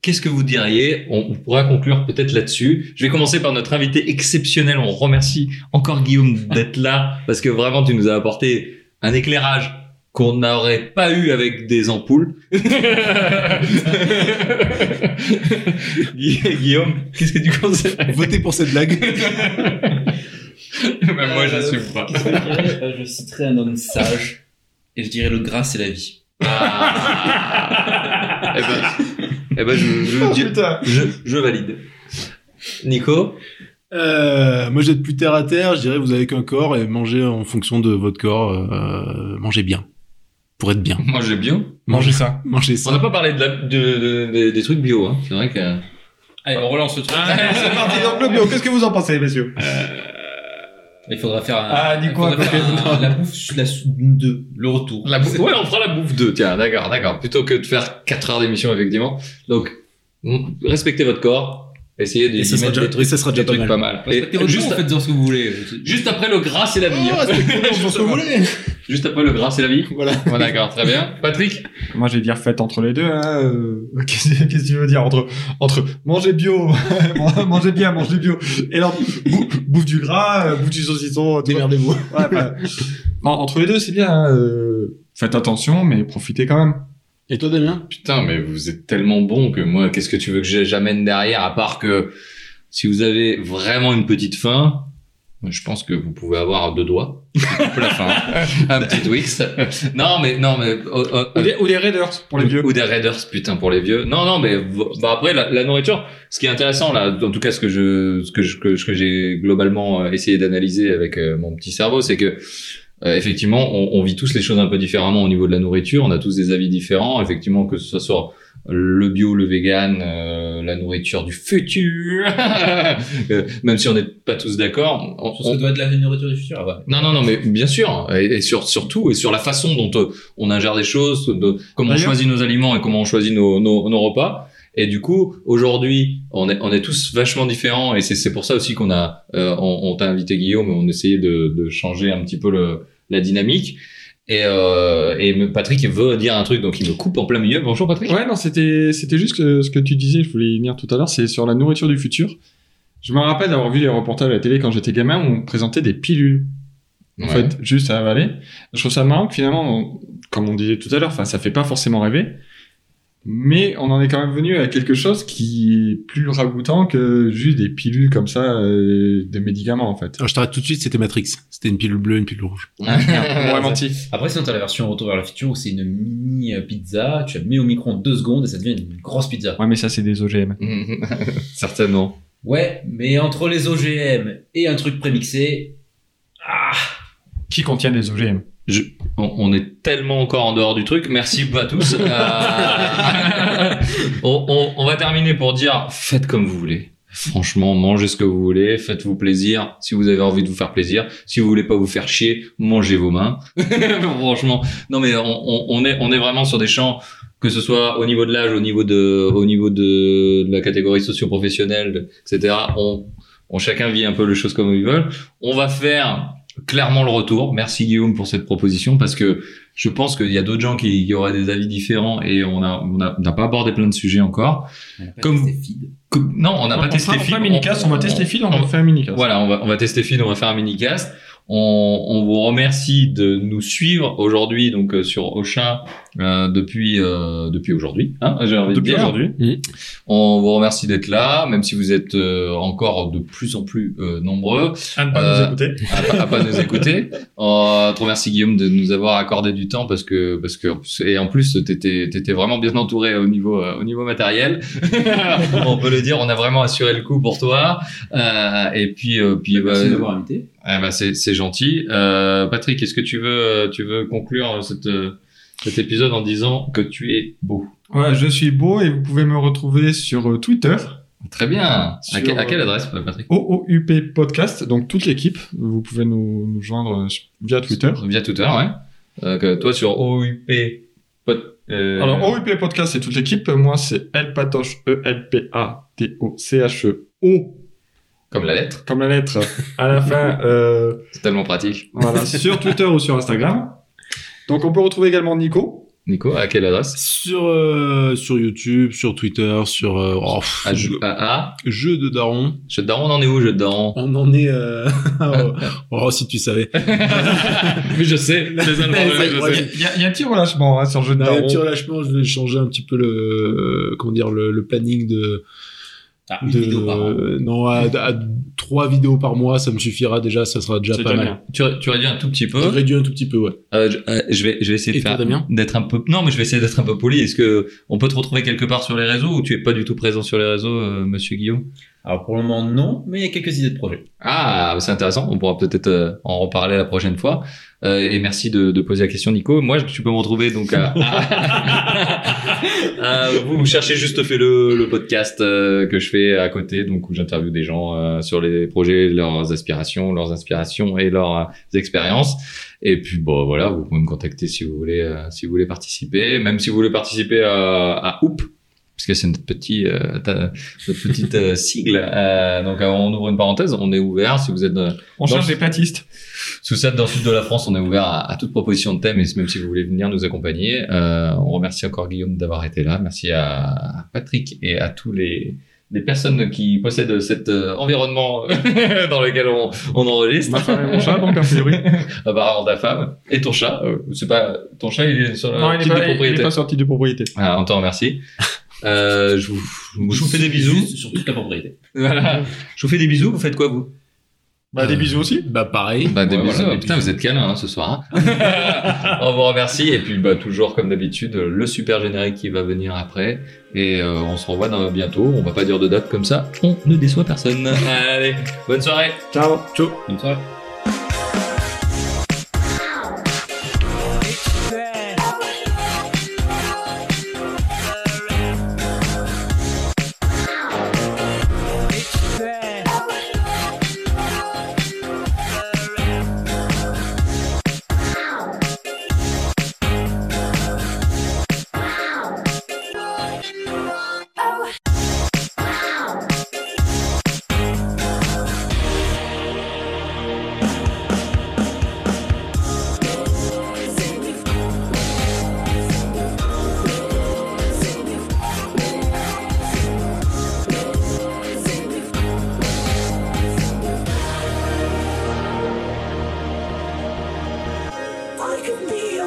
[SPEAKER 3] qu'est-ce que vous diriez on, on pourra conclure peut-être là-dessus. Je vais commencer par notre invité exceptionnel. On remercie encore Guillaume d'être là parce que vraiment tu nous as apporté un éclairage qu'on n'aurait pas eu avec des ampoules. Gui- (laughs) Guillaume, qu'est-ce que tu (laughs) conseilles
[SPEAKER 5] Votez pour cette blague.
[SPEAKER 3] Même Bah, moi, j'assume pas.
[SPEAKER 4] Qu'est-ce que je dirais Euh, Je citerai un homme sage et je dirais le gras, c'est la vie.
[SPEAKER 3] (laughs) Eh ben, eh ben, je, je,
[SPEAKER 2] Oh,
[SPEAKER 3] je-
[SPEAKER 2] putain.
[SPEAKER 3] je, je valide. Nico
[SPEAKER 1] (laughs) Euh, moi, j'aide plus terre à terre. Je dirais, vous avez qu'un corps et mangez en fonction de votre corps. euh, mangez bien. Pour être bien.
[SPEAKER 3] Moi, j'ai bio.
[SPEAKER 1] Mangez
[SPEAKER 2] ça.
[SPEAKER 1] Mangez
[SPEAKER 3] On
[SPEAKER 1] ça.
[SPEAKER 3] n'a pas parlé de la- de- de- de- des trucs bio. Hein. C'est vrai que...
[SPEAKER 4] Allez, on relance le truc. Ah, (laughs)
[SPEAKER 2] C'est parti dans le bio. Qu'est-ce que vous en pensez, messieurs
[SPEAKER 4] Il faudra faire un,
[SPEAKER 2] Ah, du
[SPEAKER 4] il
[SPEAKER 2] coup,
[SPEAKER 4] faudra
[SPEAKER 2] à
[SPEAKER 4] faire
[SPEAKER 2] côté-
[SPEAKER 4] un- la bouffe, la sou- deux, le retour.
[SPEAKER 3] La bouffe- ouais, on prend la bouffe 2, tiens, d'accord, d'accord. Plutôt que de faire 4 heures d'émission, effectivement. Donc, mm, respectez votre corps, essayez de
[SPEAKER 1] Et ça
[SPEAKER 3] d'y
[SPEAKER 1] sera
[SPEAKER 3] mettre
[SPEAKER 1] déjà-
[SPEAKER 3] des trucs,
[SPEAKER 1] et ça sera déjà
[SPEAKER 3] des trucs
[SPEAKER 1] pas
[SPEAKER 3] pas mal. Et
[SPEAKER 4] Respectez votre
[SPEAKER 3] juste,
[SPEAKER 4] juste, faites-en ce que vous voulez.
[SPEAKER 3] juste après le gras, c'est la vie. (laughs) hein.
[SPEAKER 5] que (laughs) vous voulez.
[SPEAKER 3] juste après le gras, c'est la vie.
[SPEAKER 5] Voilà.
[SPEAKER 3] Ouais, d'accord, très bien. Patrick
[SPEAKER 2] Moi, je vais dire faites entre les deux. Hein. euh, (laughs) Qu'est-ce qu'est-ce que tu veux dire entre entre manger bio, (laughs) manger bien, manger bio, et alors bou- bouffe du gras, euh, bouffe du saucisson. tu vois.
[SPEAKER 5] Démerdez-vous.
[SPEAKER 2] Ouais, bah, en- entre les deux, c'est bien. hein, euh, Faites attention, mais profitez quand même.
[SPEAKER 5] Et toi, Damien
[SPEAKER 3] Putain, mais vous êtes tellement bon que moi, qu'est-ce que tu veux que j'ai- j'amène derrière, à part que si vous avez vraiment une petite faim, je pense que vous pouvez avoir deux doigts. Un peu la faim. Un petit Wix. Non, mais, non, mais, oh, oh,
[SPEAKER 2] Ou des, ou des raiders pour les
[SPEAKER 3] Ou-
[SPEAKER 2] vieux.
[SPEAKER 3] Ou des Raiders, putain, pour les vieux. Non, non, mais vo- bah après, la, la nourriture, ce qui est intéressant, là, en tout cas, ce que je, ce que je, que, ce que j'ai globalement euh, essayé d'analyser avec euh, mon petit cerveau, c'est que, euh, effectivement, on, on vit tous les choses un peu différemment au niveau de la nourriture. On a tous des avis différents. Effectivement, que ce soit le bio, le vegan, euh, la nourriture du futur, (laughs) euh, même si on n'est pas tous d'accord, on-
[SPEAKER 4] Sur ce
[SPEAKER 3] on-
[SPEAKER 4] que doit être la nourriture du futur, ah ouais.
[SPEAKER 3] non, non, non, mais bien sûr, et, et sur, surtout, et sur la façon dont euh, on ingère les choses, de, comment on
[SPEAKER 2] D'ailleurs-
[SPEAKER 3] choisit nos aliments et comment on choisit nos, nos, nos repas. Et du coup, aujourd'hui, on est, on est tous vachement différents, et c'est c'est pour ça aussi qu'on a, euh, on, on t'a invité Guillaume, on essayait de, de changer un petit peu le, la dynamique. Et, euh, et me- Patrick il veut dire un truc, donc il me coupe en plein milieu. Bonjour Patrick.
[SPEAKER 2] Ouais, non, c'était c'était juste que- ce que tu disais, je voulais y venir tout à l'heure, c'est sur la nourriture du futur. Je me rappelle d'avoir vu les reportages à la télé quand j'étais gamin où on présentait des pilules, en
[SPEAKER 3] Ouais.
[SPEAKER 2] fait, juste à avaler. Je trouve ça marrant que finalement, on- comme on disait tout à l'heure, enfin, ça fait pas forcément rêver, mais on en est quand même venu à quelque chose qui est plus ragoûtant que juste des pilules comme ça, euh, des médicaments, en fait.
[SPEAKER 1] Alors, je t'arrête tout de suite, c'était Matrix. C'était une pilule bleue, une pilule rouge.
[SPEAKER 2] On aurait menti.
[SPEAKER 4] Après, sinon, t'as la version retour vers le futur où c'est une mini euh, pizza, tu la mets au micro en deux secondes et ça devient une grosse pizza.
[SPEAKER 2] Ouais, mais ça, c'est des OGM.
[SPEAKER 3] (laughs) Certainement.
[SPEAKER 4] Ouais, mais entre les OGM et un truc prémixé, ah,
[SPEAKER 2] Qui contient des OGM
[SPEAKER 3] On, on est tellement encore en dehors du truc. Merci à tous. Euh, on, on- on va terminer pour dire faites comme vous voulez. Franchement, mangez ce que vous voulez, faites-vous plaisir. Si vous avez envie de vous faire plaisir, si vous voulez pas vous faire chier, mangez vos mains. (laughs) Franchement, non mais on, on- on est on est vraiment sur des champs que ce soit au niveau de l'âge, au niveau de au niveau de, de la catégorie socio-professionnelle, etc. On, on chacun vit un peu les choses comme ils veulent. On va faire clairement le retour. Merci Guillaume pour cette proposition parce que je pense qu'il y a d'autres gens qui, qui auraient des avis différents et on a on a- on n'a pas abordé plein de sujets encore. Comme-
[SPEAKER 4] c'est feed.
[SPEAKER 3] Que- non, on n'a pas testé
[SPEAKER 2] On fait un
[SPEAKER 3] film.
[SPEAKER 2] minicast, on va tester film, on va faire un minicast.
[SPEAKER 3] Voilà, on va, on va tester Phil, on va faire un mini-cast. On, on vous remercie de nous suivre aujourd'hui donc euh, sur Ocha euh, depuis euh, depuis aujourd'hui. Hein, j'ai envie de
[SPEAKER 2] Depuis
[SPEAKER 3] dire.
[SPEAKER 2] aujourd'hui.
[SPEAKER 3] On vous remercie d'être là, même si vous êtes euh, encore de plus en plus euh, nombreux
[SPEAKER 2] À ne pas
[SPEAKER 3] Euh,
[SPEAKER 2] nous écouter.
[SPEAKER 3] à, pas- à pas nous écouter. On te remercie Guillaume de nous avoir accordé du temps parce que parce que et en plus t'étais t'étais vraiment bien entouré au niveau euh, au niveau matériel. (laughs) on peut le dire, on a vraiment assuré le coup pour toi. Euh, et puis euh, puis bah,
[SPEAKER 4] Merci de m'avoir invité.
[SPEAKER 3] eh ben c'est c'est gentil. Euh, Patrick, est-ce que tu veux euh, tu veux conclure euh, cette euh, cet épisode en disant que tu es beau
[SPEAKER 2] Ouais, je suis beau et vous pouvez me retrouver sur euh, Twitter,
[SPEAKER 3] Très bien. À,
[SPEAKER 2] Sur,
[SPEAKER 3] que- à quelle
[SPEAKER 2] euh,
[SPEAKER 3] adresse, Patrick
[SPEAKER 2] OOUP Podcast, donc toute l'équipe. Vous pouvez nous, nous joindre euh, via Twitter.
[SPEAKER 3] Via Twitter, ouais. Euh, que toi sur OUP. Pot, euh,
[SPEAKER 2] Alors, OUP Podcast, c'est toute l'équipe. Moi, c'est E Elpatoche, E-L-P-A-T-O-C-H-E-O,
[SPEAKER 3] comme la lettre,
[SPEAKER 2] E comme la lettre à la fin, euh,
[SPEAKER 3] c'est tellement pratique.
[SPEAKER 2] voilà, sur Twitter ou sur Instagram. Donc, on peut retrouver également Nico.
[SPEAKER 3] Nico, à quelle adresse
[SPEAKER 1] Sur, euh, sur YouTube, sur Twitter, sur... euh, oh, pff,
[SPEAKER 5] Ah,
[SPEAKER 3] à,
[SPEAKER 1] jeu,
[SPEAKER 3] Ju- à, à
[SPEAKER 1] de daron.
[SPEAKER 3] Jeu de Daron, on en est où, Jeu de Daron (laughs)
[SPEAKER 1] On en est... euh, (laughs) oh, oh, si tu savais.
[SPEAKER 3] Mais
[SPEAKER 1] (laughs)
[SPEAKER 3] je sais, je les ai
[SPEAKER 1] Ouais,
[SPEAKER 3] enlevés,
[SPEAKER 1] ouais,
[SPEAKER 3] je sais.
[SPEAKER 2] Il y, a- il y a un petit relâchement hein, sur le jeu de
[SPEAKER 1] Non, il y a un petit
[SPEAKER 2] daron.
[SPEAKER 1] relâchement, je vais changer un petit peu le... Comment dire Le, le planning de...
[SPEAKER 4] Ah, une
[SPEAKER 1] de
[SPEAKER 4] vidéo par an.
[SPEAKER 1] non, à, à trois vidéos par mois, ça me suffira déjà, ça sera déjà
[SPEAKER 2] C'est
[SPEAKER 1] pas
[SPEAKER 2] déjà
[SPEAKER 1] mal.
[SPEAKER 3] Tu, tu réduis un tout petit peu.
[SPEAKER 1] Réduit un tout petit peu, ouais.
[SPEAKER 3] Euh, je, euh, je vais, je vais essayer de
[SPEAKER 1] Et toi,
[SPEAKER 3] faire
[SPEAKER 1] Damien
[SPEAKER 3] d'être un peu. Non, mais je vais essayer d'être un peu poli. Est-ce que on peut te retrouver quelque part sur les réseaux ou tu es pas du tout présent sur les réseaux, euh, Monsieur Guillaume
[SPEAKER 4] Alors pour le moment non, mais il y a quelques idées de projet.
[SPEAKER 3] Ah, c'est intéressant. On pourra peut-être euh, en reparler la prochaine fois. Euh, et merci de, de poser la question, Nico. Moi, je- tu peux me retrouver donc. À... (laughs) Euh, vous me cherchez juste fait le, le podcast euh, que je fais à côté, donc où j'interviewe des gens euh, sur les projets, leurs aspirations, leurs inspirations et leurs euh, expériences. Et puis bon voilà, vous pouvez me contacter si vous voulez, euh, si vous voulez participer, même si vous voulez participer euh, à Hoop. Parce que c'est notre petit, euh, ta- notre petite euh, sigle. Euh, donc euh, on ouvre une parenthèse, on est ouvert. Si vous êtes euh,
[SPEAKER 2] On
[SPEAKER 3] Non,
[SPEAKER 2] cherche
[SPEAKER 3] je-
[SPEAKER 2] des platistes.
[SPEAKER 3] sous ça, dans le sud de la France, on est ouvert à, à toute proposition de thème, et même si vous voulez venir nous accompagner, euh, on remercie encore Guillaume d'avoir été là. Merci à, à Patrick et à tous les les personnes qui possèdent cet euh, environnement (laughs) dans lequel on, on enregistre.
[SPEAKER 2] Ma femme et mon chat, donc a priori.
[SPEAKER 3] Ah bah, alors, ta femme et ton chat. euh, c'est pas ton chat, il est sur la
[SPEAKER 2] Non, il
[SPEAKER 3] petite
[SPEAKER 2] n'est pas, il est
[SPEAKER 3] propriété.
[SPEAKER 2] pas sorti de propriété.
[SPEAKER 3] Ah, on t'en remercie. Euh, je vous, je vous fais des bisous.
[SPEAKER 4] Juste sur toute la propriété.
[SPEAKER 3] Voilà. Je vous fais des bisous. Vous faites quoi vous
[SPEAKER 2] Bah, des bisous aussi.
[SPEAKER 1] Bah pareil.
[SPEAKER 3] Bah, des
[SPEAKER 1] Ouais,
[SPEAKER 3] bisous.
[SPEAKER 1] voilà,
[SPEAKER 3] Ah,
[SPEAKER 1] des
[SPEAKER 3] Putain,
[SPEAKER 1] bisous.
[SPEAKER 3] vous êtes câlin hein, ce soir. hein. (laughs) on vous remercie. Et puis, bah, toujours comme d'habitude, le super générique qui va venir après. Et euh, on se revoit dans- bientôt. On va pas dire de date comme ça. On ne déçoit personne. (laughs) Allez, bonne soirée.
[SPEAKER 2] Ciao. Ciao.
[SPEAKER 4] Comme ça.
[SPEAKER 6] I could be